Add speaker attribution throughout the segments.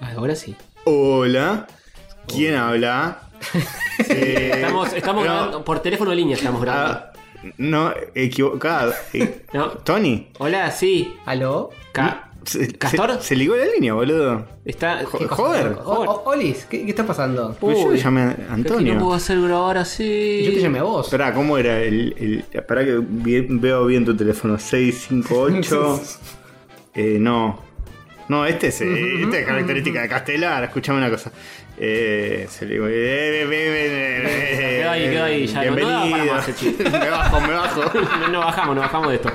Speaker 1: Ahora sí.
Speaker 2: Eh,
Speaker 3: Hola. ¿Quién habla? Eh,
Speaker 1: Estamos, estamos
Speaker 3: no,
Speaker 1: grabando, por teléfono de línea estamos grabando.
Speaker 3: ah, no, equivocado. Eh,
Speaker 1: No.
Speaker 3: Tony.
Speaker 1: Hola, sí.
Speaker 2: ¿Aló?
Speaker 1: Ca-
Speaker 3: Se,
Speaker 1: ¿Castor?
Speaker 3: Se, se ligó la línea, boludo.
Speaker 2: ¿Mm?
Speaker 1: está.
Speaker 3: Jo- Joder.
Speaker 2: O- o- Olis, ¿qué, qué está pasando?
Speaker 3: Pues yo
Speaker 1: Uy.
Speaker 3: le llamé a
Speaker 1: Antonio. No puedo
Speaker 3: Antonio.
Speaker 1: hacer grabar así.
Speaker 2: Yo te llamé a vos.
Speaker 3: Esperá, ¿cómo era el, el- Esperá que vi- veo bien tu teléfono. 658. eh, no. No, este es, eh, esta es característica de Castelar. Escuchame una cosa. Eh, se ligó.
Speaker 1: Quedó ahí, quedó ahí, ya no- no daba para
Speaker 3: Bienvenido.
Speaker 1: más el chiste.
Speaker 3: me bajo, me bajo.
Speaker 1: No, no bajamos, no bajamos de esto.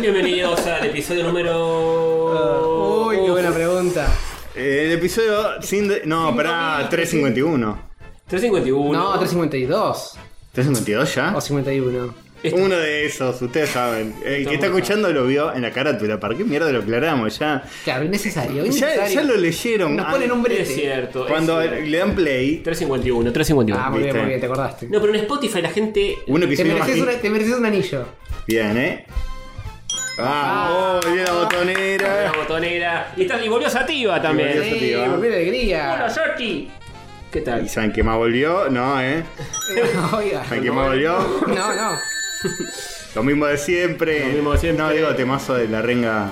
Speaker 1: Bienvenidos al episodio número.
Speaker 2: Ah. Uy, qué buena pregunta.
Speaker 3: Eh, El episodio sin de- No, pará, 351.
Speaker 1: 351.
Speaker 2: No, 352.
Speaker 3: ¿352 ya?
Speaker 2: O 51.
Speaker 1: Oh, Esto-
Speaker 3: Uno de esos, ustedes saben. El que está
Speaker 1: Estamos-
Speaker 3: escuchando lo vio en la carátula. ¿Para qué mierda lo aclaramos? Ya,
Speaker 2: Claro, innecesario.
Speaker 3: ya,
Speaker 2: innecesario.
Speaker 3: ya lo leyeron.
Speaker 2: Nos
Speaker 3: Ah,
Speaker 2: ponen un brete.
Speaker 1: Es cierto. es
Speaker 3: Cuando
Speaker 1: cierto.
Speaker 3: le dan play,
Speaker 1: 351, 351.
Speaker 2: Ah, muy bien,
Speaker 3: Viste.
Speaker 2: muy bien, te acordaste.
Speaker 1: No, pero en Spotify la gente.
Speaker 3: un
Speaker 2: Te
Speaker 3: episodio más.
Speaker 2: mereces, una- te mereces un anillo.
Speaker 3: Bien, ¿eh? Ah, oh, bien la
Speaker 1: La
Speaker 3: botonera.
Speaker 1: botonera. Y, está, y volvió Sativa
Speaker 3: volvió
Speaker 1: también.
Speaker 3: Sativa. te
Speaker 2: Sí,
Speaker 3: iba.
Speaker 2: volví la
Speaker 1: Hola,
Speaker 2: alegría.
Speaker 1: Saki. ¿Qué
Speaker 3: ¿Y
Speaker 1: tal?
Speaker 3: saben que más volvió? No, ¿eh?
Speaker 2: Oiga.
Speaker 3: ¿Saben que más volvió?
Speaker 2: No,
Speaker 3: Ah.
Speaker 2: no.
Speaker 3: Lo mismo de siempre.
Speaker 1: Lo mismo de siempre.
Speaker 3: No, digo, temazo de la renga.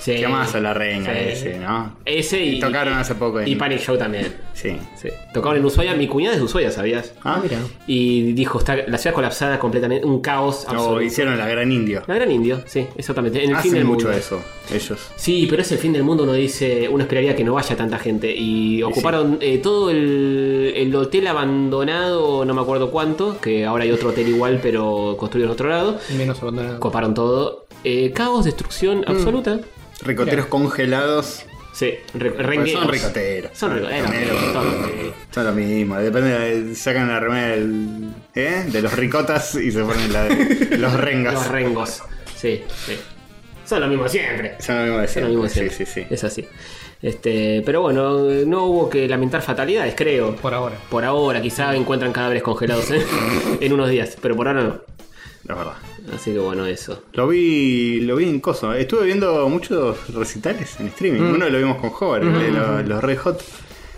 Speaker 1: Sí.
Speaker 3: ¿Qué más a la renga
Speaker 1: Sí.
Speaker 3: ese, no?
Speaker 1: Ese y.
Speaker 3: Tocaron hace poco en-
Speaker 1: Y Panic Show también.
Speaker 3: Sí.
Speaker 1: Sí. Tocaron en Ushuaia. Mi cuñada es de Ushuaia, ¿sabías?
Speaker 3: Ah,
Speaker 2: mira.
Speaker 1: Y dijo, está la ciudad colapsada completamente. Un caos
Speaker 3: No,
Speaker 1: absoluto.
Speaker 3: hicieron la gran indio.
Speaker 1: La gran indio, sí, exactamente. En el fin
Speaker 3: Hacen
Speaker 1: del
Speaker 3: mucho
Speaker 1: mundo.
Speaker 3: eso, ellos.
Speaker 1: Sí, pero es el fin del mundo, uno dice, uno esperaría que no vaya tanta gente. Y ocuparon eh, todo el, el hotel abandonado, no me acuerdo cuánto, que ahora hay otro hotel igual, pero construido en otro lado.
Speaker 2: Menos abandonado.
Speaker 1: Coparon todo. Eh, caos, destrucción
Speaker 3: Mm.
Speaker 1: absoluta.
Speaker 3: Ricoteros congelados.
Speaker 1: Sí, re-
Speaker 3: Bueno,
Speaker 1: rengueros.
Speaker 3: son ricoteros.
Speaker 1: Son ricoteros.
Speaker 3: Ricoteros.
Speaker 1: son, eh,
Speaker 3: Son lo mismo. Depende, de- sacan la remera del- ¿eh? de los ricotas y se ponen la de los rengas.
Speaker 1: Los rengos. Sí, sí. Son lo mismo siempre.
Speaker 3: Son lo mismo de
Speaker 1: Son lo mismo
Speaker 3: siempre. Sí,
Speaker 1: siempre.
Speaker 3: sí, sí.
Speaker 1: Es así. Este, pero bueno, no hubo que lamentar fatalidades, creo.
Speaker 2: Por ahora.
Speaker 1: Por ahora, quizá encuentran cadáveres congelados ¿eh? en unos días, pero por ahora no.
Speaker 3: La verdad.
Speaker 1: Así que bueno, eso.
Speaker 3: Lo vi, lo vi en coso. Estuve viendo muchos recitales en streaming.
Speaker 1: Mm.
Speaker 3: Uno lo vimos con Hover, el de los, los Red Hot.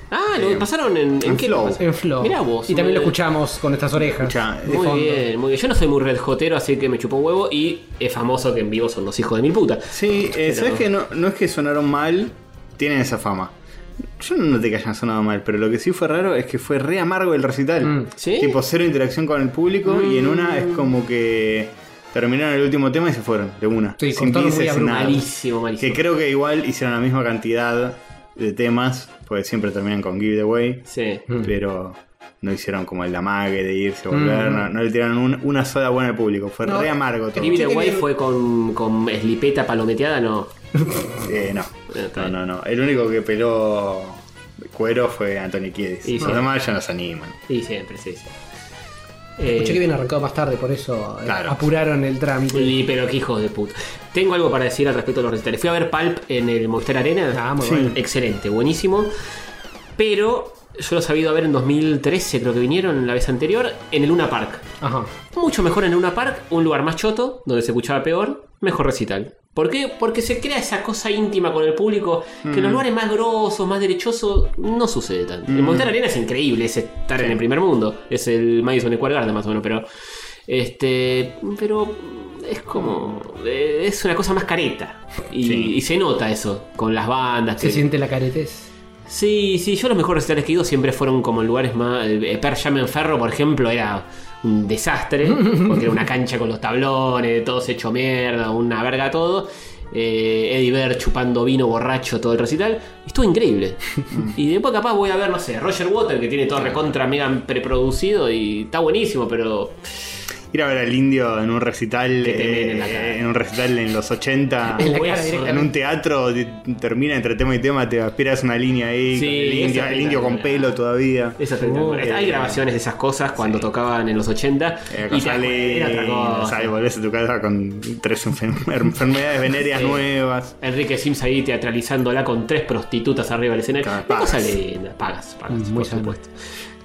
Speaker 1: Ah, lo pasaron en, en
Speaker 3: en
Speaker 1: qué
Speaker 3: Flow.
Speaker 1: lo pasaron?
Speaker 2: En flow.
Speaker 1: Mirá vos.
Speaker 2: Y también lo
Speaker 1: eh,
Speaker 2: escuchamos con nuestras orejas.
Speaker 3: Escuchá,
Speaker 2: de
Speaker 1: Muy
Speaker 2: fondo.
Speaker 1: bien, muy bien. Yo no soy muy red jotero, así que me chupó huevo y es famoso que en vivo son los hijos de mil puta.
Speaker 3: Sí, eh,
Speaker 1: Pero-
Speaker 3: sabes que no, no es que sonaron mal, tienen esa fama. Yo no noté que hayan sonado mal, pero lo que sí fue raro es que fue re amargo el recital.
Speaker 2: Mm,
Speaker 1: ¿sí?
Speaker 3: Tipo cero interacción con el público y en una es como que terminaron el último tema y se fueron de una.
Speaker 2: Sí, cortaron muy
Speaker 3: nada.
Speaker 1: Malísimo, malísimo.
Speaker 3: Que creo que igual hicieron la misma cantidad de temas, porque siempre terminan con Give the Way,
Speaker 1: Sí.
Speaker 2: Mm.
Speaker 3: pero no hicieron como el amague de irse, volver, no, no le tiraron un- una sola buena al público. Fue
Speaker 2: No,
Speaker 3: re amargo todo.
Speaker 1: Divide
Speaker 2: Sí,
Speaker 1: Way
Speaker 2: tiene-
Speaker 1: fue con, con eslipeta palometeada, no.
Speaker 3: Eh, no.
Speaker 1: Está
Speaker 3: No,
Speaker 1: bien.
Speaker 3: no, no. El único que peló cuero fue Anthony Kiedis.
Speaker 1: Y sí.
Speaker 3: Los demás ya nos animan.
Speaker 1: Sí, siempre, sí, sí.
Speaker 2: Escuché que
Speaker 1: Eh,
Speaker 2: bien arrancado más tarde, por eso eh,
Speaker 3: Claro.
Speaker 2: apuraron el trámite.
Speaker 1: y- pero qué hijos de puta. Tengo algo para decir al respecto de los recitales. Fui a ver Pulp en el Movistar Arena.
Speaker 2: Ah, muy
Speaker 3: Sí.
Speaker 2: bueno.
Speaker 1: Excelente, buenísimo. Pero yo los había ido a ver en 2013, creo que vinieron la vez anterior, en el Luna Park.
Speaker 2: Ajá.
Speaker 1: Mucho mejor en Luna Park, un lugar más choto, donde se escuchaba peor, mejor recital. ¿Por qué? Porque se crea esa cosa íntima con el público que en los lugares más grosos, más derechosos, no sucede tanto. El Movistar Arena es increíble, es estar en el primer mundo. Es el Madison Square Garden más o menos, pero... Este... Pero... Es como... eh, Es una cosa más careta. Y,
Speaker 3: Sí.
Speaker 1: y se nota eso con las bandas.
Speaker 2: Se
Speaker 1: que-
Speaker 2: siente la caretez.
Speaker 1: Sí, sí, yo los mejores recitales que he ido siempre fueron como en lugares más. eh, Per Jam en Ferro, por ejemplo, era un desastre, porque era una cancha con los tablones, todos hecho mierda, una verga todo. Eh, Eddie Bear chupando vino borracho todo el recital. Estuvo increíble. y después capaz voy a ver, no sé, Roger Water, que tiene todo recontra mega preproducido y está buenísimo, pero
Speaker 3: Ir a ver al indio en un recital.
Speaker 1: Que te
Speaker 3: eh,
Speaker 1: miren la cara.
Speaker 3: en un recital en los 80.
Speaker 2: En la
Speaker 1: voy a
Speaker 2: cara
Speaker 1: so-
Speaker 2: directa.
Speaker 3: Ah, En un teatro te- termina entre tema y tema, te aspiras una línea ahí
Speaker 1: Sí,
Speaker 3: con el indio,
Speaker 1: esa
Speaker 3: el indio con
Speaker 1: pinta.
Speaker 3: pelo todavía.
Speaker 1: Es espectacular.
Speaker 3: Eh,
Speaker 1: Hay grabaciones de esas cosas cuando tocaban en los 80.
Speaker 3: Eh,
Speaker 1: y
Speaker 3: con sale,
Speaker 1: era otra cosa.
Speaker 3: sale, volvés a tu casa con tres enfer- enfermedades venéreas
Speaker 1: Sí.
Speaker 3: nuevas.
Speaker 1: Enrique Sims ahí teatralizándola con tres prostitutas arriba del escenario.
Speaker 3: Claro,
Speaker 1: Una cosa
Speaker 3: pagas.
Speaker 1: linda. Pagas, pagas,
Speaker 2: Mm, muy
Speaker 1: por
Speaker 2: sano.
Speaker 1: supuesto.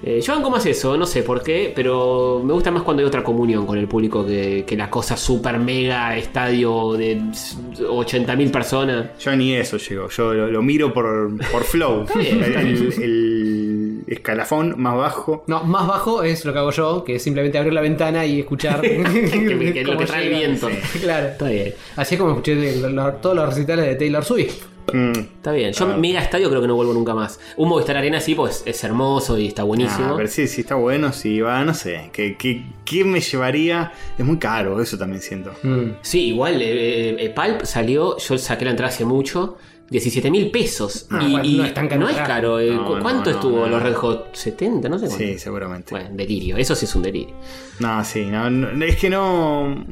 Speaker 1: Eh, yo banco más eso, no sé por qué, pero me gusta más cuando hay otra comunión con el público que, que la cosa super mega estadio de 80.000 personas.
Speaker 3: Yo ni eso llego, yo lo, lo miro por, por flow. el, el- el escalafón más bajo.
Speaker 2: No, más bajo es lo que hago yo, que es simplemente abrir la ventana y escuchar.
Speaker 1: que es lo
Speaker 2: cómo
Speaker 1: que trae el
Speaker 2: llega.
Speaker 1: viento.
Speaker 2: Sí, Claro.
Speaker 1: Está bien,
Speaker 2: Así es como escuché el- lo- todos los recitales de Taylor Swift.
Speaker 3: Mm.
Speaker 1: está bien. Yo
Speaker 3: Ah.
Speaker 1: mega estadio creo que no vuelvo nunca más. Un Movistar Arena sí, pues es hermoso y está
Speaker 3: Ah,
Speaker 1: buenísimo.
Speaker 3: pero sí, sí está bueno, sí va, no sé. ¿Qué, qué, qué me llevaría? Es muy caro, eso también siento.
Speaker 2: Mm.
Speaker 1: Sí, igual, eh, eh, eh, Palp salió, yo saqué la entrada hace mucho, 17 mil pesos.
Speaker 2: Ah,
Speaker 1: y,
Speaker 2: bueno,
Speaker 1: y
Speaker 2: no es tan caro.
Speaker 1: es caro. eh,
Speaker 3: No,
Speaker 1: ¿cu-
Speaker 3: no,
Speaker 1: ¿Cuánto
Speaker 3: no,
Speaker 1: estuvo
Speaker 3: no.
Speaker 1: los Red Hot? ¿70? No sé cuánto.
Speaker 3: Sí, seguramente.
Speaker 1: Bueno, delirio, eso sí es un delirio.
Speaker 3: No, sí, no, no, es que no.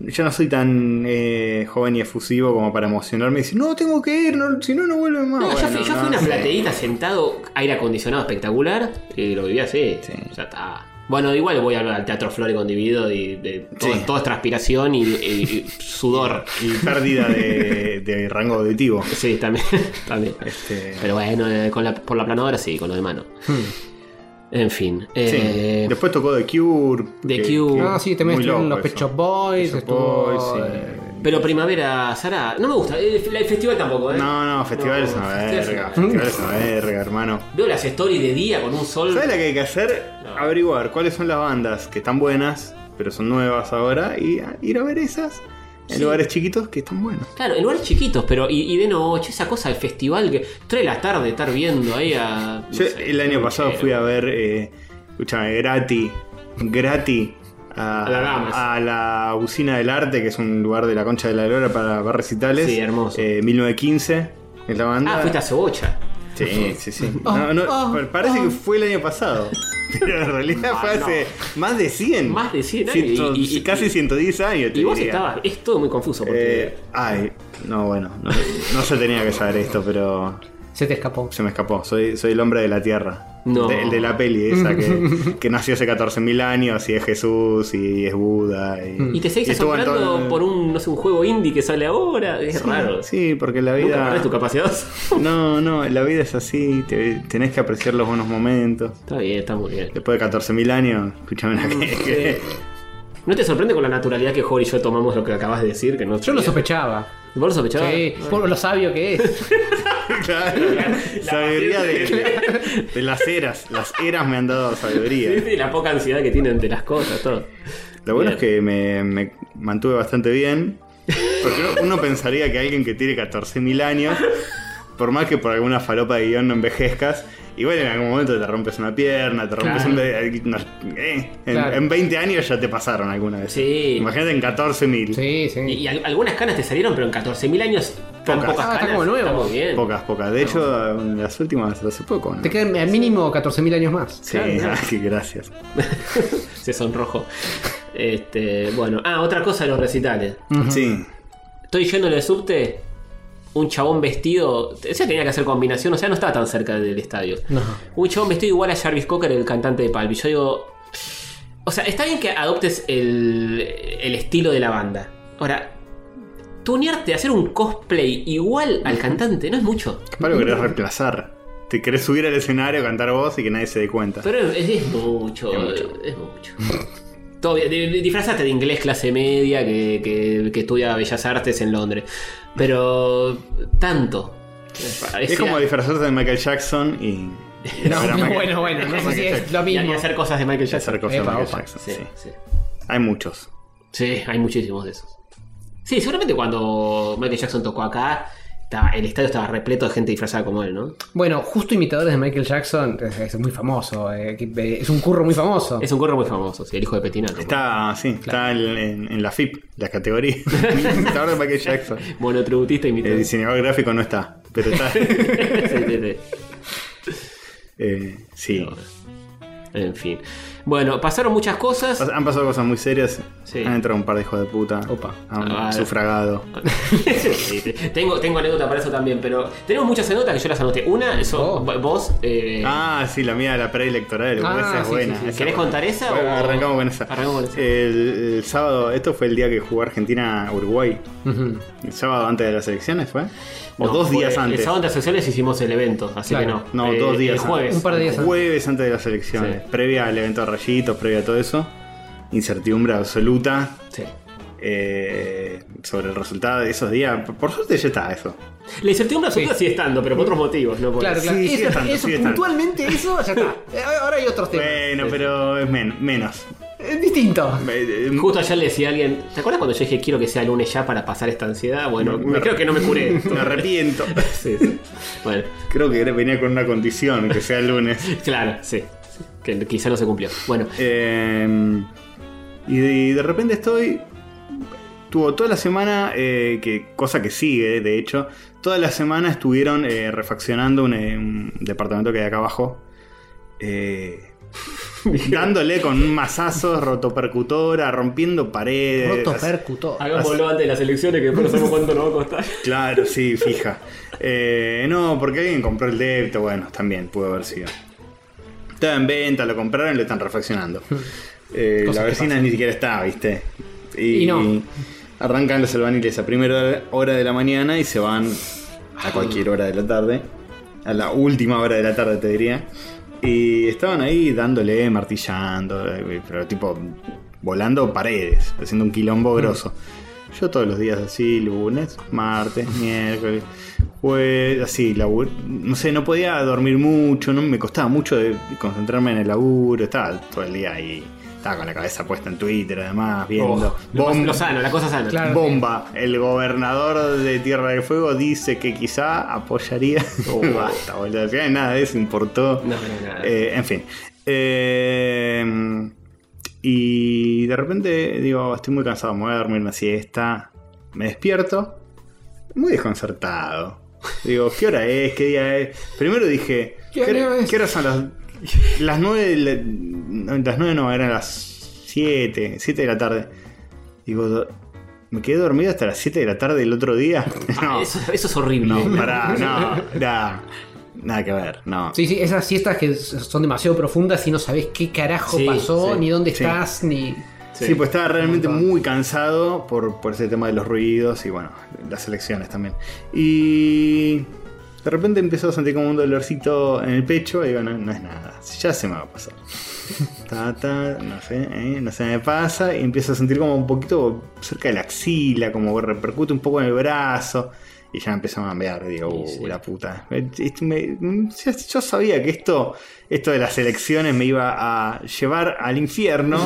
Speaker 3: Yo no soy tan eh, joven y efusivo como para emocionarme y decir, no, tengo que ir, no, si no, no vuelvo más.
Speaker 1: No, yo
Speaker 3: Bueno,
Speaker 1: fui, yo
Speaker 3: no
Speaker 1: fui a una
Speaker 3: sé.
Speaker 1: plateíta sentado, aire acondicionado espectacular, y lo viví así.
Speaker 3: Sí.
Speaker 1: Ya está. Bueno, igual voy al, al Teatro Flore con Divido y de- todo,
Speaker 3: Sí.
Speaker 1: todo es transpiración y, y- y sudor.
Speaker 3: Y pérdida de, de rango auditivo.
Speaker 1: Sí, también. también.
Speaker 3: Este,
Speaker 1: Pero bueno, eh, con la- por la planadora sí, con lo de mano. En fin.
Speaker 3: Hmm. sí.
Speaker 1: eh,
Speaker 3: Después tocó The Cure.
Speaker 1: The Cure.
Speaker 2: Ah, sí, también
Speaker 3: muy
Speaker 2: estuvieron
Speaker 3: loco
Speaker 2: los Pet
Speaker 3: eso.
Speaker 2: Shop Boys.
Speaker 3: Pet Shop
Speaker 2: estuvo,
Speaker 3: Boys, sí.
Speaker 2: eh,
Speaker 1: pero primavera, Sara, no me gusta. El, el festival tampoco, ¿eh?
Speaker 3: No, no, festival es una
Speaker 1: festival es
Speaker 3: verga.
Speaker 1: una-
Speaker 3: Festival es una verga, hermano.
Speaker 1: Veo las stories de día con un sol.
Speaker 3: ¿Sabes la que hay que hacer?
Speaker 1: No.
Speaker 3: Averiguar cuáles son las bandas que están buenas, pero son nuevas ahora, y a- ir a ver esas en
Speaker 1: Sí.
Speaker 3: lugares chiquitos que están buenos.
Speaker 1: Claro, en lugares chiquitos, pero y, y de noche, esa cosa del festival que 3 de la tarde estar viendo ahí a. no
Speaker 3: Yo
Speaker 1: sé, Ah,
Speaker 3: el año
Speaker 1: un
Speaker 3: pasado
Speaker 1: chero.
Speaker 3: fui a ver, eh, escúchame, gratis, gratis. A,
Speaker 1: A la Damas.
Speaker 3: a la Usina del Arte, que es un lugar de la Concha de la Lora para, para recitales.
Speaker 1: Sí, hermoso.
Speaker 3: Eh, 1915, es la banda.
Speaker 1: Ah, fuiste a Cebocha.
Speaker 3: Sí, sí, sí.
Speaker 2: Oh,
Speaker 3: No, no,
Speaker 2: oh,
Speaker 3: pa- parece
Speaker 2: oh.
Speaker 3: que fue el año pasado. Pero en realidad fue
Speaker 1: Ah, no.
Speaker 3: hace más de 100.
Speaker 1: Más de 100 años,
Speaker 3: Ciento-
Speaker 1: y- y- y-
Speaker 3: casi 110 años. te
Speaker 1: Y vos
Speaker 3: diría.
Speaker 1: estabas. Es todo muy confuso porque.
Speaker 3: Eh, ay, no, bueno. No, no se tenía que saber esto, pero
Speaker 2: Se te escapó.
Speaker 3: se me escapó. Soy, soy el hombre de la tierra.
Speaker 1: No.
Speaker 3: De- el de la peli esa que, que nació hace 14.000 años y es Jesús y es Buda. Y,
Speaker 1: y te seguís
Speaker 3: y estuvo en
Speaker 1: asombrando
Speaker 3: todo-
Speaker 1: por un, no sé, un juego indie que sale ahora. Es raro.
Speaker 3: Sí, porque la
Speaker 1: Nunca
Speaker 3: vida.
Speaker 1: perdés tu capacidad.
Speaker 3: No, no, la vida es así. te- tenés que apreciar los buenos momentos.
Speaker 1: está bien, está muy bien.
Speaker 3: Después de 14.000 años, escuchame una que,
Speaker 1: Mm,
Speaker 3: que-
Speaker 1: ¿No te sorprende con la naturalidad que Jorge y yo tomamos lo que acabas de decir? Que no
Speaker 2: Yo lo sospechaba.
Speaker 1: ¿Vos lo sospechabas?
Speaker 2: Sí, por lo sabio que es.
Speaker 3: Claro. sabiduría de, de las eras. Las eras me han dado
Speaker 1: Sí,
Speaker 3: sabiduría.
Speaker 1: sí, la poca ansiedad que tienen de las cosas, todo.
Speaker 3: Lo bueno
Speaker 1: Bien.
Speaker 3: es que me, me mantuve bastante bien. Porque uno- uno pensaría que alguien que tiene 14.000 años, por más que por alguna falopa de guión no envejezcas, igual en algún momento te rompes una pierna, te rompes
Speaker 1: Claro.
Speaker 3: un de- no, eh, en,
Speaker 2: Claro.
Speaker 3: en 20 años ya te pasaron alguna vez.
Speaker 1: Sí.
Speaker 3: Imagínate en 14.000.
Speaker 2: Sí, sí.
Speaker 1: Y, y al- algunas canas te salieron, pero en 14.000 años tan
Speaker 3: Pocas.
Speaker 1: pocas
Speaker 2: Ah,
Speaker 1: canas.
Speaker 2: está como nuevo.
Speaker 1: Está muy bien.
Speaker 3: Pocas, pocas. De hecho, las últimas hace poco. ¿no?
Speaker 2: Te quedan al mínimo 14.000 años más.
Speaker 3: Sí,
Speaker 1: Claro, claro.
Speaker 3: ay, qué gracias.
Speaker 1: Se sonrojo. Este, bueno, ah, otra cosa de los recitales.
Speaker 3: Sí.
Speaker 1: Estoy yendo de subte, un chabón vestido, o sea, tenía que hacer combinación, o sea, no estaba tan cerca del estadio.
Speaker 2: No.
Speaker 1: Un chabón vestido igual a Jarvis Cocker, el cantante de Palpi. Yo digo, o sea, está bien que adoptes el, el estilo de la banda. Ahora, tunearte, hacer un cosplay igual al cantante, no es mucho.
Speaker 3: Capaz lo querés reemplazar. Te querés subir al escenario, cantar vos y que nadie se dé cuenta.
Speaker 1: Pero es, es mucho,
Speaker 3: Es
Speaker 1: es
Speaker 3: mucho.
Speaker 1: mucho. Todo bien, di- di- disfrazaste de inglés clase media que, que- que estudia Bellas Artes en Londres. Pero tanto.
Speaker 3: es como disfrazarte de Michael Jackson y. y
Speaker 2: No,
Speaker 3: ver a
Speaker 2: no,
Speaker 3: Michael-
Speaker 2: bueno, bueno, no
Speaker 3: Michael
Speaker 2: sé si es
Speaker 3: Jackson.
Speaker 2: lo
Speaker 1: y, y
Speaker 2: mismo.
Speaker 1: hacer cosas de Michael
Speaker 3: Ya
Speaker 1: Jackson.
Speaker 3: hacer cosas de
Speaker 2: Epa,
Speaker 3: Michael
Speaker 2: opa.
Speaker 3: Jackson,
Speaker 1: Sí,
Speaker 3: sí.
Speaker 1: sí.
Speaker 3: Hay muchos.
Speaker 1: Sí, hay muchísimos de esos. Sí, seguramente cuando Michael Jackson tocó acá, estaba- el estadio estaba repleto de gente disfrazada como él, ¿no?
Speaker 2: Bueno, justo imitadores de Michael Jackson es, es muy famoso. eh, que- eh, es un curro muy famoso.
Speaker 1: Es un corro muy famoso, sí, el hijo de Petinato.
Speaker 3: Está, sí, está en, en- en la FIP, la categoría. Ahora de Michael Jackson.
Speaker 1: Monotributista
Speaker 3: El
Speaker 1: imitado.
Speaker 3: diseñador gráfico no está, pero está.
Speaker 1: Sí, sí, sí.
Speaker 3: eh, sí.
Speaker 1: En fin. Bueno, pasaron muchas cosas.
Speaker 3: Pas- Han pasado cosas muy serias.
Speaker 1: Sí.
Speaker 3: Han entrado un par de hijos de puta.
Speaker 2: Opa.
Speaker 3: Han
Speaker 1: Ah, vale.
Speaker 3: sufragado.
Speaker 1: tengo, tengo anécdota para eso también, pero tenemos muchas anécdotas que yo las anoté. Una, eso,
Speaker 2: Oh.
Speaker 1: vos. eh,
Speaker 3: Ah, sí, la mía de la preelectoral.
Speaker 2: Ah,
Speaker 3: esa es
Speaker 2: sí,
Speaker 3: buena.
Speaker 2: sí, sí.
Speaker 3: esa es
Speaker 1: ¿Querés
Speaker 3: buena.
Speaker 1: contar esa
Speaker 3: Bueno,
Speaker 1: o-
Speaker 3: Arrancamos con esa.
Speaker 1: Arrancamos con esa.
Speaker 3: El, el sábado, esto fue el día que jugó Argentina a Uruguay.
Speaker 2: Ujú.
Speaker 3: ¿El sábado antes de las elecciones fue? ¿O
Speaker 1: no,
Speaker 3: dos
Speaker 1: fue-
Speaker 3: días
Speaker 1: El
Speaker 3: antes?
Speaker 1: sábado de las sesiones hicimos el evento, así
Speaker 2: Claro.
Speaker 1: que no.
Speaker 3: No,
Speaker 1: Eh,
Speaker 3: dos días
Speaker 1: El jueves.
Speaker 3: antes.
Speaker 2: Un par de días antes.
Speaker 3: Jueves antes de las elecciones.
Speaker 1: Sí.
Speaker 3: Previa al evento de rayitos, previa a todo eso. Incertidumbre absoluta.
Speaker 1: Sí.
Speaker 3: eh, sobre el resultado de esos días. Por suerte ya está eso.
Speaker 1: La incertidumbre absoluta
Speaker 2: Sí.
Speaker 1: sigue estando, pero por otros motivos, ¿no? Por-
Speaker 2: Claro, claro.
Speaker 3: Pues Sí, sigue
Speaker 2: eso,
Speaker 3: estando,
Speaker 2: eso
Speaker 3: sigue estando.
Speaker 2: puntualmente, eso ya está. Eh, Ahora hay otros temas.
Speaker 3: Bueno, pero es men- menos.
Speaker 2: Eh, distinto.
Speaker 3: Eh, eh,
Speaker 1: Justo ayer le decía a alguien, ¿te acuerdas cuando yo dije quiero que sea lunes ya para pasar esta ansiedad? Bueno,
Speaker 3: Me-
Speaker 1: me- creo que no me curé. de esto.
Speaker 3: Me arrepiento.
Speaker 1: Sí, sí. Bueno,
Speaker 3: Creo que venía con una condición, que sea el lunes.
Speaker 1: claro, sí. sí, Que quizá no se cumplió. Bueno,
Speaker 3: Eh, y de, y de repente estoy. Tuvo toda la semana, eh, que, cosa que sigue, de hecho. Toda la semana estuvieron eh, refaccionando un, eh, un departamento que hay acá abajo. eh, dándole con masazos, rotopercutora, rompiendo paredes.
Speaker 2: Rotopercutor.
Speaker 1: hagámoslo antes de las elecciones que después no sabemos cuánto nos va a
Speaker 3: Oh,
Speaker 1: costar.
Speaker 3: Claro, sí, fija. Eh, no, porque alguien compró el depto, bueno, también pudo haber sido. Estaba en venta, lo compraron y lo están refaccionando. Eh,
Speaker 2: Cosas
Speaker 3: la
Speaker 2: que
Speaker 3: vecina ni siquiera está, ¿viste? Y,
Speaker 2: Y no.
Speaker 3: arrancan los albaniles a primera hora de la mañana y se van a cualquier hora de la tarde. A la última hora de la tarde, te diría. Y estaban ahí dándole, martillando, eh, pero tipo volando paredes, haciendo un
Speaker 1: Mm.
Speaker 3: quilombo grosso. Yo todos los días así, lunes, martes, miércoles, jueves, así, laburo. No sé, no podía dormir mucho, no me costaba mucho de concentrarme en el laburo, estaba todo el día ahí, estaba con la cabeza puesta en Twitter además, viendo.
Speaker 1: Oh, lo,
Speaker 3: Bom-
Speaker 1: lo sano, la cosa sana.
Speaker 2: Claro.
Speaker 3: Bomba, el gobernador de Tierra del Fuego dice que quizá apoyaría. Oh, Basta, boludo. Al final nada de eso importó.
Speaker 1: No, no, nada.
Speaker 3: Eh, en fin. Eh, y de repente digo, estoy muy cansado, me voy a dormir una siesta. Me despierto, muy desconcertado. Digo, ¿qué hora es? ¿Qué día es? Primero dije,
Speaker 2: ¿Qué hora es?
Speaker 3: ¿qué hora son las, las 9? Las 9 no, eran las 7, 7 de la tarde. Digo, do- ¿me quedé dormido hasta las 7 de la tarde el otro día?
Speaker 1: Ah,
Speaker 3: No,
Speaker 1: eso, eso es horrible.
Speaker 3: no, pará, no, nada, nada que ver, no.
Speaker 2: Sí, sí, esas siestas que son demasiado profundas y no sabes qué carajo
Speaker 1: Sí,
Speaker 2: pasó,
Speaker 1: sí,
Speaker 2: ni dónde
Speaker 3: sí.
Speaker 2: estás, ni.
Speaker 3: Sí,
Speaker 1: Sí.
Speaker 3: pues estaba realmente muy cansado por, por ese tema de los ruidos y bueno, las elecciones también. Y de repente empezó a sentir como un dolorcito en el pecho y digo, no, no es nada, ya se me va a pasar. Ta, ta, no sé, eh, no se me pasa y empiezo a sentir como un poquito cerca de la axila, como que repercute un poco en el brazo. Y ya me empezó a mambear, digo, "Uh,
Speaker 1: Sí, sí.
Speaker 3: la puta. Me- me- mm, ya- yo sabía que esto, esto de las elecciones me iba a llevar al infierno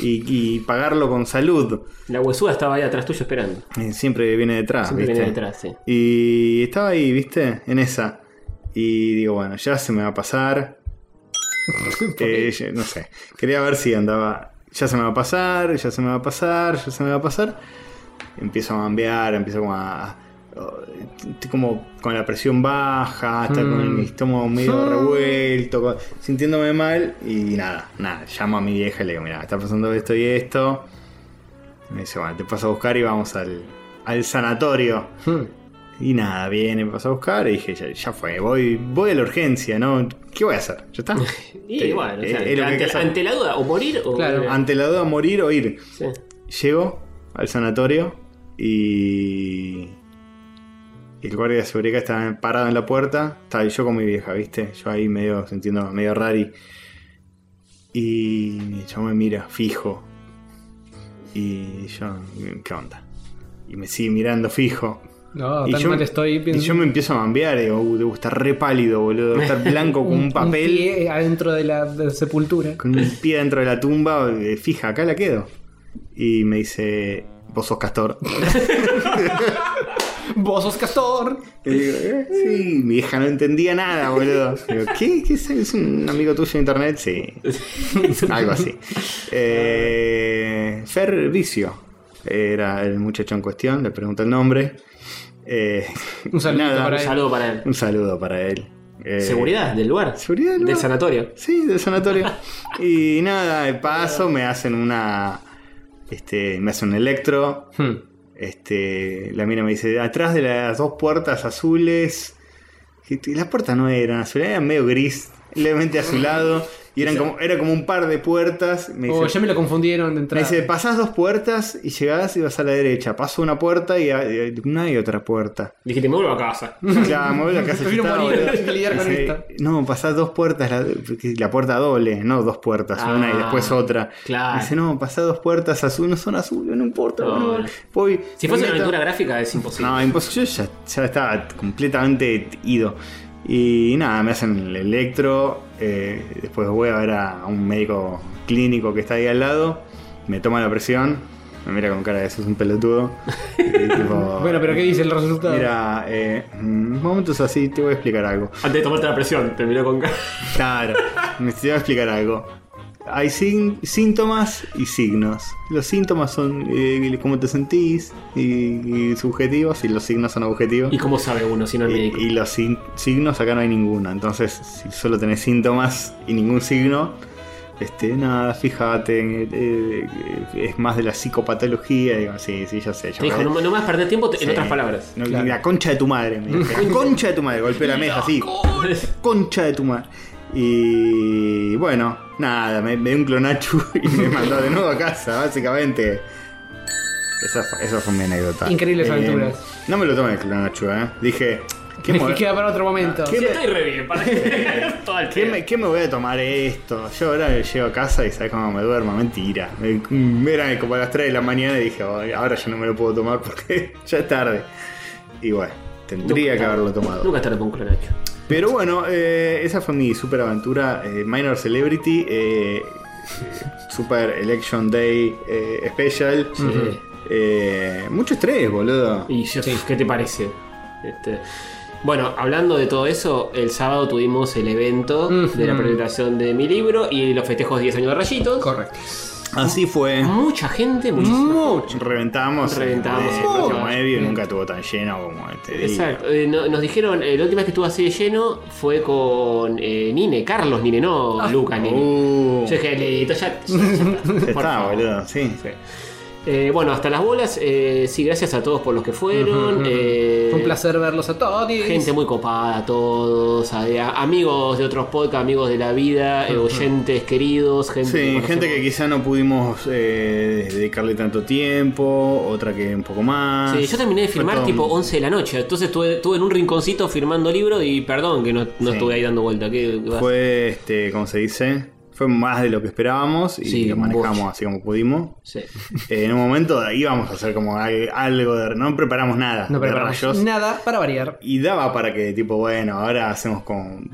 Speaker 3: y, y pagarlo con salud.
Speaker 1: La huesuda estaba ahí atrás tuyo esperando.
Speaker 3: Eh, Siempre viene detrás.
Speaker 1: Siempre
Speaker 3: ¿viste?
Speaker 1: venía detrás, sí.
Speaker 3: Y estaba ahí, ¿viste? En esa. Y digo, bueno, ya se me va a pasar. Eh, ya- no sé. Quería ver si andaba. Ya se me va a pasar, ya se me va a pasar, ya se me va a pasar. Empiezo a mambear, empiezo como a. oh, Estoy como con la presión baja, hasta con
Speaker 2: Mm.
Speaker 3: mi estómago medio revuelto, co- sintiéndome mal. Y nada, nada. Llamo a mi vieja y le digo, mira, está pasando esto y esto. Me dice, bueno, te paso a buscar y vamos al, al sanatorio.
Speaker 2: Hmm.
Speaker 3: Y nada, viene, me pasó a buscar y dije, ya, ya fue, voy, voy a la urgencia, ¿no? ¿Qué voy a hacer? ¿Ya está?
Speaker 1: Y
Speaker 3: Eh,
Speaker 1: bueno, o sea,
Speaker 3: eh, es lo que hay que
Speaker 1: ante,
Speaker 3: hacer.
Speaker 1: ante la duda, o morir o.
Speaker 2: Claro.
Speaker 1: eh,
Speaker 3: Ante la duda, morir o ir.
Speaker 1: sí.
Speaker 3: Llego al sanatorio y... y el guardia de seguridad estaba parado en la puerta. Estaba yo con mi vieja, ¿viste? Yo ahí medio, sintiendo medio rari. Y yo me mira, fijo. Y yo, ¿qué onda? Y me sigue mirando fijo.
Speaker 2: No,
Speaker 3: Y
Speaker 2: tan
Speaker 3: yo-
Speaker 2: mal estoy.
Speaker 3: Y
Speaker 2: pienso-
Speaker 3: yo me empiezo a mambear, digo, uh, debo estar re pálido, boludo, debo estar blanco con un papel,
Speaker 2: pie adentro de la de la sepultura.
Speaker 3: con un pie dentro de la tumba, eh, fija, acá la quedo. Y me dice, vos sos castor.
Speaker 2: Vos sos castor.
Speaker 3: Y digo, "Eh, sí, mi hija no entendía nada, boludo. Digo, ¿qué? ¿Qué es, es un amigo tuyo de internet? Sí. Algo así. Eh, Fer Vicio era el muchacho en cuestión, le pregunto el nombre. Eh,
Speaker 2: Un saludo
Speaker 3: nada,
Speaker 2: para
Speaker 1: Un
Speaker 2: él.
Speaker 1: saludo para él.
Speaker 3: Un saludo para él. eh,
Speaker 1: Seguridad del lugar.
Speaker 3: Seguridad del lugar.
Speaker 1: sanatorio.
Speaker 3: Sí, del sanatorio. y nada, de paso me hacen una. Este, me hacen un electro.
Speaker 2: Hmm.
Speaker 3: Este, la mina me dice: atrás de las dos puertas azules. Y las puertas no eran azules, eran medio gris, levemente azulado. Y eran como, era como un par de puertas. Me
Speaker 2: Oh,
Speaker 3: dice,
Speaker 2: ya me lo confundieron de
Speaker 3: me
Speaker 2: entrada.
Speaker 3: dice, pasás dos puertas y llegás y vas a la derecha. Paso una puerta y, y- no hay otra puerta.
Speaker 1: Dijiste, me vuelvo a casa.
Speaker 3: Ya, mueve la casa.
Speaker 2: Prefiero
Speaker 3: ya está,
Speaker 2: morir
Speaker 3: boludo.
Speaker 2: que lidiar con
Speaker 3: Dice,
Speaker 2: esto.
Speaker 3: No, pasás dos puertas, la, la puerta doble, no dos puertas,
Speaker 1: Ah,
Speaker 3: una y después otra.
Speaker 1: claro.
Speaker 3: Dice, no, pasás dos puertas azul, no son azules, no importa.
Speaker 1: No,
Speaker 3: boludo.
Speaker 1: no.
Speaker 3: Voy,
Speaker 1: Si fuese
Speaker 3: me
Speaker 1: una
Speaker 3: meto-
Speaker 1: aventura gráfica es imposible.
Speaker 3: No, imposible, yo ya, ya estaba completamente ido. Y nada, me hacen el electro, eh, después voy a ver a un médico clínico que está ahí al lado, me toma la presión, me mira con cara de eso es un pelotudo. Y tipo,
Speaker 2: Bueno, pero ¿qué dice el resultado?
Speaker 3: Mira, eh, mm, momentos así te voy a explicar algo.
Speaker 1: Antes de tomarte la presión, te miró con cara.
Speaker 3: Claro, me te voy a explicar algo. Hay sin- síntomas y signos. Los síntomas son eh, cómo te sentís y, y subjetivos y los signos son objetivos.
Speaker 1: ¿Y cómo sabe uno si no es médico?
Speaker 3: Y, y los sin- signos acá no hay ninguno. Entonces, si solo tenés síntomas y ningún signo, este, nada, fíjate, eh, eh, es más de la psicopatología. Digo, sí, sí, ya sé. ya
Speaker 1: Te dijo,
Speaker 3: me-
Speaker 1: no, no me vas a perder tiempo, te- en
Speaker 3: Sí.
Speaker 1: otras palabras.
Speaker 3: No,
Speaker 2: Claro.
Speaker 3: La concha de tu madre, me dijo. La concha de tu madre, golpeó la mesa así. Concha de tu madre. Y bueno, nada, me, me dio un clonachu y me mandó de nuevo a casa, básicamente. Esa, fu- esa fue mi anécdota. Eh,
Speaker 2: Increíbles aventuras.
Speaker 3: No me lo tomé el clonachu, eh. Dije, ¿qué,
Speaker 2: Me
Speaker 3: mo- Ah,
Speaker 2: queda para otro momento.
Speaker 1: Sí,
Speaker 3: ¿Qué me-
Speaker 1: estoy re bien, para que todo el
Speaker 3: ¿Qué
Speaker 1: pedo.
Speaker 3: me, qué me voy a tomar esto? Yo ahora llego a casa y sabes cómo me duermo, mentira. Me, me eran como a las 3 de la mañana y dije, "Ay, ahora ya no me lo puedo tomar porque ya es tarde. Y bueno, tendría que haberlo tomado.
Speaker 1: Nunca estaré con Clonacho.
Speaker 3: Pero bueno, eh, esa fue mi super aventura. eh, minor Celebrity, eh, eh, Super Election Day eh, Special.
Speaker 1: Sí.
Speaker 3: Eh, mucho estrés, boludo.
Speaker 1: Y yo, ¿qué te parece? Este, bueno, hablando de todo eso, el sábado tuvimos el evento de la
Speaker 2: Ujú.
Speaker 1: presentación de mi libro y los festejos 10 años de rayitos.
Speaker 2: Correcto.
Speaker 3: Así fue.
Speaker 1: Mucha gente, muchísima
Speaker 3: Mucho. Reventamos.
Speaker 1: Reventamos
Speaker 3: eh,
Speaker 1: el próximo.
Speaker 3: como Evio nunca estuvo tan lleno como este día.
Speaker 1: Exacto, Eh, no- nos dijeron, eh, la última vez que estuvo así de lleno fue con eh, Nine, Carlos Nine, no
Speaker 2: Ah.
Speaker 1: Lucas Nine.
Speaker 3: Uh,
Speaker 1: Yo dije, "Listo, ya- ya- ya está,
Speaker 3: ya
Speaker 1: por
Speaker 3: está,
Speaker 1: favor".
Speaker 3: boludo. Sí.
Speaker 1: Sí. Eh, bueno, hasta las bolas, eh, sí, gracias a todos por los que fueron. eh,
Speaker 2: Fue un placer verlos a todos.
Speaker 1: Gente muy copada, todos, a- a- amigos de otros podcasts, amigos de la vida, eh, oyentes queridos, gente,
Speaker 3: Sí,
Speaker 1: conocemos.
Speaker 3: gente que quizá no pudimos eh, dedicarle tanto tiempo, otra que un poco más.
Speaker 1: Sí, yo terminé de
Speaker 3: Fue
Speaker 1: firmar
Speaker 3: todo
Speaker 1: tipo
Speaker 3: un-
Speaker 1: 11 de la noche, entonces estuve, estuve en un rinconcito firmando libro y perdón que no, no
Speaker 3: Sí.
Speaker 1: estuve ahí dando vuelta. ¿qué- qué vas?
Speaker 3: Fue, este, ¿cómo se dice? Fue más de lo que esperábamos y
Speaker 1: Sí,
Speaker 3: lo manejamos
Speaker 1: bocha.
Speaker 3: así como pudimos.
Speaker 1: Sí.
Speaker 3: Eh, en un momento íbamos a hacer como al- algo de... No preparamos nada.
Speaker 2: No
Speaker 3: de
Speaker 2: preparamos
Speaker 3: rayos.
Speaker 2: nada para variar.
Speaker 3: Y daba para que, tipo, bueno, ahora hacemos con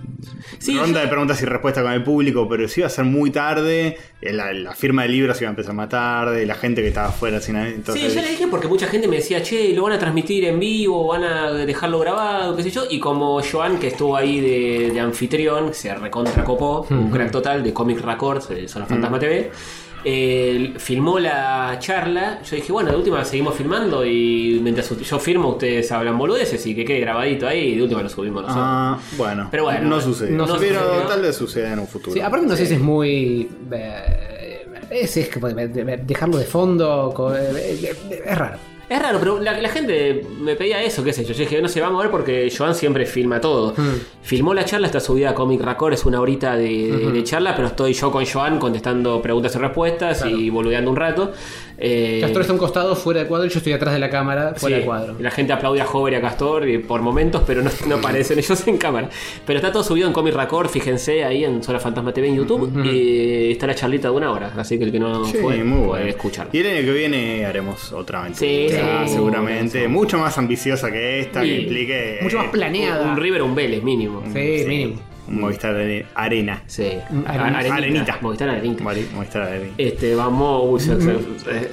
Speaker 1: Sí,
Speaker 3: ronda
Speaker 1: yo-
Speaker 3: de preguntas y respuestas con el público, pero si iba a ser muy tarde, eh, la, la firma de libros iba a empezar más tarde, la gente que estaba afuera sin entonces,
Speaker 1: Sí, yo le dije porque mucha gente me decía, che, lo van a transmitir en vivo, van a dejarlo grabado, qué sé yo. Y como Joan, que estuvo ahí de, de anfitrión, que se recontracopó, un crack total de Comic Records, de Zona Fantasma TV, eh, filmó la charla. Yo dije, bueno, de última seguimos filmando y mientras yo firmo, ustedes hablan boludeces y que quede grabadito ahí y de última lo subimos nosotros.
Speaker 3: Ah, bueno,
Speaker 1: Pero bueno,
Speaker 3: no sucede.
Speaker 2: no
Speaker 3: pero
Speaker 1: sucedió.
Speaker 3: tal vez suceda en un futuro.
Speaker 2: Sí, aparte no sé si es muy... eh, es, es que puede- de- dejarlo de fondo co- eh, eh, es raro.
Speaker 1: Es raro, pero la, la gente me pedía eso, qué sé yo. Yo dije, no sé, vamos a ver porque Joan siempre filma todo. Filmó la charla, está subida a Comic Record, es una horita de, de- de charla, pero estoy yo con Joan contestando preguntas y respuestas y boludeando un rato. Eh,
Speaker 2: Castor está a un costado fuera de cuadro y yo estoy atrás de la cámara fuera
Speaker 1: sí,
Speaker 2: de cuadro.
Speaker 1: La gente aplaude a Hover y a Castor eh, por momentos, pero no, no aparecen ellos en cámara. Pero está todo subido en Comic Record, fíjense ahí en Zona Fantasma TV en YouTube. Y está la charlita de una hora, así que el que no
Speaker 3: Sí,
Speaker 1: fue
Speaker 3: muy
Speaker 1: puede
Speaker 3: bueno.
Speaker 1: escucharla.
Speaker 3: Y el año que viene haremos otra aventura,
Speaker 1: Sí,
Speaker 2: sí.
Speaker 3: seguramente. Mucho más ambiciosa que esta,
Speaker 1: Y
Speaker 3: que implique.
Speaker 2: Mucho más
Speaker 3: eh,
Speaker 2: planeada.
Speaker 1: Un River o un Vélez mínimo.
Speaker 2: Sí, mínimo.
Speaker 3: un Movistar Are- Arena.
Speaker 1: Sí.
Speaker 2: Mm,
Speaker 1: A- Arenita.
Speaker 3: arenita.
Speaker 1: Movistar Arenita.
Speaker 3: Mari- Mm, Movistar Arena.
Speaker 1: Este, vamos. uy, se- se- eh,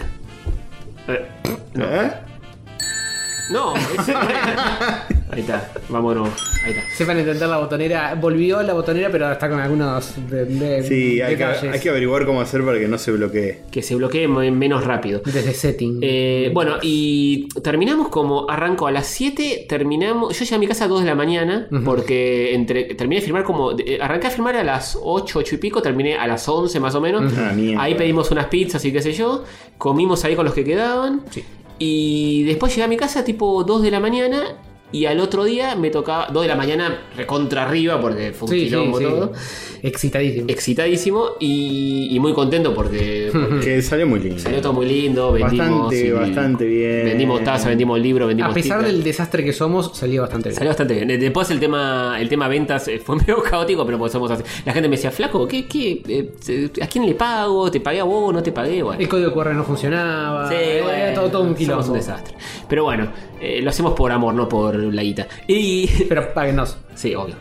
Speaker 1: eh,
Speaker 3: ¿Eh?
Speaker 1: No, es- Ahí está, vámonos. Ahí está.
Speaker 2: Sepan intentar la botonera. Volvió la botonera, pero está con algunos de- de-
Speaker 3: Sí, hay que,
Speaker 2: detalles.
Speaker 3: hay que averiguar cómo hacer para que no se bloquee.
Speaker 1: Que se bloquee me- menos rápido.
Speaker 2: Desde setting.
Speaker 1: Eh, bueno, y terminamos como arranco a las 7, terminamos, yo llegué a mi casa a 2 de la mañana,
Speaker 2: Ujú.
Speaker 1: porque entre, terminé de firmar como, de- eh, arranqué a firmar a las 8, 8 y pico, terminé a las 11 más o menos,
Speaker 3: Ah, mierda.
Speaker 1: ahí pedimos unas pizzas y qué sé yo, comimos ahí con los que quedaban,
Speaker 2: Sí.
Speaker 1: y después llegué a mi casa tipo 2 de la mañana, y al otro día me tocaba, 2 de la mañana recontra arriba, porque fue un
Speaker 2: Sí, sí,
Speaker 1: quilombo
Speaker 2: sí.
Speaker 1: todo,
Speaker 2: Excitadísimo.
Speaker 1: excitadísimo y, y muy contento porque...
Speaker 3: Que salió muy lindo.
Speaker 1: Mm. Salió todo muy lindo, vendimos.
Speaker 3: Bastante,
Speaker 1: y-
Speaker 3: bastante bien.
Speaker 1: Vendimos taza, vendimos libro, vendimos.
Speaker 2: A pesar
Speaker 1: stickers.
Speaker 2: del desastre que somos, salió bastante bien.
Speaker 1: Salió bastante bien. Eh, Después el tema, el tema ventas eh, fue medio caótico, pero pues somos así. La gente me decía, flaco, ¿qué, qué, eh, ¿a quién le pago? ¿Te pagué a vos? ¿No te pagué? Bueno.
Speaker 2: El código QR no funcionaba.
Speaker 1: Sí,
Speaker 2: era
Speaker 1: bueno,
Speaker 2: eh, todo, todo un
Speaker 1: somos
Speaker 2: quilombo.
Speaker 1: un desastre. Pero bueno, eh, lo hacemos por amor, no por la guita. Y
Speaker 2: Pero ah, páguenos.
Speaker 1: Sí, obvio.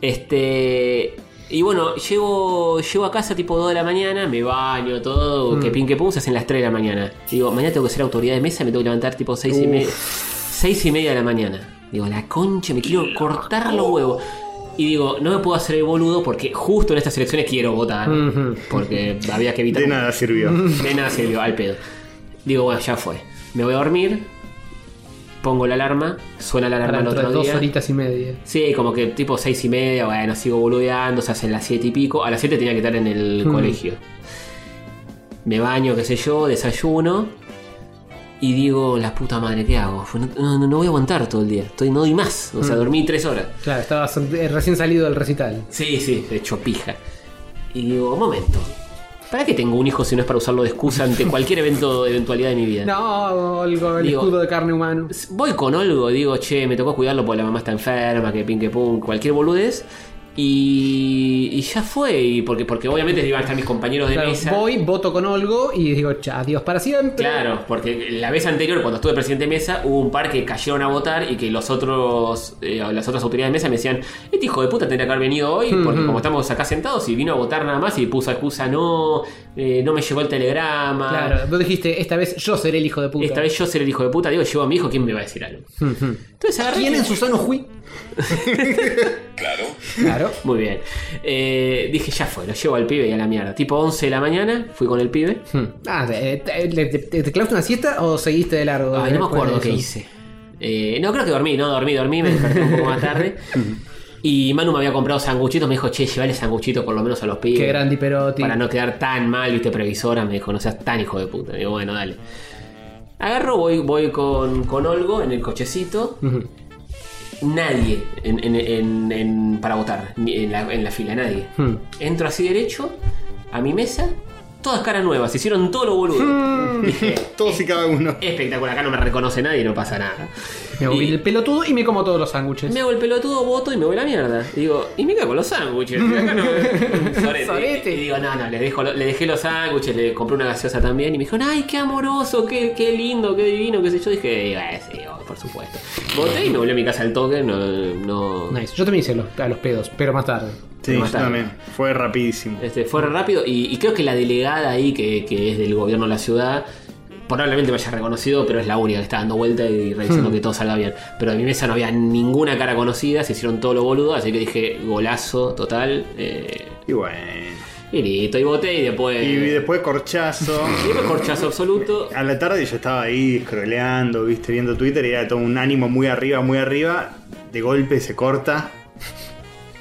Speaker 1: Este. Y bueno, llego, llego a casa tipo 2 de la mañana, me baño, todo, que pin que pum, se hacen las 3 de la mañana. Digo, mañana tengo que ser autoridad de mesa, me tengo que levantar tipo 6 y
Speaker 3: Uf.
Speaker 1: media. 6 y media de la mañana. Digo, la concha, me quiero cortar los huevos. Y digo, no me puedo hacer el boludo porque justo en estas elecciones quiero votar.
Speaker 2: Ujú.
Speaker 1: Porque había que evitar.
Speaker 3: De nada sirvió.
Speaker 1: De nada sirvió, al pedo. Digo, bueno, ya fue. Me voy a dormir, pongo la alarma, suena la alarma
Speaker 2: Para
Speaker 1: el
Speaker 2: dentro
Speaker 1: otro
Speaker 2: de dos
Speaker 1: día.
Speaker 2: horitas y media.
Speaker 1: Sí, como que tipo seis y media, bueno, sigo boludeando, se hacen las siete y pico. A las siete tenía que estar en el
Speaker 2: Mm.
Speaker 1: colegio. Me baño, qué sé yo, desayuno. Y digo, la puta madre, ¿qué hago? No, no- no voy a aguantar todo el día. Estoy, no doy más. O sea, dormí tres horas.
Speaker 2: Claro, estabas eh, recién salido del recital.
Speaker 1: Sí, sí, hecho pija. Y digo, momento. ¿Para qué tengo un hijo si no es para usarlo de excusa ante cualquier evento, eventualidad de mi vida?
Speaker 2: No, algo, el
Speaker 1: Digo-
Speaker 2: escudo de carne humano.
Speaker 1: Voy con algo, digo, che, me tocó cuidarlo porque la mamá está enferma, que pin, que pum, cualquier boludez. Y, y ya fue, y porque, porque obviamente iban a estar mis compañeros de
Speaker 2: Claro,
Speaker 1: mesa.
Speaker 2: voy, voto con Olgo y digo, "Cha, adiós para siempre.
Speaker 1: Claro, porque la vez anterior, cuando estuve presidente de mesa, hubo un par que cayeron a votar y que los otros, eh, las otras autoridades de mesa me decían, este hijo de puta tendría que haber venido hoy, porque
Speaker 2: Ujú.
Speaker 1: como estamos acá sentados y vino a votar nada más y puso excusa, no, eh, no me llegó el telegrama.
Speaker 2: Claro, vos dijiste, esta vez yo seré el hijo de puta.
Speaker 1: Esta vez yo seré el hijo de puta, digo, llevo a mi hijo, ¿quién me va a decir algo?
Speaker 2: Ujú.
Speaker 1: Entonces agarré.
Speaker 2: ¿Quién en su sano juí? claro. Claro.
Speaker 1: Muy bien. Eh, dije, ya fue, lo llevo al pibe y a la mierda. Tipo 11 de la mañana, fui con el pibe.
Speaker 2: Hmm. Ah, ¿te, te, te- te- te clavaste una siesta o seguiste de largo?
Speaker 1: Ay, no me
Speaker 2: Después de
Speaker 1: acuerdo qué
Speaker 2: eso.
Speaker 1: hice. Eh, no, creo que dormí, no, dormí, dormí, me desperté un poco más tarde. Y Manu me había comprado sanguchitos, me dijo, che, llevale sanguchitos por lo menos a los pibes.
Speaker 2: Qué grande Perotti.
Speaker 1: Para no quedar tan mal, viste, previsora, me dijo, no seas tan hijo de puta. Digo, bueno, dale. Agarro, voy, voy con, con Olgo en el cochecito.
Speaker 2: Ujú.
Speaker 1: Nadie en- en- en- en- para votar, ni en la, en la fila, nadie.
Speaker 2: Hmm.
Speaker 1: Entro así derecho a mi mesa, todas caras nuevas, se hicieron todo lo boludo. Dije,
Speaker 3: Todos y cada uno.
Speaker 1: espectacular, acá no me reconoce nadie, no pasa nada.
Speaker 2: Me voy
Speaker 1: Y
Speaker 2: el pelotudo y me como todos los sándwiches.
Speaker 1: me hago el pelotudo, voto y me voy a la mierda. Digo, y me cago con los sándwiches. acá no- Sorete.
Speaker 2: Sorete.
Speaker 1: Y digo, no, no, le, dejo, lo- le dejé los sándwiches, le compré una gaseosa también. Y me dijeron, ay, qué amoroso, qué, qué lindo, qué divino, qué sé yo. Dije, "Ah, sí, oh, por supuesto. Voté y me volví a mi casa al toque, no. no-
Speaker 2: Nice. Yo también hice los- a los pedos, pero más tarde.
Speaker 3: Sí,
Speaker 1: Más
Speaker 3: yo
Speaker 1: tarde.
Speaker 3: también. Fue rapidísimo.
Speaker 1: Este, fue re rápido y, y creo que la delegada ahí, que, que es del gobierno de la ciudad, probablemente me haya reconocido, pero es la única que está dando vuelta y revisando
Speaker 3: Hmm.
Speaker 1: que todo salga bien. Pero en mi mesa no había ninguna cara conocida, se hicieron todo lo boludo, así que dije, golazo total. eh,
Speaker 3: Y bueno.
Speaker 1: y listo, y voté y después...
Speaker 3: Y después corchazo.
Speaker 1: y después corchazo absoluto.
Speaker 3: A la tarde yo estaba ahí scrolleando, viste, viendo Twitter y era todo un ánimo muy arriba, muy arriba. De golpe se corta.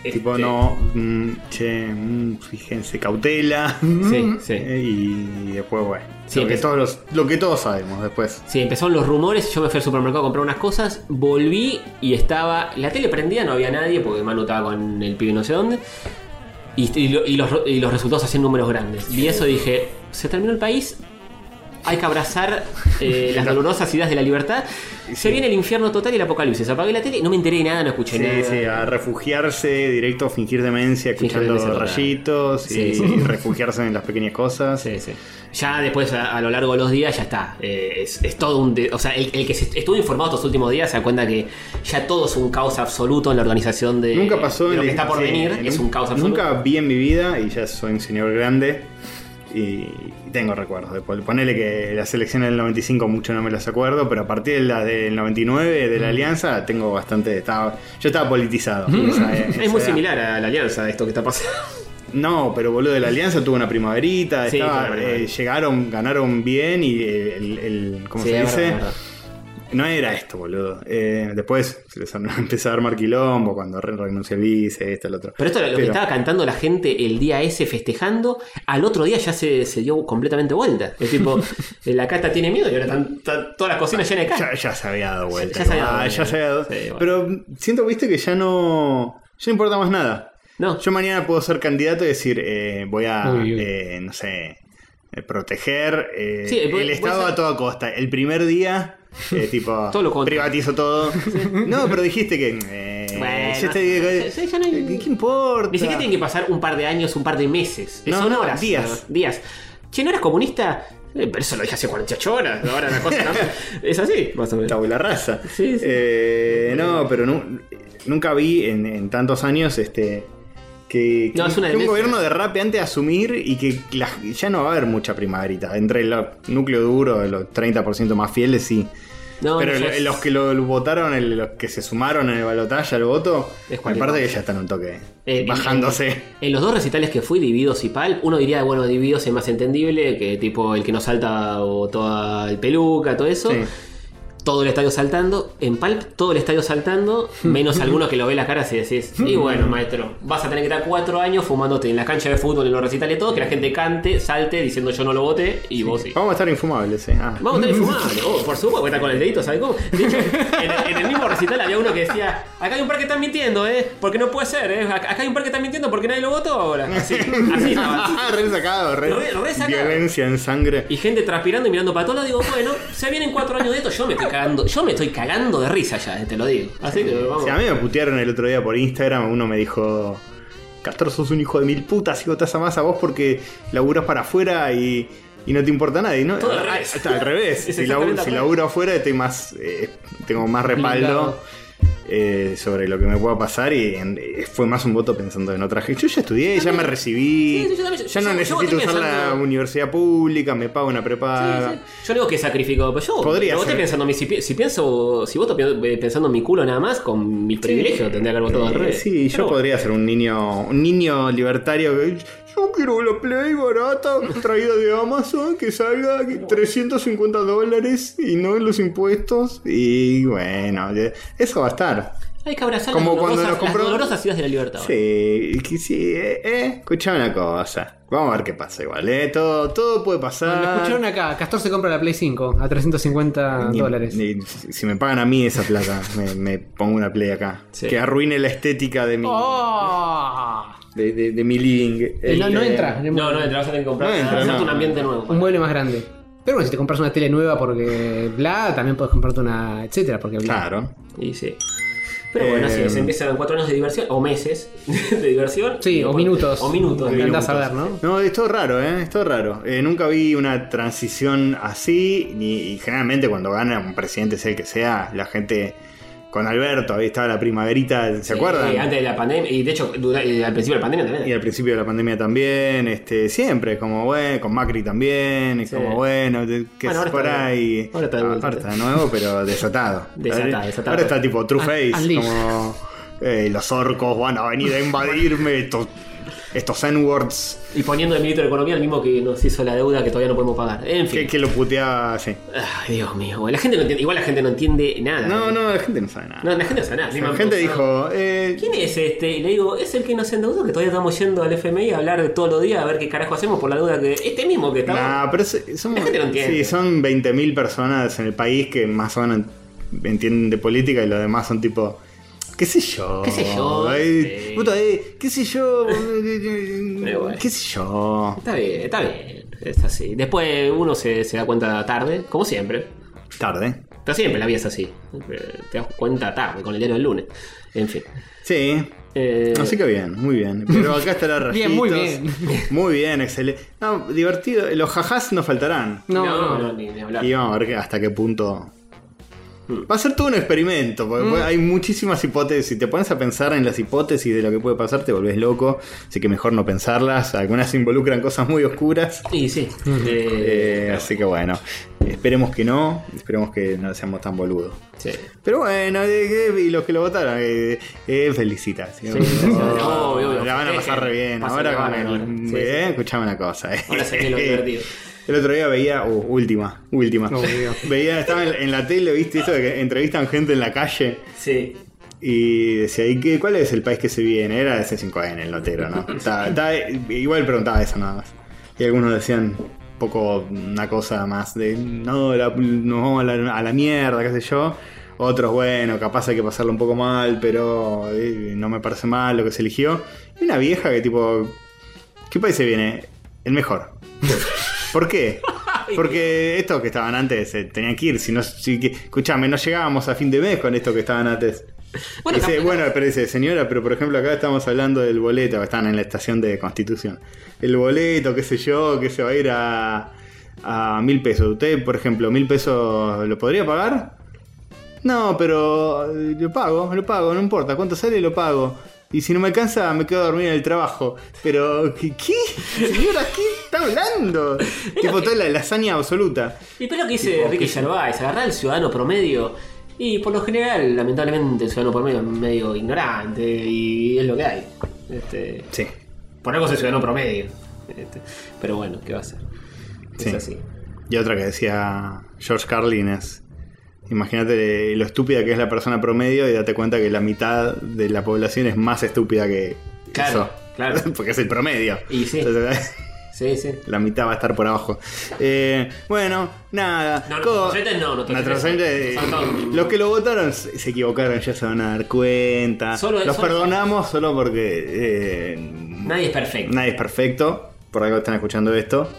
Speaker 3: Tipo,
Speaker 1: Este,
Speaker 3: no, mm, che, mm, fíjense, cautela.
Speaker 1: Sí, sí.
Speaker 3: Eh, Y después, bueno.
Speaker 1: Sí,
Speaker 3: lo, que
Speaker 1: empezó.
Speaker 3: todos los- lo que todos sabemos después.
Speaker 1: Sí, empezaron los rumores, yo me fui al supermercado a comprar unas cosas, volví y estaba la tele prendida, no había nadie porque Manu estaba con el pibe no sé dónde. Y, y lo- y los, y los resultados hacían números grandes. Vi eso y dije, se terminó el país, hay que abrazar eh, las dolorosas ideas de la libertad. Se viene el infierno total y el apocalipsis. Apagué la tele y no me enteré de nada, no escuché
Speaker 3: Sí,
Speaker 1: nada.
Speaker 3: sí, a refugiarse, directo a fingir demencia,
Speaker 1: Fingir
Speaker 3: escuchando
Speaker 1: demencia total.
Speaker 3: rayitos y
Speaker 1: Sí, sí.
Speaker 3: refugiarse en las pequeñas cosas.
Speaker 1: Sí, sí. Ya después, a, a lo largo de los días, ya está. Eh, es, es todo un. de- o sea, el, el que se est- estuvo informado estos últimos días se da cuenta que ya todo es un caos absoluto en la organización de.
Speaker 3: Nunca pasó
Speaker 1: de
Speaker 3: en
Speaker 1: lo que
Speaker 3: la-
Speaker 1: está por
Speaker 3: sí,
Speaker 1: venir.
Speaker 3: en
Speaker 1: Es un caos absoluto.
Speaker 3: Nunca vi en mi vida, y ya soy un señor grande, Y tengo recuerdos de Paul. Ponele que las elecciones del 95 mucho no me las acuerdo, pero a partir de las del 99 de
Speaker 1: Mm.
Speaker 3: la alianza tengo bastante. Estaba, yo estaba politizado. eh, esa- esa
Speaker 1: Es muy
Speaker 3: edad.
Speaker 1: similar a la alianza esto que está pasando.
Speaker 3: No, pero boludo de la Alianza tuvo una primaverita,
Speaker 1: Sí,
Speaker 3: estaba-
Speaker 1: tuvo una primavera.
Speaker 3: eh, llegaron, ganaron bien y el, el- el- ¿cómo
Speaker 1: Sí,
Speaker 3: se
Speaker 1: es
Speaker 3: dice?
Speaker 1: verdad, es verdad.
Speaker 3: No era esto, boludo. Eh, después se les empezó a armar quilombo cuando re- renunció el vice, esto, el otro.
Speaker 1: Pero esto era lo que
Speaker 3: Pero-
Speaker 1: estaba cantando la gente el día ese festejando, al otro día ya se, se dio completamente vuelta. Es tipo, la cata tiene miedo y ahora están están todas las cocinas llenas de
Speaker 3: Ya,
Speaker 1: cata.
Speaker 3: ya se había dado vuelta.
Speaker 1: Ya se había
Speaker 3: Ah,
Speaker 1: dado
Speaker 3: ya se había dado-
Speaker 1: vuelta. Sí, bueno.
Speaker 3: Pero siento, viste, que ya no. Ya no importa más nada.
Speaker 1: No,
Speaker 3: Yo mañana puedo ser candidato y decir, eh, voy a,
Speaker 2: Uy, uy.
Speaker 3: eh, no sé, eh, proteger eh,
Speaker 1: Sí, voy-
Speaker 3: el
Speaker 1: voy
Speaker 3: Estado
Speaker 1: a ser-
Speaker 3: a toda costa. El primer día, eh, tipo,
Speaker 1: Todo lo contra.
Speaker 3: privatizo todo. no, pero dijiste que... eh,
Speaker 1: Bueno,
Speaker 3: ya te-
Speaker 1: sí, sí, ya no hay-
Speaker 3: ¿Qué importa?
Speaker 1: Ni siquiera tienen que pasar un par de años, un par de meses.
Speaker 3: No,
Speaker 1: Son
Speaker 3: no,
Speaker 1: horas.
Speaker 3: días.
Speaker 1: ¿no? Días. Che, ¿no eras comunista? Eh, Pero eso lo dije hace 48 horas. Ahora la cosa no- es así, más o menos.
Speaker 3: Tabula rasa.
Speaker 1: Sí, sí.
Speaker 3: Eh, no, pero nu- nunca vi en, en tantos años este que,
Speaker 1: No,
Speaker 3: que-
Speaker 1: es una
Speaker 3: que un
Speaker 1: demencia.
Speaker 3: gobierno derrape antes de asumir y que la- ya no va a haber mucha primaverita. Entre el núcleo duro, los 30% más fieles, sí.
Speaker 1: No,
Speaker 3: pero
Speaker 1: no,
Speaker 3: lo-
Speaker 1: es-
Speaker 3: los que lo, lo votaron, el- los que se sumaron en el balotaje al voto,
Speaker 1: Es
Speaker 3: me
Speaker 1: cualquier
Speaker 3: parece que
Speaker 1: cosa.
Speaker 3: ya están un toque
Speaker 1: Eh,
Speaker 3: bajándose.
Speaker 1: En los dos recitales que fui, Dividos y Pal, uno diría, bueno, Dividos es más entendible que tipo el que no salta o toda el peluca, todo eso.
Speaker 3: Sí.
Speaker 1: Todo el estadio saltando. En Palp, todo el estadio saltando, menos algunos que lo ve las caras y decís, y bueno, maestro, vas a tener que estar cuatro años fumándote en la cancha de fútbol, en los recitales, todo, que la gente cante, salte, diciendo yo no lo voté y vos sí.
Speaker 3: Vamos a estar infumables, eh. Ah.
Speaker 1: Vamos a tener infumable. Oh, por supuesto, está con el dedito, ¿sabes cómo? De hecho, en, en el mismo recital había uno que decía: Acá hay un par que están mintiendo, ¿eh? Porque no puede ser, ¿eh? Acá acá hay un par que están mintiendo porque nadie lo votó ahora. Así, así estaba.
Speaker 3: re sacado, re-
Speaker 1: Re- re sacado.
Speaker 3: violencia en sangre.
Speaker 1: Y gente transpirando y mirando para todos lados, digo, bueno, se vienen cuatro años de esto, yo me estoy cagando, yo me estoy cagando de risa ya, eh, te lo digo. Así que vamos.
Speaker 3: O sea, a mí me putearon el otro día por Instagram, uno me dijo, Castor, sos un hijo de mil putas y votás a más a vos porque laburás para afuera y, y no te importa nadie, ¿no?
Speaker 1: Todo al
Speaker 3: Ah,
Speaker 1: revés.
Speaker 3: Está al revés.
Speaker 1: Es
Speaker 3: si, laburo,
Speaker 1: exactamente
Speaker 3: si
Speaker 1: al revés.
Speaker 3: laburo afuera estoy más, eh, tengo más
Speaker 1: Blindado.
Speaker 3: respaldo. eh, sobre lo que me pueda pasar y en- eh, fue más un voto pensando en otra gente. Yo ya estudié, ya me recibí,
Speaker 1: Sí, sí, yo también-
Speaker 3: ya no
Speaker 1: yo- yo
Speaker 3: necesito
Speaker 1: estoy
Speaker 3: usar la
Speaker 1: pensando-
Speaker 3: universidad pública, me pago una prepaga.
Speaker 1: Sí, sí. Yo no digo que sacrifico, pero yo
Speaker 3: Podría
Speaker 1: lo voté
Speaker 3: ser.
Speaker 1: pensando, en mi- si, pi- si pienso, si voto pi- pensando en mi culo nada más, con mi privilegio tendría que haber votado al
Speaker 3: Eh,
Speaker 1: revés.
Speaker 3: Sí, yo
Speaker 1: Pero bueno.
Speaker 3: podría ser un niño, un niño libertario que yo quiero la Play barata traída de Amazon que salga que 350 dólares y no en los impuestos. Y bueno, de- eso va a estar.
Speaker 1: Hay que abrazar
Speaker 3: Como
Speaker 1: las,
Speaker 3: cuando
Speaker 1: dolorosas,
Speaker 3: nos compró-
Speaker 1: las dolorosas ideas de la libertad.
Speaker 3: Sí, que sí, eh, eh, escuchá una cosa. Vamos a ver qué pasa igual, eh. Todo, todo puede pasar.
Speaker 2: Lo escucharon acá. Castor se compra la Play 5 a 350
Speaker 3: Ni-
Speaker 2: dólares.
Speaker 3: ni- si me pagan a mí esa plata, me, me pongo una play acá.
Speaker 1: Sí.
Speaker 3: Que arruine la estética de mi,
Speaker 2: ¡Oh!
Speaker 3: de, de- de mi living.
Speaker 2: Eh, No, no
Speaker 3: Este,
Speaker 2: entra.
Speaker 1: No, no, te vas a tener que comprar.
Speaker 3: No entra,
Speaker 1: hacerte
Speaker 3: no.
Speaker 1: un ambiente nuevo.
Speaker 2: Un mueble más grande. Pero bueno, si te compras una tele nueva porque bla, también puedes comprarte una etcétera porque bla.
Speaker 3: Claro.
Speaker 1: Y sí. Pero bueno,
Speaker 3: Eh,
Speaker 1: así es. Empiezan cuatro años de diversión, o meses de diversión.
Speaker 2: Sí,
Speaker 1: Y
Speaker 2: o
Speaker 1: después-
Speaker 2: minutos.
Speaker 1: O minutos.
Speaker 2: Andás
Speaker 3: minutos.
Speaker 2: a ver, ¿no?
Speaker 3: No, es todo raro, ¿eh? Es todo raro. Eh, nunca vi una transición así. Ni, y generalmente cuando gana un presidente, sea el que sea, la gente. Con Alberto, ahí estaba la primaverita, ¿se acuerdan?
Speaker 1: Sí, antes de la pandemia. Y de hecho, dura- eh, al principio de la pandemia
Speaker 3: Y
Speaker 1: también.
Speaker 3: al principio de la pandemia también, este, siempre, es como bueno, con Macri también, es
Speaker 1: Sí.
Speaker 3: como bueno, de- que
Speaker 1: Bueno,
Speaker 3: es
Speaker 1: ahora
Speaker 3: por
Speaker 1: está de-
Speaker 3: ahí. Ah,
Speaker 1: ahora está de vuelta.
Speaker 3: de nuevo, pero desatado.
Speaker 1: Desatado, desatado. Ah,
Speaker 3: Ahora está tipo True
Speaker 2: Al-
Speaker 3: Face,
Speaker 2: al leaf.
Speaker 3: como eh, los orcos van a venir a invadirme, estos, estos N-words.
Speaker 1: Y poniendo el ministro de Economía, el mismo que nos hizo la deuda que todavía no podemos pagar. En
Speaker 3: Que,
Speaker 1: fin.
Speaker 3: que lo puteaba así.
Speaker 1: Ay, Dios mío. La gente no entiende- igual la gente no entiende nada.
Speaker 3: No, no, la gente no sabe nada.
Speaker 1: No, la gente no sabe nada. Ni me
Speaker 3: la
Speaker 1: han
Speaker 3: gente
Speaker 1: preguntado.
Speaker 3: dijo, eh,
Speaker 1: ¿Quién es este? Y le digo, es el que nos endeudó, que todavía estamos yendo al FMI a hablar todos los días a ver qué carajo hacemos por la deuda que. Este mismo que estaba.
Speaker 3: nah, pero es- son,
Speaker 1: La gente no entiende.
Speaker 3: sí, son 20.000 personas en el país que más o menos entienden de política y los demás son tipo, qué sé yo.
Speaker 1: Qué sé yo,
Speaker 3: ay,
Speaker 1: sí.
Speaker 3: puta, eh, qué sé yo. eh,
Speaker 1: Pero bueno.
Speaker 3: qué sé yo.
Speaker 1: Está bien, está bien. Es así. Después uno se, se da cuenta tarde, como siempre.
Speaker 3: Tarde.
Speaker 1: Pero siempre la vida es así. Eh, Te das cuenta tarde, con el diario del lunes. En fin.
Speaker 3: Sí.
Speaker 1: Eh,
Speaker 3: Así que bien, muy bien. Pero acá estará rayitos.
Speaker 2: Bien, muy bien.
Speaker 3: Muy bien, excelente. No, divertido. Los jajás nos faltarán.
Speaker 2: No,
Speaker 1: no,
Speaker 2: no.
Speaker 1: no, ni, ni hablar.
Speaker 3: Y vamos a ver que- hasta qué punto
Speaker 1: Hmm.
Speaker 3: Va a ser todo un experimento, porque puede- hay muchísimas hipótesis. Si te pones a pensar en las hipótesis de lo que puede pasar, te volvés loco. Así que mejor no pensarlas. Algunas involucran cosas muy oscuras.
Speaker 1: Y sí. eh,
Speaker 3: Eh, así que bueno, esperemos que no. Esperemos que no seamos tan boludos.
Speaker 1: sí.
Speaker 3: Pero bueno, eh, eh, y los que lo votaron, eh, eh, felicitaciones.
Speaker 1: Sí, felicitaciones.
Speaker 3: Oh,
Speaker 1: Obvio, obvio.
Speaker 3: La van a pasar re bien.
Speaker 1: Pasen
Speaker 3: Ahora
Speaker 1: la
Speaker 3: con
Speaker 1: van,
Speaker 3: el-
Speaker 1: ahora. Sí,
Speaker 3: eh,
Speaker 1: sí.
Speaker 3: escuchame una cosa. eh.
Speaker 1: Ahora se ve lo divertido.
Speaker 3: El otro día veía, uh, última, última.
Speaker 2: No, Dios.
Speaker 3: veía, estaba en, en la tele, viste eso de que entrevistan gente en la calle
Speaker 1: Sí.
Speaker 3: y decía, ¿y qué, cuál es el país que se viene? Era de C5N el notero, ¿no? Estaba- estaba- igual preguntaba eso nada más. Y algunos decían un poco una cosa más de, no, la- nos vamos a la, a la mierda, qué sé yo. Otros, bueno, capaz hay que pasarlo un poco mal, pero eh, no me parece mal lo que se eligió. Y una vieja que tipo, ¿qué país se viene? El mejor. ¿Por qué? Porque estos que estaban antes eh, tenían que ir, si no, si, que- escuchame, no llegábamos a fin de mes con estos que estaban antes.
Speaker 1: Bueno,
Speaker 3: Dice,
Speaker 1: capaz-
Speaker 3: bueno, pero dice, señora, pero por ejemplo acá estamos hablando del boleto, están en la estación de Constitución. El boleto, qué sé yo, que se va a ir a, a mil pesos. ¿Usted, por ejemplo, mil pesos lo podría pagar? No, pero eh, lo pago, lo pago, no importa, cuánto sale lo pago. Y si no me alcanza, me quedo a dormir en el trabajo. Pero, ¿qué? qué? Señora, ¿qué está hablando? tipo, toda la lasaña absoluta.
Speaker 1: Y pero lo que dice Ricky Gervais, agarrar al ciudadano promedio. Y por lo general, lamentablemente, el ciudadano promedio es medio ignorante y es lo que hay. Este,
Speaker 3: Sí,
Speaker 1: por algo es el ciudadano promedio. Este, pero bueno, ¿qué va a ser? Es
Speaker 3: Sí.
Speaker 1: así.
Speaker 3: Y otra que decía George Carlin es. Imagínate lo estúpida que es la persona promedio y date cuenta que la mitad de la población es más estúpida que.
Speaker 1: Claro,
Speaker 3: eso.
Speaker 1: claro.
Speaker 3: Porque es el promedio.
Speaker 1: Y sí.
Speaker 3: Entonces,
Speaker 1: Sí, sí.
Speaker 3: la mitad va a estar por abajo. Eh, bueno, nada.
Speaker 1: No,
Speaker 3: Co-
Speaker 1: nuestros oyentes no, nuestros
Speaker 3: Nuestros
Speaker 1: oyentes
Speaker 3: oyentes, eh,
Speaker 1: son todos-
Speaker 3: Los que lo votaron se se equivocaron, ya se van a dar cuenta.
Speaker 1: Solo-
Speaker 3: los
Speaker 1: solo-
Speaker 3: perdonamos solo porque. eh,
Speaker 1: Nadie es perfecto.
Speaker 3: nadie es perfecto. Por algo están escuchando esto.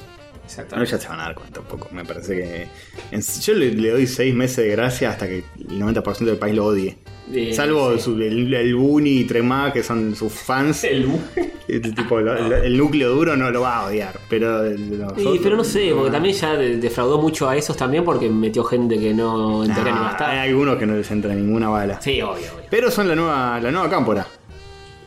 Speaker 1: Exacto.
Speaker 3: Bueno, ya se van a dar cuenta un poco. Me parece que. en- yo le, le doy seis meses de gracia hasta que el 90% del país lo odie.
Speaker 1: Eh,
Speaker 3: Salvo
Speaker 1: sí.
Speaker 3: su- el, el Buni y Tremá, que son sus fans.
Speaker 1: El-
Speaker 3: El, tipo, lo- lo- el núcleo duro no lo va a odiar. Pero. los
Speaker 1: Y,
Speaker 3: otros-
Speaker 1: pero no sé, porque también ya de- defraudó mucho a esos también porque metió gente que no en
Speaker 3: Nah,
Speaker 1: teoría no iba a
Speaker 3: hay
Speaker 1: estar.
Speaker 3: algunos que no les entra ninguna bala.
Speaker 1: Sí, obvio, obvio.
Speaker 3: Pero son la nueva, la nueva cámpora.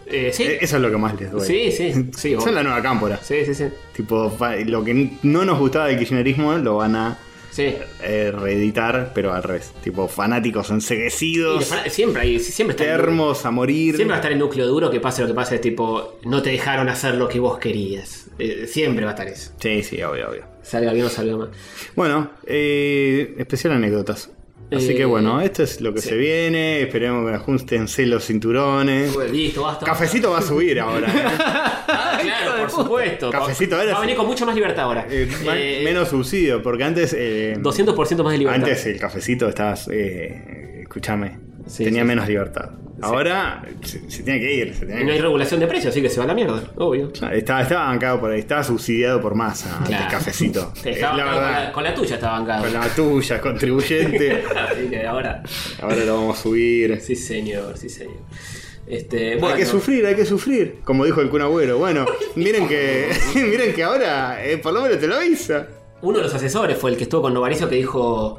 Speaker 1: Eh, sí.
Speaker 3: E- Eso es lo que más les duele.
Speaker 1: sí, sí, sí,
Speaker 3: Son
Speaker 1: obvio.
Speaker 3: la nueva cámpora.
Speaker 1: sí, sí, sí,
Speaker 3: Tipo, fa- lo que n- no nos gustaba del kirchnerismo lo van a
Speaker 1: sí.
Speaker 3: eh, reeditar, pero al revés. Tipo, fanáticos
Speaker 1: Y los
Speaker 3: enseguecidos.
Speaker 1: fan- siempre hay, siempre está el, núcleo-
Speaker 3: termos a morir.
Speaker 1: siempre va a estar el núcleo duro que pase lo que pase, tipo, no te dejaron hacer lo que vos querías. Eh, siempre va a estar eso.
Speaker 3: Sí, sí, obvio, obvio.
Speaker 1: Salga bien o salga mal.
Speaker 3: Bueno, eh, especial anécdotas. Así
Speaker 1: Eh,
Speaker 3: que bueno, esto es lo que se viene. Esperemos que ajustense los cinturones.
Speaker 1: Bueno, Listo, basta.
Speaker 3: Cafecito va a subir ahora. ¿eh?
Speaker 1: Ah, claro, por supuesto.
Speaker 3: Cafecito,
Speaker 1: va,
Speaker 3: ahora
Speaker 1: va a
Speaker 3: sí.
Speaker 1: venir con mucho más libertad ahora.
Speaker 3: eh. Eh, ma-
Speaker 1: Eh,
Speaker 3: menos subsidio, porque antes. eh,
Speaker 1: 200% más de libertad.
Speaker 3: Antes el cafecito estabas. eh, escúchame.
Speaker 1: Sí,
Speaker 3: tenía
Speaker 1: sí,
Speaker 3: menos libertad. Ahora se, se tiene que ir. Se tiene
Speaker 1: Y no
Speaker 3: que
Speaker 1: hay regulación de precios, así que se va a la mierda, obvio.
Speaker 3: Estaba, estaba bancado por ahí, estaba subsidiado por masa el
Speaker 1: Claro.
Speaker 3: cafecito.
Speaker 1: Te
Speaker 3: Eh,
Speaker 1: estaba
Speaker 3: la
Speaker 1: bancado
Speaker 3: verdad.
Speaker 1: con, la, con la tuya está bancado.
Speaker 3: Con la tuya, contribuyente.
Speaker 1: Así que ahora.
Speaker 3: Ahora lo vamos a subir.
Speaker 1: Sí, señor, sí, señor. Este,
Speaker 3: Hay que
Speaker 1: bueno.
Speaker 3: sufrir, hay que sufrir. Como dijo el Kun Agüero. Bueno, miren que miren que ahora eh, por lo menos te lo avisa.
Speaker 1: Uno de los asesores fue el que estuvo con Novarecio que dijo.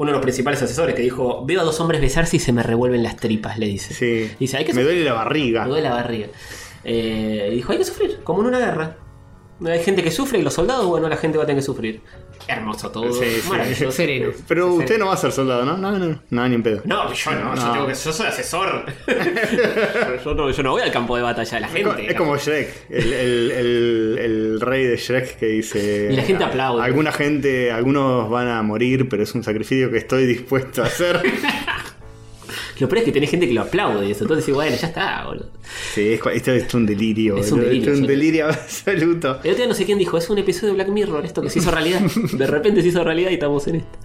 Speaker 1: Uno de los principales asesores que dijo: Veo a dos hombres besarse y se me revuelven las tripas, le dice.
Speaker 3: Sí.
Speaker 1: Dice: Hay que
Speaker 3: Me
Speaker 1: sufrir.
Speaker 3: duele la barriga.
Speaker 1: Me duele la barriga. Eh, y dijo: Hay que sufrir, como en una guerra. No Hay gente que sufre y los soldados, bueno, la gente va a tener que sufrir. Hermoso todo.
Speaker 3: Sí, sí.
Speaker 1: maravilloso.
Speaker 2: Sereno.
Speaker 3: Pero usted no va a ser soldado, ¿no? No, no, no, ni en pedo.
Speaker 1: No, yo no, yo
Speaker 3: No.
Speaker 1: tengo que. Yo soy asesor. yo, no, yo no voy al campo de batalla de la
Speaker 3: Es co-
Speaker 1: gente.
Speaker 3: Es como Shrek, el, el- el- el rey de Shrek que dice...
Speaker 1: Y la gente aplaude.
Speaker 3: Alguna gente, algunos van a morir, pero es un sacrificio que estoy dispuesto a hacer.
Speaker 1: Lo peor es que tenés gente que lo aplaude y eso. Entonces decís, bueno, ya está, boludo.
Speaker 3: Sí, es, cua- esto es un delirio.
Speaker 1: Es un
Speaker 3: boludo,
Speaker 1: delirio,
Speaker 3: es un
Speaker 1: sí.
Speaker 3: delirio absoluto.
Speaker 1: El otro día no sé quién dijo, es un episodio de Black Mirror esto que se hizo realidad. De repente se hizo realidad y estamos en esto.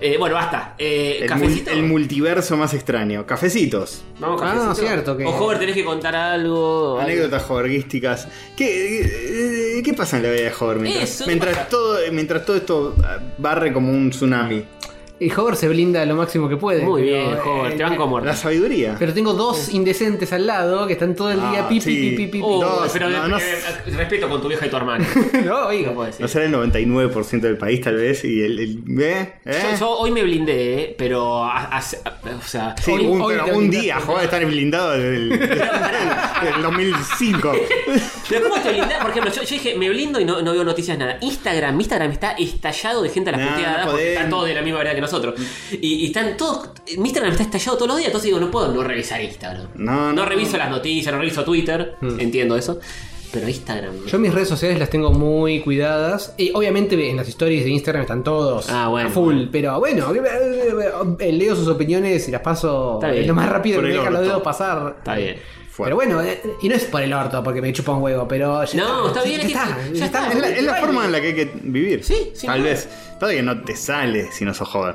Speaker 1: Eh, bueno, basta. Eh,
Speaker 3: El,
Speaker 1: cafecito.
Speaker 3: mul- el multiverso más extraño. Cafecitos.
Speaker 1: Vamos,
Speaker 2: Ah,
Speaker 1: cafecito.
Speaker 2: no, cierto que-
Speaker 1: O Hover, tenés que contar algo. algo.
Speaker 3: Anécdotas joderguísticas. ¿Qué, eh, qué pasa en la vida de Hover mientras,
Speaker 1: Eso, ¿qué
Speaker 3: mientras ah,
Speaker 1: pasa?
Speaker 3: todo, mientras todo esto barre como un tsunami?
Speaker 2: Y Hover se blinda lo máximo que puede.
Speaker 1: Muy
Speaker 2: pero,
Speaker 1: bien,
Speaker 2: eh,
Speaker 1: joder, te van como
Speaker 3: La sabiduría.
Speaker 2: Pero tengo dos indecentes al lado que están todo el día
Speaker 3: Ah,
Speaker 2: pipi,
Speaker 3: sí.
Speaker 2: pipi, pipi.
Speaker 1: Oh,
Speaker 3: Dos,
Speaker 1: pero
Speaker 3: no, no-
Speaker 1: eh, respeto con tu vieja y tu hermana.
Speaker 2: no,
Speaker 1: ¿Qué
Speaker 2: oiga.
Speaker 1: puedo decir?
Speaker 3: No será el 99% del país, tal vez. Y el. el- ¿eh? ¿eh?
Speaker 1: Yo, yo hoy me blindé, eh, pero. a- a- o sea,
Speaker 3: Sí,
Speaker 2: hoy-
Speaker 3: un,
Speaker 2: hoy
Speaker 3: pero
Speaker 2: te
Speaker 3: un
Speaker 2: blindaste.
Speaker 3: día, joder, estar blindado del, del- del 2005.
Speaker 1: Pero ¿cómo te blindás? Por ejemplo, yo, yo dije, me blindo y no, no veo noticias nada. Instagram, mi Instagram está estallado de gente a las
Speaker 3: Nah,
Speaker 1: puteadas
Speaker 3: no
Speaker 1: porque
Speaker 3: podés.
Speaker 1: están todos de la misma variedad que nosotros. Y, y están todos. Mi Instagram está estallado todos los días, entonces digo, no puedo no revisar Instagram.
Speaker 3: No, no.
Speaker 1: No reviso las noticias, no reviso Twitter, entiendo eso. Pero Instagram.
Speaker 2: Yo mis redes sociales las tengo muy cuidadas. Y obviamente en las stories de Instagram están todos
Speaker 1: Ah, bueno.
Speaker 2: a full. Pero bueno, eh, leo sus opiniones y las paso eh,
Speaker 1: Está bien.
Speaker 2: lo más rápido
Speaker 3: Por
Speaker 2: que me
Speaker 3: el
Speaker 2: dejan los
Speaker 3: orto.
Speaker 2: dedos pasar.
Speaker 1: Está bien.
Speaker 3: Fue.
Speaker 2: Pero bueno, eh, y no es por el orto porque me chupa un huevo, pero. ya
Speaker 1: No, está bien, es que- ya está.
Speaker 3: Es la, es la
Speaker 2: Ay,
Speaker 3: forma en la que hay que vivir.
Speaker 1: Sí, sin
Speaker 3: Tal
Speaker 1: duda.
Speaker 3: vez. Todavía no te sale si no sos joven.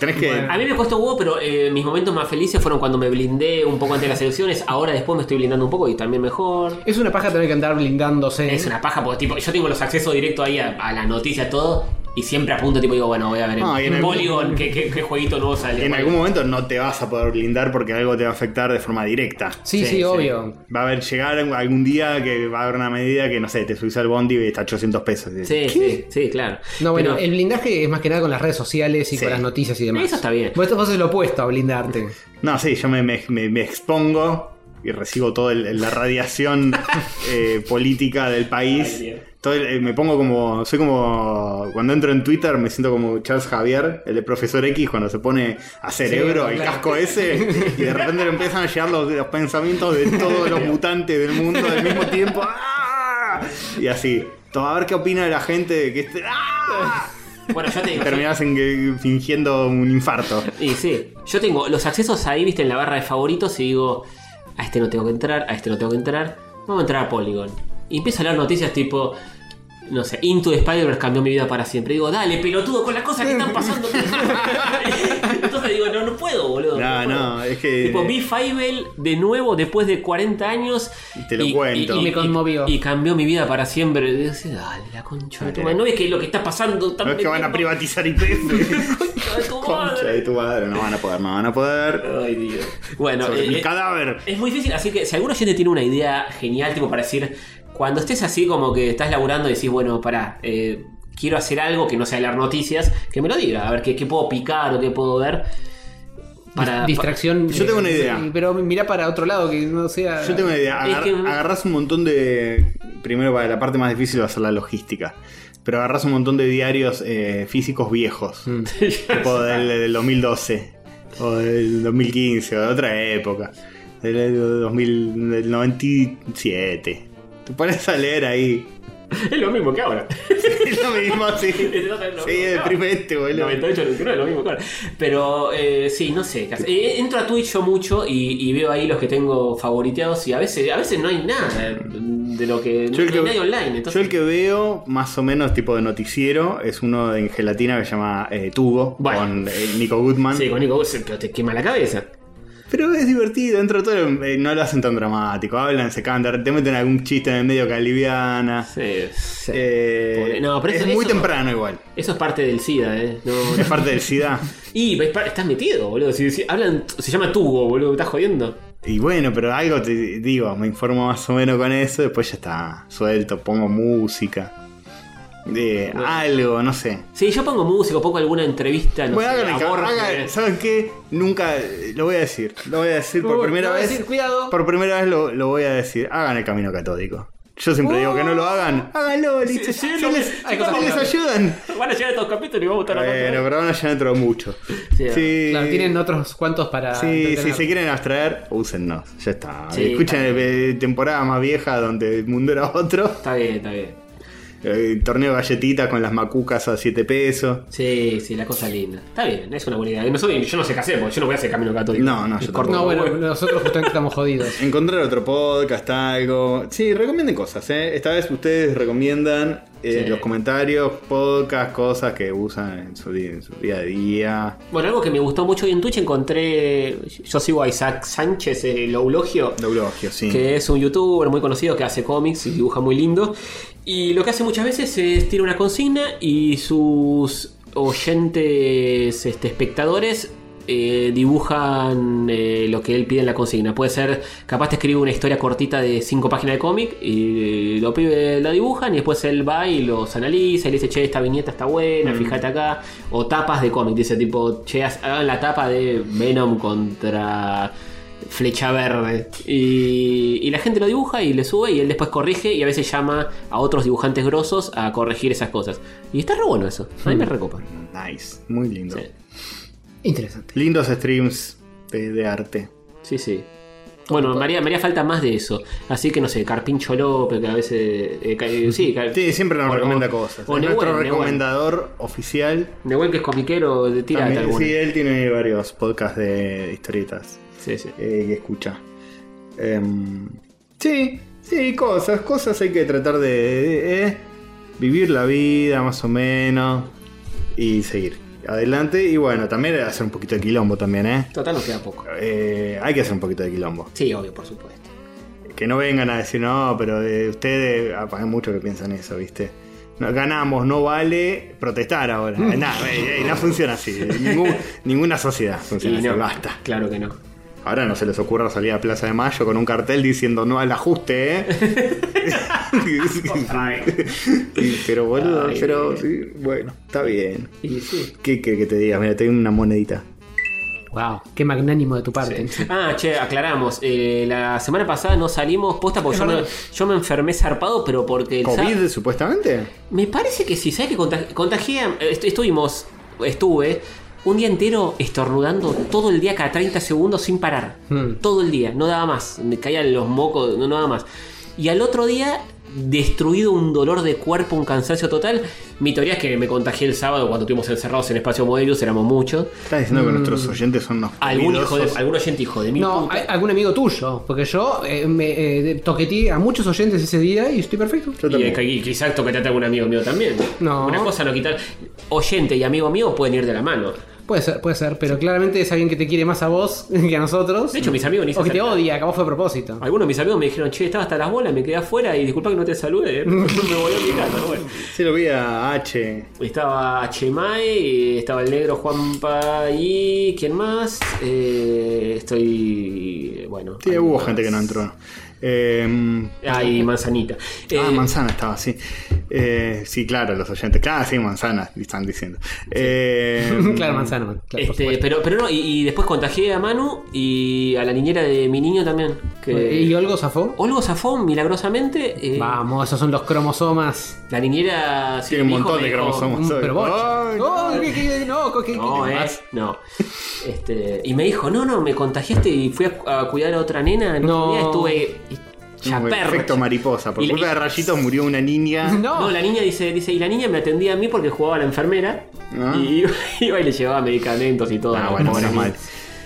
Speaker 3: Tenés que.
Speaker 2: Bueno.
Speaker 1: A mí me costó huevo, pero eh, mis momentos más felices fueron cuando me blindé un poco ante las elecciones. Ahora después me estoy blindando un poco y también mejor.
Speaker 2: Es una paja tener que andar blindándose.
Speaker 1: Es una paja porque tipo, yo tengo los accesos directos ahí a, a las noticias, todo, y siempre apunto, tipo, digo, bueno, voy a ver
Speaker 3: No, y en
Speaker 1: en,
Speaker 3: el-
Speaker 1: Polygon qué, qué- qué jueguito nuevo sale.
Speaker 3: En
Speaker 1: Bueno,
Speaker 3: algún momento no te vas a poder blindar porque algo te va a afectar de forma directa.
Speaker 2: Sí, sí,
Speaker 1: Sí, sí.
Speaker 2: obvio.
Speaker 3: Va a haber llegar algún día que va a haber una medida que, no sé, te subís al bondi y está 800 pesos.
Speaker 1: Sí, sí, sí, claro.
Speaker 2: No, bueno,
Speaker 1: Pero
Speaker 2: el blindaje es más que nada con las redes sociales y
Speaker 3: Sí.
Speaker 2: con las noticias y demás.
Speaker 1: Eso está bien.
Speaker 2: Vos, vos haces lo opuesto a blindarte.
Speaker 3: No, sí, yo me, me- me- me expongo y recibo toda la radiación eh, política del país.
Speaker 1: Ay, Dios.
Speaker 3: Todo el- eh, me pongo como. Soy como. Cuando entro en Twitter me siento como Charles Javier, el de profesor X, cuando se pone a cerebro el
Speaker 2: claro.
Speaker 3: casco ese. Y de repente le empiezan a llegar los, los pensamientos de todos los mutantes del mundo al mismo tiempo. ¡Ah! Y así. to- A ver qué opina la gente de que este. ¡Ah!
Speaker 1: bueno, yo te
Speaker 3: Y
Speaker 1: digo.
Speaker 3: terminás en que- fingiendo un infarto.
Speaker 1: Y sí, yo tengo los accesos ahí, viste, en la barra de favoritos y digo, a este no tengo que entrar, a este no tengo que entrar, vamos a entrar a Polygon. Y empiezo a leer noticias tipo, no sé, Into the Spider-Verse cambió mi vida para siempre. Digo, dale, pelotudo, con las cosas que están pasando. Entonces digo, no, no puedo, boludo.
Speaker 3: No,
Speaker 1: puedo.
Speaker 3: no, es que-
Speaker 1: Tipo, vi Fievel de nuevo después de 40 años.
Speaker 3: Te lo cuento.
Speaker 2: Y me conmovió.
Speaker 1: Y, cambió mi vida para siempre. Y digo, sí, dale, la concha de tu madre. No ves que lo que está pasando. están
Speaker 3: No es que van a
Speaker 1: metiendo-
Speaker 3: privatizar IPF.
Speaker 1: Concha de tu
Speaker 3: Concha
Speaker 1: madre.
Speaker 3: de tu madre, no van a poder, no van a poder.
Speaker 1: Ay, Dios. Bueno,
Speaker 3: Sobre
Speaker 1: eh,
Speaker 3: mi
Speaker 1: eh,
Speaker 3: cadáver.
Speaker 1: es muy difícil, así que si alguna gente tiene una idea genial, tipo para decir, cuando estés así como que estás laburando y decís, bueno, pará, eh, quiero hacer algo que no sea leer noticias, que me lo diga, a ver qué, qué puedo picar o qué puedo ver. Para,
Speaker 2: Distracción.
Speaker 3: Yo tengo una
Speaker 2: sí,
Speaker 3: idea.
Speaker 2: pero mirá para otro lado que no sea.
Speaker 3: Yo tengo una idea.
Speaker 1: Es
Speaker 3: agar-
Speaker 1: que-
Speaker 3: agarrás un montón de. Primero, para la parte más difícil va a ser la logística. Pero agarrás un montón de diarios eh, físicos viejos.
Speaker 1: Mm.
Speaker 3: Tipo del, del 2012. O del 2015. O de otra época. Del, 2000, del 97. Te pones a leer ahí.
Speaker 1: Es lo mismo que ahora.
Speaker 3: Es lo mismo, sí. Sí,
Speaker 1: es
Speaker 3: deprimente, boludo.
Speaker 1: 98, 99, es lo mismo, claro. Pero eh, sí, no sé. qué hacer. Eh, entro a Twitch yo mucho y, y veo ahí los que tengo favoriteados y a veces, a veces no hay nada eh, de lo que.
Speaker 3: Yo el,
Speaker 1: no hay nadie
Speaker 3: que,
Speaker 1: online.
Speaker 3: yo
Speaker 1: Entonces,
Speaker 3: el que veo más o menos tipo de noticiero es uno en gelatina que se llama eh, Tugo
Speaker 1: Bueno.
Speaker 3: con eh, Nico Goodman.
Speaker 1: Sí, con Nico Wilson, pero te quema la cabeza.
Speaker 3: Pero es divertido, dentro de todo eh, no lo hacen tan dramático. Hablan, se cantan, te meten algún chiste en el medio que aliviana.
Speaker 1: Sí.
Speaker 3: Eh,
Speaker 1: Pobre- no, pero
Speaker 3: es
Speaker 1: eso-
Speaker 3: muy
Speaker 1: eso-
Speaker 3: temprano igual.
Speaker 1: Eso es parte del SIDA, ¿eh? No, no.
Speaker 3: Es parte del SIDA.
Speaker 1: Y ves, par- estás metido, boludo. Si, si hablan, se llama Tugo, boludo. ¿Estás jodiendo?
Speaker 3: Y bueno, pero algo te digo, me informo más o menos con eso, después ya está suelto, pongo música. Eh, Algo, no sé.
Speaker 1: Sí, yo pongo música, pongo alguna entrevista. No
Speaker 3: Bueno,
Speaker 1: sé,
Speaker 3: hagan el
Speaker 1: a
Speaker 3: cab-
Speaker 1: Borges.
Speaker 3: hagan- ¿saben qué? Nunca eh, lo voy a decir. Lo voy a decir por
Speaker 2: Uh,
Speaker 3: primera
Speaker 2: lo voy a
Speaker 3: vez.
Speaker 2: decir, cuidado.
Speaker 3: Por primera vez lo, lo voy a decir. Hagan el camino catódico. Yo siempre digo que no lo hagan. Háganlo, listo.
Speaker 1: sí,
Speaker 3: Si
Speaker 1: lo-
Speaker 3: les,
Speaker 1: sí,
Speaker 3: si
Speaker 1: vamos,
Speaker 3: les
Speaker 1: claro.
Speaker 3: ayudan.
Speaker 1: Van a llegar estos capítulos y vamos a estar
Speaker 3: Bueno,
Speaker 1: hablando.
Speaker 3: pero van a llegar dentro de mucho.
Speaker 1: Sí,
Speaker 3: Sí.
Speaker 2: Claro, tienen otros cuantos para.
Speaker 3: Sí, si
Speaker 2: entretener.
Speaker 3: se quieren abstraer, úsennos. Ya está.
Speaker 1: Sí,
Speaker 3: Escuchen
Speaker 1: está
Speaker 3: eh, temporada más vieja donde el mundo era otro.
Speaker 1: Está bien, está bien.
Speaker 3: Eh, torneo galletita con las macucas a 7 pesos.
Speaker 1: Sí, sí, la cosa linda. Está bien, es una buena idea. No soy- yo no sé qué hacer, porque yo no voy a hacer camino católico.
Speaker 3: No, no, yo
Speaker 1: Corto.
Speaker 2: No, bueno, nosotros justamente estamos jodidos.
Speaker 3: Encontrar otro podcast, algo. Sí, recomienden cosas, ¿eh? Esta vez ustedes recomiendan eh,
Speaker 1: Sí.
Speaker 3: los comentarios, podcast, cosas que usan en su, di- en su día a día.
Speaker 1: Bueno, algo que me gustó mucho y en Twitch encontré. Yo sigo a Isaac Sánchez, el Eulogio.
Speaker 3: Doblogio, sí.
Speaker 1: que es un youtuber muy conocido que hace cómics y dibuja muy lindo. Y lo que hace muchas veces es tiene una consigna y sus oyentes este, espectadores eh, dibujan eh, lo que él pide en la consigna. Puede ser, capaz te escribe una historia cortita de 5 páginas de cómic y eh, lo pibes la dibujan y después él va y los analiza y le dice, che, esta viñeta está buena, fíjate acá. O tapas de cómic, dice tipo, che, haz- hagan la tapa de Venom contra flecha verde. Y, y la gente lo dibuja y le sube y él después corrige y a veces llama a otros dibujantes grosos a corregir esas cosas. Y está re bueno eso, a mí me recopa.
Speaker 3: Nice, muy lindo.
Speaker 1: Sí.
Speaker 2: Interesante.
Speaker 3: Lindos streams de, de arte.
Speaker 1: Sí, sí. Bueno, me haría, me haría falta más de eso. Así que no sé, Carpincho López, que a veces. eh, ca- eh, sí, Car-
Speaker 3: Sí, siempre nos
Speaker 1: o-
Speaker 3: recomienda
Speaker 1: o-
Speaker 3: cosas.
Speaker 1: O
Speaker 3: Es
Speaker 1: Nehuen,
Speaker 3: nuestro
Speaker 1: Nehuen.
Speaker 3: recomendador oficial.
Speaker 1: Nehuen, que es comiquero, de tira
Speaker 3: También-
Speaker 1: alguna.
Speaker 3: sí, él tiene varios podcasts de historietas
Speaker 1: Sí, sí.
Speaker 3: eh, que escucha. Em, sí, sí, cosas, cosas hay que tratar de, de- eh, vivir la vida más o menos y seguir adelante. Y bueno, también hacer un poquito de quilombo también, ¿eh?
Speaker 1: Total, nos queda poco.
Speaker 3: Eh, hay que hacer un poquito de quilombo.
Speaker 1: Sí, obvio, por supuesto.
Speaker 3: Que no vengan a decir, no, pero de ustedes, ah, hay muchos que piensan eso, ¿viste? No, ganamos, no vale protestar ahora. Nah, ey, ey, no funciona así. Ningún- ninguna sociedad funciona
Speaker 1: Y
Speaker 3: así.
Speaker 1: no,
Speaker 3: Basta.
Speaker 1: Claro que no.
Speaker 3: Ahora no se les ocurra salir a Plaza de Mayo con un cartel diciendo no al ajuste, ¿eh? Sí, pero boludo,
Speaker 1: Ay.
Speaker 3: pero sí, bueno, está bien.
Speaker 1: Y sí.
Speaker 3: ¿Qué querés que te diga? Mira, tengo una monedita.
Speaker 2: Wow, qué magnánimo de tu parte.
Speaker 1: Ah, che, aclaramos. eh, la semana pasada no salimos posta porque yo me, yo me enfermé zarpado, pero porque el sá-
Speaker 3: ¿COVID supuestamente?
Speaker 1: Me parece que sí, ¿sabes que contagi- contagié? a- est- estuvimos, estuve un día entero estornudando todo el día, cada 30 segundos sin parar.
Speaker 2: Hmm.
Speaker 1: Todo el día, no daba más. Me caían los mocos, no no daba más. Y al otro día, destruido un dolor de cuerpo, un cansancio total. Mi teoría es que me contagié el sábado cuando estuvimos encerrados en Espacio Moebius, éramos muchos.
Speaker 3: ¿Estás diciendo que nuestros oyentes son unos
Speaker 1: Mm. Algún, hijo de,
Speaker 3: peligrosos?
Speaker 1: algún oyente hijo de mi
Speaker 2: No,
Speaker 1: puta.
Speaker 2: hay- algún amigo tuyo, porque yo eh, me eh, de- toqueteé a muchos oyentes ese día y estoy perfecto.
Speaker 3: Yo
Speaker 1: Y,
Speaker 3: también.
Speaker 1: eh, y quizás toquetate a algún amigo mío también.
Speaker 2: No.
Speaker 1: Una cosa no quitar. Oyente y amigo mío pueden ir de la mano.
Speaker 2: Puede ser, puede ser, pero claramente es alguien que te quiere más a vos que a nosotros.
Speaker 1: De hecho, mis amigos ni se
Speaker 2: O que te
Speaker 1: acercan.
Speaker 2: odia, capaz fue a propósito.
Speaker 1: Algunos de mis amigos me dijeron, che, estaba hasta las bolas, me quedé afuera y disculpa que no te salude, me volví a mi casa, pero bueno.
Speaker 3: Sí, lo vi a H.
Speaker 1: Estaba Chemae, E, estaba el negro Juanpa y. ¿Quién más? Eh, estoy. Bueno.
Speaker 3: Sí,
Speaker 1: hay
Speaker 3: hubo
Speaker 1: más.
Speaker 3: gente que no entró. Eh,
Speaker 1: Ah, y Manzanita. Eh,
Speaker 3: ah, manzana estaba, sí. Eh, sí, claro, los oyentes. Claro, sí, manzana, están diciendo. Eh,
Speaker 2: claro, manzano. Claro, por
Speaker 1: este,
Speaker 2: supuesto.
Speaker 1: pero, pero no, y, y después contagié a Manu y a la niñera de mi niño también. Que...
Speaker 2: ¿Y Olgo zafó?
Speaker 1: Olgo Zafón, milagrosamente. eh,
Speaker 2: Vamos, esos son los cromosomas.
Speaker 1: La niñera. sí,
Speaker 3: Tiene un
Speaker 1: mi hijo
Speaker 3: montón
Speaker 1: me
Speaker 3: de
Speaker 1: dijo,
Speaker 3: cromosomas.
Speaker 2: Mm,
Speaker 3: soy.
Speaker 2: Pero vos.
Speaker 3: Ay,
Speaker 2: Oh,
Speaker 3: no.
Speaker 2: qué- qué- no, qué- qué-
Speaker 1: No,
Speaker 2: qué-
Speaker 1: eh, no. Este, y me dijo, no, no, me contagiaste y fui a, a cuidar a otra nena.
Speaker 2: No.
Speaker 1: No. estuve ya
Speaker 3: Un
Speaker 1: perro.
Speaker 3: Efecto mariposa. Por
Speaker 1: Y la-
Speaker 3: culpa de rayitos murió una niña.
Speaker 2: No.
Speaker 1: No, la niña dice, dice, y la niña me atendía a mí porque jugaba a la enfermera.
Speaker 3: Ah.
Speaker 1: Y iba, iba y le llevaba medicamentos y todo.
Speaker 3: Ah, bueno,
Speaker 1: Pobre
Speaker 3: menos
Speaker 1: niña.
Speaker 3: mal.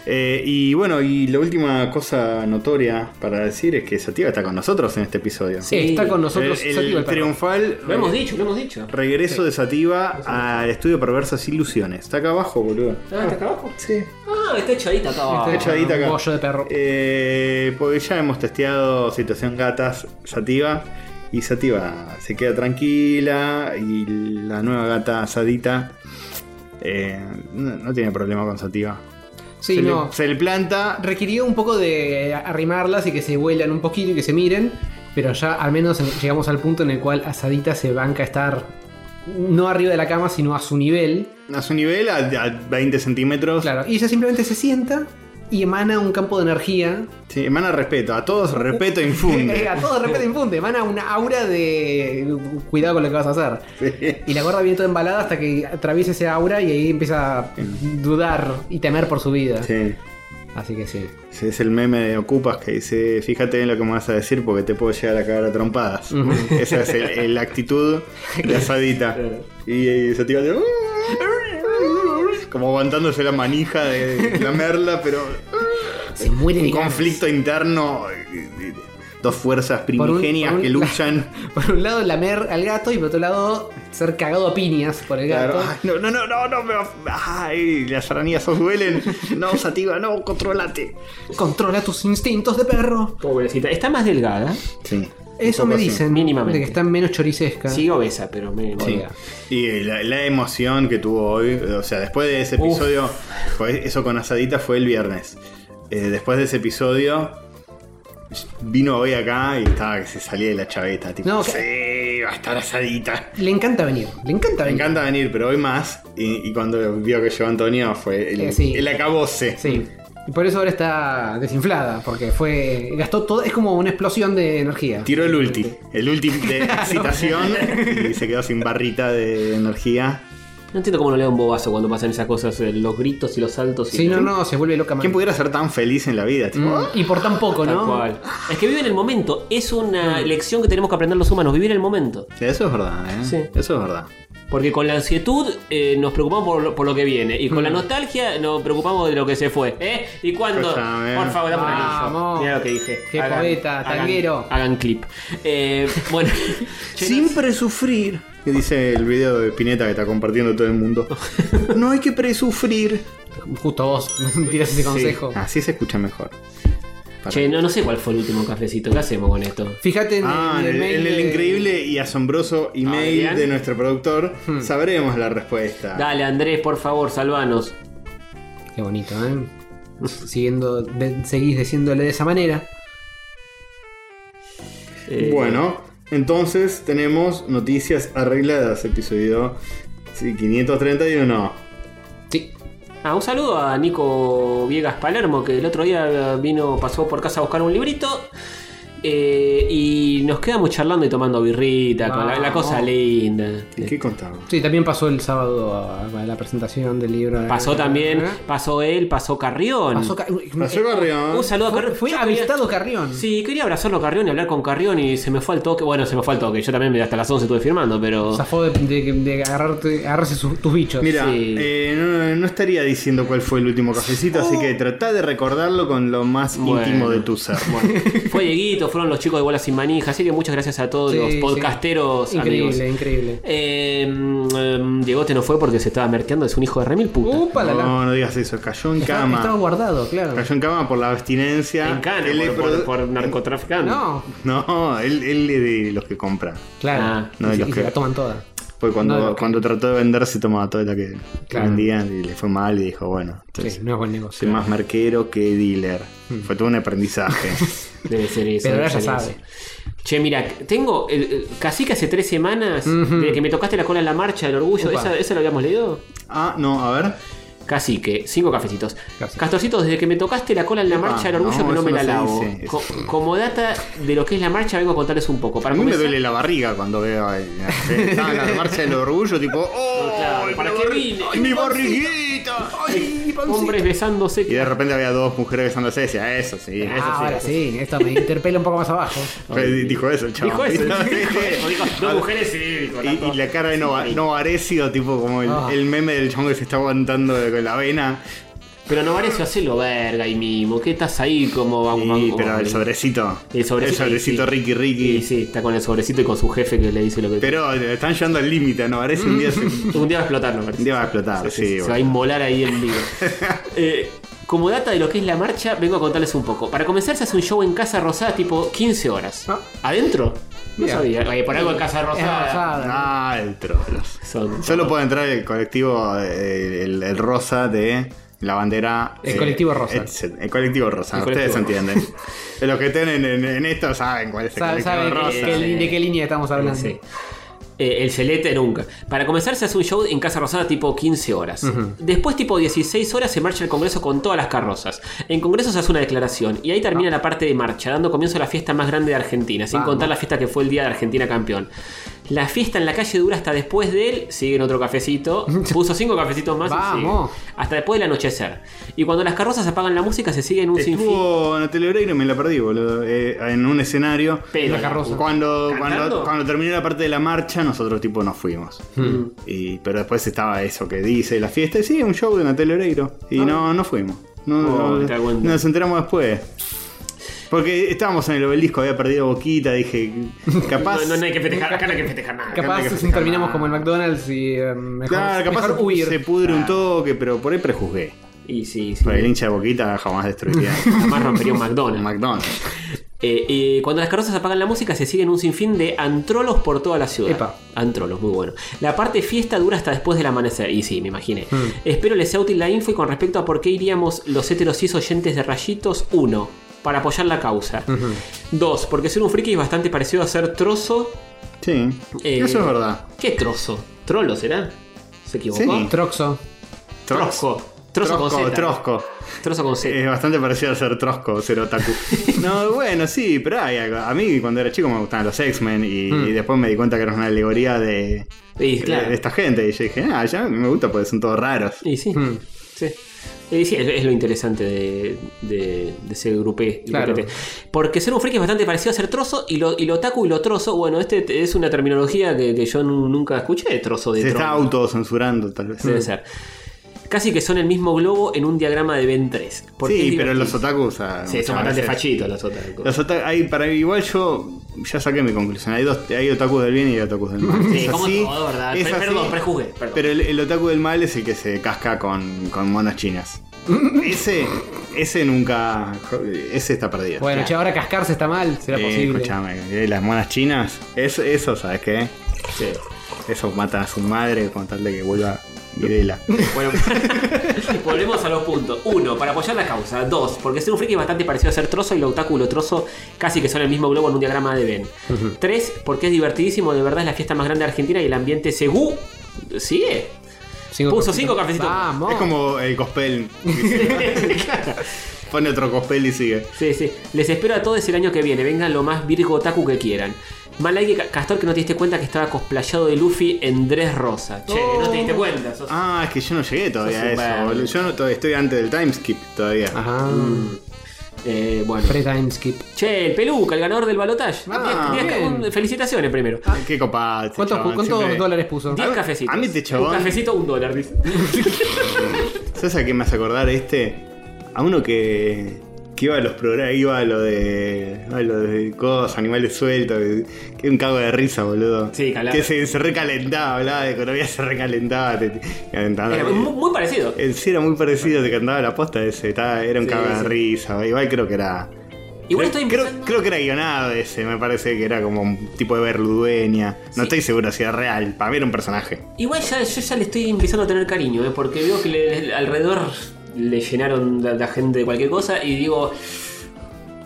Speaker 3: Eh, y bueno, y la última cosa notoria para decir es que Sativa está con nosotros en este episodio.
Speaker 2: Sí, está con nosotros.
Speaker 3: el,
Speaker 2: Sativa
Speaker 3: el
Speaker 2: el perro.
Speaker 3: triunfal
Speaker 1: Lo hemos dicho, lo hemos dicho.
Speaker 3: regreso de Sativa al estudio Perversas Ilusiones. Está acá abajo, boludo.
Speaker 1: Ah, ¿está acá abago?
Speaker 3: Sí.
Speaker 1: Ah, está echadita acá abajo.
Speaker 2: Está
Speaker 3: hecho ahí, está acá.
Speaker 2: Bollo de perro.
Speaker 3: Eh, porque ya hemos testeado situación gatas Sativa. Y Sativa se queda tranquila. Y la nueva gata Sadita eh, no, no tiene problema con Sativa.
Speaker 2: Sí,
Speaker 3: se,
Speaker 2: no.
Speaker 3: le, se le planta.
Speaker 2: Requirió un poco de arrimarlas y que se vuelan un poquito y que se miren. Pero ya al menos en- llegamos al punto en el cual Asadita se banca a estar no arriba de la cama, sino a su nivel.
Speaker 3: A su nivel, a, a 20 centímetros.
Speaker 2: Claro. Y ella simplemente se sienta y emana un campo de energía.
Speaker 3: Sí, emana respeto. A todos respeto
Speaker 2: Eh,
Speaker 3: infunde.
Speaker 2: a todo de repente infunde, emana una aura de cuidado con lo que vas a hacer.
Speaker 3: Sí.
Speaker 2: Y la gorda viene toda embalada hasta que atraviesa ese aura y ahí empieza a dudar y temer por su vida.
Speaker 3: Sí.
Speaker 2: Así que sí.
Speaker 3: Ese Es el meme de Ocupas que dice, fíjate en lo que me vas a decir porque te puedo llegar a cagar a trompadas. Esa es el- el- la actitud de asadita. Y, eh, se tira de- Como aguantándose la manija de la merla, pero
Speaker 2: Se muere
Speaker 3: un
Speaker 2: de ganas.
Speaker 3: conflicto interno. eh, Dos fuerzas
Speaker 2: un-
Speaker 3: primigenias
Speaker 2: por un-
Speaker 3: que luchan.
Speaker 2: Por un lado lamer al gato y por otro lado ser cagado a piñas por el gato.
Speaker 3: Claro. Ay, no, no, no, no, no, me va- ay, las arañas os duelen. No, Sativa, no, controlate.
Speaker 2: Controla tus instintos de perro.
Speaker 1: Pobrecita. Está más delgada.
Speaker 3: Sí.
Speaker 2: Eso me
Speaker 3: poco así.
Speaker 2: dicen.
Speaker 1: Mínimamente.
Speaker 2: De que están menos choricesca.
Speaker 1: Sigo obesa, pero me
Speaker 3: Sí.
Speaker 1: gorda.
Speaker 3: Y eh, la, la emoción que tuvo hoy, eh, o sea, después de ese
Speaker 1: Uf.
Speaker 3: episodio, fue- eso con asadita fue el viernes. Eh, después de ese episodio, vino hoy acá y estaba que se salía de la chaveta. Tipo,
Speaker 2: No,
Speaker 3: sí, va a estar asadita.
Speaker 2: Le encanta venir. Le encanta
Speaker 3: Me
Speaker 2: venir.
Speaker 3: encanta venir, pero hoy más. Y, y cuando vio que llegó Antonio, fue el,
Speaker 2: Eh, sí.
Speaker 3: el acabose.
Speaker 2: Sí. Y por eso ahora está desinflada, porque fue. gastó todo. Es como una explosión de energía.
Speaker 3: Tiró el ulti. El ulti de excitación y se quedó sin barrita de energía.
Speaker 1: No entiendo cómo no le da un bobazo cuando pasan esas cosas, eh, los gritos y los saltos. Y
Speaker 2: Si no, no, se vuelve loca mal.
Speaker 3: ¿Quién pudiera ser tan feliz en la vida? Tipo,
Speaker 2: Mm, y por tan poco,
Speaker 1: Tal
Speaker 2: ¿no?
Speaker 1: cual. Es que vive en el momento. Es
Speaker 2: Mm.
Speaker 1: una lección que tenemos que aprender los humanos, vivir el momento.
Speaker 3: Eso es verdad, ¿eh?
Speaker 1: Sí.
Speaker 3: Eso es verdad.
Speaker 1: Porque con la ansiedad eh, nos preocupamos por lo, por lo que viene. Y con
Speaker 2: Mm.
Speaker 1: la nostalgia nos preocupamos de lo que se fue. ¿Eh? ¿Y cuándo?
Speaker 3: Escúchame.
Speaker 1: Por favor, dame un
Speaker 2: eh. Vamos.
Speaker 1: anillo. Mira lo que dije.
Speaker 2: Qué poeta, tanguero.
Speaker 1: Hagan, clip. Eh, bueno. Che, no-
Speaker 3: Sin presufrir. Que dice el video de Pineta que está compartiendo todo el mundo. no hay que presufrir.
Speaker 2: Justo vos tirás ese consejo.
Speaker 3: Sí, así se escucha mejor. Para-
Speaker 1: Che, no, no sé cuál fue el último cafecito. ¿Qué hacemos con esto?
Speaker 2: Fíjate en,
Speaker 3: Ah, en el, en
Speaker 2: mail
Speaker 3: el
Speaker 2: de-
Speaker 3: increíble y asombroso email
Speaker 1: Adrián.
Speaker 3: de nuestro productor
Speaker 2: Hmm.
Speaker 3: sabremos la respuesta.
Speaker 1: Dale, Andrés, por favor, salvanos.
Speaker 2: Qué bonito, ¿eh? Siguiendo, de- seguís diciéndole de esa manera.
Speaker 1: Eh,
Speaker 3: Bueno, entonces tenemos noticias arregladas, episodio sí, 531.
Speaker 2: Sí.
Speaker 1: Ah, un saludo a Nico Viegas Palermo, que el otro día vino, pasó por casa a buscar un librito. eh, y nos quedamos charlando y tomando birrita, con la, la cosa
Speaker 2: Vamos.
Speaker 1: linda.
Speaker 3: ¿Y qué contamos?
Speaker 2: Sí, también pasó el sábado a, a la presentación del libro.
Speaker 1: Pasó también,
Speaker 2: ¿Eh?
Speaker 1: pasó él, pasó Carrión.
Speaker 2: Pasó, Ca- eh,
Speaker 3: Pasó Carrión.
Speaker 1: un saludo a
Speaker 2: Fue,
Speaker 1: Carrión.
Speaker 2: fue
Speaker 1: Yo quería-
Speaker 2: avistado Carrión.
Speaker 1: Sí, quería abrazarlo a Carrión y hablar con Carrión y se me fue al toque. Bueno, se me fue al toque. Yo también me- hasta las 11 estuve firmando, pero.
Speaker 2: Zafó de, de- de agarrarte, agarrarse sus- tus bichos.
Speaker 3: Mira,
Speaker 1: Sí.
Speaker 3: eh, no, no estaría diciendo cuál fue el último cafecito, así que tratá de recordarlo con lo más
Speaker 1: Bueno.
Speaker 3: íntimo de tu ser.
Speaker 1: Fue Dieguito, fueron los chicos de Bolas sin Manija. Así que muchas gracias a todos
Speaker 2: Sí,
Speaker 1: los
Speaker 2: sí.
Speaker 1: podcasteros amigos.
Speaker 2: Increíble, increíble.
Speaker 1: Eh, mm, Diegote no fue porque se estaba merqueando, es un hijo de remil puta.
Speaker 2: Upa, la, la.
Speaker 3: No, no digas eso, cayó en
Speaker 2: Estaba-
Speaker 3: cama.
Speaker 2: Estaba guardado, claro.
Speaker 3: Cayó en cama por la abstinencia.
Speaker 1: en cana
Speaker 3: Él es
Speaker 1: por, por-
Speaker 3: pro-
Speaker 1: por narcotraficante.
Speaker 2: No,
Speaker 3: No, él, él es de los que compra.
Speaker 2: claro.
Speaker 1: Ah,
Speaker 3: no,
Speaker 2: y, se-
Speaker 3: los
Speaker 2: y se
Speaker 3: que-
Speaker 2: la toman toda.
Speaker 3: Porque cuando,
Speaker 2: No, de los que-
Speaker 3: cuando trató de vender se tomaba toda la que
Speaker 2: Claro.
Speaker 3: vendían y le fue mal y dijo, bueno, entonces,
Speaker 2: Sí, no Hmm. es buen
Speaker 3: soy
Speaker 2: negocio.
Speaker 3: más merquero que dealer. Fue todo un aprendizaje.
Speaker 1: Debe ser eso.
Speaker 2: Pero
Speaker 1: debe
Speaker 2: ahora ya
Speaker 1: ser
Speaker 2: sabe.
Speaker 1: eso. Che, mira, tengo el- el- casi que hace tres semanas desde que me tocaste la cola en la marcha del orgullo.
Speaker 2: Upa.
Speaker 1: ¿Esa, esa lo habíamos leído?
Speaker 3: ah, no, a ver.
Speaker 1: Casi que, cinco cafecitos.
Speaker 2: Casi.
Speaker 1: Castorcitos, desde que me tocaste la cola en la
Speaker 3: Upa,
Speaker 1: marcha del orgullo, no,
Speaker 3: no, eso
Speaker 1: me
Speaker 3: no
Speaker 1: la
Speaker 3: se
Speaker 1: lavo.
Speaker 3: dice.
Speaker 1: Co- como data de lo que es la marcha, vengo a contarles un poco.
Speaker 3: A
Speaker 1: Para
Speaker 3: mí me
Speaker 1: comenzar-
Speaker 3: duele la barriga cuando veo a estaba en la marcha del orgullo, tipo, ¡oh!
Speaker 1: claro, ¿para
Speaker 3: mi
Speaker 1: qué
Speaker 3: barri-
Speaker 1: vine?
Speaker 3: ay, ¡Mi barriguita! ay".
Speaker 1: Hombres besándose.
Speaker 3: Y de repente había dos mujeres besándose y decía, eso sí, eso
Speaker 2: Ah,
Speaker 3: sí.
Speaker 2: ahora sí, esto me interpela un poco más abajo.
Speaker 3: Fue- dijo eso, el
Speaker 1: Dijo
Speaker 3: chavo.
Speaker 1: eso.
Speaker 3: Sí,
Speaker 1: dijo
Speaker 3: sí.
Speaker 1: eso, dijo, dos mujeres sí, dijo,
Speaker 3: Y,
Speaker 1: las dos.
Speaker 3: y la cara de Nova- Novarecio, tipo como el,
Speaker 2: Ah.
Speaker 3: el meme del chongo que se está aguantando de- con la vena.
Speaker 1: Pero Novarecio, hacelo verga y mimo. ¿Qué estás ahí como
Speaker 3: Y-
Speaker 1: vamos
Speaker 3: pero el sobrecito.
Speaker 1: El sobrecito, sí.
Speaker 3: Ricky Ricky.
Speaker 1: Y sí, está con el sobrecito y con su jefe que le dice lo que.
Speaker 3: Pero le están llevando al límite a Novarecio. Un día, se- un
Speaker 1: Un día va a explotar, me parece.
Speaker 3: día va a explotar,
Speaker 1: se,
Speaker 3: sí.
Speaker 1: se va a
Speaker 3: bueno.
Speaker 1: inmolar ahí en vivo. Eh, como data de lo que es la marcha, vengo a contarles un poco. Para comenzar, se hace un show en Casa Rosada tipo 15 horas.
Speaker 2: Ah.
Speaker 1: ¿Adentro? No
Speaker 2: Bien.
Speaker 1: sabía. Oye, por algo en Casa
Speaker 2: Es
Speaker 1: Rosada.
Speaker 2: avanzada.
Speaker 3: Ah, el trolos.
Speaker 1: Son-
Speaker 3: Solo puede entrar el colectivo, eh, el, el rosa de la bandera.
Speaker 2: El colectivo rosa.
Speaker 3: etc. El colectivo rosa,
Speaker 1: El
Speaker 3: ustedes
Speaker 1: colectivo
Speaker 3: entienden. De Los que estén en, en- en esto saben cuál es el
Speaker 2: Sabe,
Speaker 3: colectivo
Speaker 2: sabe
Speaker 3: rosa.
Speaker 2: que- que- de qué línea estamos hablando.
Speaker 1: Sí. Eh, el celete nunca. Para comenzar se hace un show en Casa Rosada tipo 15 horas. Después tipo 16 horas se marcha el Congreso con todas las carrozas. En Congreso se hace una declaración y ahí termina la parte de marcha, dando comienzo a la fiesta más grande de Argentina, sin
Speaker 2: Ah. Vamos.
Speaker 1: contar la fiesta que fue el día de Argentina campeón. La fiesta en la calle dura hasta después de él, sigue en otro cafecito, puso cinco cafecitos más y
Speaker 2: Vamos.
Speaker 1: sigue. hasta después del anochecer. Y cuando las carrozas apagan la música se sigue en un sinfín.
Speaker 3: Estuvo Natalia Oreiro y me la perdí, boludo. eh, en un escenario.
Speaker 1: Pero
Speaker 2: la carroza.
Speaker 3: Cuando,
Speaker 1: ¿Cantando?
Speaker 3: cuando, cuando terminó la parte de la marcha, nosotros tipo nos fuimos.
Speaker 1: Mm.
Speaker 3: Y, pero después estaba eso que dice la fiesta. Y sí, un show de Natalia Oreiro. Y no, no fuimos. No,
Speaker 1: Ah. Oh,
Speaker 3: no-
Speaker 1: te aguanto.
Speaker 3: nos enteramos después. Porque estábamos en el obelisco, había perdido boquita, dije, capaz.
Speaker 1: No, no, no hay que festejar, acá no hay que festejar nada.
Speaker 2: Capaz
Speaker 3: que
Speaker 2: si
Speaker 3: festejar
Speaker 2: terminamos
Speaker 3: nada.
Speaker 2: como el McDonald's y eh, mejor,
Speaker 3: Claro, capaz
Speaker 2: mejor
Speaker 3: se-
Speaker 2: huir.
Speaker 3: se pudre un toque, pero por ahí prejuzgué.
Speaker 1: Y sí, sí.
Speaker 3: Pero el hincha de boquita jamás destruiría
Speaker 1: Jamás rompería un McDonald's.
Speaker 3: McDonald's.
Speaker 1: Eh, eh, cuando las carrozas apagan la música, se siguen un sinfín de antrolos por toda la ciudad.
Speaker 2: Epa.
Speaker 1: Antrolos, muy bueno. La parte fiesta dura hasta después del amanecer. Y sí, me imaginé. Espero les sea útil la info y con respecto a por qué iríamos los heterosis oyentes de rayitos. Uno, para apoyar la causa.
Speaker 2: Ujú.
Speaker 1: Dos, porque ser un friki es bastante parecido a ser trozo.
Speaker 3: Sí.
Speaker 1: Eh,
Speaker 3: Eso es verdad.
Speaker 1: ¿Qué trozo? ¿Trolo será? ¿Se equivocó?
Speaker 3: Sí.
Speaker 2: Troxo.
Speaker 1: Trosco. Trozo con
Speaker 3: Trosco, eh,
Speaker 1: Z.
Speaker 3: trosco.
Speaker 1: Trozo con Z.
Speaker 3: Es bastante parecido a ser trosco, ser otaku. no, bueno, sí, pero hay algo. A mí cuando era chico me gustaban los X-Men y,
Speaker 2: Mm.
Speaker 3: y después me di cuenta que era una alegoría de,
Speaker 1: Y
Speaker 3: de-
Speaker 1: claro.
Speaker 3: de esta gente. Y yo dije, ah, ya me gusta porque son todos raros.
Speaker 1: Y sí.
Speaker 2: Mm.
Speaker 1: Sí. Y sí, es, es lo interesante de, de, de ese grupe.
Speaker 2: Claro.
Speaker 1: grupete. Porque ser un friki es bastante parecido a ser trozo y lo, y lo taco y lo trozo. Bueno, este te- es una terminología que, que yo nu- nunca escuché, trozo de
Speaker 3: Se está Mm.
Speaker 1: trono.
Speaker 3: autocensurando tal vez.
Speaker 1: Debe ser. Casi que son el mismo globo en un diagrama de Ben 3. Porque
Speaker 3: Sí,
Speaker 1: es
Speaker 3: pero los
Speaker 1: divertido.
Speaker 3: otakus... ah,
Speaker 1: Sí, son
Speaker 3: muchas
Speaker 1: bastante
Speaker 3: veces-
Speaker 1: fachitos los otakus.
Speaker 3: Los ota- hay, para mí, igual yo ya saqué mi conclusión. Hay dos, hay otakus del bien y hay otakus del mal.
Speaker 1: Sí,
Speaker 3: Es
Speaker 1: como
Speaker 3: así,
Speaker 1: todo, ¿verdad?
Speaker 3: es
Speaker 1: Pre-
Speaker 3: así,
Speaker 1: perdón, prejuzgué, perdón.
Speaker 3: Pero el, el otaku del mal es el que se casca con, con monas chinas. ese, ese nunca. Ese está perdido.
Speaker 2: Bueno, che, ahora cascarse está mal, será
Speaker 3: Eh,
Speaker 2: posible.
Speaker 3: escuchame, eh, las monas chinas, es, eso, ¿sabes qué?
Speaker 1: Sí.
Speaker 3: Eso matan a su madre con tal de que vuelva Videla.
Speaker 1: Bueno, volvemos a los puntos. Uno, para apoyar la causa. Dos, porque ser un friki es bastante parecido a ser trozo y lo otaku y lo trozo casi que son el mismo globo en un diagrama de Ben. Tres, porque es divertidísimo, de verdad es la fiesta más grande de Argentina y el ambiente segú. ¿Sigue?
Speaker 2: Cinco
Speaker 1: Puso
Speaker 2: cafecitos.
Speaker 1: cinco cafecitos.
Speaker 2: Vamos.
Speaker 3: Es como el cospel. Pone otro cospel y sigue.
Speaker 1: Sí, sí. Les espero a todos el año que viene. Vengan lo más virgo otaku que quieran. Mal hay que Ca- Castor que no te diste cuenta que estaba cosplayado de Luffy en Dress Rosa. Che,
Speaker 2: Oh.
Speaker 1: no te diste cuenta. sos-
Speaker 3: Ah, es que yo no llegué todavía
Speaker 1: Sos
Speaker 3: a
Speaker 1: un
Speaker 3: eso,
Speaker 1: vago.
Speaker 3: boludo. Yo no- todavía estoy antes del timeskip todavía.
Speaker 2: Ajá.
Speaker 3: Mm.
Speaker 1: Eh, bueno.
Speaker 2: Pre-time skip.
Speaker 1: Che, el peluca, el ganador del balotaje.
Speaker 3: Ah,
Speaker 1: Diez- diez-
Speaker 2: bien.
Speaker 1: un- felicitaciones primero.
Speaker 3: Qué copado. este
Speaker 2: ¿Cuántos,
Speaker 3: chabón,
Speaker 2: cuántos
Speaker 3: siempre-
Speaker 2: dólares puso?
Speaker 1: Diez
Speaker 3: A mí-
Speaker 1: cafecitos.
Speaker 3: a mí este
Speaker 1: Un
Speaker 3: chabón-
Speaker 1: cafecito, un dólar, dice.
Speaker 3: ¿Sabes a qué me hace acordar este? A uno que, que iba a los programas, iba a lo de. a lo de cosas, animales sueltos, que, que un cago de risa, boludo.
Speaker 1: Sí, calado.
Speaker 3: Que se, se recalentaba, hablaba de economía, se recalentaba, te, te- calentaba.
Speaker 1: Era mu- Eh, muy parecido.
Speaker 3: En sí era muy parecido, te cantaba la posta ese, estaba- era un
Speaker 1: Sí,
Speaker 3: cago de
Speaker 1: sí.
Speaker 3: risa, igual creo que era.
Speaker 1: Igual
Speaker 3: creo,
Speaker 1: estoy
Speaker 3: eh, creo,
Speaker 1: empezando-
Speaker 3: creo que era guionado ese, me parece que era como un tipo de verludueña. No estoy seguro si era real, para mí era un personaje.
Speaker 1: Igual ya, yo ya le estoy empezando a tener cariño, ¿eh? porque veo que le- le- alrededor le llenaron la, la gente de cualquier cosa y digo.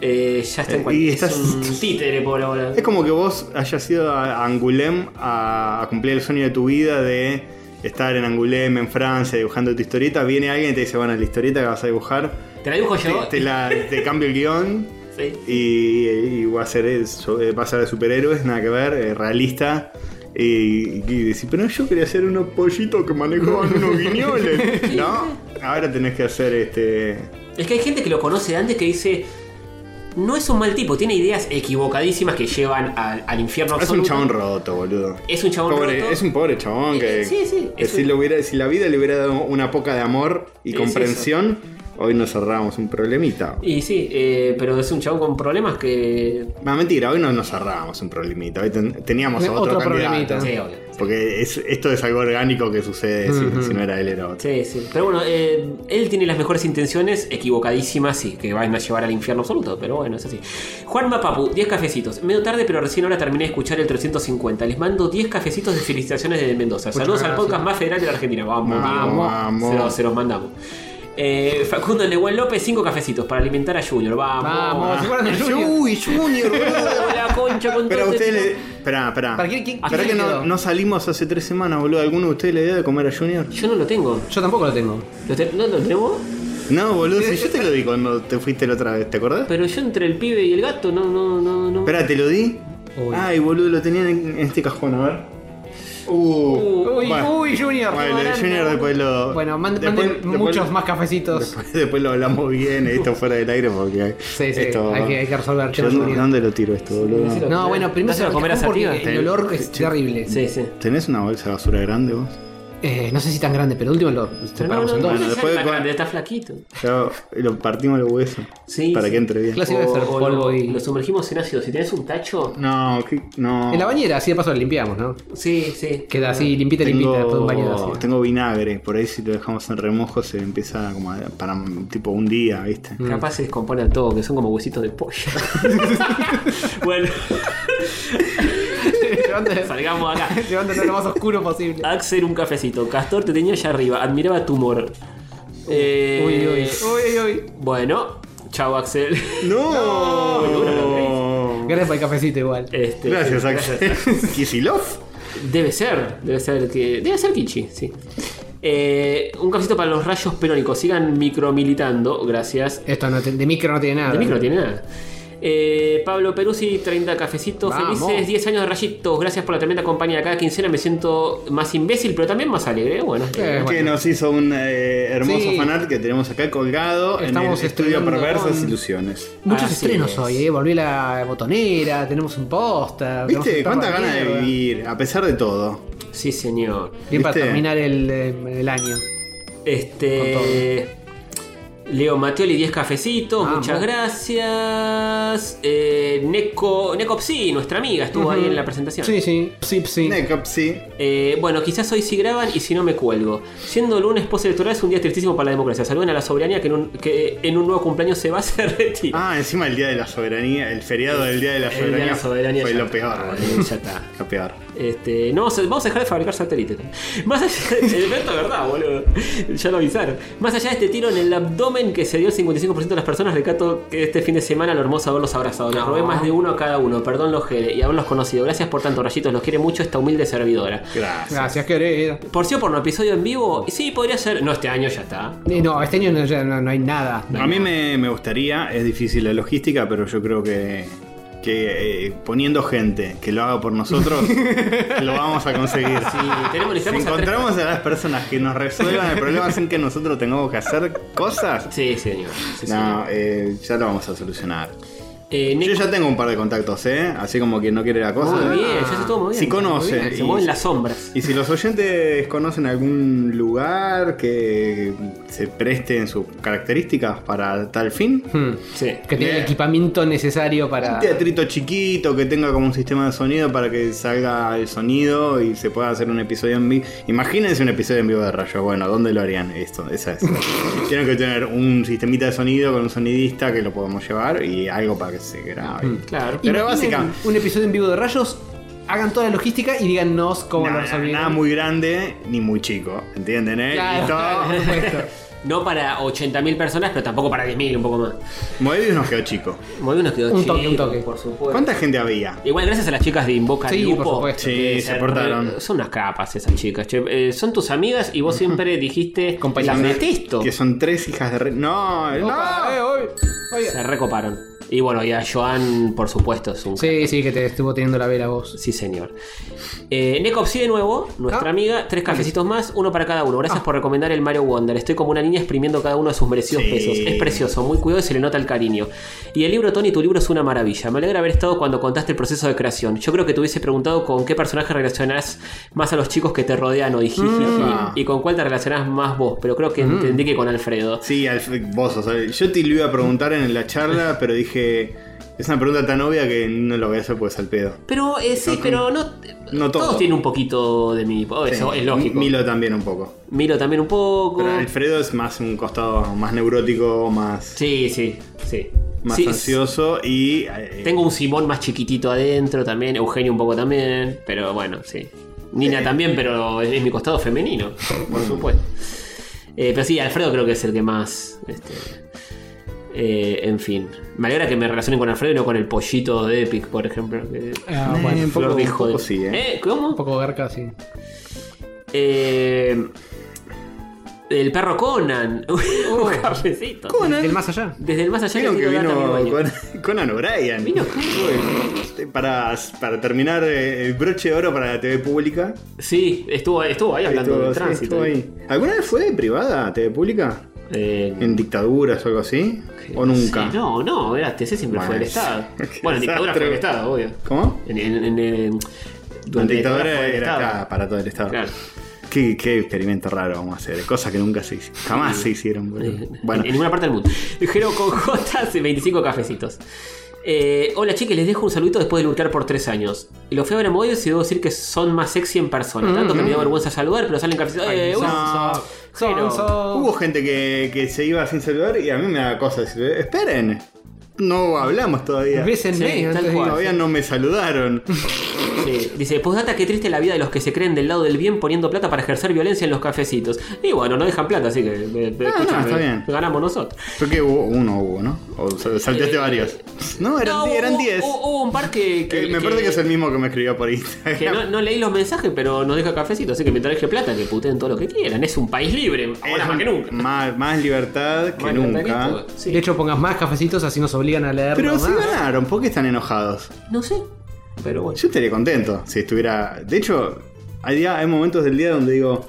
Speaker 1: eh, ya está en
Speaker 3: Y
Speaker 1: cualquier.
Speaker 3: estás-
Speaker 1: Es un títere por ahora.
Speaker 3: Es como que vos hayas ido a Angoulême a, a cumplir el sueño de tu vida de estar en Angoulême, en Francia, dibujando tu historieta. Viene alguien y te dice, bueno, la historieta que vas a dibujar,
Speaker 1: Te la dibujo
Speaker 3: te,
Speaker 1: yo.
Speaker 3: te la- te cambio el guión
Speaker 1: Sí.
Speaker 3: y, y va, a ser, eso, eh, va a ser de superhéroes, nada que ver, eh, realista. Y, y decís, pero yo quería hacer unos pollitos que manejaban unos guiñoles. No, ahora tenés que hacer este...
Speaker 1: Es que hay gente que lo conoce de antes que dice. No es un mal tipo, tiene ideas equivocadísimas que llevan al, al infierno
Speaker 3: Es un
Speaker 1: absoluto.
Speaker 3: chabón roto, boludo.
Speaker 1: Es un chabón
Speaker 3: Pobre-
Speaker 1: roto. Eh,
Speaker 3: Es un pobre chabón que,
Speaker 1: Sí, sí,
Speaker 3: que
Speaker 1: es
Speaker 3: si,
Speaker 1: un-
Speaker 3: lo hubiera- si la vida le hubiera dado una poca de amor y
Speaker 1: Es
Speaker 3: comprensión, hoy nos cerrábamos un problemita.
Speaker 1: Y sí, eh, pero es un chabón con problemas que.
Speaker 3: No, mentira, hoy no nos cerrábamos un problemita, hoy ten- teníamos a otro,
Speaker 2: Otro
Speaker 3: candidato.
Speaker 2: problemita.
Speaker 1: Sí, obvio.
Speaker 3: Porque es- esto es algo orgánico que sucede si-
Speaker 2: Ujú.
Speaker 3: si, no era él, era otro.
Speaker 1: Sí, sí. Pero bueno, eh, él tiene las mejores intenciones, equivocadísimas y que van a llevar al infierno absoluto, pero bueno, es así. Juan Mapapu, 10 cafecitos. Medio tarde, pero recién ahora terminé de escuchar el 350. Les mando 10 cafecitos de felicitaciones desde Mendoza.
Speaker 2: Muchas
Speaker 1: Saludos al
Speaker 2: gracias.
Speaker 1: podcast más federal de la Argentina. Vamos,
Speaker 3: Vamos, vamos.
Speaker 1: Se, los, se los mandamos. Eh, Facundo Nehuel López, 5 cafecitos para alimentar a Junior. Vamos.
Speaker 2: Vamos. ¿Se acuerdan de Junior?
Speaker 3: Ah, Uy, Junior, boludo.
Speaker 1: La concha con
Speaker 3: Pero a
Speaker 1: todo este
Speaker 3: ustedes le.
Speaker 1: tipo.
Speaker 3: Esperá, esperá.
Speaker 2: ¿Para qué- qué-
Speaker 3: Esperá
Speaker 2: qué
Speaker 3: que no,
Speaker 2: quedó?
Speaker 3: no salimos hace tres semanas, boludo. ¿Alguno de ustedes le dio de comer a Junior?
Speaker 1: Yo no lo tengo.
Speaker 2: Yo tampoco lo tengo.
Speaker 1: ¿Lo te- ¿No lo tenemos?
Speaker 3: No, boludo, si yo te lo di cuando te fuiste la otra vez, ¿te acordás?
Speaker 1: Pero yo entre el pibe y el gato no, no, no, no.
Speaker 3: Espera, ¿te lo di?
Speaker 2: Uy.
Speaker 3: Ay, boludo, lo tenían en, en este cajón, a ver. Uh,
Speaker 2: Uy,
Speaker 3: bueno.
Speaker 2: uy, Junior.
Speaker 3: Bueno, el Junior después lo.
Speaker 2: Bueno, manden
Speaker 3: después-
Speaker 2: manden
Speaker 3: después-
Speaker 2: muchos más cafecitos.
Speaker 3: Después, después lo hablamos bien, esto fuera del aire porque.
Speaker 2: Sí, sí, hay que- hay que resolver,
Speaker 3: Yo,
Speaker 2: yo
Speaker 3: no-
Speaker 2: Junior.
Speaker 3: ¿Dónde lo tiro esto, boludo?
Speaker 1: Sí, sí,
Speaker 2: No, bueno, primero
Speaker 1: Dáselo a
Speaker 2: lo
Speaker 1: comer a
Speaker 2: porque
Speaker 1: Sativa.
Speaker 2: el olor es
Speaker 3: Sí.
Speaker 2: terrible.
Speaker 1: Sí, sí.
Speaker 3: ¿Tenés una bolsa de basura grande vos?
Speaker 2: Eh, no sé si tan grande, pero el último lo separamos
Speaker 1: no, no,
Speaker 2: en
Speaker 1: no
Speaker 2: dos.
Speaker 3: Bueno,
Speaker 1: es
Speaker 3: después de
Speaker 1: tan
Speaker 3: comer-
Speaker 1: grande, está flaquito.
Speaker 3: Yo lo partimos los huesos.
Speaker 1: Sí,
Speaker 3: Para
Speaker 1: sí.
Speaker 3: que entre bien.
Speaker 2: Claro. Clásico de hacer
Speaker 1: o
Speaker 2: polvo
Speaker 1: lo,
Speaker 2: y-
Speaker 1: lo sumergimos en ácido. Si tenés un tacho,
Speaker 3: No, que- no.
Speaker 2: En la bañera, así de paso lo limpiamos, ¿no?
Speaker 1: sí, sí.
Speaker 2: Queda así, limpita, limpita, todo un baño de
Speaker 3: Tengo,
Speaker 2: ácido.
Speaker 3: tengo vinagre, por ahí si lo dejamos en remojo se empieza como a- para tipo un día, ¿viste?
Speaker 2: mm.
Speaker 1: Capaz se descomponen todo, que son como huesitos de pollo. bueno,
Speaker 2: Llevando-
Speaker 1: salgamos acá.
Speaker 2: Llevándolo lo más oscuro posible.
Speaker 1: Axel, un cafecito. Castor, te tenía allá arriba. Admiraba tu humor. Eh,
Speaker 2: Uy, uy, uy, uy.
Speaker 1: Bueno, chao, Axel.
Speaker 3: ¡No!
Speaker 2: Gracias por el cafecito igual.
Speaker 1: Este,
Speaker 3: Gracias, Axel. ¿Kisilov?
Speaker 1: Debe ser, debe ser que. Debe ser Kichi, sí. Eh, un cafecito para los rayos perónicos. Sigan micromilitando, gracias.
Speaker 2: Esto no te- de micro no tiene nada.
Speaker 1: De micro no tiene nada. Eh, Pablo Peruzzi, 30 cafecitos
Speaker 2: Vamos.
Speaker 1: felices, 10 años de rayitos. Gracias por la tremenda compañía. Cada quincena me siento más imbécil, pero también más alegre. Bueno,
Speaker 2: Eh,
Speaker 3: Que
Speaker 2: bueno.
Speaker 3: nos hizo un eh, hermoso
Speaker 2: Sí.
Speaker 3: fanart que tenemos acá colgado
Speaker 2: Estamos
Speaker 3: en el estudio
Speaker 2: estrenando
Speaker 3: Perversas
Speaker 2: con-
Speaker 3: Ilusiones.
Speaker 2: Muchos
Speaker 1: Así
Speaker 2: estrenos
Speaker 1: es.
Speaker 2: hoy, ¿eh? Volví la botonera, tenemos un póster. tenemos eh?
Speaker 3: ¿Viste?
Speaker 2: un
Speaker 3: ¿Cuánta
Speaker 2: perro
Speaker 3: ganas de
Speaker 2: mierda.
Speaker 3: vivir? A pesar de todo.
Speaker 1: sí, señor.
Speaker 2: Bien para
Speaker 3: ¿Viste?
Speaker 2: terminar el, eh, el año.
Speaker 1: Este. Leo Mateoli, 10 cafecitos,
Speaker 2: Vamos.
Speaker 1: muchas gracias. Eh, Neko, Necopsi, nuestra amiga, estuvo ahí en la presentación.
Speaker 2: Sí, sí. Sí, sí.
Speaker 3: Necopsy.
Speaker 1: Eh, bueno, quizás hoy sí graban y si no me cuelgo. Siendo lunes postelectoral es un día tristísimo para la democracia. Saluden a la soberanía que en un, que en un nuevo cumpleaños se va a hacer retirar.
Speaker 3: Ah, encima el Día de la Soberanía, el feriado del Día de la
Speaker 1: El día de Eh,
Speaker 3: Soberanía,
Speaker 1: la soberanía
Speaker 3: fue
Speaker 1: ya
Speaker 3: lo
Speaker 1: está.
Speaker 3: peor, boludo.
Speaker 1: Eh, Ya está.
Speaker 3: Lo peor.
Speaker 1: Este, no, vamos a vamos a dejar de fabricar satélites. Más allá el evento de verdad, boludo. Ya lo avisaron. Más allá de este tiro en el abdomen que se dio el 55% de las personas, recato que este fin de semana lo hermoso haberlos abrazado. Les robé más de uno a cada uno. Perdón los jede y haberlos conocido. Gracias por tanto, rayitos. Los quiere mucho esta humilde servidora.
Speaker 3: Gracias.
Speaker 2: Gracias, querida.
Speaker 1: Por sí o por no, episodio en vivo. Sí, podría ser. No, este año ya está.
Speaker 2: Eh, No, este año no, ya no- no hay nada.
Speaker 3: A mí me, me gustaría, es difícil la logística, pero yo creo que, que eh, poniendo gente que lo haga por nosotros, lo vamos a conseguir.
Speaker 1: Sí, tenemos,
Speaker 3: Si
Speaker 1: necesitamos a tres-
Speaker 3: encontramos a las personas que nos resuelvan el problema sin que nosotros tengamos que hacer cosas,
Speaker 1: Sí, señor. Sí,
Speaker 3: no,
Speaker 1: señor.
Speaker 3: eh, ya lo vamos a solucionar.
Speaker 1: Eh,
Speaker 3: Yo
Speaker 1: Nico-
Speaker 3: ya tengo un par de contactos, ¿eh? Así como quien no quiere la cosa.
Speaker 1: Muy bien, ya se estuvo muy bien.
Speaker 3: Si conocen
Speaker 1: Muy bien,
Speaker 3: y-
Speaker 1: Se mueven las sombras.
Speaker 3: Y si los oyentes conocen algún lugar que se preste en sus características para tal fin,
Speaker 2: Hmm.
Speaker 1: Sí.
Speaker 2: Que tenga el
Speaker 3: Bien.
Speaker 2: equipamiento necesario para.
Speaker 3: un teatrito chiquito que tenga como un sistema de sonido para que salga el sonido y se pueda hacer un episodio en vivo. Imagínense un episodio en vivo de Rayos. Bueno, ¿dónde lo harían esto? Esa es. Tienen que tener un sistemita de sonido con un sonidista que lo podamos llevar y algo para que se grabe.
Speaker 2: Mm,
Speaker 1: Claro.
Speaker 3: Pero
Speaker 2: Imaginen
Speaker 3: básicamente-
Speaker 2: Un episodio en vivo de rayos, hagan toda la logística y díganos cómo lo
Speaker 3: Nada,
Speaker 2: resolvieron.
Speaker 3: nada muy grande ni muy chico, ¿entienden? Eh?
Speaker 2: Claro,
Speaker 3: Y todo-
Speaker 2: claro, por supuesto.
Speaker 1: No para 80.000 personas, pero tampoco para 10.000, un poco más.
Speaker 3: Moebius nos quedó chico.
Speaker 1: Muy bien, nos quedó
Speaker 2: Un toque, un
Speaker 1: chido,
Speaker 2: toque.
Speaker 1: Por supuesto.
Speaker 3: ¿Cuánta gente había?
Speaker 1: Igual, gracias a las chicas de Invoca
Speaker 2: Sí,
Speaker 1: Lupo,
Speaker 2: por supuesto.
Speaker 3: Sí,
Speaker 1: que
Speaker 3: se portaron.
Speaker 1: Son unas capas esas chicas. che. Eh, son tus amigas y vos siempre dijiste.
Speaker 2: Compañeras.
Speaker 1: Las detesto.
Speaker 3: Que son tres hijas de re... No,
Speaker 2: Opa, eh,
Speaker 3: no.
Speaker 2: oye, oye.
Speaker 1: Se recoparon. Y bueno, y a Joan, por supuesto, es un
Speaker 2: Sí, sí, que te estuvo teniendo la vela vos.
Speaker 1: Sí, señor. Eh, Necopsy de nuevo, nuestra
Speaker 2: Ah.
Speaker 1: amiga. Tres cafecitos más, uno para cada uno.
Speaker 3: Ah.
Speaker 1: Gracias por recomendar el Mario Wonder. Estoy como una niña exprimiendo cada uno de sus merecidos
Speaker 3: Sí.
Speaker 1: pesos. Es precioso, muy cuidado y se le nota el cariño. Y el libro, Tony, tu libro es una maravilla. Me alegra haber estado cuando contaste el proceso de creación. Yo creo que te hubiese preguntado con qué personaje relacionás más a los chicos que te rodean hoy. jiji,
Speaker 3: Mm.
Speaker 1: Y con cuál te relacionás más vos. Pero creo que entendí que con Alfredo.
Speaker 3: Sí, Alf- vos sos Alf- Yo te lo iba a preguntar en la charla, pero dije... Es una pregunta tan obvia que no lo voy a hacer pues al pedo.
Speaker 1: Pero eh, sí,
Speaker 3: No,
Speaker 1: pero no.
Speaker 3: no todo.
Speaker 1: Todos tienen un poquito de mi. oh, eso
Speaker 3: Sí,
Speaker 1: es lógico. Milo.
Speaker 3: Milo también un poco.
Speaker 1: también un poco.
Speaker 3: Pero Alfredo es más un costado más neurótico, más,
Speaker 1: Sí, sí, sí.
Speaker 3: más
Speaker 1: Sí,
Speaker 3: ansioso y... eh,
Speaker 1: Tengo un Simón más chiquitito adentro también, Eugenio un poco también, pero bueno, sí. Mm. Nina también, pero es mi costado femenino, por supuesto. Eh, pero sí, Alfredo creo que es el que más... este, eh, en fin. Me alegra que me relacionen con Alfredo y no con el pollito de Epic, por ejemplo. que-
Speaker 2: Ah,
Speaker 3: Eh,
Speaker 2: bueno.
Speaker 3: un poco-
Speaker 1: Flor dijo
Speaker 3: un poco
Speaker 1: de-
Speaker 3: sí, ¿eh?
Speaker 1: ¿Eh? ¿Cómo?
Speaker 2: Un poco garca, sí.
Speaker 1: Eh, el perro Conan. un cafecito.
Speaker 2: Del más allá.
Speaker 1: Desde el más allá
Speaker 3: ¿Vieron
Speaker 1: le
Speaker 3: que
Speaker 1: tiro data a mi
Speaker 3: vino
Speaker 1: baño.
Speaker 3: Con- Conan O'Brien?
Speaker 1: Vino
Speaker 3: Uy, para, para terminar eh, el broche de oro para la TV pública.
Speaker 1: Sí, estuvo, estuvo ahí hablando
Speaker 3: Estuvo-
Speaker 1: de
Speaker 3: sí,
Speaker 1: tránsito.
Speaker 3: estuvo ahí. ¿Alguna vez fue privada TV pública?
Speaker 1: Eh,
Speaker 3: ¿En dictaduras o algo así? ¿O nunca?
Speaker 1: Sí, no, no, era TC siempre
Speaker 3: Bueno,
Speaker 1: fue el
Speaker 3: es-
Speaker 1: Estado.
Speaker 3: qué
Speaker 1: Bueno, en dictadura
Speaker 3: desastre.
Speaker 1: fue el Estado, obvio.
Speaker 3: ¿Cómo?
Speaker 1: En, en, en- en-
Speaker 3: En
Speaker 1: durante
Speaker 3: dictadura
Speaker 1: fue el
Speaker 3: era
Speaker 1: Estado.
Speaker 3: acá, para todo el Estado.
Speaker 1: Claro.
Speaker 3: Qué, qué experimento raro vamos a hacer. Cosas que nunca se hicieron. Jamás se hicieron, boludo. Bueno,
Speaker 1: eh, En ninguna parte del mundo. Jero con J hace 25 cafecitos. Eh, hola chicas, les dejo un saludito después de luchar por 3 años. Lo fui a ver en Moebius y debo decir que son más sexy en persona. Tanto que me dio vergüenza saludar, pero salen cafecitos. Eh,
Speaker 3: Mm, no.
Speaker 1: uy, Jero.
Speaker 3: hubo gente que, que se iba sin celular y a mí me da cosa decir, esperen, no hablamos todavía.
Speaker 2: Bésenme
Speaker 1: Sí,
Speaker 2: antes
Speaker 1: tal
Speaker 2: de ir.
Speaker 1: cual.
Speaker 3: Todavía no me saludaron.
Speaker 1: Sí, Dice, postdata, qué triste la vida de los que se creen del lado del bien poniendo plata para ejercer violencia en los cafecitos. Y bueno, no dejan plata, así que eh, eh,
Speaker 3: no,
Speaker 1: escúchame,
Speaker 3: Ah, está bien.
Speaker 1: ganamos nosotros.
Speaker 3: Creo que hubo uno hubo, ¿no? O sal- salteaste
Speaker 1: Eh,
Speaker 3: varios. No, eran
Speaker 1: No,
Speaker 3: die- eran
Speaker 1: hubo-
Speaker 3: 10.
Speaker 1: Hubo, hubo un par que... que-
Speaker 3: Eh, me parece que es el mismo que me escribió por Instagram.
Speaker 1: que no, no leí los mensajes, pero nos deja cafecito, así que mientras deje plata, que puteen todo lo que quieran. Es un país libre, ahora
Speaker 3: Es
Speaker 1: más que nunca.
Speaker 3: Más, más libertad que
Speaker 1: Más libertad que
Speaker 3: nunca.
Speaker 1: esto, sí.
Speaker 2: De hecho, pongas más cafecitos, así nos obligan a leer.
Speaker 3: Pero
Speaker 2: más.
Speaker 3: si ganaron, ¿por qué están enojados?
Speaker 1: no sé, pero bueno.
Speaker 3: Yo estaría contento si estuviera. De hecho, hay, día- hay momentos del día donde digo.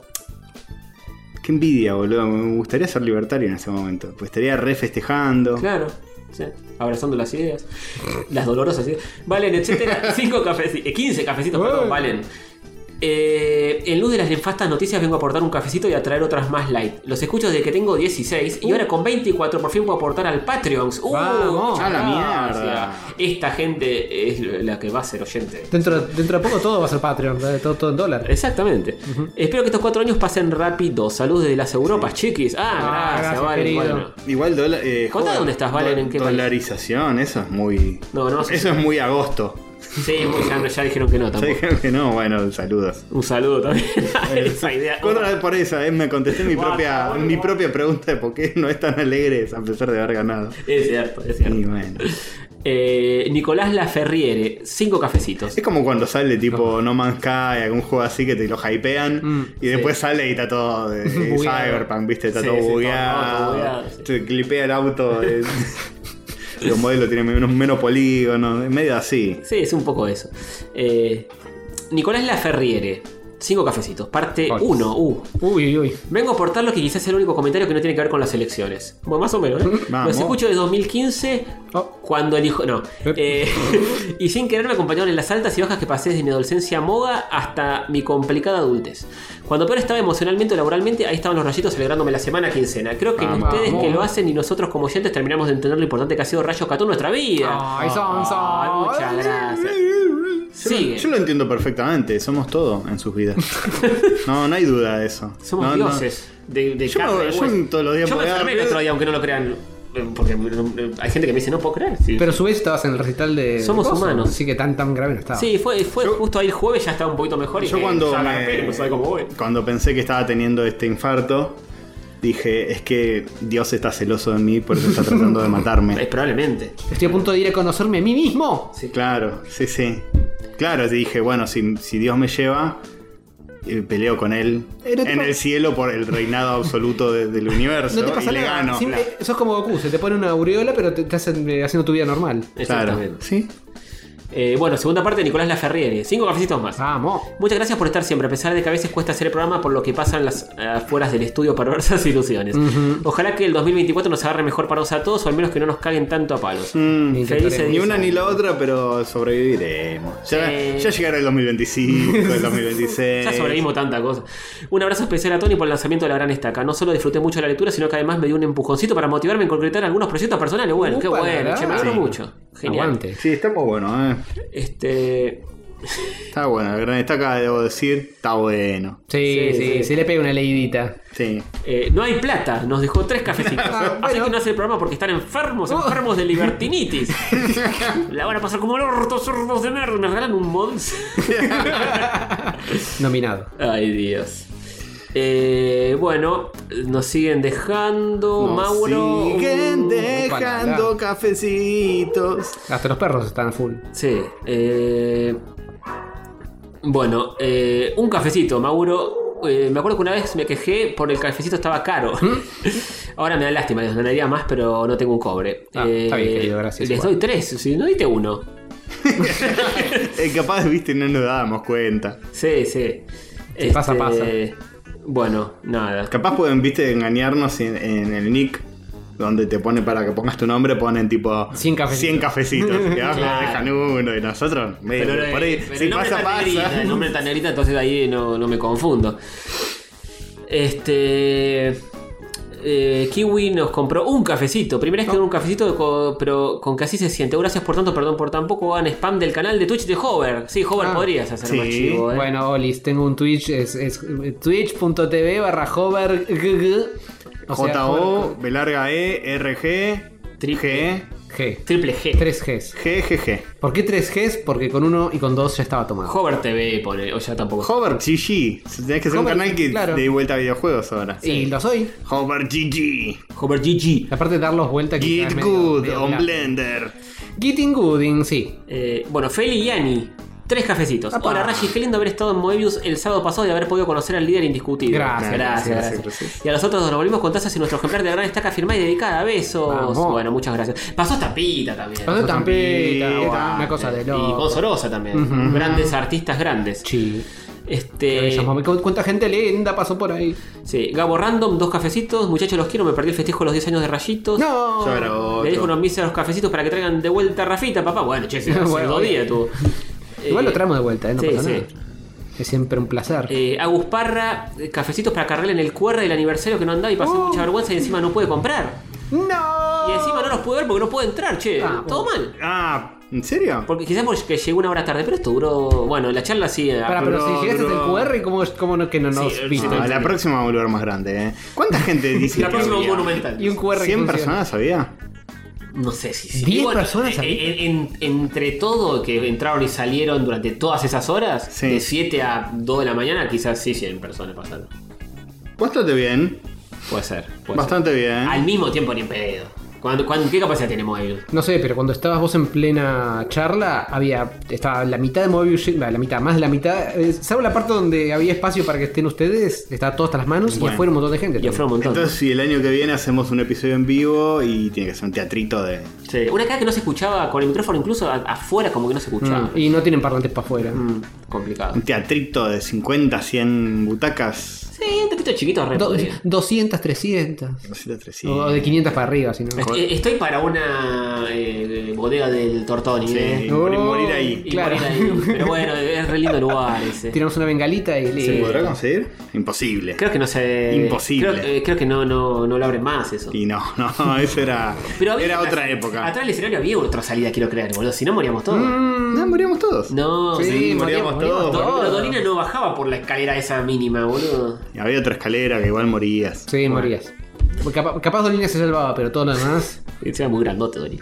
Speaker 3: Qué envidia, boludo. Me gustaría ser libertario en ese momento. Pues estaría re festejando.
Speaker 1: Claro. sí, Abrazando las ideas, las dolorosas ideas. Valen, etcétera. 5 cafecitos, 15 cafecitos, perdón,
Speaker 2: Bueno.
Speaker 1: valen. Eh, en luz de las nefastas noticias, vengo a aportar un cafecito y a traer otras más light. Los escucho desde que tengo 16 y ahora con 24 por fin puedo aportar al Patreon. ¡Uh!
Speaker 2: Vamos,
Speaker 1: muchas
Speaker 3: a la
Speaker 1: gracias.
Speaker 3: mierda.
Speaker 1: Esta gente es la que va a ser oyente.
Speaker 2: Dentro, dentro de poco todo va a ser Patreon, ¿verdad? todo, todo en dólar.
Speaker 1: Exactamente. Espero que estos cuatro años pasen rápido. Saludos desde las Europas, chiquis. Ah,
Speaker 2: Ah,
Speaker 1: gracias,
Speaker 2: gracias,
Speaker 1: Valen.
Speaker 2: querido.
Speaker 1: Bueno.
Speaker 3: Igual dólar. eh,
Speaker 1: Contá dónde estás, Valen, en qué país.
Speaker 3: Dolarización, eso es muy.
Speaker 1: No, no, sí.
Speaker 3: eso es muy agosto.
Speaker 1: Sí, ya, ya dijeron que no
Speaker 3: Ya
Speaker 1: tampoco.
Speaker 3: dijeron que no, bueno, saludos.
Speaker 1: Un saludo también. Esa idea.
Speaker 3: Otra vez por esa, eh, me contesté mi
Speaker 1: Basta,
Speaker 3: propia,
Speaker 1: boludo.
Speaker 3: mi propia pregunta de por qué no es tan alegres a pesar de haber ganado.
Speaker 1: Es cierto, es
Speaker 3: Y
Speaker 1: cierto.
Speaker 3: bueno.
Speaker 1: Eh, Nicolás Laferriere, cinco cafecitos.
Speaker 3: Es como cuando sale tipo No Man's Sky, algún juego así que te lo hypean
Speaker 2: Mm,
Speaker 3: y después sale y está todo de, de
Speaker 2: Bugueado.
Speaker 3: Cyberpunk, viste, está
Speaker 1: Sí,
Speaker 3: todo
Speaker 1: sí, todo
Speaker 3: bugueado.
Speaker 1: bugueado, sí.
Speaker 3: Te clipea el auto. eh, los modelos tienen menos, menos polígonos, es medio así.
Speaker 1: Sí, es un poco eso. Eh, Nicolás Laferriere, cinco cafecitos. Parte
Speaker 2: Olis.
Speaker 1: 1. Uh,
Speaker 2: Uy, uy, uy.
Speaker 1: Vengo a aportar lo que quizás es el único comentario que no tiene que ver con las elecciones. Bueno, más o menos, ¿eh?
Speaker 3: Vamos.
Speaker 1: Los escucho desde 2015,
Speaker 2: Oh.
Speaker 1: cuando elijo. No.
Speaker 2: Ep.
Speaker 1: Eh, y sin querer me acompañaron en las altas y bajas que pasé desde mi adolescencia moda hasta mi complicada adultez. Cuando peor estaba emocionalmente o laboralmente, ahí estaban los rayitos celebrándome la semana quincena. Creo que ni
Speaker 3: Vamos.
Speaker 1: ustedes que lo hacen y nosotros como oyentes terminamos de entender lo importante que ha sido Rayo Catón en nuestra vida.
Speaker 2: Ay, son,
Speaker 1: Ay,
Speaker 2: son.
Speaker 1: muchas gracias.
Speaker 3: Yo, lo-
Speaker 1: Sigue.
Speaker 3: yo lo entiendo perfectamente, somos todo en sus vidas. no, no hay duda de eso.
Speaker 1: Somos
Speaker 3: No, no.
Speaker 1: dioses. De, de
Speaker 3: Yo
Speaker 1: carne
Speaker 3: me-
Speaker 1: y
Speaker 3: yo
Speaker 1: hueso.
Speaker 3: todos los días
Speaker 1: Yo me
Speaker 3: podía-
Speaker 1: enfermé el otro día, aunque no lo crean. eh, Porque eh, hay gente que me dice, no puedo creer. Sí,
Speaker 2: Pero a su vez estabas en el recital de.
Speaker 1: Somos
Speaker 2: de Coso,
Speaker 1: humanos.
Speaker 2: Así que tan, tan grave no estaba.
Speaker 1: Sí, fue, fue
Speaker 3: Yo-
Speaker 1: justo ahí el jueves, ya estaba un poquito mejor. y
Speaker 3: Yo
Speaker 1: que
Speaker 3: cuando
Speaker 1: Eh, ya
Speaker 3: me-
Speaker 1: agarré, no sabe cómo voy.
Speaker 3: Cuando pensé que estaba teniendo este infarto, dije, es que Dios está celoso de mí, por eso está tratando de
Speaker 1: Eh,
Speaker 3: matarme.
Speaker 1: probablemente.
Speaker 2: Estoy a punto de ir a conocerme a mí mismo.
Speaker 3: Claro, sí, sí. Claro, te dije, bueno, si, si Dios me lleva, eh, peleo con él
Speaker 2: Eh, no te
Speaker 3: en
Speaker 2: pa-
Speaker 3: el cielo por el reinado absoluto de- del universo
Speaker 2: No te pasa
Speaker 3: y le
Speaker 2: nada.
Speaker 3: gano.
Speaker 2: Simple- sos como Goku, se te pone una aureola, pero te, te hacen eh, haciendo tu vida normal.
Speaker 3: Claro,
Speaker 1: Exactamente.
Speaker 3: sí.
Speaker 1: Eh, bueno, segunda parte, Nicolás Laferriere. Cinco cafecitos más.
Speaker 3: Ah.
Speaker 2: Vamos.
Speaker 1: Muchas gracias por estar siempre, a pesar de que a veces cuesta hacer el programa por lo que pasan las eh, afueras del estudio perversas ilusiones. Ojalá que el 2024 nos agarre mejor parados a todos, o al menos que no nos caguen tanto a palos.
Speaker 3: Mm,
Speaker 1: Feliz
Speaker 2: Intentaremos.
Speaker 3: Ni
Speaker 1: edición.
Speaker 3: una ni la otra, pero sobreviviremos. Ya,
Speaker 1: Sí.
Speaker 3: ya llegará el 2025, el 2026.
Speaker 2: Eh,
Speaker 1: Ya sobrevimos tanta cosa. Un abrazo especial a Tony por el lanzamiento de la gran estaca. No solo disfruté mucho la lectura, sino que además me dio un empujoncito para motivarme en concretar algunos proyectos personales. Bueno, qué
Speaker 2: Upa,
Speaker 1: bueno,
Speaker 2: la
Speaker 1: che, me alegro
Speaker 3: gran.
Speaker 1: mucho. Genial.
Speaker 2: Aguante.
Speaker 3: Sí, está muy bueno, eh.
Speaker 1: Este.
Speaker 3: Está bueno, el gran estaca, debo decir, está bueno.
Speaker 2: Sí,
Speaker 1: Sí,
Speaker 2: sí,
Speaker 1: sí.
Speaker 2: se le pega una leidita.
Speaker 3: Sí.
Speaker 1: eh, no hay plata, nos dejó tres cafecitos.
Speaker 2: Ah,
Speaker 1: Así
Speaker 2: bueno. Uh.
Speaker 1: que no hace el programa porque están enfermos, enfermos de libertinitis. La van a pasar como el orto, sordos de mierda. Me regalan un mod.
Speaker 2: Nominado.
Speaker 1: Ay, Dios. Eh, bueno, nos siguen dejando. Mauro. Uh,
Speaker 3: Siguen
Speaker 1: un-
Speaker 3: dejando cafecitos.
Speaker 2: Hasta los perros están full.
Speaker 1: Sí. eh, bueno, eh, un cafecito, Mauro. Eh, me acuerdo que una vez me quejé por el cafecito estaba caro.
Speaker 2: ¿Mm?
Speaker 1: Ahora me da lástima, les donaría más, pero no tengo un cobre. Eh,
Speaker 2: Ah, está bien, querido, gracias,
Speaker 1: Les
Speaker 2: igual.
Speaker 1: doy tres, si no diste uno.
Speaker 3: Eh, capaz, viste, no nos dábamos cuenta.
Speaker 1: Sí, sí. Este,
Speaker 2: pasa, pasa.
Speaker 1: Bueno, nada.
Speaker 3: Capaz pueden, viste, engañarnos en, en el nick. Donde te pone para que pongas tu nombre, ponen tipo
Speaker 2: 100 cafecitos.
Speaker 3: 100 cafecitos. Y abajo
Speaker 1: Claro.
Speaker 3: dejan uno y nosotros. medio,
Speaker 1: Pero, eh,
Speaker 3: por ahí,
Speaker 1: pero
Speaker 3: si
Speaker 1: el nombre
Speaker 3: pasa,
Speaker 1: está
Speaker 3: pasa.
Speaker 1: negrita, el nombre está negrita, entonces ahí no, no me confundo. Este. eh, Kiwi nos compró un cafecito. Primera vez que un cafecito, co- pero con que así se siente. Gracias por tanto, perdón por tan poco. Hagan spam del canal de Twitch de Hover. Sí, Hover
Speaker 2: Ah,
Speaker 1: podrías hacer
Speaker 3: sí,
Speaker 1: más chivo, ¿eh?
Speaker 2: Bueno, Olis, tengo un Twitch, es, es twitch.tv barra hover gg, o sea,
Speaker 3: J-O, B larga E, R, G,
Speaker 1: Triple.
Speaker 3: G,
Speaker 2: hover- G.
Speaker 1: Triple G.
Speaker 2: 3Gs.
Speaker 3: G, G, G.
Speaker 2: ¿Por qué 3Gs? Porque con uno y con dos ya estaba tomado.
Speaker 1: Hover TV pone, o ya tampoco.
Speaker 3: Hover GG. Tenés que ser un
Speaker 2: Hover,
Speaker 3: canal que
Speaker 2: claro.
Speaker 3: dé vuelta a videojuegos ahora.
Speaker 2: Y lo soy.
Speaker 3: Hover GG.
Speaker 1: Hover GG.
Speaker 2: Aparte de darlos vuelta quizás
Speaker 3: Get
Speaker 2: es medio-
Speaker 3: good
Speaker 2: medio
Speaker 3: on
Speaker 2: blando.
Speaker 3: Blender.
Speaker 2: Getting Gooding, sí.
Speaker 1: Eh, bueno, Feli y Ani. Tres cafecitos.
Speaker 2: Apa.
Speaker 1: Hola Rashi, qué lindo haber estado en Moebius el sábado pasado y haber podido conocer al líder indiscutido.
Speaker 2: Gracias,
Speaker 1: gracias.
Speaker 3: gracias,
Speaker 1: gracias.
Speaker 3: gracias.
Speaker 1: Y a nosotros nos volvimos con tazas y nuestro ejemplar de gran estaca firmada y dedicada. Besos.
Speaker 2: Vamos.
Speaker 1: Bueno, muchas gracias. Pasó Tapita también.
Speaker 2: Pasó
Speaker 3: Tampita,
Speaker 2: Tampita,
Speaker 3: guau.
Speaker 2: una cosa de
Speaker 1: y con
Speaker 2: loco.
Speaker 1: Sorosa también.
Speaker 2: Ujú.
Speaker 1: Grandes artistas grandes.
Speaker 2: Sí.
Speaker 3: eh.
Speaker 1: Este.
Speaker 2: Bellos momentos. Cuánta gente linda pasó por ahí.
Speaker 1: Sí, Gabo Random, dos cafecitos. Muchachos, los quiero. Me perdí el festejo de los 10 años de rayitos.
Speaker 2: No.
Speaker 3: Lloro.
Speaker 1: Le dijo unos mis a los cafecitos para que traigan de vuelta a Rafita, papá. Bueno, che, se hace
Speaker 2: Bueno,
Speaker 1: dos
Speaker 2: bien.
Speaker 1: días tú.
Speaker 2: Igual
Speaker 1: Eh,
Speaker 2: lo traemos de vuelta, ¿eh? no
Speaker 1: sí,
Speaker 2: pasa
Speaker 1: sí.
Speaker 2: nada. Es siempre un placer.
Speaker 1: Eh, Agus Parra, eh, cafecitos para cargarle en el QR del aniversario que no andaba y pasé mucha vergüenza y encima no pude comprar.
Speaker 2: ¡No!
Speaker 1: Y encima no los pude ver porque no pude entrar, che.
Speaker 2: Ah,
Speaker 1: Todo mal.
Speaker 3: Ah, ¿en serio?
Speaker 1: Porque quizás porque llegó una hora tarde, pero esto duró. Bueno, la charla sí. eh,
Speaker 2: Pará, pero
Speaker 3: Bro,
Speaker 2: si llegaste hasta el
Speaker 3: bro.
Speaker 2: QR, ¿cómo, cómo no que no nos
Speaker 1: Sí,
Speaker 2: viste?
Speaker 1: sí,
Speaker 3: Ah, la próxima va a volver más grande, ¿eh? ¿Cuánta gente dice
Speaker 1: la
Speaker 3: que
Speaker 1: próxima
Speaker 3: había?
Speaker 1: monumental.
Speaker 2: y un QR que
Speaker 3: 100
Speaker 2: funciona.
Speaker 3: personas había.
Speaker 1: No sé si sí.
Speaker 2: ¿Diez
Speaker 1: Y
Speaker 2: personas
Speaker 1: eh,
Speaker 2: ahí?
Speaker 1: en- en- entre todo, que entraron y salieron durante todas esas horas,
Speaker 3: Sí.
Speaker 1: de 7 a 2 de la mañana, quizás sí 100 personas pasaron.
Speaker 3: Bastante bien.
Speaker 1: Puede ser. puede
Speaker 3: Bastante ¿eh?
Speaker 1: ser. Al
Speaker 3: bien.
Speaker 1: mismo tiempo ni en pedo. ¿Cuándo- cuándo- ¿Qué capacidad tiene Moebius?
Speaker 2: No sé, pero cuando estabas vos en plena charla, había estaba la mitad de Mobius, la la mitad, más de la mitad, eh, salvo la parte donde había espacio para que estén ustedes, estaba todo hasta las manos y
Speaker 3: Bueno.
Speaker 2: afuera un montón de gente.
Speaker 1: Y afuera un montón.
Speaker 3: Entonces, si el año que viene hacemos un episodio en vivo y tiene que ser un teatrito de.
Speaker 1: Sí, Una cara que no se escuchaba con el micrófono, incluso a- afuera, como que no se escuchaba.
Speaker 2: Mm, y no tienen parlantes para afuera.
Speaker 1: Mm, complicado.
Speaker 3: Un teatrito de 50, 100 butacas.
Speaker 1: Sí, un poquito chiquito, re
Speaker 2: Do-
Speaker 1: podría.
Speaker 2: 200, 300.
Speaker 3: No sé, tres, sí.
Speaker 2: eh,
Speaker 1: Oh,
Speaker 2: O de 500 para arriba, si no.
Speaker 1: Est- eh, Estoy para una eh, bodega del Tortoni,
Speaker 3: Sí,
Speaker 1: ¿eh?
Speaker 3: y morir- morir
Speaker 1: Y
Speaker 3: ahí.
Speaker 2: claro.
Speaker 1: morir ahí. Pero bueno, es re lindo lugar ese.
Speaker 2: Tiramos una bengalita y
Speaker 3: ¿Se
Speaker 2: le.
Speaker 3: podrá conseguir? Imposible.
Speaker 1: Creo que no se.
Speaker 3: Imposible.
Speaker 1: Creo, eh, creo que no, no, no lo abren más eso.
Speaker 3: Y no, no, eso era,
Speaker 1: Pero había-
Speaker 3: era otra
Speaker 1: atrás-
Speaker 3: época.
Speaker 1: Atrás del escenario había otra salida, quiero creer, boludo. Si no moríamos todos.
Speaker 3: No, moríamos todos.
Speaker 1: No,
Speaker 3: Sí,
Speaker 1: sí,
Speaker 3: moríamos todos,
Speaker 1: todo. Pero Dolina no bajaba por la escalera esa mínima, boludo.
Speaker 3: Y había otra escalera que igual morías.
Speaker 2: Sí, morías. Capaz, capaz Dolina se salvaba, pero todo lo demás.
Speaker 1: Era muy grandote, Dolina.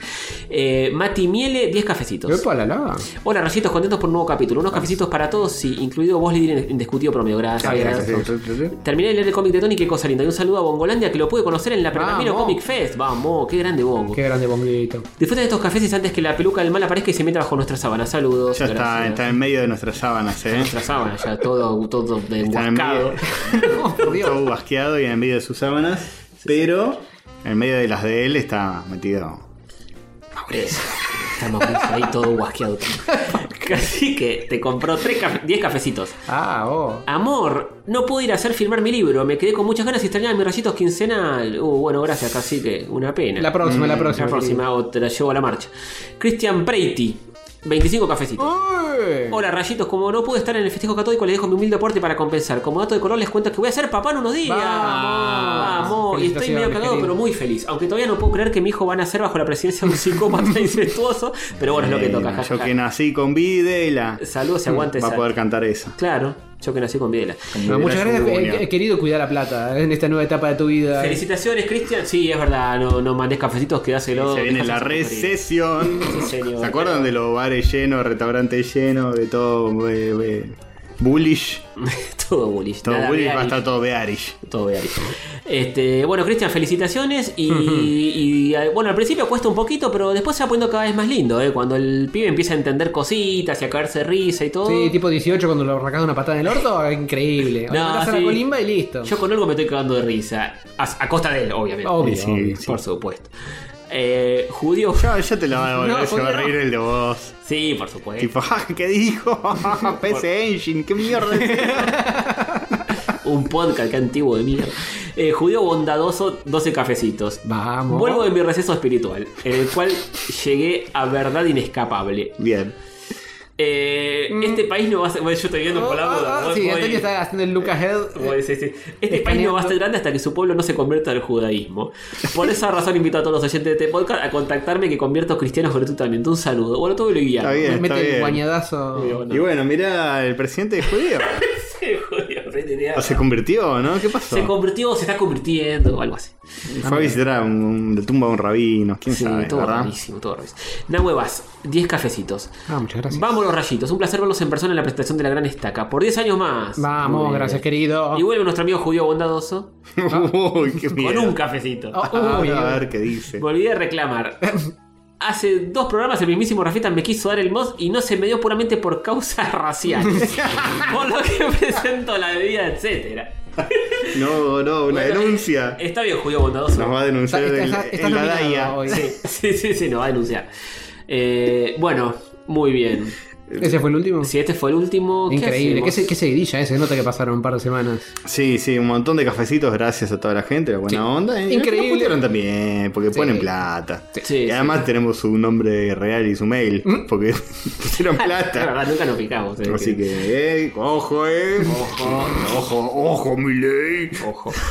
Speaker 1: Eh, Mati Miele, 10 cafecitos.
Speaker 2: Epa, la lava.
Speaker 3: Ah,
Speaker 1: Hola, rayitos, contentos por un nuevo capítulo. Unos cafecitos para todos, sí, incluido vos, líder indiscutido promedio. Gracias. gracias. Terminé de leer el cómic de Tony, qué cosa linda. Y un saludo a Bongolandia que lo pude conocer en la Pergamino
Speaker 2: Vamos.
Speaker 1: Comic Fest. Vamos, qué grande Bongo.
Speaker 2: Qué grande bonguito.
Speaker 1: Disfruten de estos cafés antes que la peluca del mal aparezca y se meta bajo nuestra sábana. Saludos.
Speaker 3: Ya está,
Speaker 1: gracias.
Speaker 3: está en medio de nuestras sábanas, ¿eh?
Speaker 1: Nuestra sábana, ya todo, todo
Speaker 3: Está en
Speaker 1: enguascado.
Speaker 3: medio.
Speaker 2: Oh,
Speaker 3: Todo basqueado y en medio de sus sábanas. Pero en medio de las de él está metido.
Speaker 1: Mauricio. Está Mauricio ahí todo guasqueado. Así que te compró 10 cafecitos.
Speaker 2: Ah, oh.
Speaker 1: Amor, no pude ir a hacer filmar mi libro. Me quedé con muchas ganas y extrañaba mis rayitos quincenal. Uh, bueno, gracias, así que una pena.
Speaker 2: La próxima,
Speaker 3: Mm,
Speaker 2: la próxima.
Speaker 1: La próxima otra, llevo a la marcha. Cristian Preiti, 25 cafecitos.
Speaker 3: Oh.
Speaker 2: Uy.
Speaker 1: Hola rayitos, como no pude estar en el festejo católico, les dejo mi humilde aporte para compensar. Como dato de color, les cuento que voy a ser papá en unos días.
Speaker 2: Vamos.
Speaker 1: Vamos. Y estoy medio
Speaker 2: Felicitaciones,
Speaker 1: cagado,
Speaker 2: querido.
Speaker 1: pero muy feliz. Aunque todavía no puedo creer que mi hijo va a nacer bajo la presencia de un psicópata incestuoso. Pero bueno, es lo que
Speaker 3: Eh,
Speaker 1: toca.
Speaker 3: Yo
Speaker 1: jajaja.
Speaker 3: que nací con Videla.
Speaker 1: Saludos y aguante
Speaker 3: Va a
Speaker 1: esa-
Speaker 3: poder cantar esa.
Speaker 1: Claro, yo que nací con Videla.
Speaker 2: Bueno, muchas
Speaker 3: Videla es
Speaker 2: gracias. eh,
Speaker 3: un
Speaker 2: He,
Speaker 3: demonio.
Speaker 2: he querido cuidar la plata eh, en esta nueva etapa de tu vida.
Speaker 1: Felicitaciones, Cristian. Sí, es verdad, no, no mandes cafecitos, quedáselo.
Speaker 3: Se viene la
Speaker 1: dejáselo sufrir.
Speaker 3: recesión.
Speaker 1: Sí, señor.
Speaker 3: ¿Se acuerdan de los bares llenos, restaurantes llenos, de todo eh, eh, bullish?
Speaker 1: todo bullish.
Speaker 3: Todo
Speaker 1: nada
Speaker 3: bullish va a
Speaker 1: bearish.
Speaker 3: estar todo bearish.
Speaker 1: Todo bearish. Este, bueno, Cristian, felicitaciones. Y, y, eh, bueno, al principio cuesta un poquito, pero después se va poniendo cada vez más lindo, ¿eh? Cuando el pibe empieza a entender cositas y a caerse de risa y todo.
Speaker 2: Sí, tipo 18 cuando lo arrancás una patada en el orto, ah, increíble.
Speaker 1: No,
Speaker 2: Ahora a
Speaker 1: sí.
Speaker 2: la colimba y listo.
Speaker 1: Yo con algo me estoy cagando de risa. A, a costa de él, obviamente.
Speaker 2: Obvio.
Speaker 3: Sí,
Speaker 1: Obvio,
Speaker 3: sí.
Speaker 1: Por supuesto. Eh, judío.
Speaker 3: Ya, ya te la va a devolver,
Speaker 2: No,
Speaker 3: se va a
Speaker 2: jodido.
Speaker 3: reír el de vos.
Speaker 1: Sí, por supuesto.
Speaker 3: Tipo, "Ah, ¿qué dijo? PC Engine, qué mierda. es?"
Speaker 1: Un podcast que antiguo de mierda. Eh, judío bondadoso, 12 cafecitos.
Speaker 2: Vamos.
Speaker 1: Vuelvo de mi receso espiritual, en el cual llegué a verdad inescapable.
Speaker 3: Bien.
Speaker 1: Eh, Este país no va a ser. Bueno, yo estoy viendo por la
Speaker 2: Ah,
Speaker 1: boda.
Speaker 2: Mm. ah,
Speaker 1: voy-
Speaker 2: sí,
Speaker 1: voy-
Speaker 2: Antonio está haciendo el Lucas Head. eh,
Speaker 1: voy- sí, sí. Este
Speaker 2: Está
Speaker 1: país no
Speaker 2: negando.
Speaker 1: va a ser grande hasta que su pueblo no se convierta al judaísmo. Por esa razón invito a todos los oyentes de este podcast a contactarme que convierto cristianos gratuitamente. Un saludo. Bueno, todo lo guiado.
Speaker 3: Está bien.
Speaker 2: Me mete
Speaker 3: bien.
Speaker 2: el guañadazo.
Speaker 3: Y bueno, mirá, el presidente es judío. O Ah, se convirtió, ¿no? ¿Qué pasó?
Speaker 1: Se convirtió o se está convirtiendo, o algo así.
Speaker 3: Fue a visitar a un, un- la tumba de un rabino, quién
Speaker 1: Sí,
Speaker 3: sabe,
Speaker 1: todo
Speaker 3: ¿verdad?
Speaker 1: rarísimo, todo rarísimo. Nahue Vaz, 10 cafecitos.
Speaker 2: Ah, muchas gracias.
Speaker 1: Vámonos, rayitos. Un placer verlos en persona en la presentación de la gran estaca. Por 10 años más. Muy
Speaker 2: Vamos,
Speaker 1: bien.
Speaker 2: gracias, querido.
Speaker 1: Y vuelve nuestro amigo judío bondadoso
Speaker 3: Uy, qué miedo.
Speaker 1: con un cafecito.
Speaker 2: Oh,
Speaker 3: Ah,
Speaker 2: uy,
Speaker 3: a ver qué dice.
Speaker 1: Me olvidé de reclamar. Hace dos programas el mismísimo Rafita me quiso dar el mod y no se me dio puramente por causas raciales. por lo que presento la bebida, etcétera.
Speaker 3: No, no,
Speaker 1: Bueno,
Speaker 3: una
Speaker 1: eh,
Speaker 3: denuncia.
Speaker 1: Está bien, judío bondadoso.
Speaker 3: Nos va a
Speaker 2: está-
Speaker 3: denunciar
Speaker 2: está-
Speaker 3: el-
Speaker 2: está- estás
Speaker 3: el
Speaker 2: nominado
Speaker 3: Gadaya.
Speaker 2: hoy.
Speaker 1: Sí, sí, sí, sí, nos va a denunciar. Eh, bueno, muy bien.
Speaker 2: ¿Ese fue el último?
Speaker 1: Si este fue el último. ¿qué
Speaker 2: Mm. Increíble. ¿Qué,
Speaker 1: hacemos?
Speaker 2: se- qué seguidilla, eh? Se nota que pasaron un par de semanas.
Speaker 3: Sí, sí, un montón de cafecitos, gracias a toda la gente, la buena onda. Y los que nos
Speaker 2: Increíble.
Speaker 3: putearon también, porque
Speaker 2: Sí.
Speaker 3: ponen plata.
Speaker 1: Sí,
Speaker 3: y además tenemos su nombre real y su mail, porque pusieron
Speaker 1: La
Speaker 3: plata.
Speaker 1: verdad, nunca nos picamos. eh,
Speaker 3: Así que, eh, ojo, eh. Ojo, ojo, ojo, mi ley.
Speaker 1: Ojo.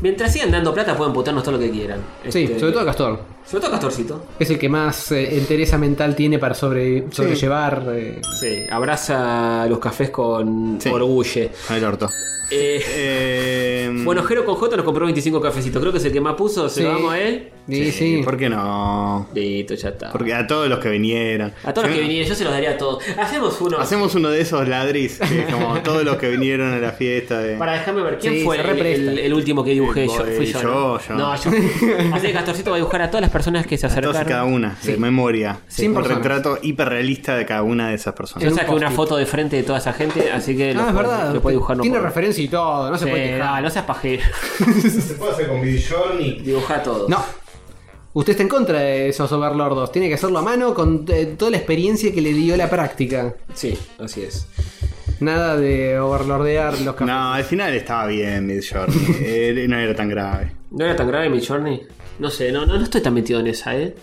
Speaker 1: Mientras sigan dando plata, pueden putarnos todo lo que quieran.
Speaker 2: Sí,
Speaker 1: Este,
Speaker 2: sobre todo a Castor.
Speaker 1: Sobre todo Castorcito.
Speaker 2: Es el que más eh, entereza mental tiene para sobre, sobrellevar. eh,
Speaker 1: Sí, abraza los cafés con
Speaker 3: Sí.
Speaker 1: orgullo. Mm.
Speaker 3: Al orto.
Speaker 1: Eh,
Speaker 3: Eh,
Speaker 1: bueno, Jero con J nos compró 25 cafecitos. Creo que es el que más puso. Se
Speaker 2: Sí.
Speaker 1: lo damos a él.
Speaker 2: Sí, sí.
Speaker 3: ¿Por qué no?
Speaker 1: Listo, ya está.
Speaker 3: Porque a todos los que vinieron.
Speaker 1: A todos los
Speaker 3: Si
Speaker 1: que
Speaker 3: no-
Speaker 1: vinieron, yo se los daría a todos. Hacemos uno.
Speaker 3: Hacemos uno de esos ladris, que es como todos los que vinieron a la fiesta de.
Speaker 1: Para dejarme ver, ¿quién
Speaker 2: Sí,
Speaker 1: fue
Speaker 2: se
Speaker 1: el,
Speaker 2: represta.
Speaker 1: el- el último que dibujé?
Speaker 3: Eh,
Speaker 1: Yo, fui yo. ¿no?
Speaker 3: yo, yo.
Speaker 1: No, yo. Así que Castorcito va a dibujar a todas las personas que se
Speaker 3: A todas
Speaker 1: acercaron.
Speaker 3: y cada una, de memoria.
Speaker 2: Cien
Speaker 3: un
Speaker 2: personas.
Speaker 3: retrato hiperrealista de cada una de esas
Speaker 1: Yo
Speaker 3: personas.
Speaker 2: un
Speaker 1: saqué una
Speaker 2: post-it.
Speaker 1: foto de frente de toda esa gente, así que
Speaker 2: Ah, es
Speaker 1: puedo-
Speaker 2: verdad.
Speaker 1: lo puedo dibujar. no
Speaker 2: tiene
Speaker 1: puedo.
Speaker 2: referencia y todo. No se
Speaker 1: Sí,
Speaker 2: puede
Speaker 1: no,
Speaker 2: quejar.
Speaker 1: no seas pajero.
Speaker 3: ¿Se puede hacer con Johnny?
Speaker 1: Dibuja todo.
Speaker 2: No. Usted está en contra de esos overlordos. Tiene que hacerlo a mano con eh, toda la experiencia que le dio la práctica.
Speaker 1: Sí, así es.
Speaker 2: Nada de overlordear los cafés.
Speaker 3: No, al final estaba bien Mid Journey. Eh, no era tan grave.
Speaker 1: ¿No era tan grave mi journey? No sé, no, no, no estoy tan metido en esa, ¿eh?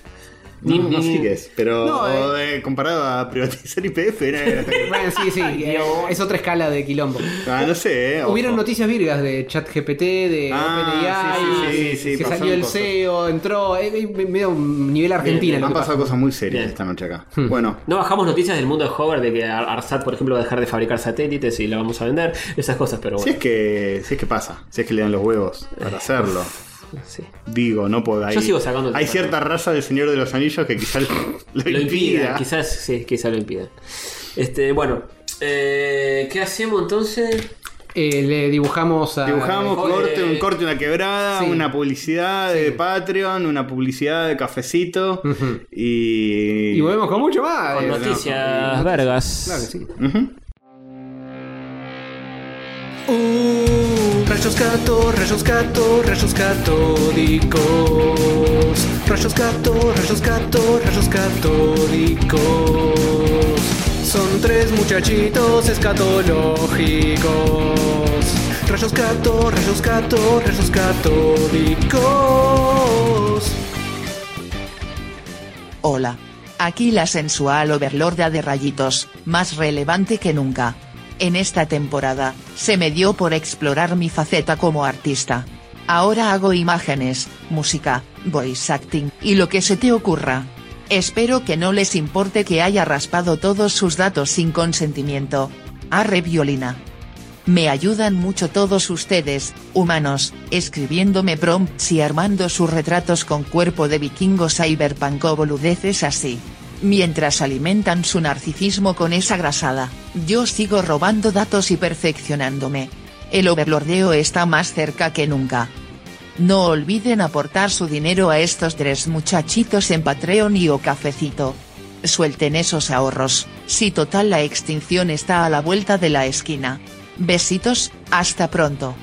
Speaker 3: No, no sé qué es, pero
Speaker 2: No,
Speaker 3: eh, comparado a privatizar IPF, no era tan grave.
Speaker 2: Bueno, sí, sí. eh, es otra escala de quilombo.
Speaker 3: Ah, no sé, eh, ojo.
Speaker 2: Hubieron noticias virgas de ChatGPT, de
Speaker 3: Ah,
Speaker 2: OpenAI,
Speaker 3: sí, sí, sí, sí,
Speaker 2: que
Speaker 3: pasaron
Speaker 2: salió el
Speaker 3: cosas.
Speaker 2: CEO, entró, eh, eh, medio un nivel argentino.
Speaker 3: Han
Speaker 2: lo que
Speaker 3: pasado cosas muy serias
Speaker 1: Bien. Hmm.
Speaker 3: esta noche acá. Bueno,
Speaker 1: No bajamos noticias del mundo de Hover de que Ar- Arsat, por ejemplo, va a dejar de fabricar satélites y la vamos a vender, esas cosas, pero
Speaker 3: si
Speaker 1: bueno.
Speaker 3: es que si es que pasa, si es que le dan los huevos para hacerlo.
Speaker 1: Sí.
Speaker 3: Digo, no puedo. Hay,
Speaker 1: Yo sigo sacando el
Speaker 3: hay
Speaker 1: tema.
Speaker 3: cierta raza del Señor de los Anillos que quizás lo,
Speaker 1: Lo impida,
Speaker 3: impida.
Speaker 1: quizás, sí, quizás lo impida. Este, bueno, eh, ¿qué hacemos entonces?
Speaker 2: Eh, le dibujamos a.
Speaker 3: Dibujamos
Speaker 1: eh, Joder.
Speaker 3: corte, un corte, una quebrada,
Speaker 2: Sí.
Speaker 3: una publicidad de Patreon, una publicidad de cafecito
Speaker 2: Ujú.
Speaker 3: y.
Speaker 2: Y volvemos con mucho más.
Speaker 1: Con
Speaker 2: Eh,
Speaker 1: noticias vergas.
Speaker 2: Claro que sí.
Speaker 3: Ujú.
Speaker 4: Uh, rayos gato, rayos gato, rayos catódicos. Rayos gato, rayos gato, rayos catódicos. Son tres muchachitos escatológicos. Rayos gato, rayos gato, rayos catódicos.
Speaker 5: Hola. Aquí la sensual overlorda de rayitos, más relevante que nunca. En esta temporada, se me dio por explorar mi faceta como artista. Ahora hago imágenes, música, voice acting, y lo que se te ocurra. Espero que no les importe que haya raspado todos sus datos sin consentimiento. Arre violina. Me ayudan mucho todos ustedes, humanos, escribiéndome prompts y armando sus retratos con cuerpo de vikingo cyberpunk o boludeces así. Mientras alimentan su narcisismo con esa grasada, yo sigo robando datos y perfeccionándome. El overlordeo está más cerca que nunca. No olviden aportar su dinero a estos tres muchachitos en Patreon y o cafecito. Suelten esos ahorros, si total la extinción está a la vuelta de la esquina. Besitos, hasta pronto.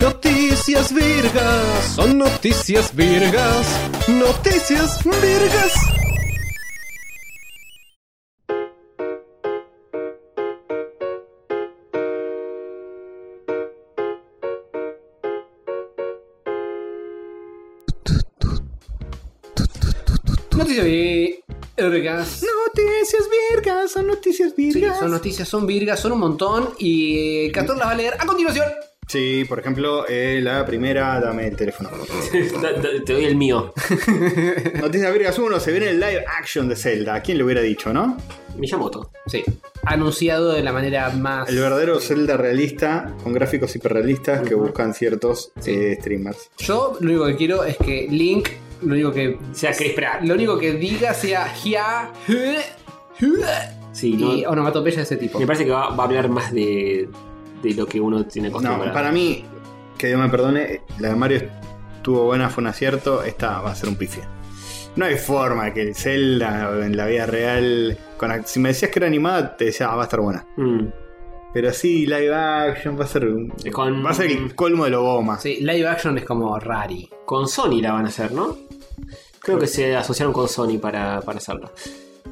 Speaker 4: Noticias virgas.
Speaker 6: Son noticias virgas, noticias virgas.
Speaker 2: Noticias virgas.
Speaker 3: Noticias virgas, son noticias
Speaker 2: Sí,
Speaker 3: virgas.
Speaker 2: son noticias, son virgas, son un montón. Y eh, Castor las va a leer a continuación.
Speaker 3: Sí, por ejemplo, eh, la primera, dame el teléfono.
Speaker 1: Da- da- Te doy el mío.
Speaker 3: Noticias Virgas 1, se viene el live action de Zelda. ¿Quién lo hubiera dicho, no?
Speaker 1: Miyamoto.
Speaker 2: Sí. Anunciado de la manera más.
Speaker 3: El verdadero Zelda realista, con gráficos hiperrealistas que buscan ciertos eh, streamers.
Speaker 2: Yo lo único que quiero es que Link, lo único que.
Speaker 1: O sea, Chris Pratt.
Speaker 2: Lo único que diga sea ya. je, je,
Speaker 1: Sí, no-
Speaker 2: Y onomatopeya de ese tipo.
Speaker 1: me parece que va, va a hablar más de, de lo que uno tiene
Speaker 3: No,
Speaker 1: acostumbrado.
Speaker 3: para mí, que Dios me perdone, la de Mario estuvo buena, fue un acierto, esta va a ser un pifia. No hay forma que el Zelda en la vida real, con ac- si me decías que era animada, te decía, "Ah, va a estar buena.
Speaker 1: Mm.
Speaker 3: Pero sí, live action va a ser un-
Speaker 1: Con-
Speaker 3: va a ser el colmo de lo goma.
Speaker 2: Sí, live action es como rari.
Speaker 1: Con Sony la van a hacer, ¿no? Creo que se asociaron con Sony para, para hacerlo.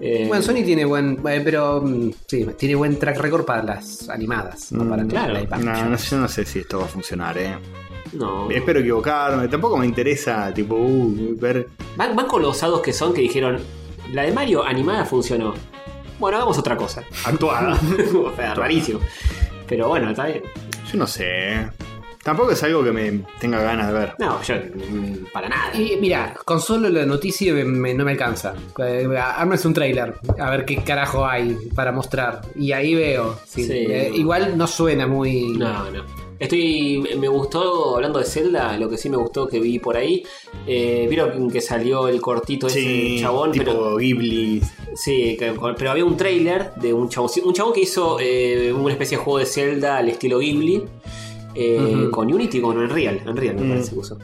Speaker 1: Eh,
Speaker 2: Bueno, Sony tiene buen. eh, pero. mm, sí, tiene buen track record para las animadas. no para
Speaker 1: Mm, claro.
Speaker 2: live action.
Speaker 3: No, no, sé- yo no sé si esto va a funcionar, eh.
Speaker 1: No.
Speaker 3: Espero equivocarme, tampoco me interesa, tipo, uh, ver.
Speaker 1: Van, van con los osados que son que dijeron: La de Mario animada funcionó. Bueno, hagamos otra cosa.
Speaker 3: Actuada.
Speaker 1: O sea, rarísimo. Pero bueno, está bien.
Speaker 3: Yo no sé. eh. Tampoco es algo que me tenga ganas de ver.
Speaker 1: No, yo mm, para nada.
Speaker 2: Y mira, con solo la noticia me- me- no me alcanza. Eh, Ármense un tráiler, a ver qué carajo hay para mostrar. Y ahí veo. sí.
Speaker 1: Sí.
Speaker 2: Eh, igual no suena muy.
Speaker 1: No, no. Estoy. Me gustó, hablando de Zelda, lo que sí me gustó que vi por ahí. eh, Vieron que salió pues, el cortito ese
Speaker 3: Sí,
Speaker 1: chabón,
Speaker 3: tipo
Speaker 1: pero.
Speaker 3: Ghibli.
Speaker 1: Sí, que- pero había un trailer de un chabón. Un chabón que hizo eh, una especie de juego de Zelda al estilo Ghibli. eh,
Speaker 2: Ujú.
Speaker 1: Con Unity, con Unreal. Unreal me
Speaker 3: Mm.
Speaker 1: parece que usó.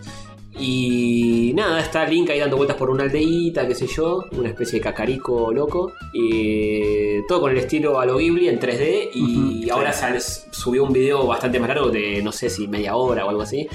Speaker 1: Y nada, está Link ahí dando vueltas por una aldeíta, qué sé yo, una especie de cacarico loco. Y todo con el estilo a lo Ghibli en 3D. Y ahora sale- subió un video bastante más largo de no sé si media hora o algo así,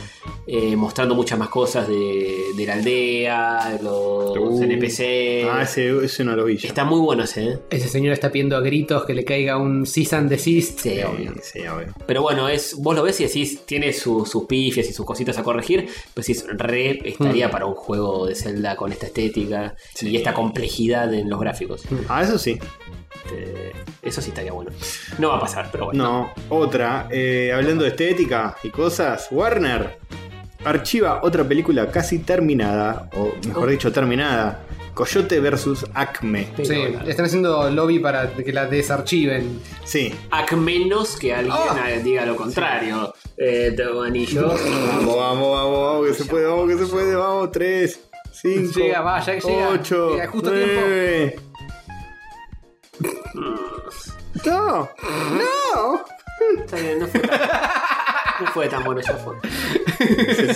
Speaker 1: eh, mostrando muchas más cosas de, de la aldea, los
Speaker 3: Uh.
Speaker 1: NPC.
Speaker 3: Ah, ese, ese no lo vi yo.
Speaker 1: Está muy bueno ese, ¿eh?
Speaker 2: Ese señor está pidiendo a gritos que le caiga un cease and desist.
Speaker 1: Sí,
Speaker 3: Sí,
Speaker 1: obvio.
Speaker 3: sí, obvio.
Speaker 1: Pero bueno, es, vos lo ves y decís, tiene su- sus pifias y sus cositas a corregir, pero decís, re
Speaker 2: Hmm.
Speaker 1: estaría para un juego de Zelda con esta estética
Speaker 3: Sí.
Speaker 1: y esta complejidad en los gráficos.
Speaker 3: Ah, eso sí.
Speaker 1: Este, eso sí estaría bueno. No va a pasar, pero bueno.
Speaker 3: No, otra. eh, hablando de estética y cosas, Warner archiva otra película casi terminada, o
Speaker 2: Oh.
Speaker 3: mejor dicho, terminada. Coyote versus Acme.
Speaker 1: Pero
Speaker 2: Sí,
Speaker 1: bueno.
Speaker 2: están haciendo lobby para que la desarchiven.
Speaker 3: Sí.
Speaker 1: A menos que alguien
Speaker 2: Ah.
Speaker 1: eh, diga lo contrario. Eh, te anillo.
Speaker 3: Vamos, vamos, vamos, vamos, que se puede, vamos, que se puede, vamos, tres, cinco,
Speaker 2: Llega, va, ya llega,
Speaker 3: ocho,
Speaker 2: llega, justo a
Speaker 3: nueve. No, no.
Speaker 1: Está bien, no fue tan, no fue tan bueno, ya fue. Sigamos,
Speaker 3: Se,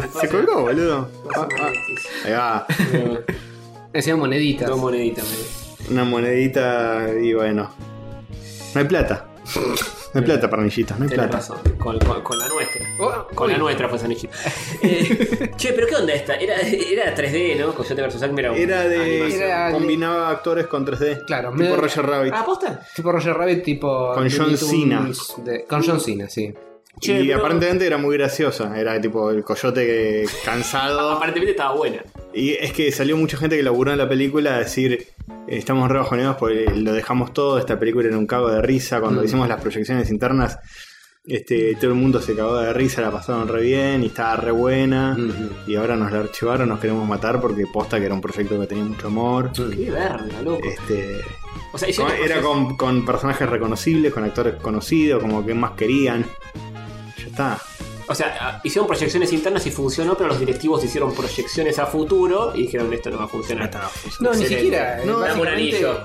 Speaker 3: se
Speaker 1: entonces.
Speaker 3: colgó, boludo.
Speaker 1: Pasa
Speaker 3: Ah, ah, ahí va.
Speaker 2: Enseñan moneditas.
Speaker 1: Dos moneditas, eh. me
Speaker 3: Una monedita y bueno. No hay plata. No hay plata, parnillitas, no hay
Speaker 1: Tenés
Speaker 3: plata.
Speaker 1: razón, con, con- con la nuestra.
Speaker 2: Oh,
Speaker 1: Con la
Speaker 2: uy.
Speaker 1: nuestra fue San Egipto. Eh, che, pero ¿qué onda esta? Era, era 3D, ¿no? Coyote vs. Acme era un-
Speaker 3: Era de.
Speaker 1: animación.
Speaker 2: Era de-
Speaker 3: combinaba actores con 3D.
Speaker 2: Claro,
Speaker 3: tipo
Speaker 2: me-
Speaker 3: Roger Rabbit.
Speaker 1: ¿Ah, posta?
Speaker 2: Tipo Roger Rabbit, tipo.
Speaker 3: Con John
Speaker 2: Looney Tunes de- con John Cena, sí.
Speaker 1: Che,
Speaker 3: y
Speaker 1: pero-
Speaker 3: aparentemente era muy graciosa. Era tipo el coyote que-
Speaker 2: Ah,
Speaker 3: cansado.
Speaker 1: Aparentemente estaba buena.
Speaker 3: y es que salió mucha gente que laburó en la película a decir: Estamos re bajoneados porque lo dejamos todo. Esta película era un cago de risa. Cuando
Speaker 2: Mm.
Speaker 3: hicimos las proyecciones internas, este, todo el mundo se cagó de risa. La pasaron re bien y estaba re buena.
Speaker 2: Mm.
Speaker 3: Y ahora nos la archivaron, nos queremos matar porque posta que era un proyecto que tenía mucho amor.
Speaker 1: Qué verga, loco.
Speaker 3: Este,
Speaker 1: O sea, y yo
Speaker 3: con-
Speaker 1: no-
Speaker 3: Mm. era con, con personajes reconocibles, con actores conocidos, como que más querían. Ya está.
Speaker 1: O sea, ah, hicieron proyecciones internas y funcionó, pero los directivos hicieron proyecciones a futuro y dijeron esto no va a
Speaker 3: Ya
Speaker 1: funcionar.
Speaker 3: está.
Speaker 2: No, ni
Speaker 1: Excelente.
Speaker 2: siquiera. eh,
Speaker 3: No,
Speaker 1: Dame un
Speaker 2: básicamente-
Speaker 1: anillo.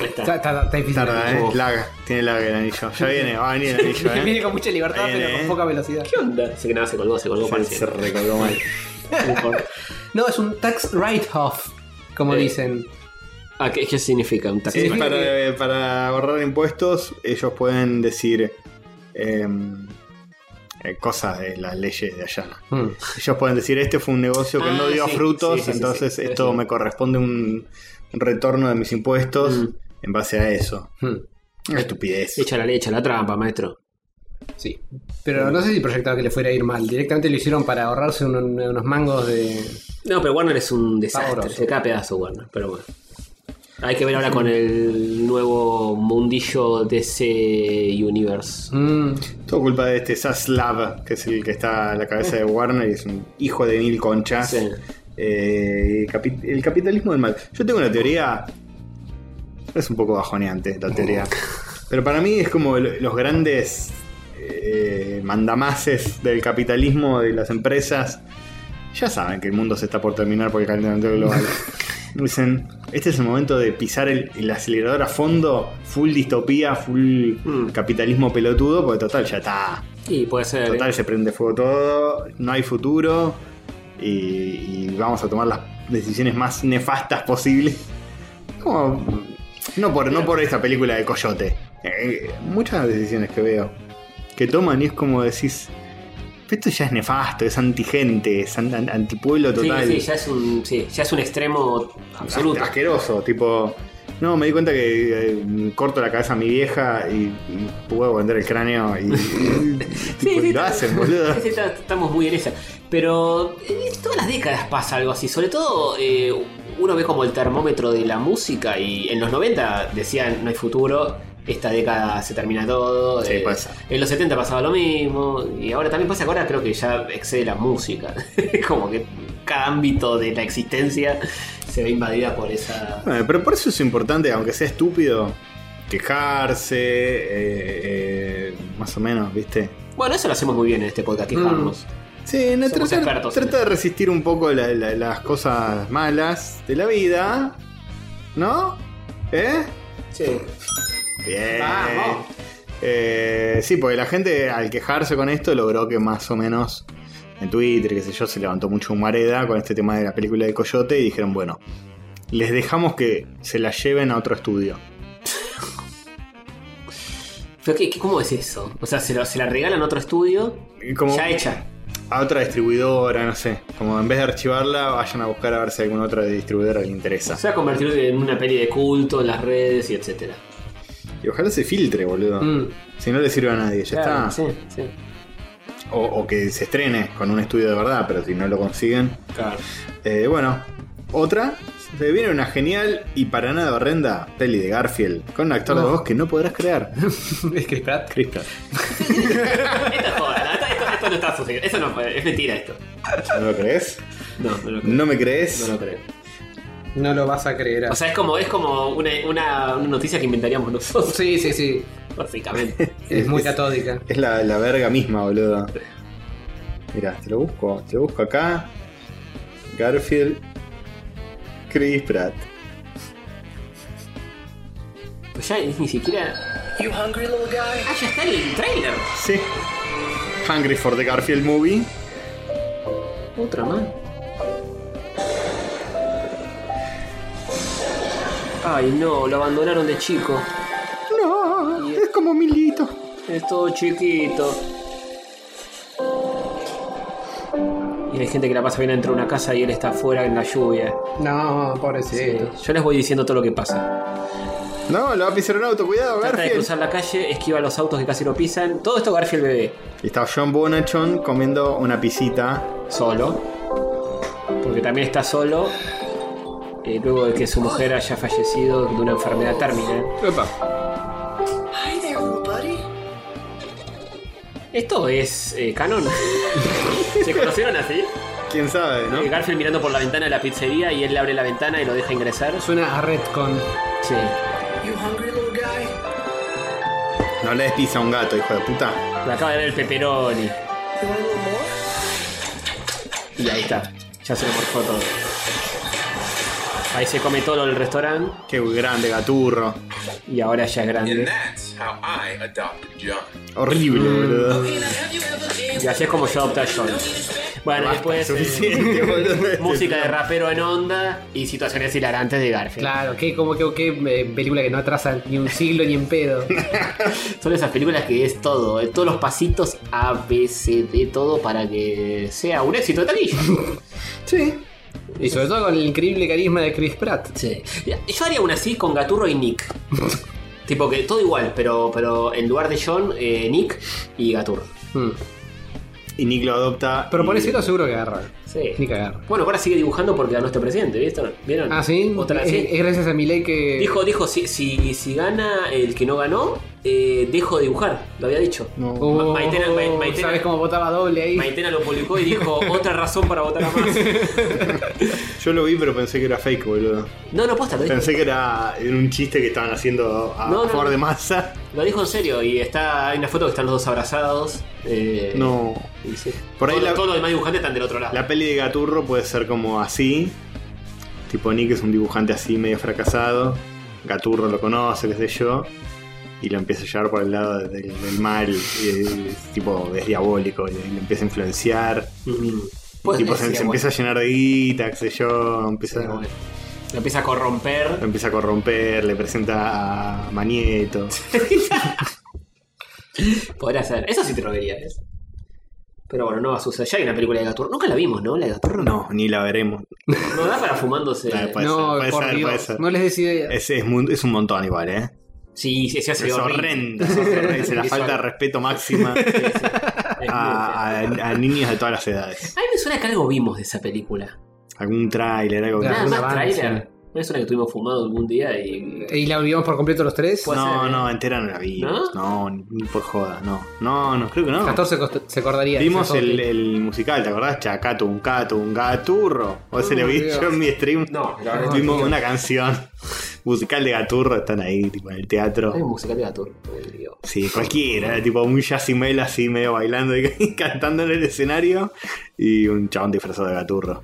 Speaker 1: Ahí está.
Speaker 2: Está, está- está difícil.
Speaker 3: Tarda, eh. Laga. Tiene laga el anillo. Ya viene, va a venir el anillo,
Speaker 2: Viene
Speaker 3: eh.
Speaker 2: con mucha libertad,
Speaker 3: Bien,
Speaker 2: pero
Speaker 3: eh.
Speaker 2: con poca velocidad.
Speaker 1: ¿Qué onda? Se, nada, se colgó, se colgó
Speaker 3: Se- Se
Speaker 1: parcial.
Speaker 3: recolgó mal.
Speaker 1: No importa.
Speaker 2: No, es un tax write-off, como
Speaker 1: Eh,
Speaker 2: dicen.
Speaker 1: Ah, ¿qué, qué significa un taxi?
Speaker 3: Sí, Eh, para, para ahorrar impuestos, ellos pueden decir em, eh, cosas de las leyes de allá. ¿no?
Speaker 2: Mm.
Speaker 3: Ellos pueden decir, este fue un negocio que
Speaker 1: Ah,
Speaker 3: no dio
Speaker 1: sí,
Speaker 3: frutos,
Speaker 1: sí, sí, sí,
Speaker 3: entonces
Speaker 1: sí.
Speaker 3: esto me corresponde un, un retorno de mis impuestos
Speaker 1: Mm.
Speaker 3: en base a eso.
Speaker 2: Mm.
Speaker 3: Una estupidez.
Speaker 1: Echa la leche, la trampa, maestro.
Speaker 2: Sí. Pero no sé si proyectaba que le fuera a ir mal. Directamente lo hicieron para ahorrarse uno- unos mangos de.
Speaker 1: No, pero Warner es un desastre.
Speaker 2: Pavoroso.
Speaker 1: Se cae a pedazo Warner, pero bueno. Hay que ver ahora con el nuevo mundillo de ese universe.
Speaker 2: Mm,
Speaker 3: Todo culpa de este Zaslav, que es el que está a la cabeza de Warner y es un hijo de mil conchas.
Speaker 1: Sí.
Speaker 3: Eh, y capi- el capitalismo del mal. Yo tengo una teoría. Es un poco bajoneante la teoría. Pero para mí es como lo- los grandes eh, mandamases del capitalismo, de las empresas. Ya saben que el mundo se está por terminar por el calentamiento global. Dicen, este es el momento de pisar el, el acelerador a fondo, full distopía, full
Speaker 1: Mm.
Speaker 3: capitalismo pelotudo, porque total ya está.
Speaker 1: Y puede ser. ¿eh?
Speaker 3: Total, se prende fuego todo, no hay futuro y, y vamos a tomar las decisiones más nefastas posibles. Como, no, por, no por esta película de Coyote. Eh, muchas decisiones que veo que toman y es como decís, esto ya es nefasto, es antigente, es an- an- antipueblo
Speaker 1: Sí,
Speaker 3: total.
Speaker 1: sí, ya es un, sí, ya es un extremo absoluto.
Speaker 3: As- Asqueroso, tipo. No, me di cuenta que eh, corto la cabeza a mi vieja y, y puedo vender el cráneo y, y- tipo, y lo
Speaker 1: está-
Speaker 3: hacen, boludo.
Speaker 1: sí, sí, está- estamos muy en esa. Pero eh, todas las décadas pasa algo así. Sobre todo, eh, uno ve como el termómetro de la música. Y en los 90 decían no hay futuro, esta década se termina todo. Eh,
Speaker 3: Sí, puede ser.
Speaker 1: En los 70 pasaba lo mismo. Y ahora también pasa que ahora creo que ya excede la música. como que cada ámbito de la existencia se ve invadida por esa.
Speaker 3: Bueno, Eh, pero por eso es importante, aunque sea estúpido, quejarse, eh, eh, más o menos, ¿viste?
Speaker 1: Bueno, eso lo hacemos muy bien en este podcast, quejarnos.
Speaker 3: Sí, no,
Speaker 1: Somos
Speaker 3: trata,
Speaker 1: expertos en
Speaker 3: trata de resistir un poco la- la- las cosas malas de la vida, ¿no? ¿Eh?
Speaker 1: Sí.
Speaker 3: Bien.
Speaker 1: Vamos.
Speaker 3: Eh, sí, porque la gente al quejarse con esto logró que más o menos en Twitter, qué sé yo, se levantó mucho humareda con este tema de la película de Coyote y dijeron, bueno, les dejamos que se la lleven a otro estudio.
Speaker 1: Pero qué, qué- ¿Cómo es eso? O sea, se, lo- se la regalan a otro estudio
Speaker 3: Y Como
Speaker 1: ya hecha.
Speaker 3: a otra distribuidora, no sé. Como en vez de archivarla, vayan a buscar a ver si alguna otra distribuidora le interesa.
Speaker 1: O sea, convertirse en una peli de culto en las redes y etcétera.
Speaker 3: Y ojalá se filtre, boludo.
Speaker 2: mm.
Speaker 3: Si no le sirve a nadie, ya
Speaker 1: Claro,
Speaker 3: está.
Speaker 1: Sí, sí.
Speaker 3: O, o que se estrene con un estudio de verdad, pero si no lo consiguen.
Speaker 1: Claro.
Speaker 3: Eh, bueno, otra. Se viene una genial y para nada horrenda peli de Garfield con un actor de
Speaker 2: No.
Speaker 3: voz que no podrás crear.
Speaker 2: es que Pratt.
Speaker 3: Chris Pratt.
Speaker 1: Esto es joda, esto, esto- esto no está sucediendo. Eso no fue, es mentira esto.
Speaker 3: ¿No lo crees?
Speaker 1: No, no lo creo.
Speaker 3: ¿No me crees?
Speaker 1: No lo creo.
Speaker 2: No lo vas a creer.
Speaker 1: O sea, es como, es como una, una- una noticia que inventaríamos nosotros,
Speaker 2: sí, sí, sí.
Speaker 1: básicamente.
Speaker 2: Es muy
Speaker 3: Es-
Speaker 2: catódica.
Speaker 3: Es la, la verga misma, boludo. Mira, te lo busco. Te lo busco acá. Garfield. Chris Pratt.
Speaker 1: Pues ya es ni siquiera.
Speaker 4: You hungry little guy?
Speaker 1: Ah, ya está el trailer.
Speaker 3: Sí. Hungry for the Garfield Movie.
Speaker 1: Otra más. Ay, no, lo abandonaron de chico.
Speaker 3: No, es como Milito.
Speaker 1: Es todo chiquito. Y hay gente que la pasa bien dentro de una casa y él está afuera en la lluvia.
Speaker 2: No, pobrecito.
Speaker 1: Yo les voy diciendo todo lo que pasa.
Speaker 3: No, lo va a pisar un auto. Cuidado,
Speaker 1: Trata de
Speaker 3: Garfield.
Speaker 1: cruzar la calle, esquiva los autos que casi lo pisan. Todo esto Garfield bebé.
Speaker 3: Y está John Bonachon comiendo una pisita.
Speaker 1: Solo. Porque también está solo. eh, luego de que su mujer haya fallecido de una enfermedad terminal.
Speaker 4: Hi there, little buddy.
Speaker 1: Esto es eh, canon. ¿Se conocieron así?
Speaker 3: ¿Quién sabe, no?
Speaker 1: Eh, Garfield mirando por la ventana de la pizzería y él le abre la ventana y lo deja ingresar.
Speaker 2: Suena a Redcon.
Speaker 1: Sí.
Speaker 4: You hungry little guy?
Speaker 3: No le des pizza a un gato, hijo de puta.
Speaker 1: Me acaba de ver el peperoni.
Speaker 4: You want a little more?
Speaker 1: Y ahí está. Ya se lo morfó todo. Ahí se come todo el restaurante
Speaker 3: Qué grande gaturro.
Speaker 1: y ahora ya es
Speaker 7: And
Speaker 1: grande.
Speaker 7: that's how I adopted John.
Speaker 3: Horrible,
Speaker 1: Mm.
Speaker 3: boludo.
Speaker 1: Y así es como yo adopté a John. Bueno, después eh,
Speaker 3: Suficiente, boludo. Este
Speaker 1: música de
Speaker 3: plan.
Speaker 1: rapero en onda y situaciones hilarantes de Garfield.
Speaker 2: Claro, que como que que, eh, película que no atrasa ni un siglo ni en pedo.
Speaker 1: Son esas películas que es todo, eh, todos los pasitos A, B, C, D, todo para que sea un éxito de taquilla.
Speaker 2: Sí. Y sobre todo con el increíble carisma de Chris Pratt.
Speaker 1: Sí. Yo haría una así con Gaturro y Nick. Tipo que todo igual, pero, pero en lugar de John, eh, Nick y Gatur.
Speaker 3: Hmm.
Speaker 2: Mm.
Speaker 3: Y Nick lo adopta.
Speaker 2: Pero por
Speaker 3: y-
Speaker 2: eso seguro que agarra.
Speaker 1: Sí.
Speaker 2: Ni cagar.
Speaker 1: Bueno, ahora sigue dibujando porque ganó este presidente, ¿vieron? ¿Vieron?
Speaker 2: Ah, sí.
Speaker 1: Otra
Speaker 2: Es,
Speaker 1: sí.
Speaker 3: eh,
Speaker 2: es gracias a mi ley que.
Speaker 1: Dijo, dijo, si, si, si gana el que no ganó, eh, dejo de dibujar, lo había dicho.
Speaker 3: No.
Speaker 2: Oh,
Speaker 1: Ma- Maitena- Ma- Maitena-
Speaker 2: ¿Sabes cómo votaba doble ahí?
Speaker 1: Maitena lo publicó y dijo, otra razón para votar a más.
Speaker 3: Yo lo vi, pero pensé que era fake, boludo.
Speaker 1: No, no, posta, lo dijo,
Speaker 3: Pensé que era era un chiste que estaban haciendo a, a
Speaker 1: No, no,
Speaker 3: favor
Speaker 1: no.
Speaker 3: de masa.
Speaker 1: lo dijo en serio y está, hay una foto que están los dos abrazados. eh,
Speaker 3: No.
Speaker 1: y sí.
Speaker 3: Por ahí
Speaker 1: Todo-
Speaker 3: la-
Speaker 1: todos los demás dibujantes están del otro lado.
Speaker 3: La peli de Gaturro puede ser como así. Tipo Nick es un dibujante así medio fracasado. Gaturro lo conoce, qué sé yo. Y lo empieza a llevar por el lado del, del mal. Y es, tipo, es diabólico. Y lo empieza a influenciar.
Speaker 1: Mm.
Speaker 2: Pues,
Speaker 3: tipo,
Speaker 2: es
Speaker 3: se, se
Speaker 2: diabólico.
Speaker 3: empieza a llenar de guita, qué sé yo. Empieza,
Speaker 1: Pero bueno, Lo empieza a corromper.
Speaker 3: lo empieza a corromper. Le presenta a Manieto.
Speaker 1: Podría ser. Eso sí te lo verías. Pero bueno, no va a suceder. Ya hay una película de Gaturro. Nunca la vimos, ¿no? La de Gaturro.
Speaker 3: No, ni la veremos.
Speaker 1: No da para fumándose.
Speaker 3: Dale, pues.
Speaker 2: no,
Speaker 3: puede ser,
Speaker 2: por
Speaker 3: puede
Speaker 2: Dios.
Speaker 3: ser.
Speaker 2: No les des idea.
Speaker 3: Es, es, mu- es un montón igual, ¿eh?
Speaker 1: Sí, sí, sí, hace
Speaker 3: Es horrenda. es horrenda, Es la
Speaker 1: Es
Speaker 3: falta de Ah,
Speaker 1: horrible.
Speaker 3: respeto máxima.
Speaker 1: Es
Speaker 3: a, a- a niños de todas las edades.
Speaker 1: A mí me suena que algo vimos de esa película.
Speaker 3: Algún tráiler, algo que...
Speaker 2: Claro.
Speaker 1: Nada
Speaker 2: Algún
Speaker 1: más
Speaker 2: avance.
Speaker 1: trailer. Me suena que tuvimos fumado algún día y.
Speaker 2: ¿Y la olvidamos por completo los tres?
Speaker 1: Puede
Speaker 3: no,
Speaker 1: ser, ¿eh?
Speaker 3: no, entera no la vimos. No, ni, ni por joda, no. No, no, creo que no.
Speaker 2: 14 cost- se acordaría.
Speaker 3: Vimos
Speaker 2: Ese
Speaker 3: el,
Speaker 2: toque.
Speaker 3: el musical, ¿te acordás? Chacato, un cato, un gaturro. O se
Speaker 2: Oh,
Speaker 3: le vi
Speaker 2: Dios.
Speaker 3: yo en mi stream.
Speaker 1: No, la verdad
Speaker 3: Tuvimos
Speaker 1: es que-
Speaker 3: una canción musical de gaturro, están ahí, tipo, en el teatro.
Speaker 1: Hay música de Gaturro. digo.
Speaker 3: Sí, cualquiera, tipo un Yacimel así medio bailando y cantando en el escenario y un chabón disfrazado de gaturro.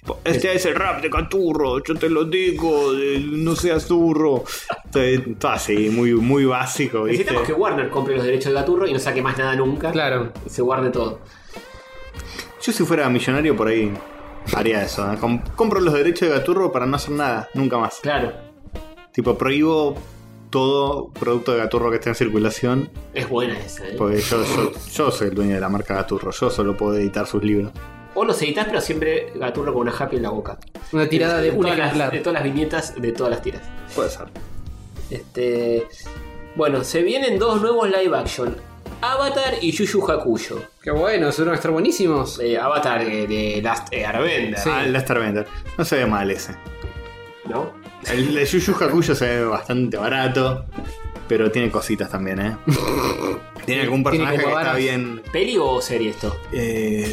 Speaker 3: Tipo, este es el rap de gaturro, yo te lo digo, de- no seas turro. Entonces, Todo así, muy, muy básico, ¿viste?
Speaker 1: Necesitamos que Warner compre los derechos de Gaturro y no saque más nada nunca.
Speaker 2: Claro.
Speaker 1: Y se guarde todo.
Speaker 3: Yo si fuera millonario por ahí haría eso. ¿eh? Com- compro los derechos de gaturro para no hacer nada, nunca más.
Speaker 1: Claro.
Speaker 3: Tipo, prohíbo todo producto de gaturro que esté en circulación,
Speaker 1: Es buena esa, ¿eh?
Speaker 3: porque yo, yo, yo soy el dueño de la marca gaturro, yo solo puedo editar sus libros.
Speaker 1: O los editas, pero siempre Gaturro con una happy en la boca.
Speaker 2: Una tirada de un
Speaker 1: todas las,
Speaker 2: ejemplar.
Speaker 1: de todas las viñetas de todas las tiras.
Speaker 3: Puede ser.
Speaker 1: Este. Bueno, se vienen dos nuevos live action: Avatar y Yu Yu Hakuyo.
Speaker 2: Qué bueno, seguro van a estar buenísimos.
Speaker 1: Eh, Avatar eh, de Last eh, Airbender,
Speaker 2: Sí.
Speaker 3: Ah, el Duster Bender. No se ve mal ese.
Speaker 1: ¿no?
Speaker 3: El de Yu Yu Hakuyo se ve bastante barato. Pero tiene cositas también, ¿eh? tiene algún
Speaker 2: Tiene
Speaker 3: personaje
Speaker 2: como
Speaker 3: que está
Speaker 2: varas.
Speaker 3: bien.
Speaker 1: ¿Peli o serie esto?
Speaker 3: eh,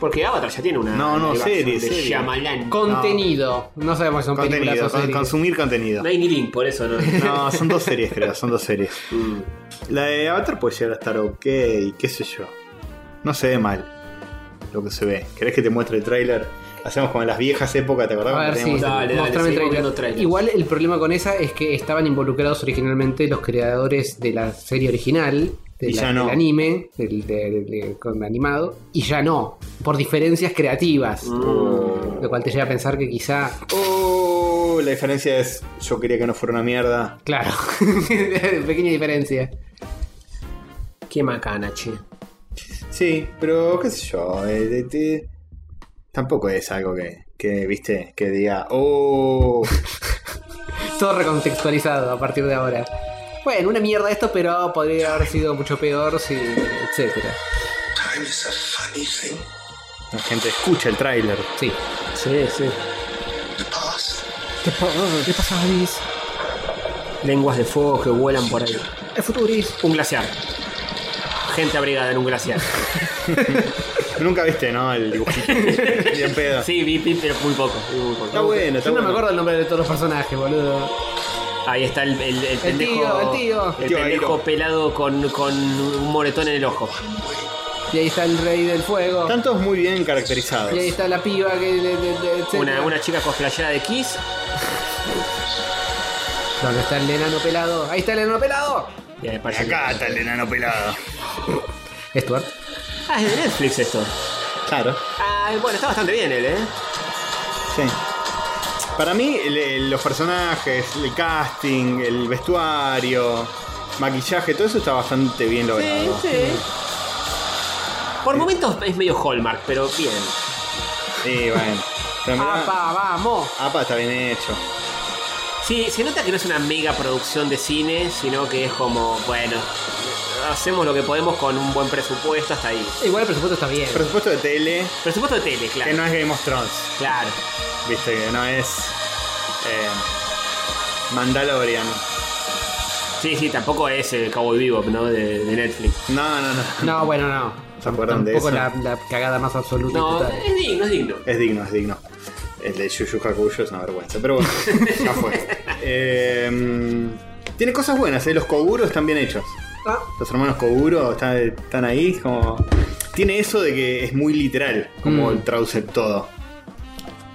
Speaker 1: Porque Avatar ya tiene una.
Speaker 3: No, no,
Speaker 1: live action
Speaker 3: serie,
Speaker 1: de
Speaker 3: serie.
Speaker 1: Shyamalan.
Speaker 2: Contenido. No, sabemos si son películas
Speaker 3: contenido,
Speaker 2: o
Speaker 3: con-
Speaker 2: series.
Speaker 3: consumir contenido.
Speaker 1: No hay ni link, por eso no.
Speaker 3: No, son dos series, creo, son dos series.
Speaker 1: Mm.
Speaker 3: La de Avatar puede llegar a estar ok, qué sé yo. No se ve mal lo que se ve. ¿Querés que te muestre el tráiler? Hacemos como en las viejas épocas, ¿te acordás?
Speaker 2: A
Speaker 3: cuando
Speaker 2: ver si.
Speaker 3: teníamos-
Speaker 1: Dale, dale,
Speaker 2: mostrame el
Speaker 1: seguimos
Speaker 2: trailer.
Speaker 1: viendo trailers.
Speaker 2: Igual el problema con esa es que estaban involucrados originalmente los creadores de la serie original, de
Speaker 3: Y
Speaker 2: la-
Speaker 3: ya no.
Speaker 2: del anime, del, del- del- con animado, y ya no, por diferencias creativas.
Speaker 1: Mm.
Speaker 2: Lo cual te lleva a pensar que quizá.
Speaker 3: Oh, la diferencia es, yo quería que no fuera una mierda.
Speaker 2: Claro, pequeña diferencia.
Speaker 1: Qué macana, che.
Speaker 3: Sí, pero qué sé yo, eh, de- de- tampoco es algo que, que, viste, que diga, oh,
Speaker 2: Todo recontextualizado a partir de ahora. Bueno, una mierda esto, pero podría haber sido mucho peor, si, etcétera.
Speaker 3: la gente escucha el tráiler.
Speaker 2: Sí.
Speaker 1: Sí, sí.
Speaker 2: ¿Qué, pasa, Alice?
Speaker 1: Lenguas de fuego que vuelan por ahí.
Speaker 2: El futuris.
Speaker 1: Un glaciar. Gente abrigada en un glaciar.
Speaker 3: Nunca viste, ¿no? El dibujito. Bien pedo.
Speaker 1: Sí, vi, vi, pero muy poco. vi muy poco.
Speaker 3: Está bueno, está
Speaker 2: Yo no me
Speaker 3: bueno.
Speaker 2: acuerdo el nombre de todos los personajes, boludo.
Speaker 1: Ahí está el, el, el pendejo.
Speaker 2: tío, el tío.
Speaker 1: el
Speaker 3: Tío
Speaker 1: pendejo
Speaker 3: Airo.
Speaker 1: pelado con, con un moretón en el ojo.
Speaker 2: Y ahí está el rey del fuego.
Speaker 3: Están todos muy bien caracterizados.
Speaker 2: Y ahí está la piba que. de- de- de- etcétera.
Speaker 1: Una, una chica cosplayada de Kiss.
Speaker 2: ¿Dónde está el enano pelado? ¡Ahí está el enano pelado!
Speaker 1: Y ahí
Speaker 3: Y
Speaker 1: aparece-
Speaker 3: Acá está el enano pelado.
Speaker 2: Stuart.
Speaker 1: Ah, es de Netflix esto.
Speaker 3: Claro,
Speaker 1: Ah, bueno, está bastante bien él, ¿eh?
Speaker 3: sí. Para mí, el- el- los personajes, el casting, el vestuario, maquillaje, todo eso está bastante bien logrado.
Speaker 1: Por momentos es medio Hallmark, pero bien.
Speaker 3: Sí, bueno. Pero mirá,
Speaker 2: Ah, ¡Apa, vamos!
Speaker 3: APA está bien hecho.
Speaker 1: Sí, se nota que no es una mega producción de cine, sino que es como, bueno, hacemos lo que podemos con un buen presupuesto hasta ahí.
Speaker 2: Igual el presupuesto está bien.
Speaker 3: Presupuesto de tele,
Speaker 1: Presupuesto de tele,
Speaker 3: que
Speaker 1: claro.
Speaker 3: no es Game of Thrones.
Speaker 1: Claro.
Speaker 3: Viste, que no es. Eh, Mandalorian.
Speaker 1: Sí, sí, tampoco es el Cowboy Bebop, ¿no? De, de Netflix.
Speaker 3: No, no, no.
Speaker 2: No, bueno, no.
Speaker 3: ¿Se acuerdan de
Speaker 2: Tampoco
Speaker 3: eso?
Speaker 2: La, la cagada más absoluta. y
Speaker 1: No,
Speaker 2: total.
Speaker 1: es digno, es digno.
Speaker 3: Es digno, es digno. El de Yuyu Hakuyo es una vergüenza, pero bueno, ya fue. Eh, tiene cosas buenas, ¿eh? los Koguro están bien hechos.
Speaker 2: Ah,
Speaker 3: Los hermanos Koguro están, están ahí, como. Tiene eso de que es muy literal, como
Speaker 2: Mm.
Speaker 3: traducen todo.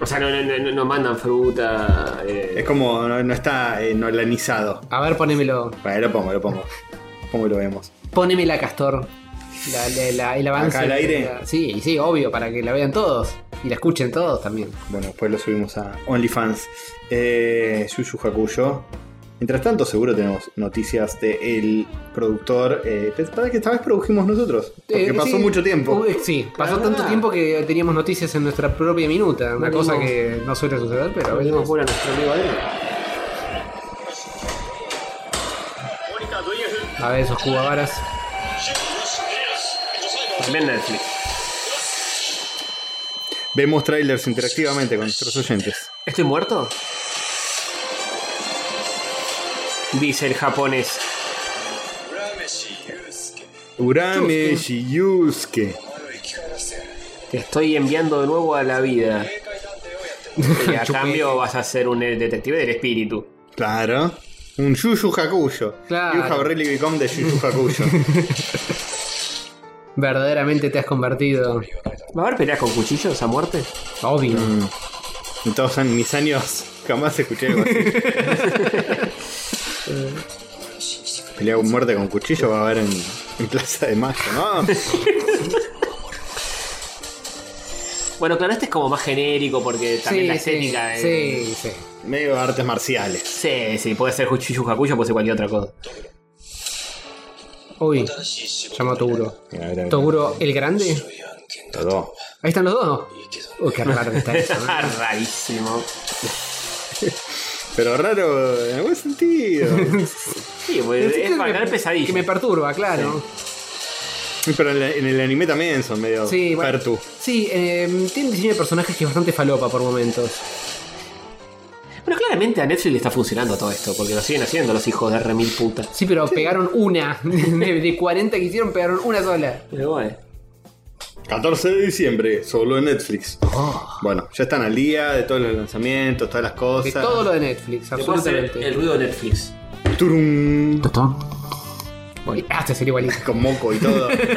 Speaker 1: O sea, no, no, no, no mandan fruta. eh,
Speaker 3: Es como, no, no está eh, nolanizado.
Speaker 2: a ver, ponémelo.
Speaker 3: Vale, lo pongo, lo pongo. Pongo y lo vemos.
Speaker 2: Ponémela, Castor. La, la- la- el avance.
Speaker 3: ¿Acá al
Speaker 2: de
Speaker 3: aire?
Speaker 2: la- sí, y sí, obvio, para que la vean todos. Y la escuchen todos también.
Speaker 3: Bueno, después lo subimos a OnlyFans. Eh, Yuyu Hakuyo. Mientras tanto, seguro tenemos noticias de el productor. eh, pues, para que esta vez produjimos nosotros. Porque
Speaker 2: Eh,
Speaker 3: pasó
Speaker 2: sí.
Speaker 3: mucho tiempo. Ah.
Speaker 2: Uy, sí, pasó
Speaker 1: verdad.
Speaker 2: tanto tiempo que teníamos noticias en nuestra propia minuta. Una
Speaker 1: No
Speaker 2: cosa
Speaker 1: vimos-
Speaker 2: que no suele suceder, pero a veces-
Speaker 1: Vendemos bola a nuestro amigo Adrián.
Speaker 2: a ver esos jugadoras.
Speaker 1: También Netflix.
Speaker 3: Vemos trailers interactivamente con nuestros oyentes.
Speaker 1: ¿Estoy muerto? Dice el japonés.
Speaker 3: Urame Shiyusuke.
Speaker 1: Te estoy enviando de nuevo a la vida. Y a
Speaker 2: Chupé.
Speaker 1: cambio vas a ser un eh, detective del espíritu.
Speaker 3: Claro. Un Yuyu Hakuyo.
Speaker 2: Claro.
Speaker 3: You have really become the Yuyu Hakuyo.
Speaker 2: Verdaderamente te has convertido.
Speaker 1: ¿Va a haber peleas con cuchillos a muerte?
Speaker 2: Obvio.
Speaker 3: Mm. en todos mis años jamás escuché algo así. Pelea con muerte con cuchillo va a haber en, en Plaza de Mayo, ¿no?
Speaker 1: Bueno, claro, este es como más genérico porque también la estética.
Speaker 2: sí,
Speaker 1: eh,
Speaker 2: sí, sí.
Speaker 3: Medio artes marciales.
Speaker 1: sí, sí, puede ser cuchillo jacuyo, puede ser cualquier otra cosa.
Speaker 2: Uy, llama a Toguro.
Speaker 3: Mira, mira, mira.
Speaker 2: ¿Toguro el grande?
Speaker 3: Todo.
Speaker 2: Ahí están los dos. Uy, qué raro que está eso. ¿no?
Speaker 1: Rarísimo.
Speaker 3: Pero raro en algún sentido.
Speaker 1: Sí, pues, es para ganar pesadilla.
Speaker 2: Que me perturba, claro.
Speaker 3: Pero en, la- en el anime también son medio
Speaker 2: Sí, bueno.
Speaker 3: pertu.
Speaker 2: Sí, eh, tiene un diseño de personajes que es bastante falopa por momentos.
Speaker 1: Bueno, claramente a Netflix le está funcionando todo esto, porque lo siguen haciendo los hijos de remil puta.
Speaker 2: Sí, pero pegaron una. De, de 40 que hicieron, pegaron una sola.
Speaker 1: Pero bueno.
Speaker 3: 14 de diciembre, solo en Netflix.
Speaker 2: Ah.
Speaker 3: Bueno, ya están al día de todos los lanzamientos, todas las
Speaker 2: De
Speaker 3: cosas.
Speaker 2: todo lo de Netflix,
Speaker 1: Te puedo hacer
Speaker 2: absolutamente.
Speaker 1: el ruido de Netflix.
Speaker 3: Turum,
Speaker 2: Totón. Uy, Ah, este sería igualito.
Speaker 3: Con moco y todo. Este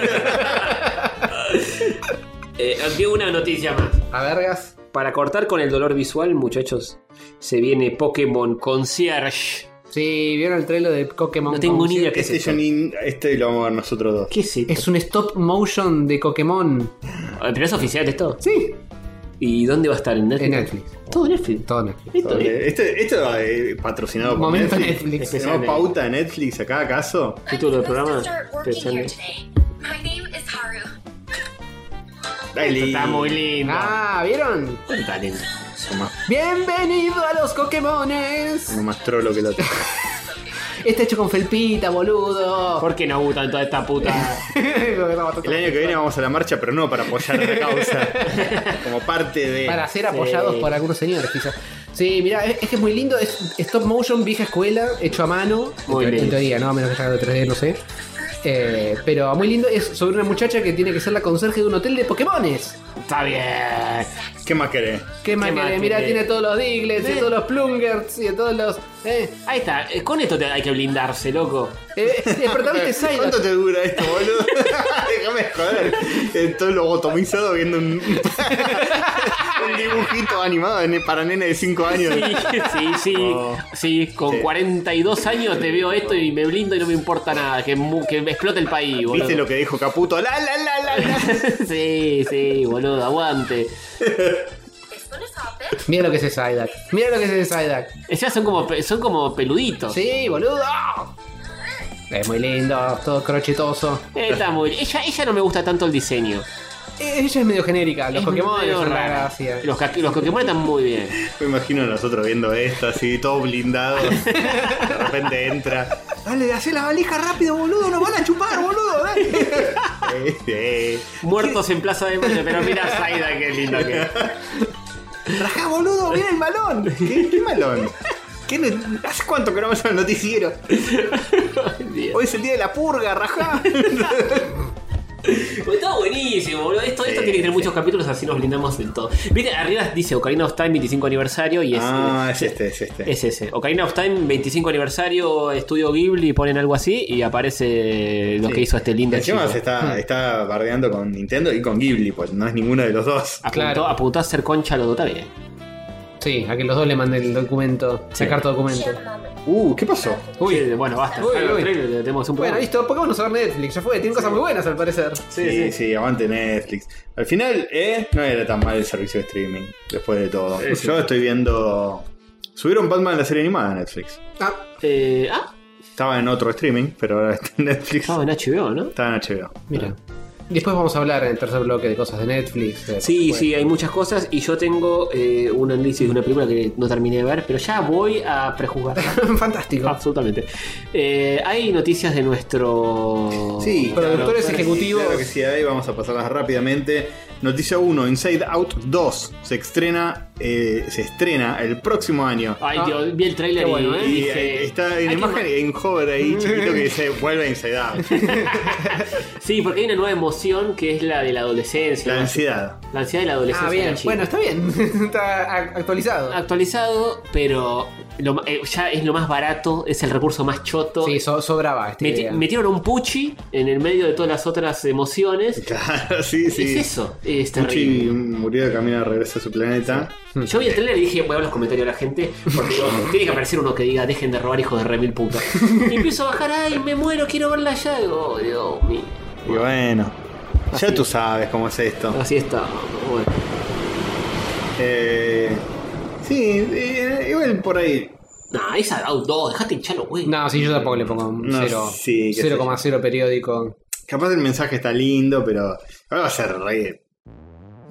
Speaker 1: Eh, aquí una noticia más.
Speaker 2: A vergas.
Speaker 1: Para cortar con el dolor visual, muchachos, se viene Pokémon Concierge.
Speaker 2: Sí, ¿vieron el trailer de Pokémon?
Speaker 1: No tengo ni
Speaker 2: Go?
Speaker 1: idea qué es
Speaker 3: este,
Speaker 1: esto.
Speaker 3: Johnny- este lo vamos a ver nosotros dos.
Speaker 1: ¿Qué es esto?
Speaker 2: Es un stop motion de Pokémon.
Speaker 1: Pero es oficial esto.
Speaker 2: Sí.
Speaker 1: ¿Y dónde va a estar? ¿En Netflix?
Speaker 2: En Netflix.
Speaker 1: Todo Netflix.
Speaker 2: Todo Netflix.
Speaker 1: Esto es-
Speaker 3: Este, este va eh, patrocinado por
Speaker 2: Momento
Speaker 3: Netflix.
Speaker 2: Netflix.
Speaker 3: ¿Tenemos pauta de Netflix acá acaso?
Speaker 1: Título del
Speaker 8: I'm
Speaker 1: programa.
Speaker 8: supposed to start working here
Speaker 1: Especialmente.
Speaker 8: today. My name is Haru.
Speaker 3: Dale.
Speaker 1: Está muy lindo.
Speaker 2: Ah, ¿vieron?
Speaker 1: Está lindo.
Speaker 3: Somos más-
Speaker 2: Bienvenido a los Pokémones.
Speaker 3: somos más trolo que el otro.
Speaker 2: Está hecho con felpita, boludo.
Speaker 1: ¿Por qué no gustan toda esta puta?
Speaker 3: El año que viene vamos a la marcha, pero no para apoyar la causa. Como parte de.
Speaker 2: Para ser apoyados
Speaker 1: Eh, Sí.
Speaker 2: por algunos señores, quizás. Sí, mira, es es que es muy lindo. Es stop motion, vieja escuela, hecho a mano.
Speaker 1: Muy
Speaker 2: en, teoría- en
Speaker 1: lindo.
Speaker 2: teoría, ¿no? A menos que sea algo 3D, no sé. Eh, pero muy lindo. Es sobre una muchacha que tiene que ser la conserje de un hotel de Pokémones.
Speaker 1: Está bien.
Speaker 3: ¿Qué más querés?
Speaker 2: Qué más
Speaker 1: más
Speaker 2: que Mira,
Speaker 1: querés?
Speaker 2: tiene todos los Diglets, y
Speaker 1: ¿Eh?
Speaker 2: todos los Plungers, y todos los. Eh,
Speaker 1: Ahí está. Eh, Con esto te- hay que blindarse, loco.
Speaker 2: eh, el protagonista es Psyduck.
Speaker 3: ¿Cuánto te dura esto, boludo? Déjame joder. Eh, Estoy lobotomizado viendo un, un dibujito animado de ne- para nene de 5 años.
Speaker 1: Sí, sí, sí.
Speaker 3: Oh.
Speaker 1: Sí, con
Speaker 3: Sí.
Speaker 1: 42 años te veo esto y me blindo y no me importa nada. Que, mu- que me explote el país, boludo.
Speaker 3: ¿Viste lo que dijo Caputo? La, la, la, la, la.
Speaker 1: sí, sí, boludo, aguante.
Speaker 8: This one is Hoppip.
Speaker 2: Mira lo que es ese Psyduck. Mira lo que es ese Psyduck.
Speaker 1: O sea, son como, pe- son como peluditos.
Speaker 2: Sí, boludo. Es muy lindo, todo crochetoso.
Speaker 1: Eh, Está muy... ella, ella no me gusta tanto el diseño.
Speaker 2: Ella es medio genérica, los
Speaker 1: Es
Speaker 2: Pokémon
Speaker 1: medio
Speaker 2: son la
Speaker 1: rara.
Speaker 2: gracia.
Speaker 1: Los, ca- los Pokémon están muy bien.
Speaker 3: Me imagino a nosotros viendo esto así, todos blindados. De repente entra.
Speaker 2: Dale, hacé la valija rápido, boludo, nos van a chupar, boludo, dale.
Speaker 3: Eh, eh.
Speaker 1: Muertos en Plaza de Mayo, pero mira a Zaida qué lindo que es.
Speaker 2: Rajá, boludo, viene el balón.
Speaker 3: ¿Qué, qué malón? ¿Qué no- ¿Hace cuánto que no vamos al noticiero? Hoy es el día de la purga, rajá.
Speaker 1: Porque Pues Está buenísimo, boludo. Esto, esto
Speaker 3: Sí,
Speaker 1: tiene que tener muchos capítulos, así nos blindamos del todo. Viste, arriba dice Ocarina of Time 25 aniversario y es.
Speaker 3: Ah, es este, es este.
Speaker 1: Es ese. Ocarina of Time 25 aniversario, estudio Ghibli, ponen algo así y aparece lo
Speaker 3: Sí.
Speaker 1: que hizo este lindo
Speaker 3: Encima
Speaker 1: chico.
Speaker 3: se está, está bardeando con Nintendo y con Ghibli, pues no es ninguno de los dos.
Speaker 1: Apuntó,
Speaker 2: Claro.
Speaker 1: apuntó a hacer concha a lo dota bien.
Speaker 2: Sí, a que los dos le manden el documento,
Speaker 1: Sí.
Speaker 2: sacar tu documento.
Speaker 8: Chill, mom.
Speaker 3: Uh, ¿qué pasó?
Speaker 1: Uy, bueno, basta.
Speaker 2: Uy,
Speaker 1: Ah, los
Speaker 2: uy.
Speaker 1: trailers, le tenemos un
Speaker 2: Bueno,
Speaker 1: programa.
Speaker 2: listo, Pokémon no se va a ver Netflix, ya fue, tienen cosas muy buenas al parecer.
Speaker 3: Sí, sí, aguante Netflix. Al final, eh, no era tan mal el servicio de streaming, después de todo. Yo estoy viendo. Subieron Batman la serie animada a Netflix.
Speaker 2: Ah,
Speaker 1: Eh, ah,
Speaker 3: Estaba en otro streaming, pero ahora está en Netflix.
Speaker 1: estaba en HBO, ¿no?
Speaker 3: Estaba en HBO.
Speaker 2: mira. Después vamos a hablar en el tercer bloque de cosas de Netflix. de-
Speaker 1: Sí,
Speaker 2: bueno.
Speaker 1: sí, hay muchas cosas y yo tengo eh, un análisis de una película que no terminé de ver, pero ya voy a prejuzgar.
Speaker 2: Fantástico.
Speaker 1: Absolutamente. Eh, hay noticias de nuestro...
Speaker 3: Sí,
Speaker 2: Productores
Speaker 3: claro,
Speaker 2: ejecutivos.
Speaker 3: sí, Claro que sí, ahí vamos a pasarlas rápidamente. Noticia 1, Inside Out 2. Se estrena, eh, se estrena el próximo año.
Speaker 1: Ay,
Speaker 2: Ah,
Speaker 1: Dios, vi el
Speaker 2: qué
Speaker 1: tráiler
Speaker 2: bueno,
Speaker 1: y,
Speaker 2: ¿eh?
Speaker 3: Y
Speaker 1: dije,
Speaker 3: eh, está
Speaker 1: hay
Speaker 3: en
Speaker 1: que
Speaker 3: imagen y hay un hover ahí chiquito que dice vuelve a Inside Out.
Speaker 1: ma- Sí, porque hay una nueva emoción que es la de la adolescencia.
Speaker 3: La
Speaker 1: ¿no?
Speaker 3: ansiedad.
Speaker 1: La ansiedad de la adolescencia.
Speaker 2: Ah,
Speaker 1: de
Speaker 2: bien.
Speaker 1: la chica.
Speaker 2: Bueno, está bien. está ac- actualizado.
Speaker 1: Actualizado, pero lo ma- eh, ya es lo más barato, es el recurso más choto.
Speaker 2: Sí, so- sobraba este esta
Speaker 1: Meti-
Speaker 2: idea.
Speaker 1: metieron un puchi en el medio de todas las otras emociones.
Speaker 3: Claro, sí, sí.
Speaker 1: Es eso, es terrible.
Speaker 3: Pucci mm. murió de camino de regreso a su planeta.
Speaker 1: Yo vi el trailer y dije, voy a ver los comentarios de la gente, porque digo, tiene que aparecer uno que diga, dejen de robar hijos de remil puta. Y empiezo a bajar, ay, me muero, quiero verla ya. Digo, oh, Dios mío.
Speaker 3: Y bueno, ya tú sabes cómo es esto.
Speaker 1: Así está. Bueno.
Speaker 3: Eh, sí, eh, igual por ahí.
Speaker 1: Nah, esa Out 2, dejate hinchar los huevos.
Speaker 2: No, sí, yo tampoco le pongo un
Speaker 3: No,
Speaker 2: cero-
Speaker 3: sí, qué sé
Speaker 2: 0,0 periódico.
Speaker 3: Capaz el mensaje está lindo, pero ahora va a ser re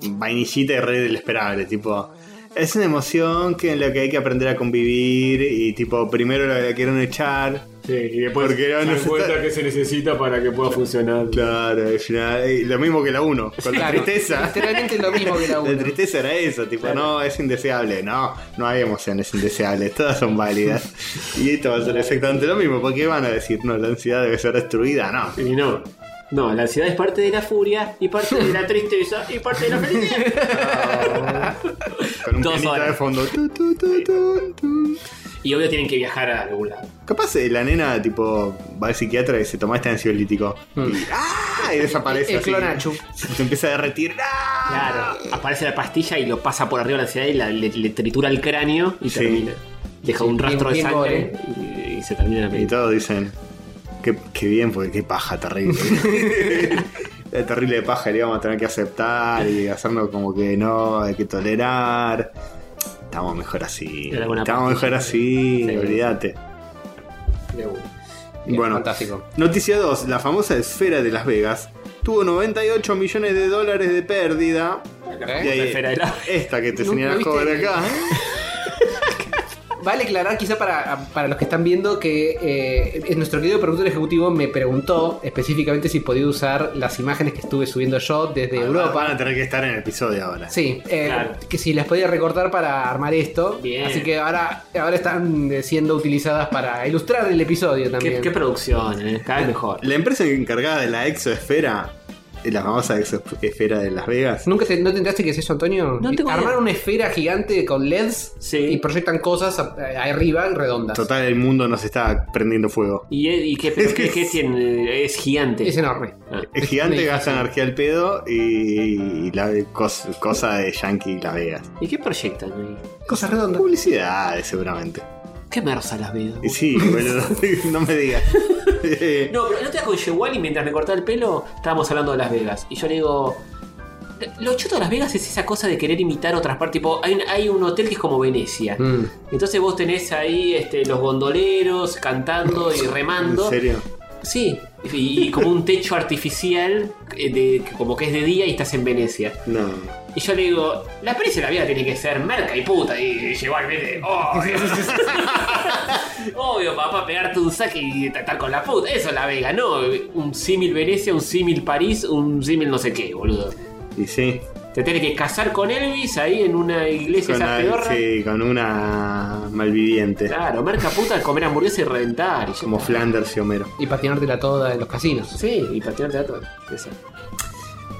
Speaker 3: vainillita y re del esperable, tipo. Es una emoción que en la que hay que aprender a convivir y tipo primero la, la quieren echar.
Speaker 1: Sí, y después
Speaker 3: Porque no, no se está-
Speaker 1: que se necesita para que pueda funcionar.
Speaker 3: Claro, al final, eh, lo mismo que la 1, con la
Speaker 2: Claro,
Speaker 3: tristeza.
Speaker 2: Literalmente lo mismo que la
Speaker 3: La
Speaker 2: 1.
Speaker 3: tristeza era eso, tipo, no, es indeseable, no, no hay emociones indeseables, todas son válidas. Y esto va a ser exactamente lo mismo, porque van a decir, no, la ansiedad debe ser destruida, no.
Speaker 1: Y no. No, la ansiedad es parte de la furia, y parte de la tristeza, y parte de la felicidad.
Speaker 3: Con un
Speaker 1: Dos
Speaker 3: pianito
Speaker 1: horas.
Speaker 3: de fondo. tu, tu, tu, tu, tu.
Speaker 1: Y obvio tienen que viajar a algún lado.
Speaker 3: Capaz eh, la nena, tipo, va al psiquiatra y se toma este ansiolítico.
Speaker 1: Mm.
Speaker 3: Y, ¡ah! y desaparece.
Speaker 2: El
Speaker 3: así.
Speaker 2: clonachu.
Speaker 3: Se empieza a derretir. ¡ah!
Speaker 1: Claro, aparece la pastilla y lo pasa por arriba de la ansiedad y la- le, le tritura el cráneo y
Speaker 3: Sí.
Speaker 1: termina. Deja un
Speaker 2: bien-
Speaker 1: rastro de
Speaker 2: bien
Speaker 1: sangre y, y se termina la
Speaker 3: Y
Speaker 1: película.
Speaker 3: todos dicen, qué, qué bien, porque qué paja terrible. La terrible paja le íbamos a tener que aceptar y hacernos como que no, hay que tolerar. Estamos mejor así.
Speaker 1: Era buena
Speaker 3: Estamos
Speaker 1: pastilla.
Speaker 3: mejor así,
Speaker 1: Sí.
Speaker 3: olvídate.
Speaker 1: De una.
Speaker 3: Bueno,
Speaker 2: Fantástico.
Speaker 3: Noticia 2, la famosa esfera de Las Vegas tuvo 98 millones de dólares de pérdida.
Speaker 2: ¿Eh?
Speaker 3: Y ahí-
Speaker 1: esfera de Las-
Speaker 3: esta que te
Speaker 2: ¿No-
Speaker 3: señala
Speaker 2: no viste
Speaker 3: joven
Speaker 2: el-
Speaker 3: acá.
Speaker 2: Vale aclarar quizá para, para los que están viendo que eh, en nuestro querido productor ejecutivo me preguntó específicamente si podía usar las imágenes que estuve subiendo yo desde Europa.
Speaker 3: Ah, Van a tener que estar en el episodio ahora.
Speaker 2: Sí, eh,
Speaker 1: Ah, Claro.
Speaker 2: que si las podía recortar para armar esto.
Speaker 1: Bien.
Speaker 2: Así que ahora, ahora están eh, siendo utilizadas para ilustrar el episodio
Speaker 1: ¿Qué,
Speaker 2: también.
Speaker 1: qué producción, eh? cada vez mejor.
Speaker 3: La empresa encargada de la exoesfera, de la famosa exoesfera de Las Vegas,
Speaker 2: ¿Nunca te, no te enteraste que es eso, Antonio?
Speaker 1: No tengo
Speaker 2: Armar
Speaker 1: idea.
Speaker 2: una esfera gigante con LEDs
Speaker 1: Sí.
Speaker 2: y proyectan cosas a- a- arriba redondas.
Speaker 3: total el mundo nos está prendiendo fuego.
Speaker 1: ¿Y, eh, y qué, pero qué- qué tiene? Es gigante.
Speaker 2: Es enorme.
Speaker 1: Ah.
Speaker 3: El gigante
Speaker 2: un
Speaker 3: gasta energía al pedo y, y la cos- cosa de Yankee Las Vegas.
Speaker 1: ¿Y qué proyectan ahí?
Speaker 2: Cosas redondas.
Speaker 3: Publicidades seguramente.
Speaker 1: ¿Qué merza las veo?
Speaker 3: Y sí, boludo, no me digas.
Speaker 1: No, pero el otro día con Yewali, mientras me cortaba el pelo, estábamos hablando de Las Vegas. Y yo le digo. Lo chuto de Las Vegas es esa cosa de querer imitar otras partes. Tipo, hay, un- hay un hotel que es como Venecia.
Speaker 2: Mm.
Speaker 1: Entonces vos tenés ahí este, los gondoleros cantando y remando.
Speaker 3: ¿En serio?
Speaker 1: Sí. y, y como un techo artificial eh, de- que como que es de día y estás en Venecia.
Speaker 3: No.
Speaker 1: Y yo le digo, la peli se la vida tiene que ser merca y puta. Y llegó al vete, obvio. obvio, papá, pegarte un saque y tratar con la puta. Eso es la vega, ¿no? Un símil Venecia, un símil París, un símil no sé qué, boludo.
Speaker 3: Y sí.
Speaker 1: Te tenés que casar con Elvis ahí en una iglesia
Speaker 3: Con,
Speaker 1: esa Ah,
Speaker 3: al-
Speaker 1: pedorra.
Speaker 3: sí, con una malviviente.
Speaker 1: Claro, merca puta, comer hamburguesa y reventar. Y ya
Speaker 3: Como Flanders y Homero.
Speaker 2: Y patinártela toda en los casinos.
Speaker 1: Sí, y patinarte a todo. Eso.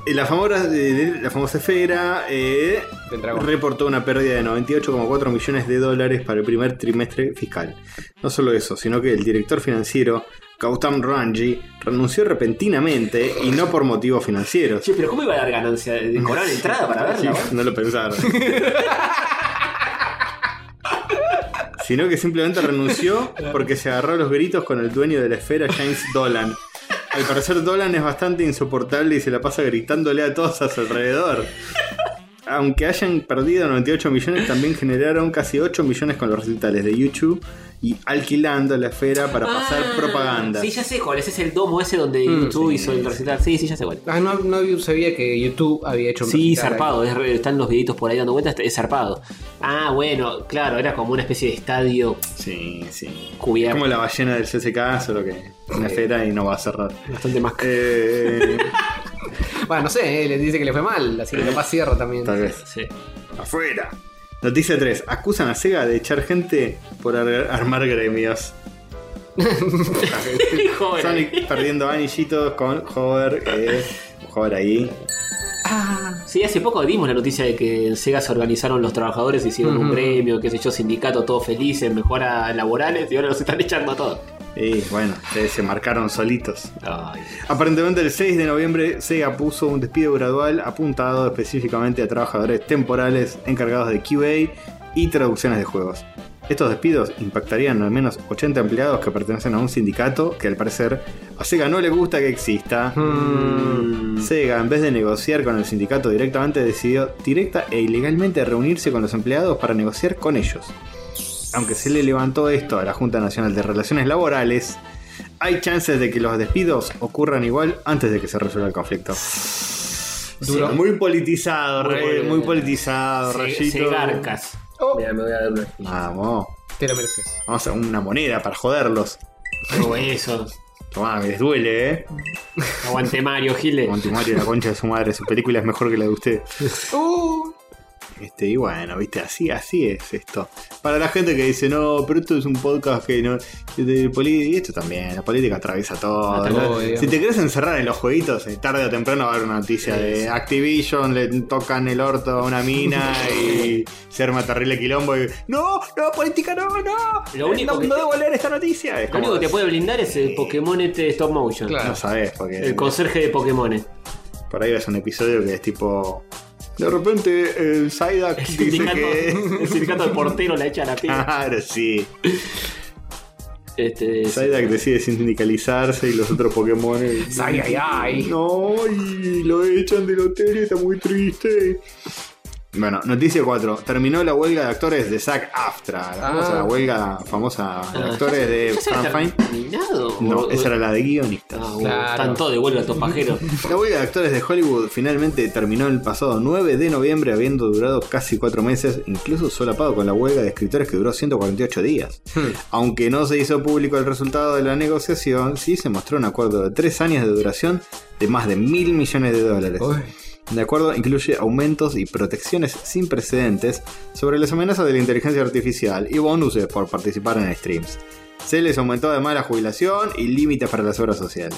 Speaker 3: Eh, La famosa, eh, la famosa esfera eh,
Speaker 2: Del dragón.
Speaker 3: reportó una pérdida de 98,4 millones de dólares para el primer trimestre fiscal. No solo eso, sino que el director financiero, Gautam Ranji, renunció repentinamente y no por motivos financieros.
Speaker 1: Che, pero ¿cómo iba a dar ganancia? ¿De cobrar entrada para verla?
Speaker 3: Sí, no lo pensaron. Sino que simplemente renunció porque se agarró a los gritos con el dueño de la esfera, James Dolan. Al parecer, Dolan es bastante insoportable y se la pasa gritándole a todos a su alrededor. Aunque hayan perdido 98 millones, también generaron casi 8 millones con los recitales de YouTube y alquilando la esfera para pasar
Speaker 1: Ah,
Speaker 3: propaganda.
Speaker 1: Sí, ya sé cuál. Ese es el domo ese donde
Speaker 2: Mm,
Speaker 1: YouTube
Speaker 3: sí.
Speaker 1: hizo el recital. Sí, sí, ya sé cuál.
Speaker 2: Ah, no, no sabía que YouTube había hecho un
Speaker 1: Sí,
Speaker 2: recital
Speaker 1: zarpado. es re- están los videitos por ahí dando vueltas. Es zarpado. Ah, bueno, claro. Era como una especie de estadio
Speaker 3: Sí, sí. Es
Speaker 1: cubierto.
Speaker 3: como la ballena del CSK, solo que es una esfera y no va a cerrar.
Speaker 1: Bastante más caro.
Speaker 3: Eh,
Speaker 2: ahí. Bueno, no sé, eh, le dice que le fue mal, así que capaz cierra también.
Speaker 3: tal vez.
Speaker 1: Sí.
Speaker 3: Afuera. Noticia 3. Acusan a Sega de echar gente por ar- armar gremios.
Speaker 1: Joder.
Speaker 3: Sonic perdiendo anillitos con Hover. Eh, Hover ahí.
Speaker 1: Sí, hace poco dimos la noticia de que en Sega se organizaron los trabajadores, hicieron un
Speaker 2: Ujú.
Speaker 1: premio, qué sé yo, sindicato, todos felices, mejoras laborales y ahora los están echando a todos.
Speaker 3: Y bueno, se, se marcaron solitos.
Speaker 1: Ay.
Speaker 3: Aparentemente el 6 de noviembre Sega puso un despido gradual apuntado específicamente a trabajadores temporales encargados de QA y traducciones de juegos. Estos despidos impactarían al menos 80 empleados que pertenecen a un sindicato que al parecer a Sega no le gusta que exista.
Speaker 2: Hmm. Mm,
Speaker 1: Mm.
Speaker 3: Sega, en vez de negociar con el sindicato directamente, decidió directa e ilegalmente reunirse con los empleados para negociar con ellos. Aunque se le levantó esto a la Junta Nacional de Relaciones Laborales, hay chances de que los despidos ocurran igual antes de que se resuelva el conflicto.
Speaker 2: Duro.
Speaker 3: Sí, muy politizado,
Speaker 1: Muy
Speaker 3: Rey,
Speaker 1: politizado.
Speaker 3: muy politizado,
Speaker 1: Se,
Speaker 3: Rayito.
Speaker 1: Segarcas.
Speaker 2: Oh,
Speaker 1: Ah, Mira, me voy a dar una.
Speaker 3: Vamos,
Speaker 2: te lo mereces.
Speaker 3: vamos a una moneda para joderlos.
Speaker 1: Pero eso.
Speaker 3: Tomá, que les duele, eh.
Speaker 1: Aguante Mario, Giles.
Speaker 3: Montimario y la concha de su madre, su película es mejor que la de usted.
Speaker 2: Uh,
Speaker 3: Este, y bueno, viste, así, así es esto. Para la gente que dice, no, pero esto es un podcast que no. de poli-". y esto también, la política atraviesa todo.
Speaker 2: Hasta luego,
Speaker 3: ¿no?
Speaker 2: digamos.
Speaker 3: Si te querés encerrar en los jueguitos, eh, tarde o temprano va a haber una noticia de Activision, le tocan el orto a una mina y se arma terrible quilombo y. ¡No! ¡No, política no! ¡No!
Speaker 1: Lo único
Speaker 3: no,
Speaker 1: que
Speaker 3: no
Speaker 1: te-
Speaker 3: debo leer esta noticia. Es
Speaker 1: Lo único
Speaker 3: como-
Speaker 1: que te puede blindar es el Pokémon este stop motion.
Speaker 2: Claro.
Speaker 3: No sabes, porque.
Speaker 1: El conserje de Pokémon.
Speaker 3: Por ahí ves un episodio que es tipo. De repente el Psyduck
Speaker 1: El
Speaker 3: dice
Speaker 1: sindicato,
Speaker 3: que.
Speaker 1: el sindicato del portero la echa a la piba.
Speaker 3: Claro, sí.
Speaker 1: Este,
Speaker 3: Psyduck decide sindicalizarse y los otros Pokémon.
Speaker 2: ay, ay, ay.
Speaker 3: No, y lo echan del hotel y está muy triste. Bueno, noticia 4. Terminó la huelga de actores de Zack Aftra. La
Speaker 2: Ah.
Speaker 3: famosa huelga famosa de
Speaker 1: Ah,
Speaker 3: actores de
Speaker 1: ¿Ya se había
Speaker 3: Fran Fine.
Speaker 1: terminado?
Speaker 3: No,
Speaker 1: O-
Speaker 3: esa era la de guionistas.
Speaker 1: Ah, bueno,
Speaker 2: Claro.
Speaker 1: Están todos de vuelta estos pajeros.
Speaker 3: La huelga de actores de Hollywood finalmente terminó el pasado 9 de noviembre, habiendo durado casi cuatro meses, incluso solapado con la huelga de escritores que duró 148 días. Aunque no se hizo público el resultado de la negociación, sí se mostró un acuerdo de tres años de duración de más de mil millones de dólares.
Speaker 2: Uy.
Speaker 3: El acuerdo incluye aumentos y protecciones sin precedentes sobre las amenazas de la inteligencia artificial y bonuses por participar en streams. Se les aumentó además la jubilación y límites para las obras sociales.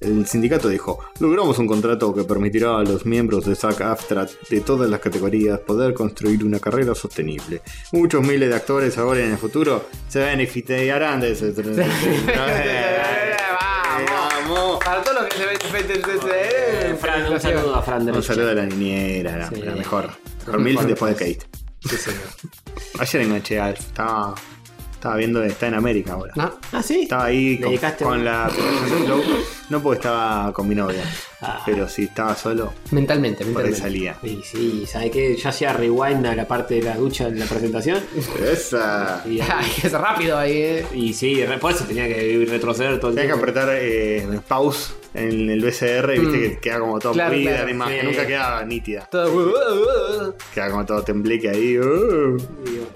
Speaker 3: El sindicato dijo, logramos un contrato que permitirá a los miembros de SAC AFTRA de todas las categorías poder construir una carrera sostenible. Muchos miles de actores ahora y en el futuro se beneficiarán de ese... ¡Vamos!
Speaker 2: Para todos los que se ven
Speaker 1: Eh, Fran, un saludo a Fran de
Speaker 3: Un
Speaker 1: Rocha.
Speaker 3: saludo a la niñera, la,
Speaker 1: Sí.
Speaker 3: la mejor. Mejor Milf después de Kate.
Speaker 1: Sí, señor.
Speaker 3: Ayer enganché a Alf, estaba Estaba viendo Está en América ahora.
Speaker 2: ¿No?
Speaker 1: Ah, sí.
Speaker 3: Estaba ahí
Speaker 1: ¿Le
Speaker 3: con,
Speaker 1: dedicaste
Speaker 3: con
Speaker 1: un-
Speaker 3: la. No porque estaba con mi novia.
Speaker 1: Ah.
Speaker 3: Pero si estaba solo,
Speaker 2: Mentalmente,
Speaker 3: por ahí
Speaker 2: mentalmente.
Speaker 3: salía.
Speaker 1: Y sí, ¿sabes qué? Yo hacía rewind a la parte de la ducha en la presentación.
Speaker 3: Esa.
Speaker 1: Y,
Speaker 2: Ay, es rápido ahí, eh.
Speaker 1: y sí, re- por eso tenía que retroceder todo el
Speaker 3: Tenés que
Speaker 1: tiempo.
Speaker 3: apretar eh, pause en el BCR, viste
Speaker 2: Mm.
Speaker 3: que queda como todo
Speaker 2: Claro,
Speaker 3: fluida
Speaker 2: claro,
Speaker 3: la imagen,
Speaker 1: sí.
Speaker 3: nunca queda nítida.
Speaker 2: uh, Todo-
Speaker 3: Queda como todo tembleque ahí. uh.
Speaker 1: Y bueno,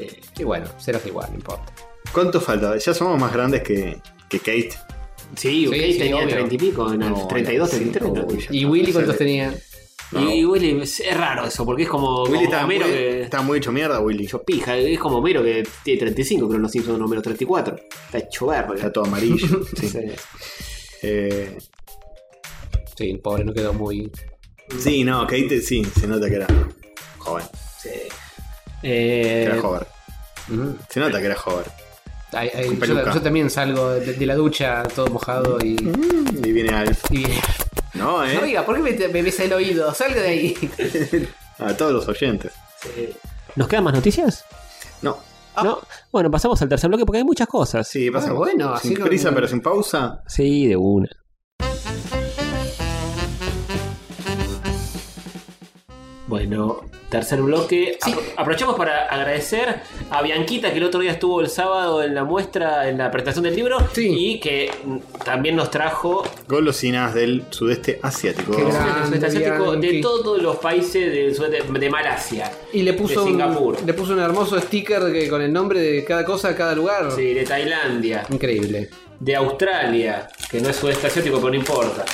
Speaker 2: Eh, Y bueno, serás igual, no importa.
Speaker 3: ¿Cuánto falta? Ya somos más grandes que, que Kate.
Speaker 1: Sí, UK
Speaker 2: Sí, sí,
Speaker 1: tenía
Speaker 2: obvio.
Speaker 1: 30 y pico, en el
Speaker 3: No,
Speaker 1: 32,
Speaker 3: sí,
Speaker 1: 33.
Speaker 3: no,
Speaker 1: creo que.
Speaker 2: ¿Y Willy cuántos tenía?
Speaker 1: Y, y Willy, es raro eso, porque es como,
Speaker 3: Willy
Speaker 1: como
Speaker 3: está muy,
Speaker 1: Homero que.
Speaker 3: está muy hecho mierda, Willy.
Speaker 1: hecho pija, es como Homero que tiene 35, creo en los Simpsons, Homero 34. Está hecho
Speaker 3: Está
Speaker 1: verga.
Speaker 3: todo amarillo. sí.
Speaker 1: Sí.
Speaker 3: Eh,
Speaker 2: Sí, el pobre no quedó muy.
Speaker 3: sí, no, Kate sí, se nota que era joven.
Speaker 1: Sí.
Speaker 3: que
Speaker 1: Eh,
Speaker 3: era joven.
Speaker 2: Mm.
Speaker 3: Se nota que era joven.
Speaker 2: Ay, ay,
Speaker 3: Con
Speaker 2: yo,
Speaker 3: peluca. Mm.
Speaker 2: yo también salgo de, de la ducha todo mojado y.
Speaker 3: Y viene Alf.
Speaker 2: y-
Speaker 3: No,
Speaker 2: No,
Speaker 3: eh.
Speaker 2: Oiga, ¿por qué me, me besa el oído? Salga de ahí.
Speaker 3: A todos los oyentes.
Speaker 1: sí. ¿Nos quedan más noticias?
Speaker 3: No.
Speaker 1: No. Bueno, pasamos al tercer bloque porque hay muchas cosas.
Speaker 3: Ah. Sí, pasa.
Speaker 2: Ah, bueno,
Speaker 3: sin
Speaker 2: así no-
Speaker 3: prisa, pero sin pausa.
Speaker 1: Sí, de una. Bueno, tercer bloque. Apro- aprovechamos para agradecer a Bianquita que el otro día estuvo el sábado en la muestra, en la presentación del libro
Speaker 2: Sí.
Speaker 1: y que mm, también nos trajo
Speaker 3: Golosinas del sudeste asiático.
Speaker 2: Qué gran-
Speaker 1: del sudeste asiático de
Speaker 2: Bianchi.
Speaker 1: todos los países del sudeste- de Malasia.
Speaker 2: Y le
Speaker 1: De
Speaker 2: puso, un,
Speaker 1: Singapur.
Speaker 2: le puso un hermoso sticker que- con el nombre de cada cosa, cada lugar.
Speaker 1: Sí, de Tailandia,
Speaker 2: Increíble.
Speaker 1: de Australia, que no es sudeste asiático, pero no importa.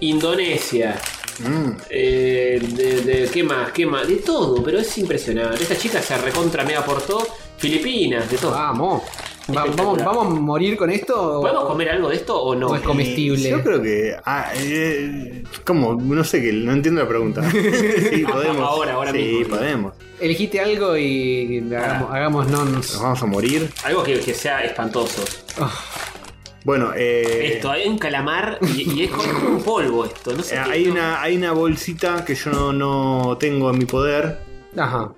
Speaker 1: Indonesia,
Speaker 3: Mm.
Speaker 1: Eh, de, de- ¿Qué más? ¿Qué más? De todo, pero es impresionante. Esta chica se recontra mega aportó. Filipinas, de todo.
Speaker 2: Vamos. Va- vamos,
Speaker 1: Espectacular.
Speaker 2: ¿Vamos a morir con esto? o-
Speaker 1: ¿Podemos comer algo de esto o no?
Speaker 2: o es comestible?
Speaker 3: Yo creo que. Ah, eh, ¿Cómo? No sé, que no entiendo la pregunta. sí, podemos.
Speaker 1: Ahora, ahora
Speaker 3: sí,
Speaker 1: mismo.
Speaker 3: podemos.
Speaker 2: Elegiste algo y hagamos, hagamos nons.
Speaker 3: Nos vamos a morir.
Speaker 1: Algo que, que sea espantoso.
Speaker 3: Bueno, eh,
Speaker 1: Esto, hay un calamar y, y es como un polvo esto. No sé
Speaker 3: eh,
Speaker 1: qué-
Speaker 3: hay, una, hay una bolsita que yo no, no tengo en mi poder.
Speaker 2: Ajá.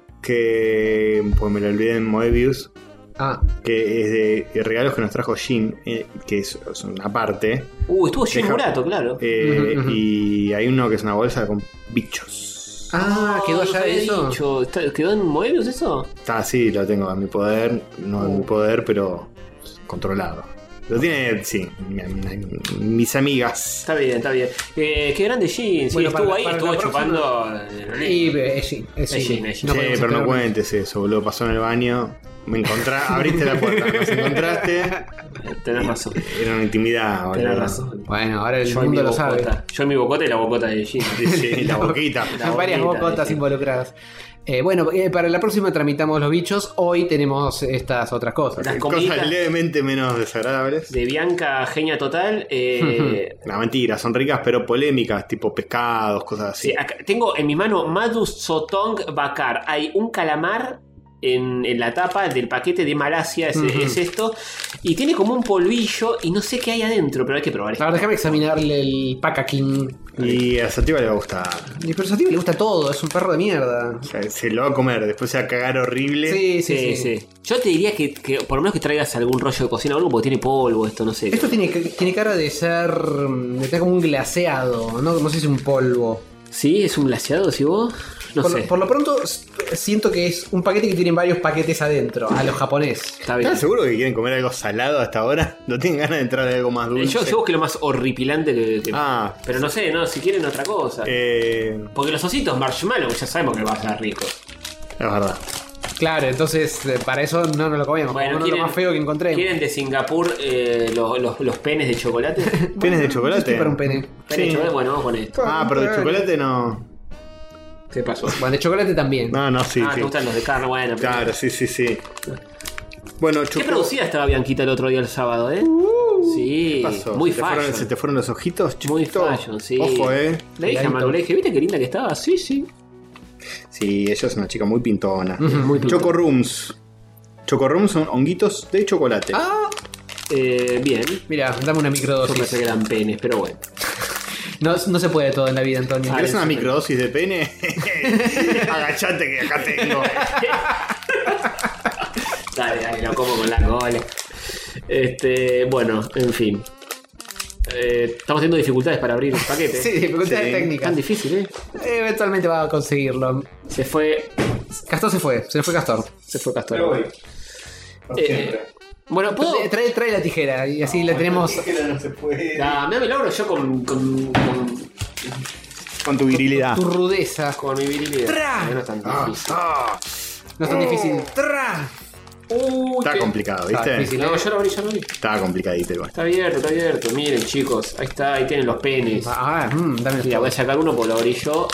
Speaker 3: Que. Pues me la olvidé en Moebius.
Speaker 2: Ah,
Speaker 3: Que es de, de regalos que nos trajo Jim. eh, que es, es una parte.
Speaker 1: Uh, estuvo Jim
Speaker 3: Deja-
Speaker 1: Murato, claro.
Speaker 3: Eh,
Speaker 2: Ujú, ujú.
Speaker 3: Y hay uno que es una bolsa con bichos.
Speaker 2: ah
Speaker 1: No,
Speaker 2: quedó
Speaker 1: no
Speaker 2: allá
Speaker 1: había
Speaker 2: eso.
Speaker 1: dicho. Está- ¿Quedó en Moebius eso?
Speaker 3: Ah, sí, lo tengo en mi poder. No en mi poder, pero controlado. Lo tiene, sí, mi- mi- mis amigas.
Speaker 1: Está bien, está bien. Eh, qué grande Jim. Sí,
Speaker 2: Bueno,
Speaker 1: estuvo
Speaker 2: para-
Speaker 1: ahí,
Speaker 2: para la
Speaker 1: estuvo
Speaker 2: próxima-
Speaker 1: chupando.
Speaker 2: Y eh, es Jin, es
Speaker 1: Es
Speaker 2: Jin.
Speaker 1: Jin, es Jin.
Speaker 2: No
Speaker 3: che,
Speaker 2: podemos
Speaker 3: pero no
Speaker 2: esperar más.
Speaker 3: cuentes eso, boludo. Pasó en el baño. Me encontrá, abriste la puerta, nos encontraste.
Speaker 1: Tenés razón.
Speaker 3: Era una intimidad, boludo.
Speaker 1: Tenés razón.
Speaker 2: Bueno, ahora el
Speaker 1: Yo en mi
Speaker 2: mundo lo sabe.
Speaker 1: bocota. Yo en mi bocota y la bocota de Jim.
Speaker 3: Sí, sí, la boquita.
Speaker 1: La
Speaker 2: varias
Speaker 1: bolita,
Speaker 2: bocotas
Speaker 1: sí.
Speaker 2: involucradas. Eh, bueno, eh, para la próxima tramitamos los bichos. Hoy tenemos estas otras cosas.
Speaker 1: Las
Speaker 3: Cosas
Speaker 1: comiditas.
Speaker 3: levemente menos desagradables.
Speaker 1: de Bianca, genia total. eh,
Speaker 3: La mentira, son ricas pero polémicas, tipo pescados, cosas así.
Speaker 1: sí, ah, acá- tengo en mi mano Madu Sotong Bakar. Hay un calamar en, en la tapa del paquete de Malasia, es, es esto. Y tiene como un polvillo y no sé qué hay adentro, pero hay que probar esto.
Speaker 2: Ahora déjame examinarle el packaging.
Speaker 3: Y a Sativa le va a gustar.
Speaker 2: El personaje le gusta todo, es un perro de mierda.
Speaker 3: O sea, se lo va a comer, después se va a cagar horrible.
Speaker 2: Sí, sí, sí.
Speaker 1: Sí, sí. Yo te diría que, que por lo menos que traigas algún rollo de cocina o algo, porque tiene polvo esto, no sé.
Speaker 2: Esto tiene, tiene cara de ser. mm, de estar como un glaseado, ¿no? No sé si es un polvo.
Speaker 1: Sí, es un glaseado, si vos. No
Speaker 2: por,
Speaker 1: sé.
Speaker 2: por lo pronto, s- siento que es un paquete que tiene varios paquetes adentro, a los japonés.
Speaker 1: Está bien.
Speaker 3: ¿Estás seguro que quieren comer algo salado hasta ahora? ¿No tienen ganas de entrar en algo más
Speaker 1: Eh,
Speaker 3: dulce?
Speaker 1: Yo, yo busqué lo más horripilante que. que-
Speaker 3: Ah,
Speaker 1: Pero no sé, no, si quieren otra cosa.
Speaker 3: eh,
Speaker 1: Porque los ositos marshmallow ya sabemos que va a estar rico.
Speaker 3: es verdad.
Speaker 2: Claro, entonces eh, para eso no nos lo comíamos.
Speaker 1: Bueno,
Speaker 2: Bueno, uno
Speaker 1: ¿quieren-
Speaker 2: lo más feo que encontré.
Speaker 1: ¿Quieren de Singapur eh, los, los- los penes de chocolate? ¿Penes
Speaker 3: ¿Penes de
Speaker 2: Yo estoy
Speaker 3: chocolate?
Speaker 2: para un pene.
Speaker 1: de
Speaker 3: Sí.
Speaker 1: chocolate? Bueno, vamos con esto.
Speaker 3: Ah, pero de chocolate no.
Speaker 1: ¿Qué pasó?
Speaker 2: Bueno, de chocolate también.
Speaker 3: No, no, sí,
Speaker 1: ah,
Speaker 3: sí.
Speaker 1: te gustan los de carne, bueno. pero-
Speaker 3: Claro, sí, sí, sí. Bueno,
Speaker 1: ¿Qué
Speaker 3: choco-
Speaker 1: producida estaba Bianquita el otro día el sábado, eh? sí,
Speaker 3: Uh, ¿Qué pasó?
Speaker 1: muy
Speaker 3: ¿Se te fueron-
Speaker 1: fashion.
Speaker 3: ¿Se te fueron los ojitos,
Speaker 1: Muy
Speaker 3: chiquito?
Speaker 1: fashion, sí.
Speaker 3: Ojo, eh.
Speaker 1: Le dije a Manu, le dije, ¿viste qué linda que estaba? Sí, sí.
Speaker 3: Sí, ella es una chica muy pintona.
Speaker 1: Muy pintona.
Speaker 3: Choco Rooms. Choco Rooms son honguitos de chocolate.
Speaker 2: Ah,
Speaker 1: Eh, bien.
Speaker 2: mira, dame una
Speaker 1: Yo pensé
Speaker 2: microdosis.
Speaker 1: que eran penes, pero bueno.
Speaker 2: No, no se puede todo en la vida, Antonio.
Speaker 1: Ah,
Speaker 3: ¿Querés
Speaker 1: eso
Speaker 3: una
Speaker 1: sí.
Speaker 3: microdosis de pene? Agachate que acá tengo.
Speaker 1: Dale, dale, lo como con la cola. Este, bueno, en fin. Eh, estamos teniendo dificultades para abrir el paquete.
Speaker 2: Sí, dificultades
Speaker 3: Sí.
Speaker 1: Tan
Speaker 2: técnicas.
Speaker 1: difícil, ¿eh?
Speaker 2: Eventualmente va a conseguirlo.
Speaker 1: Se fue,
Speaker 2: Castor se fue, se le fue Castor.
Speaker 1: se fue Castor.
Speaker 3: Pero voy. Por
Speaker 1: Eh,
Speaker 3: siempre.
Speaker 1: Bueno,
Speaker 3: Oh.
Speaker 1: ¿puedo...?
Speaker 2: Trae, trae- trae la tijera y así
Speaker 3: Ah,
Speaker 2: la tenemos.
Speaker 3: No se puede.
Speaker 1: Ah, me logro yo con, con, con,
Speaker 3: Con tu virilidad.
Speaker 2: Tu rudeza.
Speaker 1: con mi virilidad.
Speaker 2: Tra.
Speaker 1: No es tan
Speaker 3: Ah,
Speaker 1: difícil.
Speaker 2: No es
Speaker 3: Oh.
Speaker 2: tan difícil. ¡Tra!
Speaker 1: Uy,
Speaker 3: Está
Speaker 1: qué-
Speaker 3: complicado,
Speaker 2: Está
Speaker 3: ¿viste?
Speaker 2: difícil.
Speaker 1: No, yo lo abrí, yo lo abrí.
Speaker 3: Está complicadito igual.
Speaker 1: Está abierto, está abierto. Miren, chicos, ahí está, ahí tienen los penes.
Speaker 2: Ah, mm, dame el
Speaker 1: Mira, voy a
Speaker 2: todo.
Speaker 1: sacar uno porque lo abrí yo.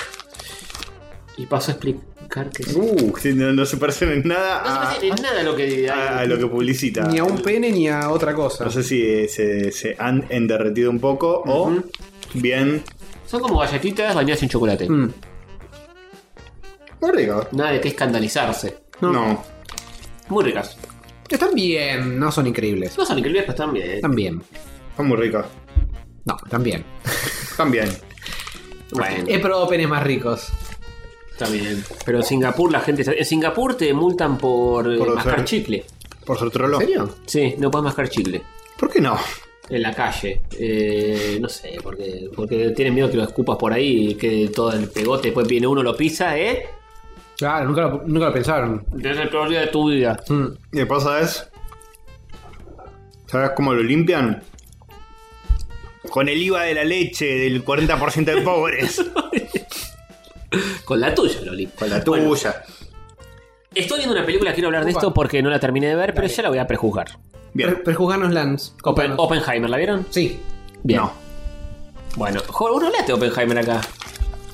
Speaker 1: Y paso a explicar que sí.
Speaker 3: Uh, sí, no, no se parecen en
Speaker 2: Ah,
Speaker 3: nada
Speaker 1: No se
Speaker 3: a,
Speaker 1: parece en nada lo que.
Speaker 3: a- a lo que publicita.
Speaker 2: Ni a un pene ni a otra cosa.
Speaker 3: No sé si eh, se, se han enderretido un poco
Speaker 1: Ujú.
Speaker 3: o bien.
Speaker 1: Son como galletitas bañadas en chocolate.
Speaker 2: ah. Mm.
Speaker 3: No rico.
Speaker 1: Nada de que escandalizarse.
Speaker 3: No.
Speaker 1: Muy ricas.
Speaker 2: Están bien, no son increíbles.
Speaker 1: No son increíbles, pero están bien.
Speaker 2: Están bien.
Speaker 3: son muy ricos.
Speaker 2: No, están bien.
Speaker 3: También.
Speaker 1: Bueno,
Speaker 2: He probado penes más ricos.
Speaker 1: está bien. Pero en Singapur la gente. En Singapur te multan por, eh,
Speaker 3: Por
Speaker 1: mascar
Speaker 3: usar-
Speaker 1: chicle.
Speaker 3: Por ser trolo.
Speaker 2: ¿En serio?
Speaker 1: Sí, no puedes mascar chicle.
Speaker 3: ¿Por qué no?
Speaker 1: En la calle. Eh, no sé, porque, porque tienen miedo que lo escupas por ahí y que todo el pegote. Después viene uno, lo pisa, ¿eh?
Speaker 2: Claro, nunca lo, nunca lo pensaron.
Speaker 1: Es el peor día de tu vida.
Speaker 2: Mm.
Speaker 3: Y después, ¿sabes? ¿Sabes cómo lo limpian? Con el IVA de la leche del 40% de pobres.
Speaker 1: Con la tuya, Loli. Con
Speaker 3: la
Speaker 1: Bueno,
Speaker 3: tuya.
Speaker 1: estoy viendo una película, quiero hablar de esto porque no la terminé de ver, pero ya la voy a prejuzgar.
Speaker 3: Bien.
Speaker 2: Prejuzganos Lance.
Speaker 1: Open,
Speaker 2: Copanos.
Speaker 1: Oppenheimer, ¿la vieron?
Speaker 2: Sí.
Speaker 1: Bien.
Speaker 3: No.
Speaker 1: Bueno, joder, vos no hablaste de Oppenheimer acá.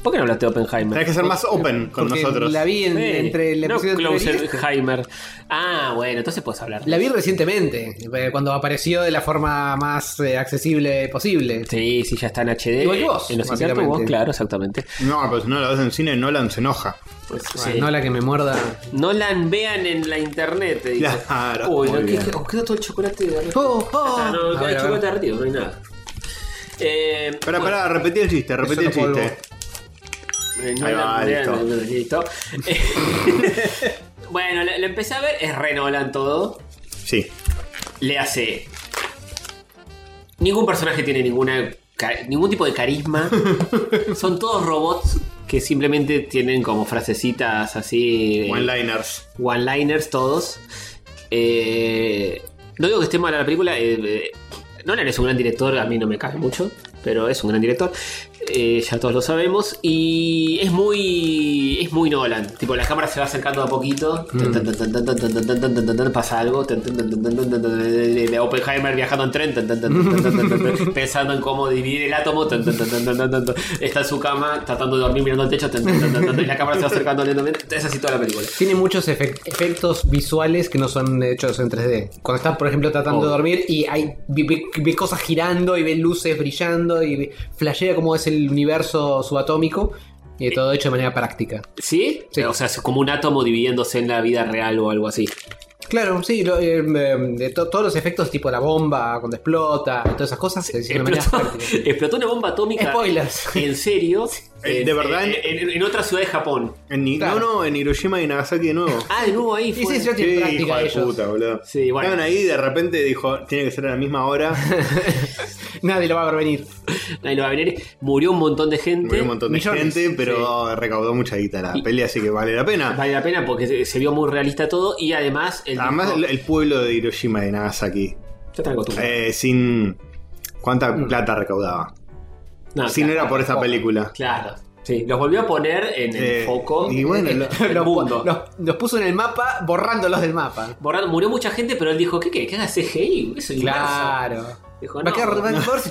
Speaker 1: ¿Por qué no hablaste de Oppenheimer?
Speaker 3: Tenés que ser más open con
Speaker 2: Porque
Speaker 3: nosotros.
Speaker 2: La vi en-
Speaker 1: Sí,
Speaker 2: entre el
Speaker 1: no
Speaker 2: episodio anterior y este.
Speaker 1: Closenheimer. Ah, bueno, entonces puedes hablar.
Speaker 2: La vi recientemente, eh, cuando apareció de la forma más eh, accesible posible.
Speaker 1: Sí, sí, ya está en HD.
Speaker 2: Igual que vos,
Speaker 1: En los
Speaker 2: básicamente.
Speaker 1: inciertos, vos, claro, exactamente.
Speaker 3: No, pero si no la ves en cine, Nolan se enoja.
Speaker 1: Sí.
Speaker 2: Pues, No
Speaker 1: no,
Speaker 2: la que me muerda.
Speaker 1: la vean en la internet. te digo.
Speaker 3: Claro,
Speaker 1: Uy,
Speaker 3: muy
Speaker 1: no, ¿qué,
Speaker 3: bien.
Speaker 1: os quedó todo el chocolate. de arriba.
Speaker 2: Oh, oh.
Speaker 1: Ah, no,
Speaker 2: A
Speaker 1: no,
Speaker 2: ver,
Speaker 1: el
Speaker 2: a
Speaker 1: chocolate
Speaker 2: ver.
Speaker 1: derretido, no hay nada. Eh,
Speaker 3: Pará, pará, repetí el chiste, repetí el
Speaker 2: Eso no
Speaker 3: chiste.
Speaker 1: Eh, no
Speaker 3: Ahí
Speaker 1: la-
Speaker 3: va,
Speaker 1: no la-
Speaker 3: listo.
Speaker 1: no la- listo. Eh, bueno, la, la empecé a ver, es Renolan todo.
Speaker 3: Sí.
Speaker 1: Le hace. Ningún personaje tiene ninguna ca- ningún tipo de carisma. Son todos robots que simplemente tienen como frasecitas así. eh,
Speaker 3: One-liners.
Speaker 1: one-liners todos. Eh, no digo que esté mala la película. eh, eh, Nolan es un gran director, a mí no me cae mucho, pero es un gran director. eh, ya todos lo sabemos. Y es muy. Es muy Nolan. Tipo, la cámara se va acercando a poquito. tan, tan, tan, tan, tan, tan, tan, tan, tan, tan, tan, tan, Pasa algo. tan, tan, tan, tan, tan, tan, tan, tan, de de Oppenheimer viajando en tren. tan, tan, tan, tan, tan, tan, tan, tan, Pensando en cómo dividir el átomo. tan, tan, tan, tan, tan, tan, tan, tan. Está en su cama, tratando de dormir mirando al techo. tan, tan, tan, tan, tan, Y la cámara se va acercando lentamente. Es así toda la película.
Speaker 2: Tiene muchos efec- efectos visuales que no son hechos en 3D. Cuando estás, por ejemplo, tratando
Speaker 1: Oh.
Speaker 2: de dormir y hay, ve, ve- ve cosas girando y ve luces brillando y ve- flashea cómo es el universo subatómico. Y todo hecho de manera práctica.
Speaker 1: ¿Sí?
Speaker 2: Sí.
Speaker 1: O sea, es como un átomo dividiéndose en la vida real o algo así.
Speaker 2: Claro, sí, lo- eh, eh, de to- todos los efectos tipo la bomba cuando explota, y todas esas cosas, se hicieron de manera
Speaker 1: Explotó,
Speaker 2: práctica.
Speaker 1: explotó una bomba atómica.
Speaker 2: Spoilers.
Speaker 1: En serio.
Speaker 3: Eh,
Speaker 1: en-
Speaker 3: de verdad,
Speaker 1: En, en- en otra ciudad de Japón.
Speaker 3: En Ni-
Speaker 2: Claro.
Speaker 3: No, no, en Hiroshima y Nagasaki de nuevo.
Speaker 1: Ah, de nuevo ahí.
Speaker 2: Y
Speaker 1: Fue.
Speaker 2: sí, yo
Speaker 3: Qué
Speaker 2: tiene
Speaker 3: hijo
Speaker 2: práctica
Speaker 3: de
Speaker 2: ellos.
Speaker 3: puta, boludo.
Speaker 1: Sí, bueno.
Speaker 3: Estaban ahí y de repente dijo, tiene que ser a la misma hora.
Speaker 2: Nadie lo va a ver venir.
Speaker 1: Nadie lo va a venir. Murió un montón de gente.
Speaker 3: Murió un montón de
Speaker 2: Millones.
Speaker 3: gente, pero recaudó mucha guita la peli, así que vale la pena.
Speaker 1: Vale la pena porque se, se vio muy realista todo. Y además. El
Speaker 3: Además,
Speaker 1: disco-
Speaker 3: el, el pueblo de Hiroshima y Nagasaki,
Speaker 1: Ya te la acostumbré.
Speaker 3: eh, sin. ¿Cuánta plata recaudaba?
Speaker 1: No,
Speaker 3: si
Speaker 1: Mm. Ah,
Speaker 3: no
Speaker 1: claro,
Speaker 3: era por esta película.
Speaker 1: Claro. Sí, los volvió a poner en el
Speaker 3: Eh,
Speaker 1: foco. eh,
Speaker 3: y bueno, lo-
Speaker 1: del
Speaker 2: Los,
Speaker 1: mundo.
Speaker 2: los- los puso en el mapa borrándolos del mapa.
Speaker 1: Borrando- murió mucha gente, pero él dijo: ¿Qué querés? ¿Que haga CGI? Eso es
Speaker 2: Claro.
Speaker 1: inmenso". Dijo,
Speaker 2: va a
Speaker 1: "No".
Speaker 2: quedar, va a quedarse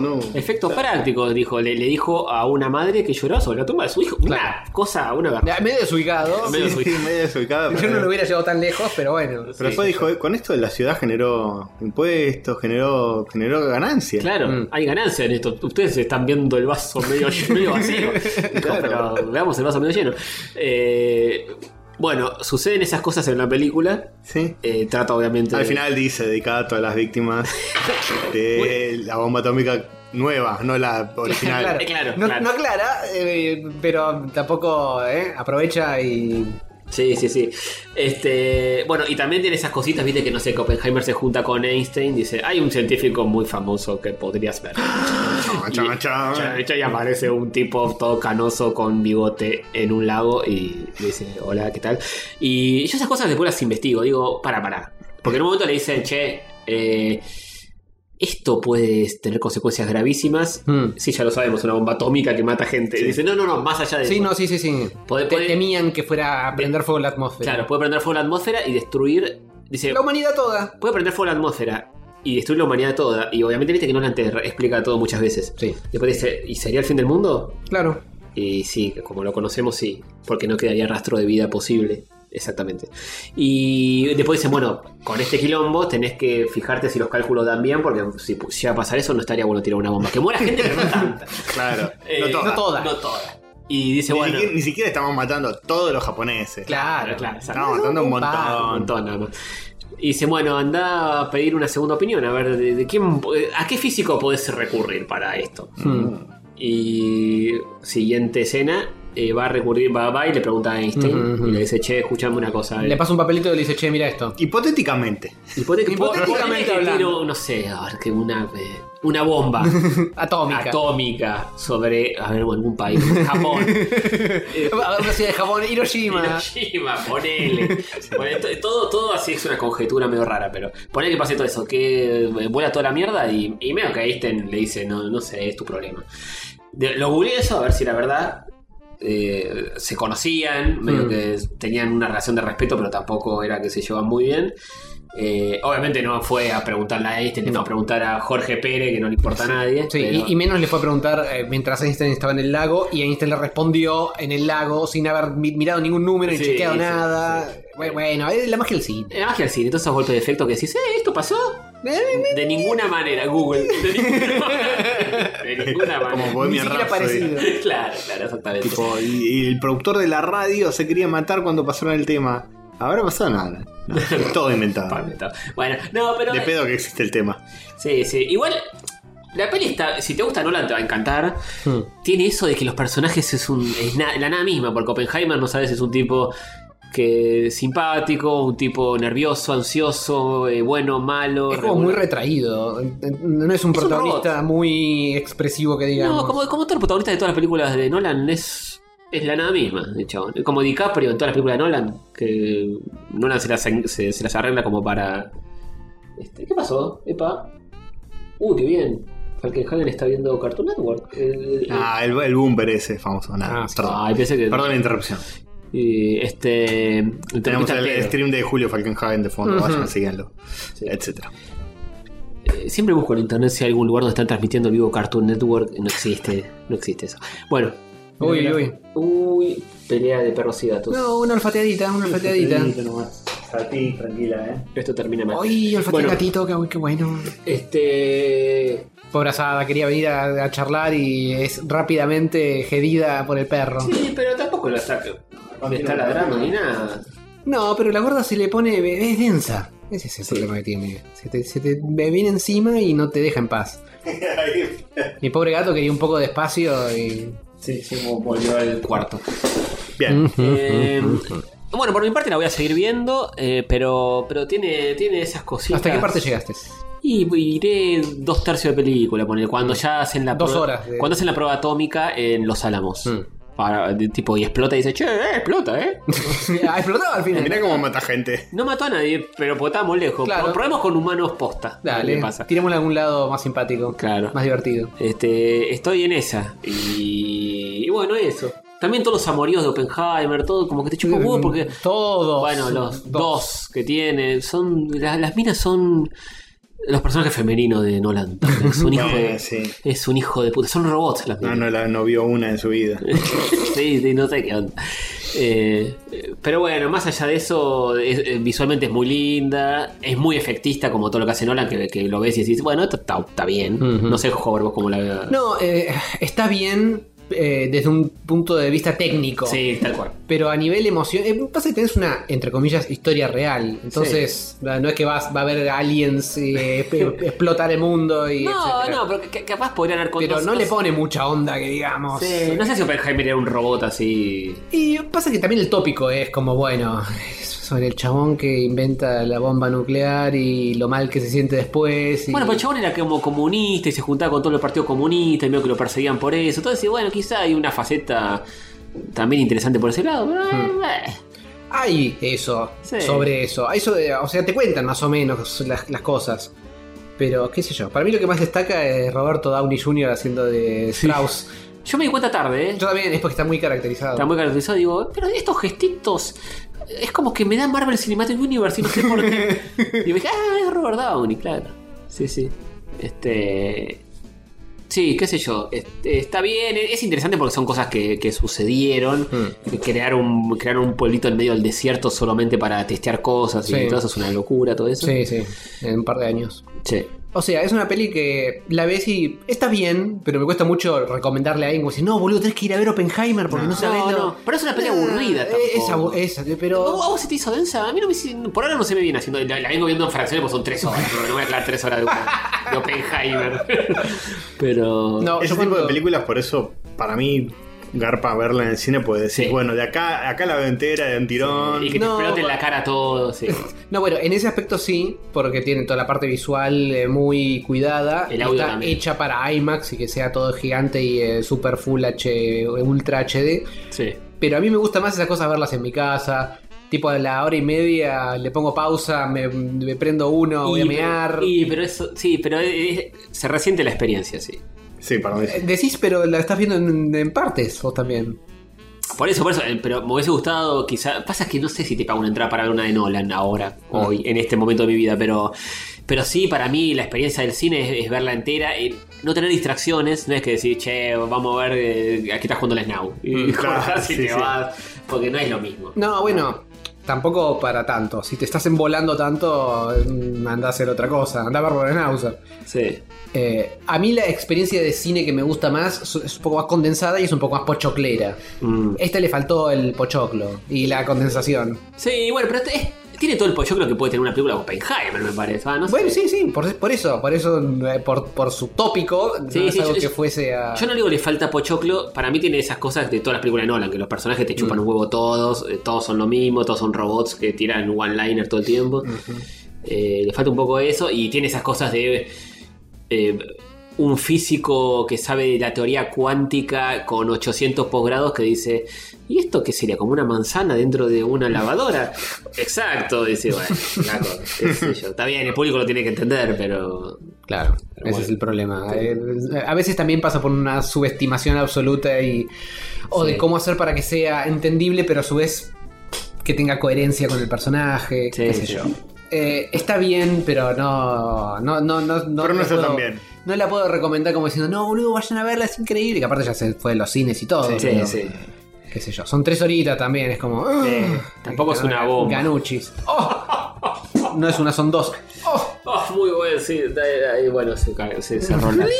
Speaker 3: No, no.
Speaker 1: Efectos prácticos, dijo. Le, le dijo a una madre que lloraba sobre la tumba de su hijo. Una
Speaker 2: Claro.
Speaker 1: cosa, una verdad.
Speaker 2: Ya, Medio desubicado.
Speaker 1: Medio
Speaker 3: Sí,
Speaker 1: desubicado.
Speaker 3: medio desubicada,
Speaker 2: Yo no
Speaker 3: pero-
Speaker 2: lo hubiera llevado tan lejos, pero bueno.
Speaker 3: Pero
Speaker 1: Sí,
Speaker 3: después
Speaker 1: sí,
Speaker 3: dijo, eh, con esto la ciudad generó impuestos, generó, generó ganancias.
Speaker 1: Claro,
Speaker 2: Mm.
Speaker 1: hay ganancia en esto. Ustedes están viendo el vaso medio, medio vacío. Dijo, Pero veamos el vaso medio lleno. Eh, bueno, suceden esas cosas en la película.
Speaker 3: Sí.
Speaker 1: Eh, trata obviamente.
Speaker 3: Al
Speaker 1: de-
Speaker 3: final dice, dedicada a todas las víctimas de la bomba atómica nueva, no la original.
Speaker 2: Claro,
Speaker 1: Eh, claro,
Speaker 2: no,
Speaker 1: claro.
Speaker 2: no aclara, eh, pero tampoco eh, aprovecha y
Speaker 1: Sí, sí, sí. Este, bueno, y también tiene esas cositas, viste que no sé, Oppenheimer se junta con Einstein, dice, hay un científico muy famoso que podrías ver.
Speaker 3: Chama,
Speaker 1: Y-
Speaker 3: chama, chama.
Speaker 1: De hecho, ahí aparece un tipo todo canoso con bigote en un lago y le dice, hola, ¿qué tal? Y yo esas cosas después las investigo, digo, para, para. Porque en un momento le dicen, che, eh, esto puede tener consecuencias gravísimas.
Speaker 2: Mm.
Speaker 1: Sí, ya lo sabemos, una bomba atómica que mata gente. Y dice, no, no, no, más allá de
Speaker 2: Sí,
Speaker 1: eso.
Speaker 2: no, sí, sí, sí.
Speaker 1: Puede-
Speaker 2: Te
Speaker 1: puede-
Speaker 2: temían que fuera a prender fuego la atmósfera.
Speaker 1: Claro, puede prender fuego la atmósfera y destruir... Dice,
Speaker 2: La humanidad toda.
Speaker 1: puede prender fuego la atmósfera y destruir la humanidad toda. Y obviamente viste que Nolan te re- explica todo muchas veces.
Speaker 2: Sí,
Speaker 1: Después dice, ¿y sería el fin del mundo?
Speaker 2: claro.
Speaker 1: Y sí, como lo conocemos, sí, porque no quedaría rastro de vida posible. Exactamente. Y después dicen, bueno, con este quilombo tenés que fijarte si los cálculos dan bien, porque si pu- llega a pasar eso no estaría bueno tirar una bomba. Que muera gente, pero no tanta.
Speaker 3: Claro.
Speaker 1: Eh,
Speaker 3: no todas.
Speaker 2: no todas.
Speaker 1: No toda. Y dice,
Speaker 3: Ni,
Speaker 1: bueno...
Speaker 3: siquiera, ni siquiera estamos matando a todos los japoneses.
Speaker 2: Claro,
Speaker 1: claro, exacto.
Speaker 3: Estamos matando a un
Speaker 1: un
Speaker 3: montón.
Speaker 1: montón nada más. Y dice, bueno, anda a pedir una segunda opinión, a ver, de, de quién, ¿a qué físico podés recurrir para esto?
Speaker 2: Hmm.
Speaker 1: Y siguiente escena, eh, va a recurrir, va, va y le pregunta a Einstein,
Speaker 2: Ujú, ujú.
Speaker 1: y le dice, che, escúchame una cosa.
Speaker 2: Le pasa un papelito y le dice, che, mira esto.
Speaker 3: Hipotéticamente.
Speaker 1: Hipote-
Speaker 2: hipotéticamente
Speaker 1: que
Speaker 2: hablando.
Speaker 1: tiro, no sé, a ver, que una, eh, una bomba
Speaker 2: Atómica.
Speaker 1: atómica sobre, a ver, algún país, Japón. Eh,
Speaker 2: Una ciudad de Japón, Hiroshima.
Speaker 1: Hiroshima, ponele. Ponele, to- todo, todo así es una conjetura medio rara, pero ponele que pase todo eso, que eh, vuela toda la mierda y, y medio que Einstein le dice, no, no sé, es tu problema. De- lo googleé eso a ver si la verdad eh, se conocían, medio
Speaker 2: Mm.
Speaker 1: que tenían una relación de respeto, pero tampoco era que se llevaban muy bien. Eh, obviamente no fue a preguntarle a Einstein, le fue a preguntar a Jorge Pérez, que no le importa a nadie.
Speaker 2: Sí,
Speaker 1: pero-
Speaker 2: y, y menos le fue a preguntar eh, mientras Einstein estaba en el lago y Einstein le respondió en el lago sin haber mi- mirado ningún número ni
Speaker 1: Sí,
Speaker 2: chequeado
Speaker 1: sí,
Speaker 2: nada.
Speaker 1: sí.
Speaker 2: Bueno, bueno, es la magia del cine.
Speaker 1: La magia del cine, todos esos golpes de efecto que decís, eh, esto pasó. De ninguna manera, Google. De ninguna manera. De ninguna
Speaker 3: Como
Speaker 1: manera.
Speaker 2: Ni
Speaker 3: Bohemian
Speaker 2: siquiera
Speaker 3: Rhapsody.
Speaker 2: parecido.
Speaker 1: Claro, claro, exactamente.
Speaker 3: Tipo, y, y el productor de la radio se quería matar cuando pasaron el tema. Ahora pasó nada. No, es todo inventado.
Speaker 1: Palmetto. Bueno, no, pero.
Speaker 3: De pedo que existe el tema.
Speaker 1: Sí, sí. Igual, la peli está. Si te gusta Nolan, te va a encantar. Tiene eso de que los personajes es, un, es na- la nada misma, porque Oppenheimer no sabes, es un tipo que simpático, un tipo nervioso, ansioso, eh, bueno, malo.
Speaker 2: Es como
Speaker 1: regular.
Speaker 2: muy retraído. No es un
Speaker 1: Es un
Speaker 2: protagonista
Speaker 1: robot.
Speaker 2: muy expresivo que digamos.
Speaker 1: No, como, como todo el protagonista de todas las películas de Nolan es, es la nada misma, de hecho. Como DiCaprio en todas las películas de Nolan, que Nolan se las, en- se, se las arregla como para... Este, ¿Qué pasó? Epa. Uh, qué bien. Falkenhagen está viendo Cartoon Network. El-
Speaker 3: Ah, el, el boomer ese famoso. Nada,
Speaker 2: Ah, sí.
Speaker 3: perdón.
Speaker 1: Ay, pensé que...
Speaker 3: Perdón la interrupción.
Speaker 1: Y, este... el
Speaker 3: Tenemos
Speaker 1: terrorista
Speaker 3: el
Speaker 1: Pedro.
Speaker 3: stream de Julio Falkenhagen de fondo.
Speaker 2: Ujú.
Speaker 3: Vayan, síganlo.
Speaker 1: Sí.
Speaker 3: Etcétera.
Speaker 1: Eh, Siempre busco en internet si hay algún lugar donde están transmitiendo en vivo Cartoon Network. No existe, no existe eso. Bueno.
Speaker 2: Uy, uy.
Speaker 1: Uy, pelea de perros y gatos.
Speaker 2: No, una olfateadita, una olfateadita.
Speaker 3: A ti, tranquila, eh.
Speaker 1: Esto termina mal.
Speaker 2: Uy, olfatea
Speaker 1: Bueno.
Speaker 2: el gatito, que, uy, qué bueno.
Speaker 1: Este.
Speaker 2: Pobre asada, quería venir a, a charlar y es rápidamente gedida por el perro.
Speaker 1: Sí, pero tampoco lo saco. Le está ladrando ni nada.
Speaker 2: No, pero la gorda se le pone. es densa. Ese es el problema que tiene. Se te, se te viene encima y no te deja en paz. Mi pobre gato quería un poco de espacio y.
Speaker 1: Sí, sí, volvió al cuarto. Em,
Speaker 3: Bien.
Speaker 1: bueno, por mi parte la voy a seguir viendo, eh, pero, pero tiene, tiene esas cositas.
Speaker 2: ¿Hasta qué parte llegaste?
Speaker 1: Y iré dos tercios de película, poner cuando ya hacen la
Speaker 2: Dos
Speaker 1: prueba-
Speaker 2: horas de-
Speaker 1: Cuando hacen la prueba atómica en Los Álamos.
Speaker 2: Mm.
Speaker 1: Para- de- tipo, y explota y dice, che, eh, explota, eh.
Speaker 2: ah, explotó al final.
Speaker 3: Mirá cómo mata gente.
Speaker 1: No mató a nadie, pero porque estábamos lejos.
Speaker 2: Claro.
Speaker 1: Probemos con humanos posta.
Speaker 2: Dale,
Speaker 1: ¿Qué pasa?
Speaker 2: tirémosle a Eh, algún lado más simpático.
Speaker 1: Claro.
Speaker 2: Más divertido.
Speaker 1: Este, estoy en esa. Y, y bueno, eso. También todos los amoríos de Oppenheimer, todo como que te chupa un huevo porque.
Speaker 2: Todos.
Speaker 1: Bueno, los dos, que tiene. Son. la- las minas son. Los personajes femeninos de Nolan. también. Es un hijo de.
Speaker 3: Eh, sí.
Speaker 1: Es un hijo de puta. Son robots las
Speaker 3: No,
Speaker 1: minas.
Speaker 3: no, la, no vio una en su vida.
Speaker 1: sí, sí, no sé qué onda. Eh, eh, pero bueno, más allá de eso, es- eh, visualmente es muy linda, es muy efectista como todo lo que hace Nolan, que, que lo ves y decís, bueno, esto está, está bien.
Speaker 2: Ujú.
Speaker 1: No sé, Hover, vos como la
Speaker 2: No, eh, está bien. eh, desde un punto de vista técnico.
Speaker 1: Sí, tal cual.
Speaker 2: Pero a nivel emoción, eh, pasa que tenés una, entre comillas, historia real. Entonces, no es que vas, va a haber aliens eh, pe- explotar el mundo y.
Speaker 1: No,
Speaker 2: etcétera.
Speaker 1: no, pero ca- capaz podría haber
Speaker 2: Pero no le pone mucha onda que digamos.
Speaker 1: Sí, no sé si Oppenheimer era un robot así.
Speaker 2: Y pasa que también el tópico es como, bueno, sobre el chabón que inventa la bomba nuclear y lo mal que se siente después. y-
Speaker 1: Bueno, pues, pero el chabón era como comunista y se juntaba con todo el partido comunista y medio que lo perseguían por eso. Entonces, bueno, quizá hay una faceta también interesante por ese lado. Pero, eh,
Speaker 2: Hmm.
Speaker 1: eh.
Speaker 2: Hay eso,
Speaker 1: Sí.
Speaker 2: sobre eso. Hay eso de- o sea, te cuentan más o menos las, las cosas. Pero, qué sé yo. Para mí lo que más destaca es Roberto Downey Jr. haciendo de Strauss.
Speaker 1: Yo me di cuenta tarde, ¿eh?
Speaker 2: Yo también, es porque está muy caracterizado.
Speaker 1: Está muy caracterizado. Digo, pero estos gestitos. Es como que me da Marvel Cinematic Universe y no sé por qué. y me dije, ah, es Robert Downey, claro. Sí, sí. Este. Sí, qué sé yo. Este, está bien, es interesante porque son cosas que, que sucedieron.
Speaker 2: Mm.
Speaker 1: Que Crear un, crear un pueblito en medio del desierto solamente para testear cosas
Speaker 2: Sí.
Speaker 1: y todo eso es una locura, todo eso.
Speaker 2: Sí, sí, en un par de años.
Speaker 1: Sí.
Speaker 2: O sea, es una peli que la ves y está bien, pero me cuesta mucho recomendarle a alguien como decir, no, boludo, tenés que ir a ver Oppenheimer porque no, sabes
Speaker 1: No, no, pero es una peli aburrida
Speaker 2: Es
Speaker 1: tampoco.
Speaker 2: abu- es,
Speaker 1: ¿A
Speaker 2: pero...
Speaker 1: vos se Oh, te hizo densa? A mí no me hizo- Por ahora no se me viene haciendo. La, la vengo viendo en fracciones porque son tres horas. pero no voy a aclarar tres horas de, una- de Oppenheimer. Pero.
Speaker 2: No,
Speaker 3: Ese
Speaker 2: yo
Speaker 3: tipo de
Speaker 2: cuando-
Speaker 3: películas, por eso, para mí, garpa verla en el cine, pues decir,
Speaker 1: Sí.
Speaker 3: bueno, de acá, acá la veo entera, de un tirón.
Speaker 1: Y que
Speaker 2: no,
Speaker 1: te explote en
Speaker 2: pa-
Speaker 1: la cara todo. Sí.
Speaker 2: No, bueno, en ese aspecto sí, porque tiene toda la parte visual eh, muy cuidada.
Speaker 1: El audio
Speaker 2: está
Speaker 1: también.
Speaker 2: hecha para IMAX y que sea todo gigante y eh, super full H, ultra HD.
Speaker 1: sí.
Speaker 2: Pero a mí me gusta más esas cosas verlas en mi casa. Tipo a la hora y media le pongo pausa, me, me prendo uno, voy a mear.
Speaker 1: y- pero eso. Sí, pero es- se resiente la experiencia, sí.
Speaker 3: Sí, para mí. sí.
Speaker 2: Eh, Decís, pero la estás viendo en, en partes vos también.
Speaker 1: Por eso, por eso. eh, Pero me hubiese gustado, quizá. Pasa que no sé si te pago una entrada para ver una de Nolan ahora, hoy, en este momento de mi vida. Pero. Pero sí, para mí la experiencia del cine es, es verla entera. y no tener distracciones, no es que decir, che, vamos a ver, eh, aquí estás jugando el Snow. Y
Speaker 3: Mm, claro,
Speaker 1: cortás y
Speaker 3: sí,
Speaker 1: te
Speaker 3: sí.
Speaker 1: vas, porque no es lo mismo.
Speaker 2: No, bueno, tampoco para tanto. Si te estás embolando tanto, mm, anda a hacer otra cosa. Anda a ver Rollenhauser.
Speaker 1: Sí.
Speaker 2: Eh, a mí la experiencia de cine que me gusta más su- es un poco más condensada y es un poco más pochoclera.
Speaker 1: Mm.
Speaker 2: Esta le faltó el pochoclo y la condensación.
Speaker 1: Sí, bueno, pero este- es- tiene todo el pollo. Yo creo que puede tener una película de Oppenheimer, me parece. Ah, no sé.
Speaker 2: Bueno, sí, sí, por, por eso, por eso, eh, por, por su tópico,
Speaker 1: Sí,
Speaker 2: no es
Speaker 1: sí,
Speaker 2: algo
Speaker 1: yo-
Speaker 2: que fuese a...
Speaker 1: Yo no digo le falta pochoclo, para mí tiene esas cosas de todas las películas de Nolan, que los personajes te chupan un huevo todos, eh, todos son lo mismo, todos son robots que tiran one-liner todo el tiempo. Eh, le falta un poco eso y tiene esas cosas de eh, un físico que sabe de la teoría cuántica con 800 posgrados que dice, ¿y esto qué sería? ¿Como una manzana dentro de una lavadora? Exacto, dice, bueno, flaco, qué sé yo. Está bien, el público lo tiene que entender, pero...
Speaker 2: Claro, ese
Speaker 1: bueno.
Speaker 2: es el problema. Eh, a veces también pasa por una subestimación absoluta y... O de
Speaker 1: Sí.
Speaker 2: cómo hacer para que sea entendible, pero a su vez que tenga coherencia con el personaje,
Speaker 1: Sí,
Speaker 2: qué sé
Speaker 1: sí.
Speaker 2: yo. Eh, está bien, pero no... no, no, no, no
Speaker 3: Pero no
Speaker 2: la
Speaker 3: está tan
Speaker 2: puedo-
Speaker 3: bien.
Speaker 2: No la puedo recomendar como diciendo, no, boludo, vayan a verla, es increíble. Que aparte ya se fue de los cines y todo.
Speaker 1: Sí,
Speaker 2: pero,
Speaker 1: sí.
Speaker 2: Qué sé yo. Son tres horitas también, es como... "Ah", "Ugh".
Speaker 1: tampoco es una bomba.
Speaker 2: Ganuchis. ¡Oh! No es una, son dos.
Speaker 1: Oh, muy bueno, sí. eh, Ahí, bueno, se, ca- se cerró la tabla.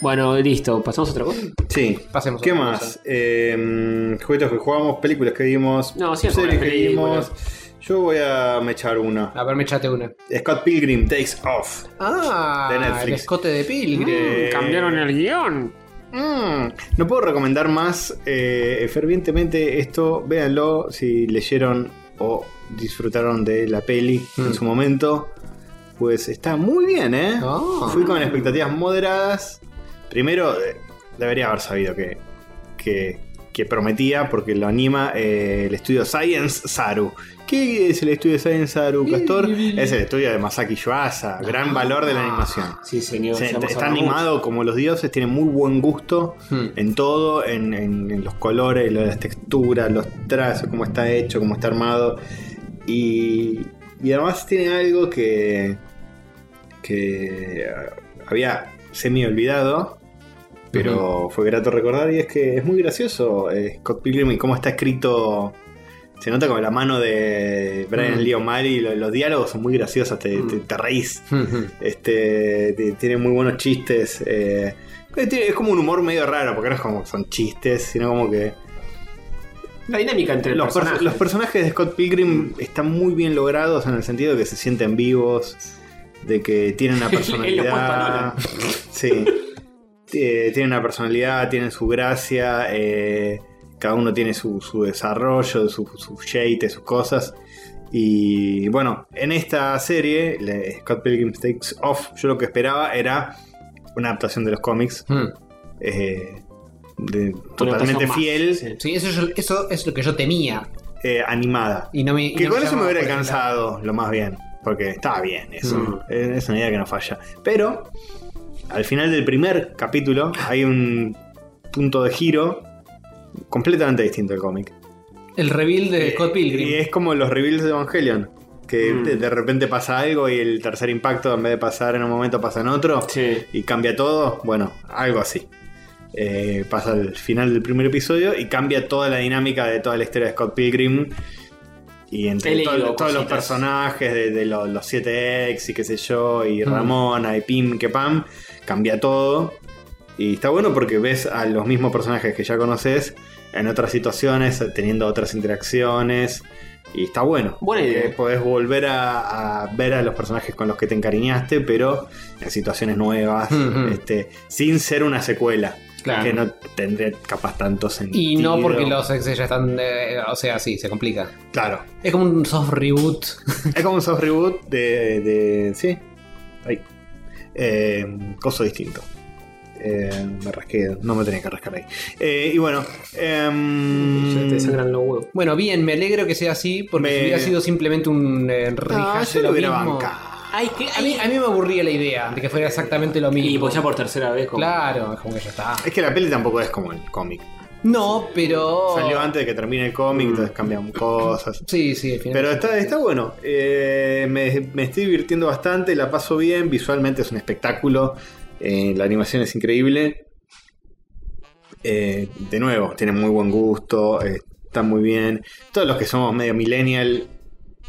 Speaker 1: Bueno, listo. ¿Pasamos a otra cosa?
Speaker 3: Sí.
Speaker 2: Pasemos a
Speaker 3: ¿Qué
Speaker 2: otra
Speaker 3: más?
Speaker 2: cosa.
Speaker 3: Eh, juguetos que jugamos, películas que vimos,
Speaker 1: No, siempre
Speaker 3: series
Speaker 1: las
Speaker 3: que
Speaker 1: películas.
Speaker 3: vimos. Yo voy a mechar una.
Speaker 2: A ver, me echate una.
Speaker 3: Scott Pilgrim Takes Off.
Speaker 2: Ah,
Speaker 3: De Netflix.
Speaker 2: el escote de Pilgrim.
Speaker 3: Eh,
Speaker 1: Mm, el guión.
Speaker 3: Mm, no puedo recomendar más eh, fervientemente esto. Véanlo si leyeron o disfrutaron de la peli
Speaker 2: Mm.
Speaker 3: en su momento. Pues está muy bien, ¿eh?
Speaker 2: Ah.
Speaker 3: Fui con expectativas moderadas. Primero, eh, debería haber sabido que, que, que prometía, porque lo anima eh, el estudio Science Saru. ¿Qué es el estudio Science Saru, Castor? Es el estudio de Masaki Yuasa. Gran valor de la animación.
Speaker 1: Sí, señor.
Speaker 3: Se-
Speaker 1: ya hemos
Speaker 3: está
Speaker 1: hablado
Speaker 3: animado como los dioses, tiene muy buen gusto
Speaker 2: Hmm.
Speaker 3: en todo, en, en- en los colores, lo- las texturas, los trazos, cómo está hecho, cómo está armado. Y, y además tiene algo que, que ah, había semi olvidado, pero fue grato recordar, y es que es muy gracioso eh, Scott Pilgrim y cómo está escrito Se nota como la mano de Brian Lee O'Malley. lo- Los, diálogos son muy graciosos, te, te- te reís.
Speaker 2: Hmm,
Speaker 3: Este, ti- tiene muy buenos chistes. eh, eh, tiene- es como un humor medio raro, porque no es como son chistes, sino como que.
Speaker 1: La dinámica entre
Speaker 3: Los,
Speaker 1: los
Speaker 3: perso-
Speaker 1: personajes.
Speaker 3: los personajes de Scott Pilgrim están muy bien logrados en el sentido de que se sienten vivos, de que tienen una personalidad. sí. Eh, tienen una personalidad, tienen su gracia, eh, cada uno tiene su, su desarrollo, su, su shade, sus cosas. Y bueno, en esta serie, le- Scott Pilgrim Takes Off, yo lo que esperaba era una adaptación de los cómics.
Speaker 2: hmm.
Speaker 3: eh, de- totalmente
Speaker 1: adaptación más,
Speaker 3: fiel,
Speaker 1: sí.
Speaker 2: Sí, eso, yo- eso es lo que yo temía.
Speaker 3: eh, animada.
Speaker 2: Y no me, y
Speaker 3: Que
Speaker 2: no
Speaker 3: con eso me
Speaker 2: llamaba
Speaker 3: hubiera
Speaker 2: por ese lado.
Speaker 3: alcanzado lo más bien. Porque estaba bien eso.
Speaker 1: Mm.
Speaker 3: Eh, Es una idea que no falla. Pero, al final del primer capítulo, hay un punto de giro completamente distinto al cómic.
Speaker 2: El reveal de
Speaker 3: Eh,
Speaker 2: Scott Pilgrim. Mm.
Speaker 3: Y es como los reveals de Evangelion. Que de, de repente pasa algo y el tercer impacto, en vez de pasar en un momento, pasa en otro.
Speaker 1: Sí.
Speaker 3: Y cambia todo. Bueno, algo así. Eh, pasa al final del primer episodio y cambia toda la dinámica de toda la historia de Scott Pilgrim. Y
Speaker 1: He
Speaker 3: entre
Speaker 1: leído
Speaker 3: todo- todos los
Speaker 1: cositas.
Speaker 3: personajes de, de lo- los 7 ex y qué sé yo, y
Speaker 1: Mm.
Speaker 3: Ramona, y Pim, que Pam, cambia todo. Y está bueno porque ves a los mismos personajes que ya conoces en otras situaciones, teniendo otras interacciones. Y está bueno.
Speaker 1: Buena idea.
Speaker 3: Porque Podés volver a, a ver a los personajes con los que te encariñaste, pero en situaciones nuevas,
Speaker 2: Ujú.
Speaker 3: este, sin ser una secuela.
Speaker 2: Claro.
Speaker 3: Que no tendría capaz tanto sentido.
Speaker 2: Y no porque los ex ya están. eh, o sea, sí, se complica.
Speaker 3: Claro.
Speaker 2: Es como un soft reboot.
Speaker 3: Es como un soft reboot de. de- sí. Ahí. Eh, coso distinto. Eh, me rasqué, no me tenía que rascar ahí. Eh, y bueno. em,
Speaker 1: Se te sangran los huevos.
Speaker 2: Bueno, bien, me alegro que sea así, porque
Speaker 3: Me-
Speaker 2: si hubiera sido simplemente un eh,
Speaker 3: ah, yo
Speaker 2: rehash
Speaker 3: lo
Speaker 2: de lo
Speaker 3: hubiera
Speaker 2: mismo.
Speaker 3: bancado.
Speaker 1: Ay, que,
Speaker 2: A mí, a mí me aburría la idea de que fuera exactamente lo mismo.
Speaker 1: Y pues ya por tercera vez. como-
Speaker 2: Claro, es como que ya está.
Speaker 3: Es que la peli tampoco es como el cómic.
Speaker 2: No, pero.
Speaker 3: Salió antes de que termine el
Speaker 2: Mm.
Speaker 3: cómic, entonces cambian cosas.
Speaker 2: Sí, sí, al final.
Speaker 3: Pero está, está bueno. Eh, me, me estoy divirtiendo bastante, la paso bien. Visualmente es un espectáculo. eh, la animación es increíble. Eh, de nuevo, tiene muy buen gusto. eh, está muy bien. Todos los que somos medio millennial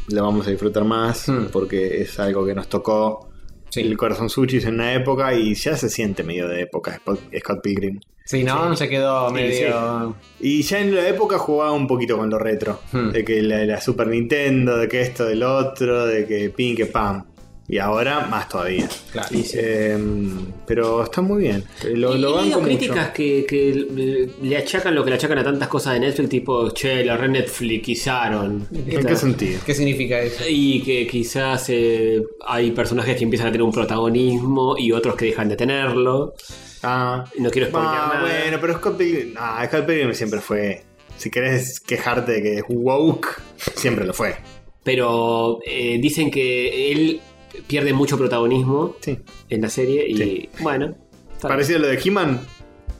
Speaker 3: lo vamos a disfrutar más
Speaker 2: Hmm.
Speaker 3: porque es algo que nos tocó.
Speaker 2: Sí.
Speaker 3: El corazón sushi en una época y ya se siente medio de época Scott- Scott Pilgrim.
Speaker 2: Sí, no, se quedó medio.
Speaker 3: Y ya en la época jugaba un poquito con lo retro.
Speaker 2: Hmm.
Speaker 3: De que la, la Super Nintendo, de que esto, del otro, de que pin, que pam. Y ahora más todavía.
Speaker 2: Claro.
Speaker 3: Em, pero está muy bien. Eh, Lo,
Speaker 1: Y- y
Speaker 3: lo
Speaker 1: he leído
Speaker 3: banco mucho.
Speaker 1: críticas que, que le achacan lo que le achacan a tantas cosas de Netflix, tipo, che, la re Netflixizaron.
Speaker 3: ¿En qué sentido?
Speaker 2: ¿Qué significa eso?
Speaker 1: Y que quizás eh, hay personajes que empiezan a tener un protagonismo y otros que dejan de tenerlo.
Speaker 3: Ah,
Speaker 1: No quiero spoilear
Speaker 3: Ah,
Speaker 1: nada.
Speaker 3: bueno, pero Scott Pilgrim. Ah, Scott Pilgrim siempre fue. Si querés quejarte de que es woke, siempre lo fue.
Speaker 1: Pero eh, dicen que él pierde mucho protagonismo
Speaker 3: Sí.
Speaker 1: en la serie y
Speaker 3: Sí.
Speaker 1: bueno. está-
Speaker 3: Parecido a lo de He-Man.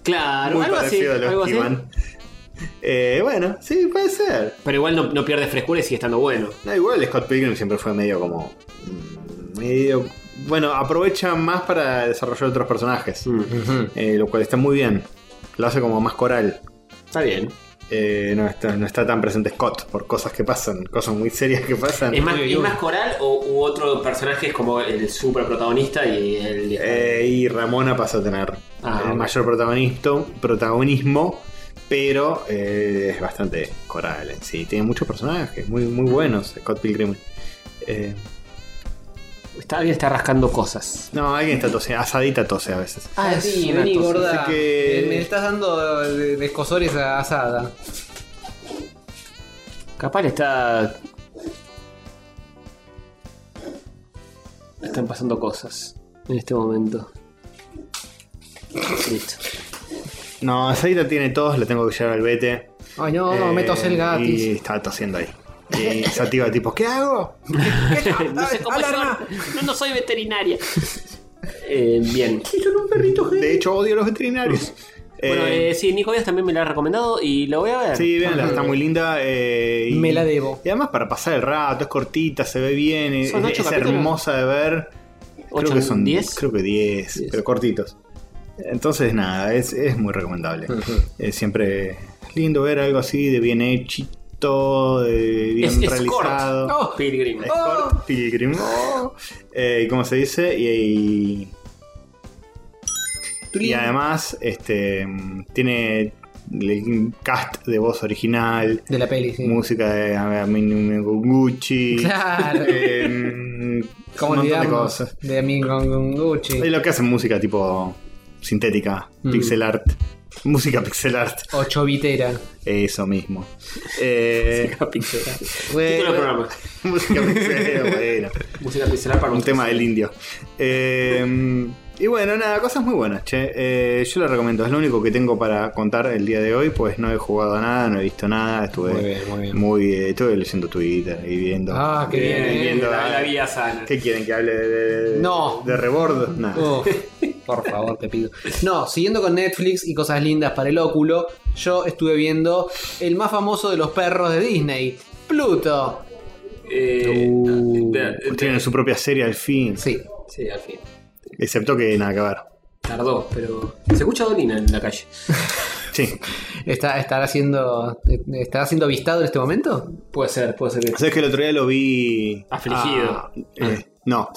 Speaker 1: claro,
Speaker 3: Muy
Speaker 1: algo así,
Speaker 3: parecido a
Speaker 1: algo
Speaker 3: lo de
Speaker 1: así.
Speaker 3: He-Man. Eh, bueno, sí, puede ser.
Speaker 1: Pero igual no, no pierde frescura y sigue estando bueno.
Speaker 3: No, igual Scott Pilgrim siempre fue medio como. mm, medio. Bueno, aprovecha más para desarrollar otros personajes.
Speaker 1: Mm,
Speaker 2: Ujú.
Speaker 3: eh, lo cual está muy bien. Lo hace como más coral.
Speaker 1: está bien.
Speaker 3: Eh, no, está, no está tan presente Scott por cosas que pasan, cosas muy serias que pasan.
Speaker 1: ¿Es más,
Speaker 2: Uy,
Speaker 1: es
Speaker 2: uy.
Speaker 1: más coral o u otro personaje es como el super protagonista y el.
Speaker 3: Eh, y Ramona pasa a tener
Speaker 1: Ah,
Speaker 3: el
Speaker 1: ok.
Speaker 3: mayor protagonista, protagonismo, pero eh, es bastante coral en sí. Tiene muchos personajes muy, muy buenos, Scott Pilgrim. Eh,
Speaker 1: Está bien, está rascando cosas.
Speaker 3: no, alguien está tose, asadita tose a veces.
Speaker 2: Ah, sí, vení,
Speaker 3: entonces,
Speaker 2: gorda.
Speaker 3: así que-
Speaker 2: Eh, Me estás dando de, de escosores a asada.
Speaker 1: Capaz le está. Están pasando cosas en este momento. Listo.
Speaker 3: No, Asadita tiene tos, la tengo que llevar al vete.
Speaker 2: Ay, no,
Speaker 3: Eh,
Speaker 2: me tosé el gatis.
Speaker 3: Y está tosiendo ahí. Y Sativa tipo, ¿qué hago?
Speaker 1: No sé cómo es- No, no soy veterinaria. Eh, bien.
Speaker 3: De hecho, odio a los veterinarios.
Speaker 1: bueno,
Speaker 3: Eh,
Speaker 1: eh, sí, Nico Díaz también me la ha recomendado y la voy a ver.
Speaker 3: sí, véanla, está muy linda. eh, y-
Speaker 2: Me la debo.
Speaker 3: Y además para pasar el rato, es cortita, se ve bien, eh, es,
Speaker 1: ¿Son ocho
Speaker 3: es
Speaker 1: capítulos?
Speaker 3: hermosa de ver.
Speaker 1: ¿Ocho,
Speaker 3: creo que son
Speaker 1: diez?
Speaker 3: Creo que 10,
Speaker 1: Diez.
Speaker 3: pero cortitos. Entonces,
Speaker 1: Mm.
Speaker 3: nada, es, es muy recomendable. Eh, siempre es lindo ver algo así de bien hecho bonito, eh, bien
Speaker 1: Es escort.
Speaker 3: realizado.
Speaker 2: Oh,
Speaker 1: Pilgrim.
Speaker 3: Escort Pilgrim. Oh. Eh, ¿Cómo se dice? Y, y, y además este tiene el cast de voz original,
Speaker 2: de la peli, sí.
Speaker 3: música de Aminu Gucci. eh,
Speaker 2: Claro. ¿Cómo
Speaker 3: un montón de
Speaker 2: olvidarnos
Speaker 3: cosas.
Speaker 2: de Amin Gonguchi?
Speaker 3: Y lo que hacen música tipo sintética,
Speaker 2: Mm.
Speaker 3: pixel art. Música pixel art,
Speaker 2: Ocho vitera.
Speaker 3: eso mismo. Eh,
Speaker 1: Título del
Speaker 3: bueno,
Speaker 1: programa.
Speaker 3: música pixel art, bueno.
Speaker 1: Música pincelada para
Speaker 3: Un
Speaker 1: ustedes.
Speaker 3: tema del indio. Eh, y bueno, nada, cosas muy buenas, che. Eh, yo lo recomiendo, es lo único que tengo para contar el día de hoy, pues no he jugado a nada, no he visto nada, estuve
Speaker 2: Muy
Speaker 3: muy,
Speaker 2: bien, muy bien.
Speaker 3: eh, estuve leyendo Twitter y viendo.
Speaker 2: Ah, qué bien,
Speaker 3: y
Speaker 2: eh.
Speaker 3: viendo
Speaker 1: la,
Speaker 3: a-
Speaker 1: la vida sana.
Speaker 3: ¿Qué quieren que hable de, de-
Speaker 2: No.
Speaker 3: de Rebord? Nada.
Speaker 2: Oh, por favor, te pido. No, siguiendo con Netflix y cosas lindas para el óculo, yo estuve viendo el más famoso de los perros de Disney, Pluto.
Speaker 1: Eh,
Speaker 2: Uh,
Speaker 1: de- de- de-
Speaker 3: Tienen su propia serie al fin,
Speaker 2: Sí.
Speaker 1: sí, al fin.
Speaker 3: excepto que nada que ver.
Speaker 1: Tardó, pero. Se escucha Dolina en la calle.
Speaker 3: Sí.
Speaker 2: Está, ¿Estará siendo, estará siendo avistado en este momento?
Speaker 1: Puede ser, puede ser que.
Speaker 3: ¿Sabes que el otro día lo vi.
Speaker 1: Afligido.
Speaker 3: a- eh, no.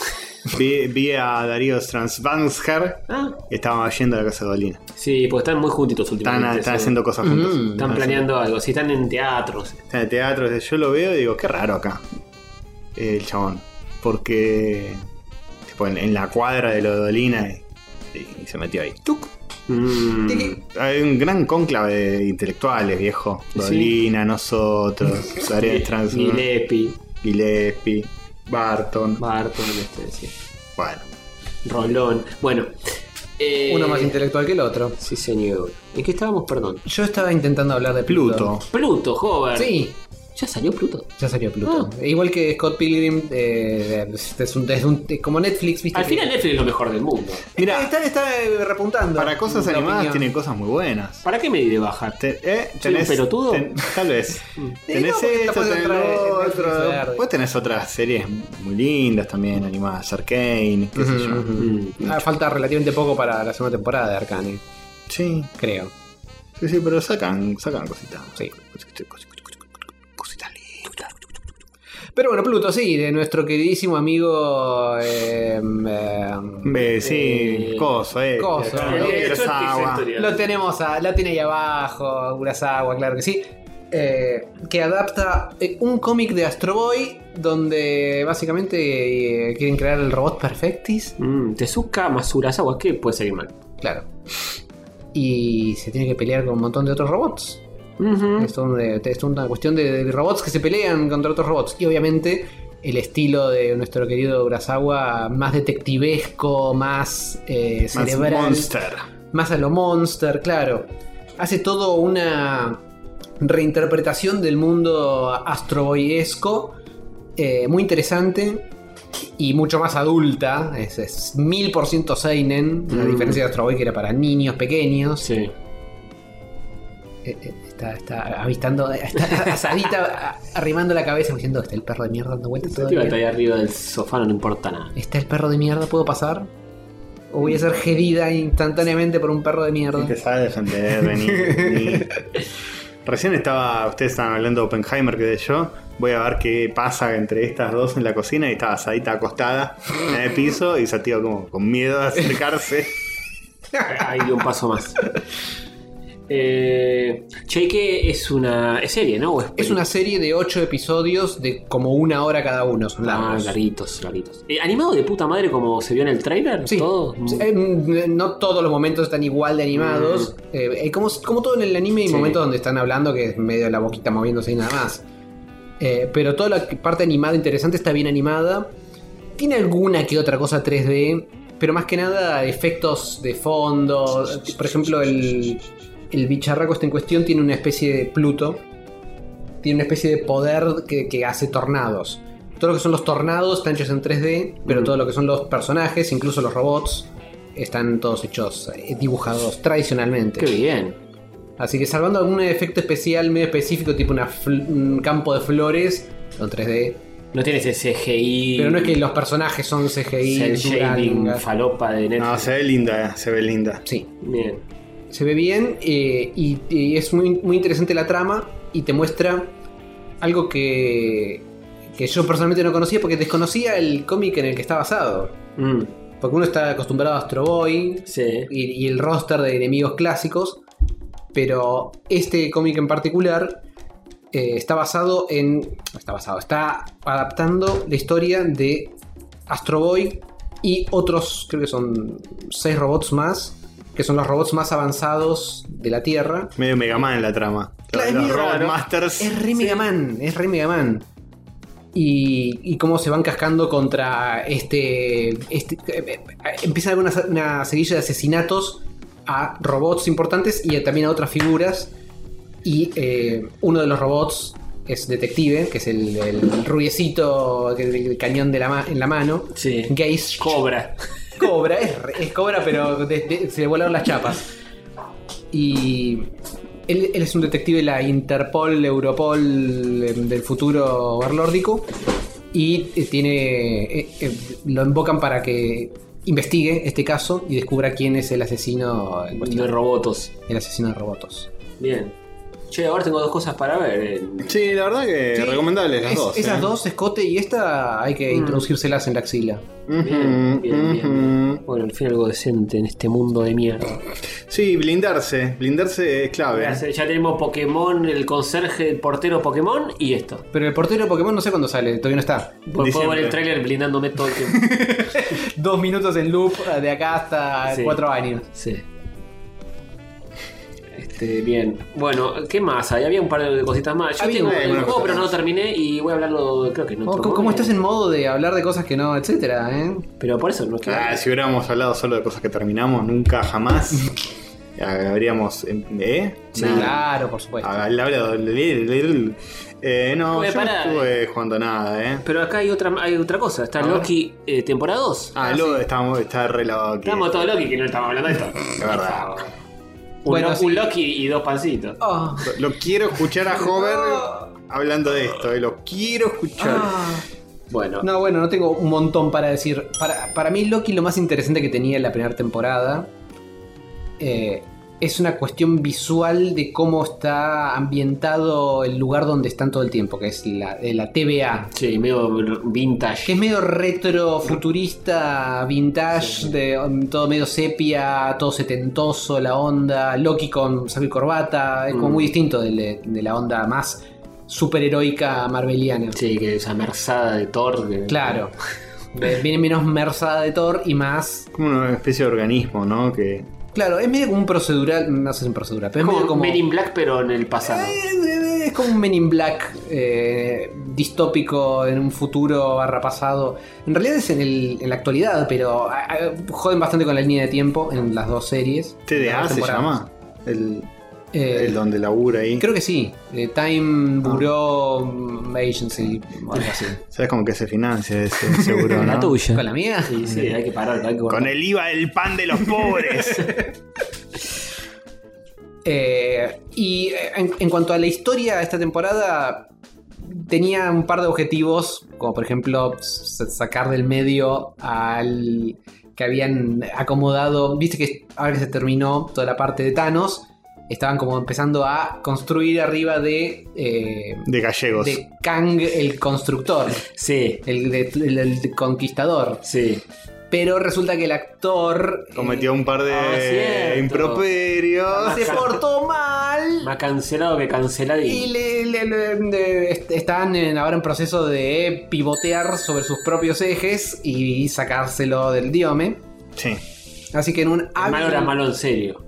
Speaker 3: vi, vi a Darío Stransbansker.
Speaker 1: Ah,
Speaker 3: Estaba yendo a la casa de Dolina.
Speaker 1: sí, porque están muy juntitos
Speaker 3: Están,
Speaker 1: últimamente.
Speaker 3: están
Speaker 1: sí.
Speaker 3: haciendo cosas juntos.
Speaker 2: Mm.
Speaker 1: Están planeando algo. Si están en teatros.
Speaker 3: Está en el teatro, o sea, yo lo veo y digo, qué raro acá. El chabón. Porque. tipo, en, en la cuadra de Lodolina y, y se metió ahí.
Speaker 1: Mm,
Speaker 3: Hay un gran cónclave de intelectuales, viejo. Lodolina, nosotros, Darío Trans
Speaker 1: Milepi,
Speaker 3: Gillespie, Barton.
Speaker 1: Barton, este, sí.
Speaker 3: Bueno.
Speaker 1: Rolón. Bueno. eh,
Speaker 2: Uno más intelectual que el otro.
Speaker 1: Sí, señor. ¿En qué estábamos? Perdón.
Speaker 2: Yo estaba intentando hablar de Pluto.
Speaker 3: Pluto.
Speaker 1: Pluto, joven.
Speaker 2: Sí,
Speaker 1: ¿Ya salió Pluto?
Speaker 2: ya salió Pluto.
Speaker 3: Ah.
Speaker 2: Igual que Scott Pilgrim, eh, es, un, es un- como Netflix, ¿viste?
Speaker 1: Al
Speaker 2: que-
Speaker 1: final Netflix es lo mejor del mundo.
Speaker 3: Mira,
Speaker 2: está, está, eh, repuntando.
Speaker 3: para cosas
Speaker 2: la
Speaker 3: animadas
Speaker 2: opinión.
Speaker 3: tienen cosas muy buenas.
Speaker 1: ¿Para qué me di de baja?
Speaker 3: Te- eh,
Speaker 1: ¿Soy un pelotudo?
Speaker 3: tal vez.
Speaker 2: Eh, no,
Speaker 3: tenés
Speaker 2: porque
Speaker 3: esto,
Speaker 2: capaz de
Speaker 3: tenés
Speaker 2: entrar en- en
Speaker 3: lo
Speaker 2: Netflix
Speaker 3: otro.
Speaker 2: verde.
Speaker 3: Vos tenés otras series muy lindas también, animadas, Arcane, qué sé yo.
Speaker 2: Ujú, ujú.
Speaker 1: Mm.
Speaker 2: Ah, falta relativamente poco para la segunda temporada de Arcane,
Speaker 3: Sí,
Speaker 2: creo.
Speaker 3: sí, sí, pero sacan, sacan cositas.
Speaker 2: Sí.
Speaker 3: Cositas cositas lindas.
Speaker 2: Pero bueno, Pluto, sí, de nuestro queridísimo amigo. eh, eh,
Speaker 3: Eh, sí,
Speaker 1: Eh,
Speaker 3: coso, eh.
Speaker 2: coso.
Speaker 3: Claro,
Speaker 2: Eh,
Speaker 3: quiero
Speaker 1: esto es
Speaker 3: agua.
Speaker 1: historia.
Speaker 2: lo tenemos, a- la tiene ahí abajo, Urasawa, claro que sí. eh, que adapta eh, un cómic de Astro Boy donde básicamente eh, quieren crear el robot Perfectis.
Speaker 1: Mm, Tezuka, Masurasawa, ¿qué puede salir mal?
Speaker 2: Claro. Y se tiene que pelear con un montón de otros robots.
Speaker 1: Ujú.
Speaker 2: Es, un- es una cuestión de, de robots que se pelean contra otros robots. Y obviamente el estilo de nuestro querido Urasawa, más detectivesco, más, eh,
Speaker 3: Más
Speaker 2: cerebral,
Speaker 3: Monster.
Speaker 2: más a lo monster, claro. Hace todo una reinterpretación del mundo astroboyesco, eh, muy interesante y mucho más adulta. Es- Es mil por ciento Seinen, a
Speaker 1: Mm.
Speaker 2: diferencia de Astroboy que era para niños pequeños.
Speaker 1: Sí.
Speaker 2: Eh, eh, Está, está avistando, está asadita, a- arrimando la cabeza, diciendo, está el perro de mierda dando vueltas todo
Speaker 1: Tío,
Speaker 2: el
Speaker 1: está
Speaker 2: día.
Speaker 1: ahí arriba del sofá, no le importa nada.
Speaker 2: Está el perro de mierda, ¿puedo pasar? ¿O voy a ser gedida instantáneamente por un perro de mierda?
Speaker 3: Te sabe defender, vení, vení. Recién estaba, ustedes estaban hablando de Oppenheimer, que yo. Voy a ver qué pasa entre estas dos en la cocina y estaba asadita acostada en el piso y Satío como con miedo a acercarse.
Speaker 1: Ahí dio un paso más. Eh, che, que es una. Es serie, ¿no? ¿O
Speaker 2: Es una serie de ocho episodios de como una hora cada uno, son
Speaker 1: Ah,
Speaker 2: largos.
Speaker 1: larguitos, larguitos. Eh, ¿Animado de puta madre como se vio en el trailer?
Speaker 2: Sí.
Speaker 1: ¿Todo?
Speaker 2: Sí, eh, mm, no todos los momentos están igual de animados. Eh, eh, como, como todo en el anime, hay
Speaker 1: Mm. Sí.
Speaker 2: momentos donde están hablando que es medio la boquita moviéndose y nada más. Eh, pero toda la parte animada interesante está bien animada. Tiene alguna que otra cosa 3D, pero más que nada efectos de fondo. Por ejemplo, el, el bicharraco este en cuestión tiene una especie de Pluto. Tiene una especie de poder que, que hace tornados. Todo lo que son los tornados están hechos en 3D, pero
Speaker 1: Mm.
Speaker 2: todo lo que son los personajes, incluso los robots, están todos hechos, eh, dibujados tradicionalmente.
Speaker 1: Qué bien.
Speaker 2: Así que salvando algún efecto especial medio específico, tipo una fl- un campo de flores, son 3D.
Speaker 1: No tienes ese CGI.
Speaker 2: Pero no es que los personajes son CGI.
Speaker 1: cel shading,
Speaker 2: Duranga.
Speaker 1: falopa de Netflix.
Speaker 3: No, se ve linda, se ve linda.
Speaker 2: Sí,
Speaker 1: Bien.
Speaker 2: se ve bien eh, y, y es muy, muy interesante la trama y te muestra algo que, que yo personalmente no conocía porque desconocía el cómic en el que está basado.
Speaker 1: Mm,
Speaker 2: Porque uno está acostumbrado a Astro Boy
Speaker 1: sí.
Speaker 2: y, y el roster de enemigos clásicos, pero este cómic en particular eh, está basado en... no Está basado, está adaptando la historia de Astro Boy y otros, creo que son seis robots más, que son los robots más avanzados de la Tierra.
Speaker 3: Medio Mega Man la trama.
Speaker 2: Claro, es
Speaker 3: los
Speaker 2: medio
Speaker 3: Robot
Speaker 2: raro.
Speaker 3: Masters.
Speaker 2: Es re Mega Man, es re Mega Man. Y, y cómo se van cascando contra este. este eh, eh, empieza a haber una, una seguilla de asesinatos a robots importantes y también a otras figuras. Y eh, uno de los robots es detective, que es el, el rubiecito, el, el cañón de la ma- en la mano.
Speaker 1: Sí.
Speaker 2: Gaze
Speaker 1: Cobra.
Speaker 2: Cobra, es, re- es cobra, pero de- de- se le volaron las chapas. Y él, él es un detective de la Interpol, Europol eh, del futuro warlórdico. Y eh, tiene. eh, eh, lo invocan para que investigue este caso y descubra quién es el asesino en
Speaker 1: De
Speaker 2: cuestión.
Speaker 1: robotos.
Speaker 2: El asesino de robotos.
Speaker 1: Bien. Che, ahora tengo dos cosas para ver. en-
Speaker 3: Sí, la verdad que
Speaker 2: Sí.
Speaker 3: recomendables las
Speaker 2: Es-
Speaker 3: dos.
Speaker 2: Esas
Speaker 3: eh.
Speaker 2: dos, Escote y esta, hay que introducírselas en la axila.
Speaker 3: Ujú,
Speaker 1: Bien, bien, bien.
Speaker 3: ujú.
Speaker 1: Bueno, al fin algo decente en este mundo de mierda.
Speaker 3: Sí, blindarse. Blindarse es clave.
Speaker 1: Ya, ya tenemos Pokémon, el conserje, el portero Pokémon y esto.
Speaker 2: Pero el portero de Pokémon no sé cuándo sale, todavía no está.
Speaker 1: Puedo puedo ver
Speaker 3: Diciembre.
Speaker 1: el tráiler blindándome todo el tiempo.
Speaker 2: dos minutos en loop eh, de acá hasta
Speaker 1: Sí.
Speaker 2: cuatro años.
Speaker 1: Sí. Este, bien. Bueno, ¿qué más? Ahí había un par de cositas más. Yo
Speaker 2: Había
Speaker 1: tengo el
Speaker 3: algunas
Speaker 1: juego,
Speaker 3: cosas
Speaker 1: pero no lo
Speaker 3: más.
Speaker 1: terminé y voy a hablarlo, creo que no.
Speaker 2: Oh, ¿Cómo, cómo estás en modo de hablar de cosas que no, etcétera, eh?
Speaker 1: Pero por eso no quiero.
Speaker 3: Ah, si hubiéramos hablado solo de cosas que terminamos, nunca jamás habríamos. ¿Eh? Nada. Ah,
Speaker 2: Claro, por supuesto.
Speaker 3: Habría hablado. Eh, no,
Speaker 1: Oye,
Speaker 3: yo no
Speaker 1: pará.
Speaker 3: estuve jugando nada, ¿eh?
Speaker 1: Pero acá hay otra, hay otra cosa. Está Loki eh, temporada 2.
Speaker 3: Ah, luego estamos, está re lavado aquí.
Speaker 1: Estamos todos Loki que no estamos hablando de esto.
Speaker 3: De verdad.
Speaker 1: Un,
Speaker 2: Bueno,
Speaker 1: lo-
Speaker 2: sí.
Speaker 1: un Loki y dos pancitos.
Speaker 2: Ah,
Speaker 3: Lo quiero escuchar a Hover hablando de esto, eh, lo quiero escuchar.
Speaker 2: ah.
Speaker 1: Bueno,
Speaker 2: No, bueno, no tengo un montón para decir. Para, para mí, Loki lo más interesante que tenía en la primera temporada eh, es una cuestión visual de cómo está ambientado el lugar donde están todo el tiempo, que es la, eh, la TVA.
Speaker 1: sí, medio vintage.
Speaker 2: Que es medio retro, futurista, vintage, de um, todo medio sepia, todo setentoso, la onda, Loki con saber corbata, es como
Speaker 1: Mm.
Speaker 2: muy distinto del de, de la onda más superheroica marveliana.
Speaker 1: Sí, que esa merzada de Thor. que-
Speaker 2: Claro. Ve- Viene menos merzada de Thor y más.
Speaker 3: Como una especie de organismo, ¿no? Que
Speaker 2: Claro, es medio como un procedural. No sé si es un procedural, pero
Speaker 1: Es
Speaker 2: es medio
Speaker 1: como,
Speaker 2: como.
Speaker 1: Men in Black, pero en el pasado.
Speaker 2: Eh, Es como un Men in Black eh, distópico en un futuro barra pasado. En realidad es en, el- en la actualidad, pero ah, ah, joden bastante con la línea de tiempo en las dos series. las
Speaker 3: TDA
Speaker 2: dos
Speaker 3: se
Speaker 2: temporadas.
Speaker 3: llama. El,
Speaker 2: Eh,
Speaker 3: el donde labura ahí.
Speaker 2: Creo que sí. eh, Time Bureau mm, Agency o algo así.
Speaker 3: ¿Sabes cómo que se financia ese seguro?
Speaker 1: La
Speaker 3: ¿no?
Speaker 1: tuya.
Speaker 2: ¿Con la mía?
Speaker 1: Sí, sí, hay que parar, hay que cortar.
Speaker 3: Con el IVA del pan de los pobres.
Speaker 2: Eh, y eh, en, en cuanto a la historia, esta temporada tenía un par de objetivos, como por ejemplo s- sacar del medio al que habían acomodado, viste que ahora que se terminó toda la parte de Thanos, estaban como empezando a construir arriba de, eh,
Speaker 3: De gallegos.
Speaker 2: de Kang el constructor,
Speaker 1: Sí,
Speaker 2: el, de- el- el conquistador,
Speaker 1: sí.
Speaker 2: pero resulta que el actor... eh,
Speaker 3: Cometió un par de
Speaker 1: Ah, cierto.
Speaker 3: improperios.
Speaker 2: se portó mal.
Speaker 1: Más cancelado que
Speaker 2: Y
Speaker 1: canceladín.
Speaker 2: le- le- le- le- est- están en- ahora en proceso de pivotear sobre sus propios ejes y sacárselo del diome.
Speaker 3: Sí,
Speaker 2: Así que en un
Speaker 1: El malo
Speaker 2: hábil-
Speaker 1: era malo en serio.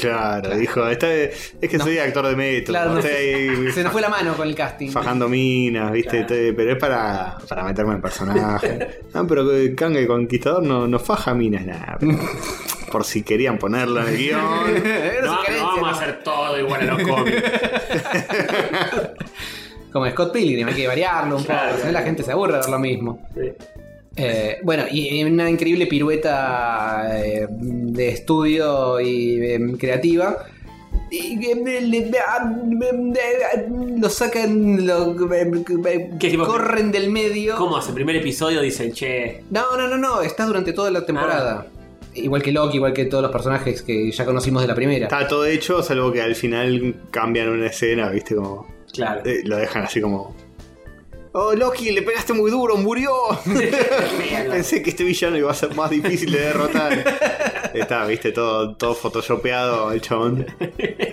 Speaker 3: claro, dijo. "Esta- es que soy actor de mérito.
Speaker 2: Claro, no
Speaker 3: estoy ahí
Speaker 2: se nos fue la mano con el casting.
Speaker 3: fajando minas, ¿viste? Estoy- Pero es para, para meterme en el personaje. ah, pero que Kang el Conquistador no, no faja minas, nada. pero- Por si querían ponerlo en el guión.
Speaker 2: Era su
Speaker 1: No, no
Speaker 2: carencia,
Speaker 1: vamos
Speaker 2: ¿no?
Speaker 1: a hacer todo igual a los cómics.
Speaker 2: Como Scott Pilgrim, hay que variarlo un poco.
Speaker 1: Claro,
Speaker 2: si no
Speaker 1: claro.
Speaker 2: la gente se aburre de ver lo mismo.
Speaker 1: Sí.
Speaker 2: Eh, bueno, y en una increíble pirueta eh, de estudio y em, creativa. y que me- le- ah, me- me- Lo sacan, lo em,
Speaker 1: ¿Qué tipo?
Speaker 2: corren del medio.
Speaker 1: ¿Cómo hace? Primer episodio dicen, che.
Speaker 2: No, no, no, no, está durante toda la temporada.
Speaker 1: Ah.
Speaker 2: Igual que Loki, igual que todos los personajes que ya conocimos de la primera.
Speaker 3: Está todo hecho, salvo que al final cambian una escena, ¿viste? Como.
Speaker 1: Claro.
Speaker 3: Eh, lo dejan así como. Oh, Loki, le pegaste muy duro, murió. Pensé que este villano iba a ser más difícil de derrotar. Está, viste, todo, todo photoshopeado el chabón.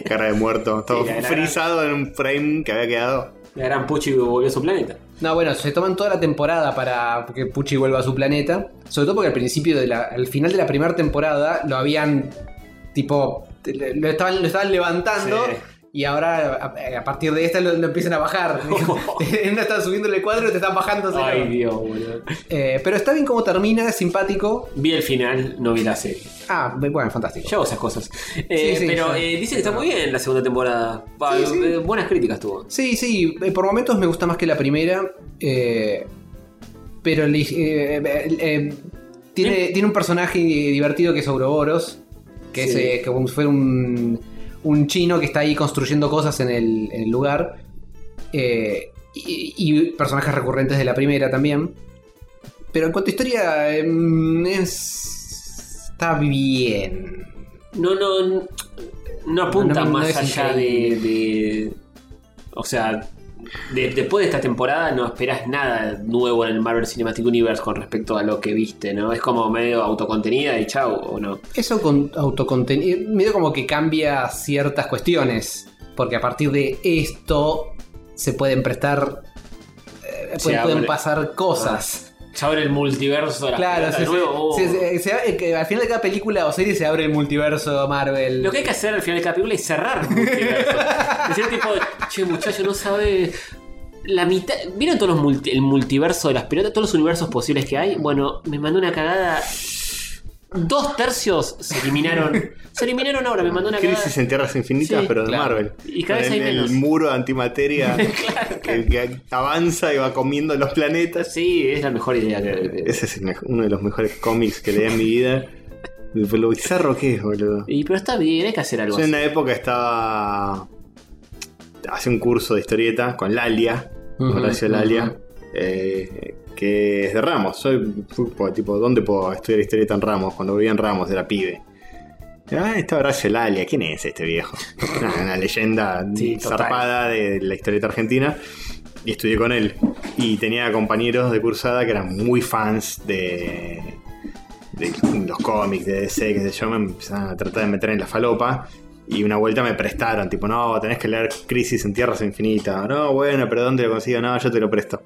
Speaker 3: Cara de muerto. Todo
Speaker 1: Sí, la gran-
Speaker 3: frisado en un frame que había quedado.
Speaker 1: La gran Puchi volvió a su planeta.
Speaker 2: No, bueno, se toman toda la temporada para que Pucci vuelva a su planeta. Sobre todo porque al principio, de la- al final de la primera temporada, lo habían, tipo, le- lo estaban, lo estaban levantando.
Speaker 1: Sí.
Speaker 2: Y ahora, a, a partir de esta, lo, lo empiezan a bajar. no están subiéndole el cuadro y te están bajando.
Speaker 1: Ay, Dios, boludo.
Speaker 2: pero está bien cómo termina, es simpático.
Speaker 1: Vi el final, no vi la serie.
Speaker 2: Ah, bueno, fantástico.
Speaker 1: Yo hago esas cosas. Eh,
Speaker 2: sí,
Speaker 1: pero
Speaker 2: sí.
Speaker 1: eh, dice que está muy bien la segunda temporada. Va,
Speaker 2: Sí, sí.
Speaker 1: eh, Buenas críticas tuvo.
Speaker 2: Sí, sí, eh, por momentos me gusta más que la primera. eh, pero li- eh, eh, eh, tiene, tiene un personaje divertido que es Ouroboros. Que es
Speaker 1: Sí.
Speaker 2: eh, como si fuera un, un chino que está ahí construyendo cosas en el, en el lugar. eh, y, y personajes recurrentes de la primera también. Pero en cuanto a historia, eh, es- está bien.
Speaker 1: No, no. No apunta
Speaker 2: No, no, no
Speaker 1: más
Speaker 2: es
Speaker 1: allá de, de- O sea. de- después de esta temporada no esperás nada nuevo en el Marvel Cinematic Universe con respecto a lo que viste, ¿no? Es como medio autocontenida y chau, ¿o no?
Speaker 2: Eso con autocontenido. Medio como que cambia ciertas cuestiones. Porque a partir de esto se pueden prestar. eh,
Speaker 1: Se
Speaker 2: pueden, pueden
Speaker 1: abre.
Speaker 2: pasar cosas.
Speaker 1: Ya abre el multiverso. las
Speaker 2: claro,
Speaker 1: pelotas
Speaker 2: se-
Speaker 1: de nuevo, oh.
Speaker 2: se- se- eh, se abre- que al final de cada película o serie se abre el multiverso Marvel.
Speaker 1: Lo que hay que hacer al final de cada película es cerrar el multiverso. Decir tipo, che muchacho, no sabe. La mitad. ¿Vieron todos los multi- el multiverso de las pelotas? Todos los universos posibles que hay. Bueno, me mandó una cagada. Dos tercios se eliminaron. Se eliminaron ahora, me mandó una cagada.
Speaker 3: Crisis en Tierras Infinitas,
Speaker 1: Sí,
Speaker 3: pero de
Speaker 1: claro.
Speaker 3: Marvel.
Speaker 1: Y cada
Speaker 3: Con
Speaker 1: vez
Speaker 3: el,
Speaker 1: hay menos.
Speaker 3: el muro de antimateria que, que avanza y va comiendo los planetas.
Speaker 1: Sí, es la mejor idea que.
Speaker 3: Ese es el mejo- uno de los mejores cómics que leí en mi vida. Lo bizarro que es, boludo.
Speaker 1: Y, pero está bien, hay que hacer algo
Speaker 3: Yo en
Speaker 1: así.
Speaker 3: una época estaba. Hace un curso de historieta con Lalia,
Speaker 2: Ujú,
Speaker 3: Horacio
Speaker 2: ujú.
Speaker 3: Lalia, eh, que es de Ramos. Soy fui po- tipo, ¿dónde puedo estudiar historieta en Ramos? Cuando vivía en Ramos era pibe. Ah, está Horacio Lalia, ¿quién es este viejo? Una, una leyenda
Speaker 1: Sí, total.
Speaker 3: zarpada de la historieta argentina. Y estudié con él. Y tenía compañeros de cursada que eran muy fans de, de los cómics, de DC, que sé yo, me empezaron a tratar de meter en la falopa. Y una vuelta me prestaron, tipo, no, tenés que leer Crisis en Tierras Infinitas. No, bueno, pero ¿dónde lo consigo? No, yo te lo presto.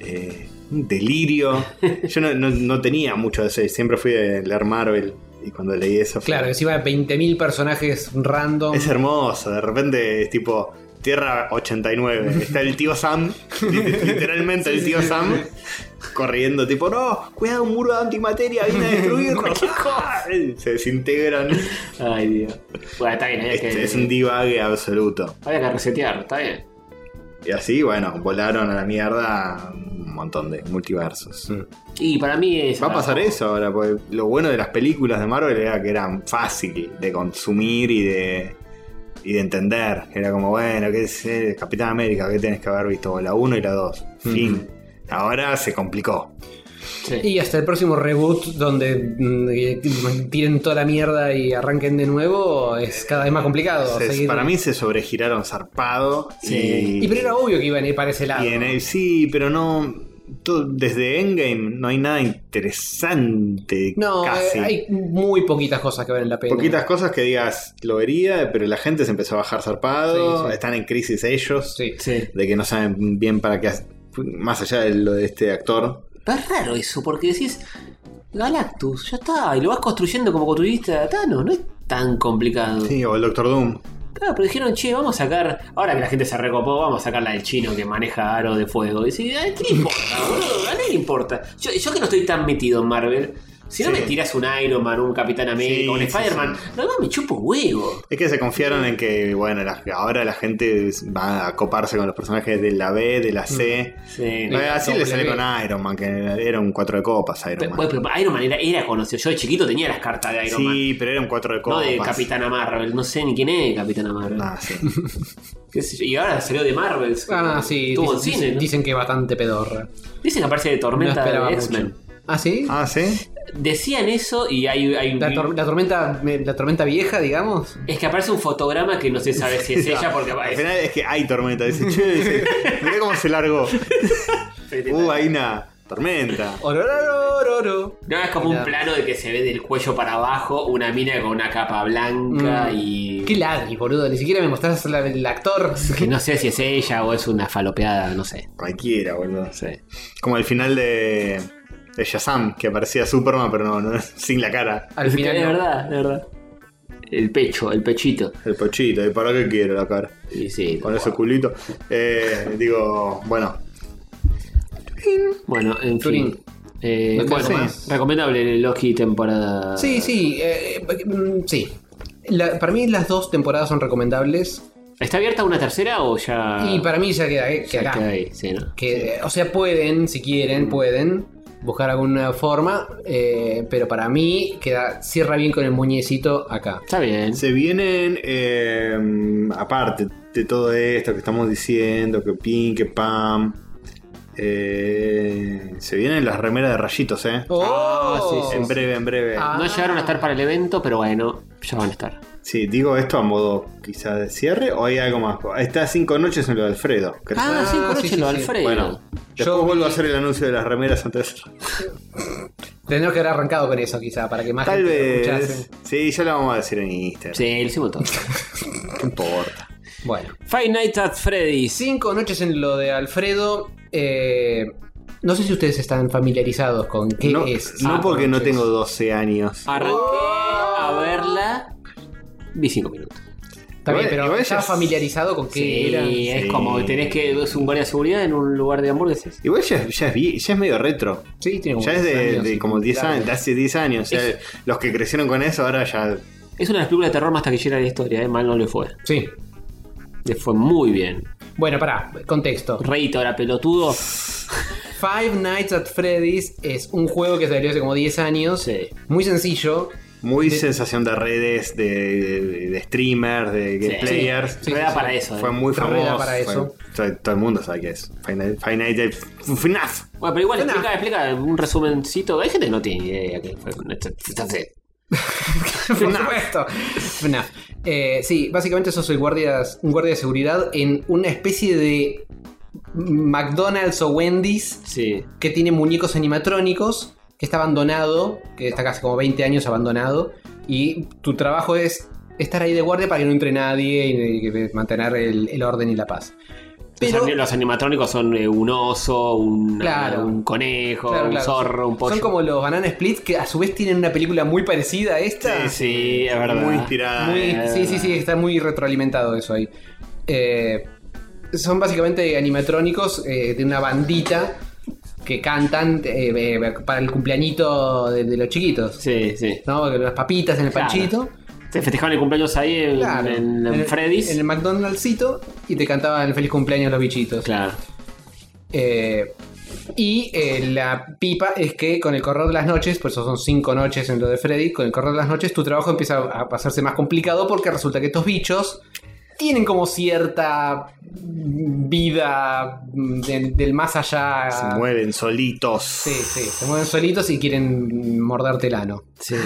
Speaker 3: Eh, un delirio. Yo no, no- no tenía mucho de eso, siempre fui de leer Marvel. Y cuando leí eso, fue-
Speaker 2: Claro, encima de 20.000 personajes random.
Speaker 3: es hermoso. De repente es tipo Tierra 89. Está el tío Sam, lit- literalmente el tío Sam, corriendo, tipo, no, cuidado, un muro de antimateria, viene a destruirnos. Se desintegran.
Speaker 1: Ay, Dios. Bueno, está bien, había
Speaker 3: Este
Speaker 1: que.
Speaker 3: es un divague absoluto.
Speaker 1: Había que resetear, está bien.
Speaker 3: Y así, bueno, volaron a la mierda un montón de multiversos.
Speaker 1: Y para mí es.
Speaker 3: Va a pasar eso ahora, porque lo bueno de las películas de Marvel era que eran fácil de consumir y de, y de entender. Era como, bueno, ¿qué es eh, Capitán América? ¿Qué tenés que haber visto? La 1 y la 2. Fin. Ahora se complicó.
Speaker 1: Sí.
Speaker 2: Y hasta el próximo reboot donde mm, eh, tiren toda la mierda y arranquen de nuevo es cada vez más complicado.
Speaker 3: Se-
Speaker 2: seguir-
Speaker 3: para mí se sobregiraron zarpado.
Speaker 2: Y,
Speaker 3: Y,
Speaker 2: pero era obvio que iban a ir para ese lado.
Speaker 3: y en el- sí, pero no. todo- desde Endgame no hay nada interesante.
Speaker 2: No,
Speaker 3: casi.
Speaker 2: eh, hay muy poquitas cosas que valen la pena.
Speaker 3: Poquitas cosas que digas, lo vería, pero la gente se empezó a bajar zarpado,
Speaker 2: Sí, sí.
Speaker 3: están en crisis ellos,
Speaker 2: Sí.
Speaker 1: Sí.
Speaker 3: de que no saben bien para qué, hace- más allá de lo de este actor.
Speaker 1: Pero es raro eso, porque decís Galactus, ya está, y lo vas construyendo como construiste a Thanos, no es tan complicado.
Speaker 3: Sí, o el Doctor Doom.
Speaker 1: Claro, pero dijeron, che, vamos a sacar, ahora que la gente se recopó, vamos a sacar la del chino que maneja aro de fuego. Y decís, "Ay, ¿qué le importa, boludo? ¿A nadie le importa? Yo, yo que no estoy tan metido en Marvel, si no
Speaker 3: Sí.
Speaker 1: me tiras un Iron Man, un Capitán América,
Speaker 3: Sí,
Speaker 1: un
Speaker 3: sí,
Speaker 1: Spider-Man,
Speaker 3: sí.
Speaker 1: no, me chupo huevo.
Speaker 3: Es que se confiaron en que, bueno, la- ahora la gente va a coparse con los personajes de la B, de la C.
Speaker 1: Sí,
Speaker 3: Eh,
Speaker 1: no.
Speaker 3: Así
Speaker 2: doble
Speaker 3: le salió
Speaker 2: B.
Speaker 3: con Iron Man, que era un 4 de copas Iron
Speaker 1: Pero-
Speaker 3: Man.
Speaker 1: bueno, pero Iron Man era, era conocido, yo de chiquito tenía las cartas de Iron Man.
Speaker 3: Sí, pero era un 4 de
Speaker 1: No
Speaker 3: copas.
Speaker 1: de Capitana Marvel, no sé ni quién es Capitana Marvel.
Speaker 3: Ah, sí.
Speaker 1: ¿Qué sé yo? Y ahora salió de Marvel.
Speaker 2: Ah, sí.
Speaker 1: Tuvo en
Speaker 2: dicen,
Speaker 1: cine. ¿no?
Speaker 2: dicen que bastante pedorra.
Speaker 1: Dicen que aparece de
Speaker 2: No
Speaker 1: Tormenta
Speaker 2: esperaba
Speaker 1: de
Speaker 2: mucho.
Speaker 1: X-Men.
Speaker 2: ¿Ah, sí?
Speaker 3: Ah, sí.
Speaker 1: Decían eso y hay, hay un.
Speaker 2: La, tor- la tormenta, me- la tormenta vieja, digamos.
Speaker 1: Es que aparece un fotograma que no se sabe si es ella porque
Speaker 3: Al
Speaker 1: aparece.
Speaker 3: final es que hay tormenta. Dice, che, dice, mirá cómo se largó. Uh, hay una tormenta.
Speaker 2: Orororororo.
Speaker 1: No, es como
Speaker 2: Mirá.
Speaker 1: un plano de que se ve del cuello para abajo una mina con una capa blanca
Speaker 2: Mm.
Speaker 1: y.
Speaker 2: Qué ladri, boludo. Ni siquiera me mostrás la- el actor.
Speaker 1: Que no sé si es ella o es una falopeada, no sé.
Speaker 3: Cualquiera, boludo.
Speaker 1: No sé.
Speaker 3: Como el final de, de Shazam, que aparecía Superman, pero no, no, sin la cara.
Speaker 2: Al final.
Speaker 1: de
Speaker 2: no.
Speaker 1: verdad, de verdad. El pecho, el pechito.
Speaker 3: El pochito, ¿y para qué quiero la cara?
Speaker 1: Y sí.
Speaker 3: Con ese culito. Eh, digo, bueno,
Speaker 1: Bueno, en
Speaker 2: Turín.
Speaker 1: fin. Eh,
Speaker 2: No te
Speaker 1: bueno,
Speaker 2: haces.
Speaker 1: recomendable Loki temporada.
Speaker 2: Sí, sí. eh, mm, sí. La- para mí las dos temporadas son recomendables.
Speaker 1: ¿Está abierta una tercera o ya.?
Speaker 2: Y para mí ya queda, eh, que
Speaker 1: ya
Speaker 2: acá.
Speaker 1: queda ahí? Sí, ¿no?
Speaker 2: Que, eh, o sea, pueden, si quieren, pueden buscar alguna forma. eh, pero para mí queda cierra bien con el muñecito acá.
Speaker 1: Está bien.
Speaker 3: se vienen, eh, aparte de todo esto que estamos diciendo, que pin, que pam, eh, se vienen las remeras de rayitos, ¿eh?
Speaker 2: ¡Oh!
Speaker 3: En breve, en breve.
Speaker 2: Ah.
Speaker 1: No llegaron a estar para el evento, pero bueno, ya van a estar.
Speaker 3: Sí, digo esto a modo quizá de cierre o hay algo más. Está cinco noches en lo de Alfredo. ¿Querés
Speaker 1: Ah,
Speaker 3: saber?
Speaker 1: sí,
Speaker 2: sí,
Speaker 1: conócelo,
Speaker 2: sí, sí.
Speaker 1: Alfredo.
Speaker 3: Bueno, después vuelvo a hacer el anuncio de las remeras antes.
Speaker 2: Tendríamos que haber arrancado con eso, quizá, para que
Speaker 1: Ah,
Speaker 2: más
Speaker 3: Tal
Speaker 2: gente lo
Speaker 3: vez.
Speaker 2: escuchase.
Speaker 3: Sí, ya lo vamos a decir en Instagram.
Speaker 1: Sí, lo hicimos todo.
Speaker 3: No importa.
Speaker 2: Bueno.
Speaker 1: Five Nights at Freddy's.
Speaker 2: Cinco noches en lo de Alfredo. eh, no sé si ustedes están familiarizados con qué
Speaker 3: no
Speaker 2: es. Ah,
Speaker 3: no
Speaker 2: Cinco
Speaker 3: porque no
Speaker 2: Noches.
Speaker 3: tengo 12 años.
Speaker 1: Arranqué
Speaker 2: Oh.
Speaker 1: a verla. Vi cinco minutos.
Speaker 2: Está bien,
Speaker 3: Igual-
Speaker 2: pero
Speaker 3: igual
Speaker 2: estás
Speaker 3: ya-
Speaker 2: familiarizado con qué
Speaker 1: Sí,
Speaker 2: era.
Speaker 1: es
Speaker 3: Sí.
Speaker 1: como tenés que. Es un guardia de seguridad en un lugar de hamburguesas.
Speaker 3: Igual ya, es- ya es, vie- ya es medio retro.
Speaker 2: Sí, tiene como
Speaker 3: Ya es
Speaker 2: 10
Speaker 3: de,
Speaker 2: años.
Speaker 3: de como 10
Speaker 2: Claro.
Speaker 3: años, de hace 10 años. O sea, los que crecieron con eso ahora ya.
Speaker 1: Es una de las películas de terror más taquillera de la historia, eh, mal no le fue.
Speaker 2: Sí.
Speaker 1: Le fue muy bien.
Speaker 2: Bueno, pará, contexto.
Speaker 1: Reito ahora pelotudo.
Speaker 2: Five Nights at Freddy's es un juego que salió hace como 10 años.
Speaker 1: Sí.
Speaker 2: Muy sencillo.
Speaker 3: Muy sensación de redes, de, de- de streamers, de
Speaker 1: Sí.
Speaker 3: game players.
Speaker 2: Sí,
Speaker 1: Rueda
Speaker 2: sí,
Speaker 1: para
Speaker 2: sí.
Speaker 1: eso. eh.
Speaker 3: Fue muy
Speaker 2: Carrera
Speaker 3: famoso.
Speaker 2: para
Speaker 3: fue-
Speaker 2: eso.
Speaker 3: todo, todo el mundo sabe qué es. Final, Final, FNAF.
Speaker 1: Bueno, pero igual
Speaker 2: Bueno.
Speaker 1: explica, explica un resumencito. Hay gente que no tiene idea que fue.
Speaker 2: Por supuesto. Nah. Eh, sí, básicamente sos el guardia, un guardia de seguridad en una especie de McDonald's o Wendy's
Speaker 1: Sí.
Speaker 2: que tiene muñecos animatrónicos, que está abandonado, que está casi como 20 años abandonado, y tu trabajo es estar ahí de guardia para que no entre nadie y eh, mantener el, el orden y la paz.
Speaker 1: Los ani- los animatrónicos son eh, un oso, un,
Speaker 2: Claro.
Speaker 1: un conejo,
Speaker 2: Claro,
Speaker 1: un
Speaker 2: claro.
Speaker 1: zorro, un pollo.
Speaker 2: Son como los Banana Split que a su vez tienen una película muy parecida a
Speaker 1: Sí,
Speaker 2: esta.
Speaker 1: sí, es verdad.
Speaker 3: Muy inspirada.
Speaker 2: Muy-
Speaker 1: Ah.
Speaker 2: sí, sí, sí, está muy retroalimentado eso ahí. Eh, son básicamente animatrónicos eh, de una bandita que cantan eh, eh, para el cumpleañito de, de los chiquitos.
Speaker 1: Sí, sí.
Speaker 2: ¿no? Las papitas en el
Speaker 1: Claro.
Speaker 2: panchito.
Speaker 1: Se festejaban el cumpleaños ahí en,
Speaker 2: Claro.
Speaker 1: en- en
Speaker 2: el-
Speaker 1: Freddy's.
Speaker 2: En el McDonald'sito y te cantaban el feliz cumpleaños a los bichitos.
Speaker 1: Claro.
Speaker 2: Eh, y eh, la pipa es que con el correr de las noches, por eso son cinco noches en lo de Freddy, con el correr de las noches tu trabajo empieza a pasarse más complicado porque resulta que estos bichos tienen como cierta vida del, del más allá.
Speaker 3: Se mueven solitos.
Speaker 2: Sí, sí, se mueven solitos y quieren morderte el ano.
Speaker 1: Sí.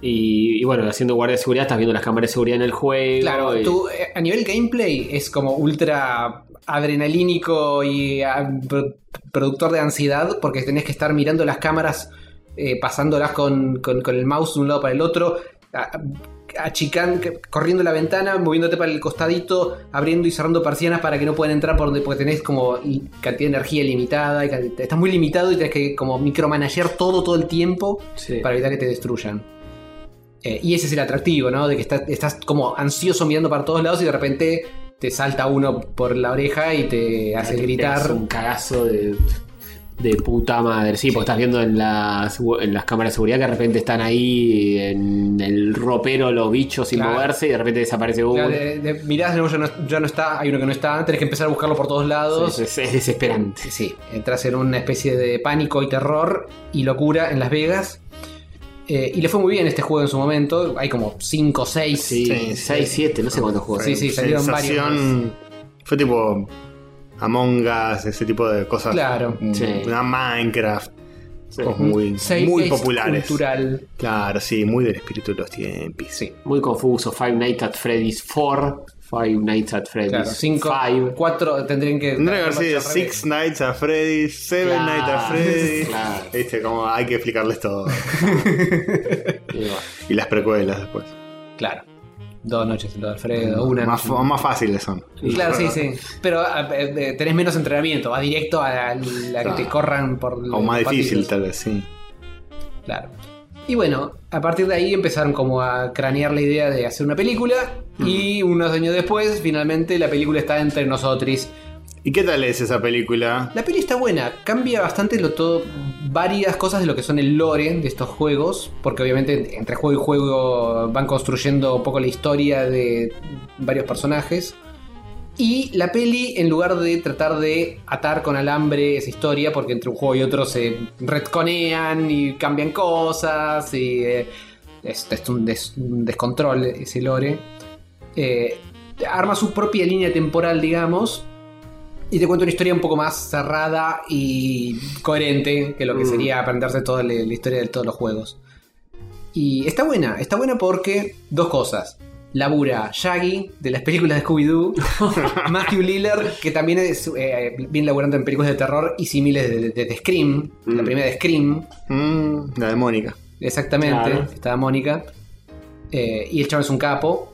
Speaker 1: Y, y bueno, haciendo guardia de seguridad, estás viendo las cámaras de seguridad en el juego.
Speaker 2: Claro,
Speaker 1: y-
Speaker 2: tú, eh, a nivel gameplay es como ultra adrenalínico y ah, pro- productor de ansiedad porque tenés que estar mirando las cámaras, eh, pasándolas con, con- con el mouse de un lado para el otro, a- achican, corriendo la ventana, moviéndote para el costadito, abriendo y cerrando persianas para que no puedan entrar por donde, porque tenés como i- cantidad de energía limitada, y ca- estás muy limitado y tenés que como micromanager todo todo el tiempo
Speaker 1: Sí.
Speaker 2: para evitar que te destruyan. Eh, y ese es el atractivo, ¿no? De que está- estás como ansioso mirando para todos lados y de repente te salta uno por la oreja y te hace
Speaker 1: Te
Speaker 2: gritar.
Speaker 1: pegas un cagazo de, de puta madre. Sí, porque estás viendo en las, en las cámaras de seguridad que de repente están ahí en el ropero los bichos sin
Speaker 2: Claro.
Speaker 1: moverse y de repente desaparece uno.
Speaker 2: Claro, de- de- mirás, no, ya, no, ya no está, hay uno que no está, tenés que empezar a buscarlo por todos
Speaker 1: Es,
Speaker 2: lados.
Speaker 1: es-
Speaker 9: este,
Speaker 1: es desesperante.
Speaker 2: Sí, entras en una especie de pánico y terror y locura en Las Vegas. Eh, y le fue muy bien este juego en su momento. Hay como 5 o 6.
Speaker 1: Sí, 6, 7, no sé cuántos juegos.
Speaker 2: Sí, sí, salieron
Speaker 3: Sensación- Fue tipo Among Us, ese tipo de cosas.
Speaker 2: Claro.
Speaker 3: Mm,
Speaker 1: Sí.
Speaker 3: Una Minecraft. muy, muy populares.
Speaker 2: Cultural.
Speaker 3: Claro, sí, muy del espíritu de los tiempos.
Speaker 2: Sí.
Speaker 9: Muy confuso. Five Nights at Freddy's 4. Five Nights at Freddy's
Speaker 2: Claro, cinco,
Speaker 9: 5.
Speaker 2: cuatro tendrían que.
Speaker 3: Tendría que haber sido
Speaker 2: al revés.
Speaker 3: Six Nights a Freddy's, Seven
Speaker 9: Claro,
Speaker 3: Nights a Freddy's.
Speaker 9: claro.
Speaker 3: Viste, como hay que explicarles todo. y las precuelas después.
Speaker 2: Claro. Dos noches en lo de Alfredo, una.
Speaker 3: Más,
Speaker 2: noche.
Speaker 3: más fáciles son.
Speaker 2: Claro, sí, sí. Pero ah, eh, eh, tenés menos entrenamiento, vas directo a la que
Speaker 3: Claro.
Speaker 2: te corran por.
Speaker 3: O más
Speaker 2: los
Speaker 3: difícil,
Speaker 2: pasillos.
Speaker 3: tal vez, sí.
Speaker 2: Claro. Y bueno, a partir de ahí empezaron como a cranear la idea de hacer una película. Y unos años después, finalmente, la película está entre nosotros.
Speaker 3: ¿Y qué tal es esa película?
Speaker 2: La peli está buena, cambia bastante lo todo, varias cosas de lo que son el lore de estos juegos, porque obviamente entre juego y juego van construyendo un poco la historia de varios personajes. Y la peli, en lugar de tratar de atar con alambre esa historia, porque entre un juego y otro se retconean y cambian cosas, y eh, es, es un, des- un descontrol ese lore, eh, arma su propia línea temporal, digamos, y te cuento una historia un poco más cerrada y coherente que lo que sería aprenderse toda la, la historia de todos los juegos. Y está buena, está buena porque dos cosas. Labura Shaggy de las películas de Scooby-Doo, Matthew Lillard, que también es eh, bien laburando en películas de terror y similes de, de- de Scream, la primera de Scream,
Speaker 3: Mm, la de Mónica.
Speaker 2: Exactamente,
Speaker 9: Claro.
Speaker 2: estaba Mónica. Eh, y el chaval es un capo.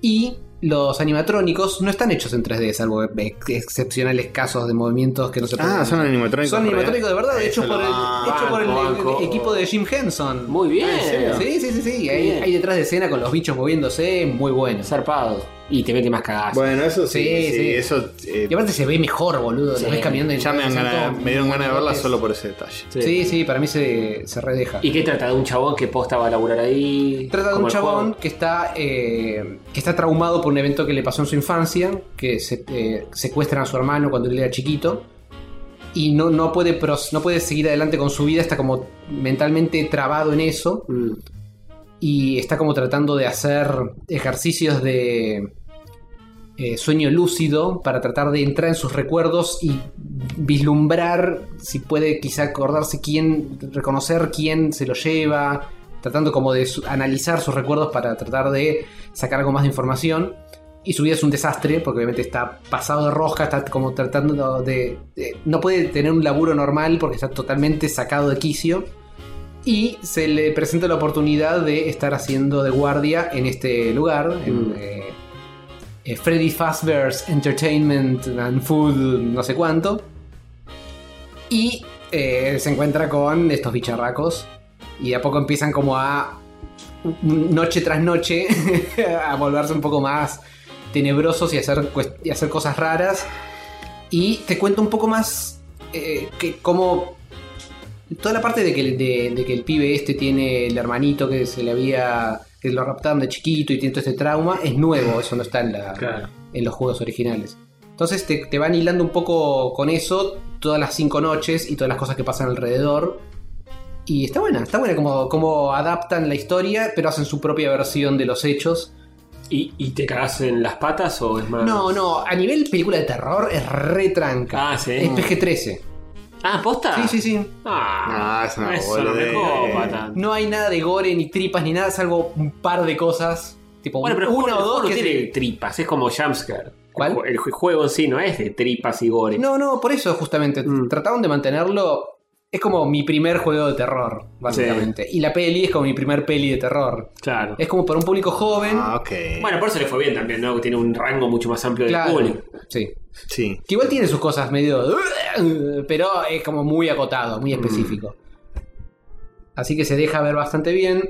Speaker 2: Y los animatrónicos no están hechos en 3D, salvo ex- excepcionales casos de movimientos que no se pueden.
Speaker 3: Ah, son animatrónicos.
Speaker 2: Son animatrónicos de verdad, hechos por el, hecho por el-
Speaker 9: banco.
Speaker 2: el equipo de Jim Henson.
Speaker 9: Muy bien.
Speaker 2: Sí, sí, sí, sí. Hay,
Speaker 9: bien.
Speaker 2: hay detrás de escena con los bichos moviéndose, muy bueno.
Speaker 9: Zarpado. Y te mete más cagadas.
Speaker 3: Bueno, eso sí.
Speaker 2: Sí,
Speaker 3: Sí,
Speaker 2: sí.
Speaker 3: Eso. eh,
Speaker 2: Y aparte se ve mejor, boludo.
Speaker 9: Sí.
Speaker 2: Lo ves caminando en
Speaker 3: ya me, dan
Speaker 2: son
Speaker 3: ganas-
Speaker 2: todos
Speaker 3: me dieron ganas de verla
Speaker 2: monigotes.
Speaker 3: solo por ese detalle.
Speaker 9: Sí.
Speaker 2: Sí, sí, para mí se, se redeja.
Speaker 9: ¿Y qué trata de un chabón que posta va a laburar ahí?
Speaker 2: Trata de
Speaker 9: Como
Speaker 2: un
Speaker 9: el
Speaker 2: chabón
Speaker 9: juego.
Speaker 2: que está, eh, que está traumado por un evento que le pasó en su infancia, que se, eh, secuestran a su hermano cuando él era chiquito, y no, no, puede, pros- no puede seguir adelante con su vida, está como mentalmente trabado en eso,
Speaker 9: Mm.
Speaker 2: y está como tratando de hacer ejercicios de eh, sueño lúcido para tratar de entrar en sus recuerdos y vislumbrar si puede quizá acordarse quién, reconocer quién se lo lleva, tratando como de su- analizar sus recuerdos para tratar de sacar algo más de información. Y su vida es un desastre, porque obviamente está pasado de rosca, está como tratando de... de- no puede tener un laburo normal porque está totalmente sacado de quicio. Y se le presenta la oportunidad de estar haciendo de guardia en este lugar, en, eh, eh, Freddy Fazbear's Entertainment and Food, no sé cuánto. Y eh, se encuentra con estos bicharracos. Y de a poco empiezan como a, noche tras noche, a volverse un poco más tenebrosos y hacer, cuest- y hacer cosas raras. Y te cuento un poco más eh, que cómo Toda la parte de que, el- de- de que el pibe este tiene el hermanito que se le había. que lo raptaron de chiquito y tiene todo este trauma, es nuevo, eso no está en, la, en los juegos originales. Entonces te, te van hilando un poco con eso todas las cinco noches y todas las cosas que pasan alrededor. Y está buena, está buena como, como adaptan la historia, pero hacen su propia versión de los hechos.
Speaker 9: ¿Y, y te cagás en las patas o es más?
Speaker 2: No, no, a nivel película de terror es retranca.
Speaker 9: Ah, sí.
Speaker 2: Es PG-13.
Speaker 9: Ah, posta.
Speaker 2: Sí, sí, sí.
Speaker 9: Ah,
Speaker 3: Ah, es una
Speaker 9: eso no me
Speaker 3: boludez.
Speaker 9: copa tanto.
Speaker 2: No hay nada de gore ni tripas ni nada, salvo un par de cosas. Tipo,
Speaker 9: Bueno, pero el
Speaker 2: una
Speaker 9: juego-
Speaker 2: o
Speaker 9: el juego
Speaker 2: dos
Speaker 9: no
Speaker 2: que
Speaker 9: tiene
Speaker 2: se-
Speaker 9: tripas, es como jumpscare.
Speaker 2: ¿Cuál?
Speaker 9: El, ju- el ju- juego en sí no es de tripas y gore.
Speaker 2: No, no, por eso justamente.
Speaker 9: Mm.
Speaker 2: Trataron de mantenerlo. Es como mi primer juego de terror, básicamente. Y la peli es como mi primer peli de terror.
Speaker 9: Claro.
Speaker 2: Es como para un público joven.
Speaker 3: Ah, ok.
Speaker 1: Eh,
Speaker 9: Bueno, por eso le fue bien también, ¿no? Que tiene un rango mucho más amplio
Speaker 2: claro.
Speaker 9: de público.
Speaker 2: Sí.
Speaker 3: Sí.
Speaker 2: Que igual tiene sus cosas medio. Pero es como muy acotado,
Speaker 9: Mm.
Speaker 2: muy específico. Así que se deja ver bastante bien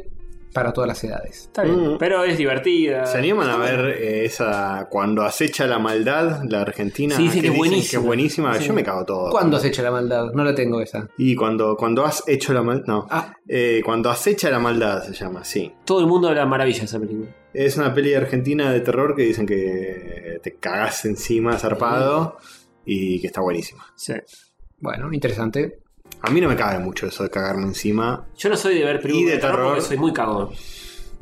Speaker 2: para todas las edades.
Speaker 9: Está bien.
Speaker 3: Mm.
Speaker 9: Pero es divertida.
Speaker 3: ¿Se animan a ver eh, esa cuando acecha la maldad la Argentina?
Speaker 9: Sí, dicen que es
Speaker 3: dicen
Speaker 9: buenísima.
Speaker 3: es buenísima. Yo me cago todo.
Speaker 2: ¿Cuándo se echa la maldad? No la tengo esa.
Speaker 3: Y cuando, cuando has hecho la maldad. No.
Speaker 2: Ah.
Speaker 3: Eh, cuando acecha la maldad se llama, sí.
Speaker 9: Todo el mundo habla maravilla de esa película.
Speaker 3: Es una peli argentina de terror que dicen que te cagás encima, zarpado, y que está buenísima.
Speaker 9: Sí.
Speaker 2: Bueno, interesante.
Speaker 3: A mí no me cabe mucho eso de cagarme encima.
Speaker 9: Yo no soy de ver películas
Speaker 3: Y de terror.
Speaker 9: porque soy muy cagón.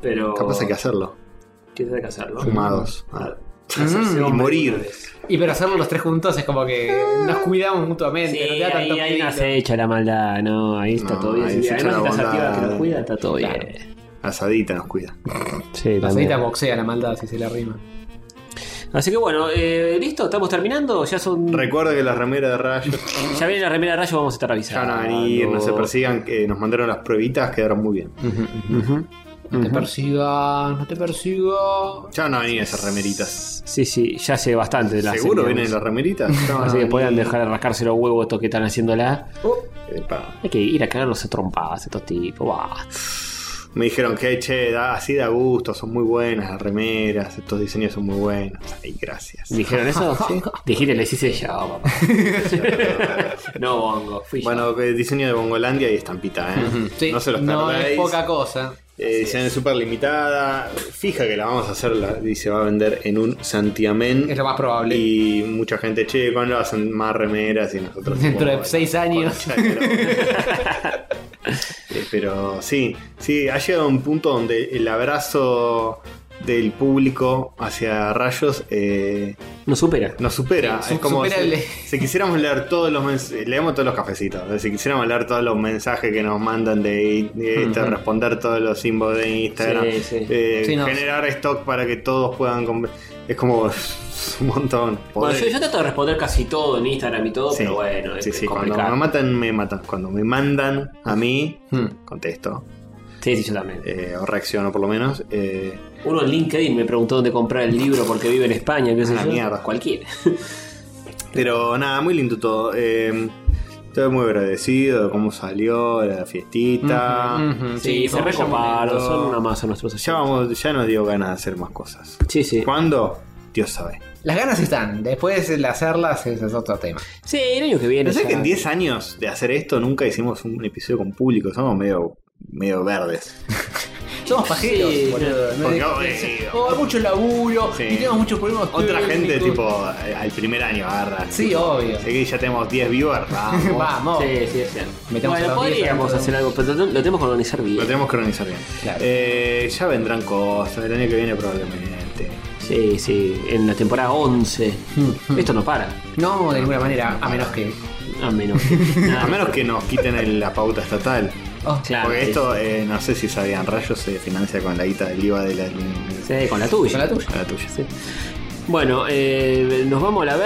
Speaker 9: Pero.
Speaker 3: Capaz hay que hacerlo.
Speaker 9: Tienes que hacerlo.
Speaker 3: Fumados. Ah,
Speaker 1: Mm,
Speaker 3: hacerse y morir.
Speaker 2: Y pero hacerlo los tres juntos es como que nos cuidamos mutuamente. no te da tanto peligro.
Speaker 1: hecho la maldad, no, ahí está
Speaker 3: No, ahí se echa la bondad.
Speaker 1: está todo
Speaker 2: Claro.
Speaker 3: Asadita nos cuida.
Speaker 1: Sí,
Speaker 2: La
Speaker 1: también.
Speaker 2: aceita boxea la maldad si se le arrima.
Speaker 1: Así que bueno, eh, listo, estamos terminando. Ya son.
Speaker 3: Recuerda que las remeras de rayos
Speaker 1: Ya viene la remera de rayo, vamos a estar
Speaker 3: ya
Speaker 1: avisando.
Speaker 3: van a venir, no se persigan, que nos mandaron las pruebitas, quedaron muy bien.
Speaker 2: No te persigas, no te persigas.
Speaker 3: Ya van a venir esas remeritas.
Speaker 1: Sí, sí, ya hace bastante de las
Speaker 3: ¿Seguro
Speaker 1: enviamos.
Speaker 3: vienen las remeritas? Ya van
Speaker 1: Así
Speaker 3: a
Speaker 1: que puedan
Speaker 3: venir.
Speaker 1: dejar de rascarse los huevos estos que están haciéndola.
Speaker 3: Epa.
Speaker 1: Hay que ir a cagarlos a trompadas estos tipos. bah.
Speaker 3: Me dijeron que, che, da- así da gusto, son muy buenas las remeras, estos diseños son muy buenos. Ay, gracias.
Speaker 1: ¿Dijeron eso? Dijiste, les hice yo, papá. no, bongo, fui yo.
Speaker 3: Bueno, que diseño de Bongolandia y estampita, ¿eh?
Speaker 2: Sí,
Speaker 3: no se los
Speaker 2: no es
Speaker 3: perdáis.
Speaker 2: poca cosa.
Speaker 3: Eh, edición súper limitada. Fija que la vamos a hacer la- y se va a vender en un Santiamén.
Speaker 2: Es lo más probable.
Speaker 3: Y mucha gente, che, ¿cuándo hacen más remeras? Y nosotros.
Speaker 2: Dentro de
Speaker 3: bueno,
Speaker 2: seis años.
Speaker 3: concha de la- Eh, Pero sí, sí, ha llegado un punto donde el abrazo del público hacia Rayos eh,
Speaker 1: No supera.
Speaker 3: nos supera.
Speaker 2: Sí, su-
Speaker 3: es como
Speaker 2: supera
Speaker 3: si,
Speaker 2: el-
Speaker 3: si quisiéramos leer todos los mensajes, leemos todos los cafecitos. eh, Si quisiéramos leer todos los mensajes que nos mandan de, de- de responder todos los inbox de Instagram,
Speaker 1: Sí, sí.
Speaker 3: eh,
Speaker 2: Sí, no,
Speaker 3: generar stock para que todos puedan. com- Es como es un montón.
Speaker 1: Bueno,
Speaker 3: Poder-
Speaker 1: yo, yo trato de responder casi todo en Instagram y todo,
Speaker 3: Sí,
Speaker 1: pero bueno, es
Speaker 3: sí, sí, cuando
Speaker 1: complicado.
Speaker 3: me matan, me matan. Cuando me mandan a mí, contesto
Speaker 1: Sí, sí, yo también.
Speaker 3: eh, o reacciono por lo menos. eh,
Speaker 1: Uno en LinkedIn me preguntó dónde comprar el libro porque vive en España, qué sé
Speaker 3: Ah,
Speaker 1: yo.
Speaker 3: mierda.
Speaker 1: Cualquiera.
Speaker 3: Pero nada, muy lindo todo. eh, estoy muy agradecido de cómo salió la fiestita.
Speaker 2: Ujú,
Speaker 1: Sí, se
Speaker 2: como ya
Speaker 1: recoparon,
Speaker 2: momento.
Speaker 1: son una masa nuestros
Speaker 3: Ya vamos, ya nos dio ganas de hacer más cosas.
Speaker 1: Sí, sí.
Speaker 3: ¿Cuándo? Dios sabe.
Speaker 2: Las ganas están, después el hacerlas es es otro tema.
Speaker 1: Sí, el año que viene.
Speaker 3: Pensé
Speaker 1: ya.
Speaker 3: que en 10 años de hacer esto nunca hicimos un episodio con público. Somos medio, medio verdes.
Speaker 2: Somos pajeros,
Speaker 1: Sí,
Speaker 2: boludo. No
Speaker 3: porque,
Speaker 2: es-
Speaker 3: oh,
Speaker 2: es-
Speaker 3: eh,
Speaker 2: oh, hay mucho laburo
Speaker 3: Sí.
Speaker 2: y tenemos muchos problemas.
Speaker 3: Otra gente,
Speaker 2: técnicos.
Speaker 3: tipo, eh, al primer año agarra.
Speaker 2: Sí, obvio.
Speaker 3: Así que ya tenemos 10 viewers. Vamos.
Speaker 2: Vamos.
Speaker 1: Sí, sí, es cierto.
Speaker 2: Metemos
Speaker 1: bueno,
Speaker 2: a los diez
Speaker 1: podríamos
Speaker 2: dentro de
Speaker 1: hacer algo, pero lo tenemos que organizar bien.
Speaker 3: Lo tenemos que organizar bien.
Speaker 2: Claro.
Speaker 3: Eh, ya vendrán cosas. El año que viene probablemente.
Speaker 1: Sí, sí, en la temporada 11. Esto no para,
Speaker 2: No, de ninguna manera, a menos que.
Speaker 1: a menos que.
Speaker 3: A menos que nos quiten el- la pauta estatal.
Speaker 2: Oh,
Speaker 1: Ah, Claro.
Speaker 3: Porque
Speaker 1: sí.
Speaker 3: esto, eh, no sé si sabían, Rayos se financia con la guita del IVA de la,
Speaker 1: Sí, con la tuya.
Speaker 2: Con la tuya.
Speaker 3: la tuya.
Speaker 1: Sí. Bueno, eh, nos vamos a la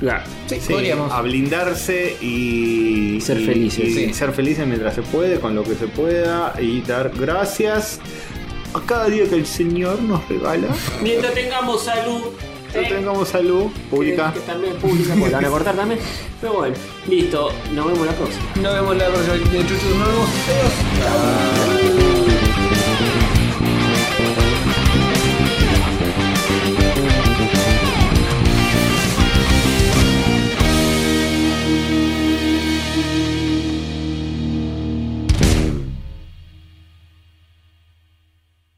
Speaker 1: verga.
Speaker 2: Sí,
Speaker 3: Sí,
Speaker 2: podríamos.
Speaker 1: Ah.
Speaker 3: A blindarse y,
Speaker 1: Y ser
Speaker 3: y-
Speaker 1: felices,
Speaker 3: y
Speaker 2: sí.
Speaker 3: ser felices mientras se puede, con lo que se pueda y dar gracias a cada día que el Señor nos regala.
Speaker 1: Mientras tengamos salud.
Speaker 3: Que tengamos salud pública.
Speaker 1: Que, también pública, porque la van a cortar también. Pero bueno, listo, nos vemos la próxima.
Speaker 2: Nos vemos la próxima. Chuchos, nos vemos. Adiós.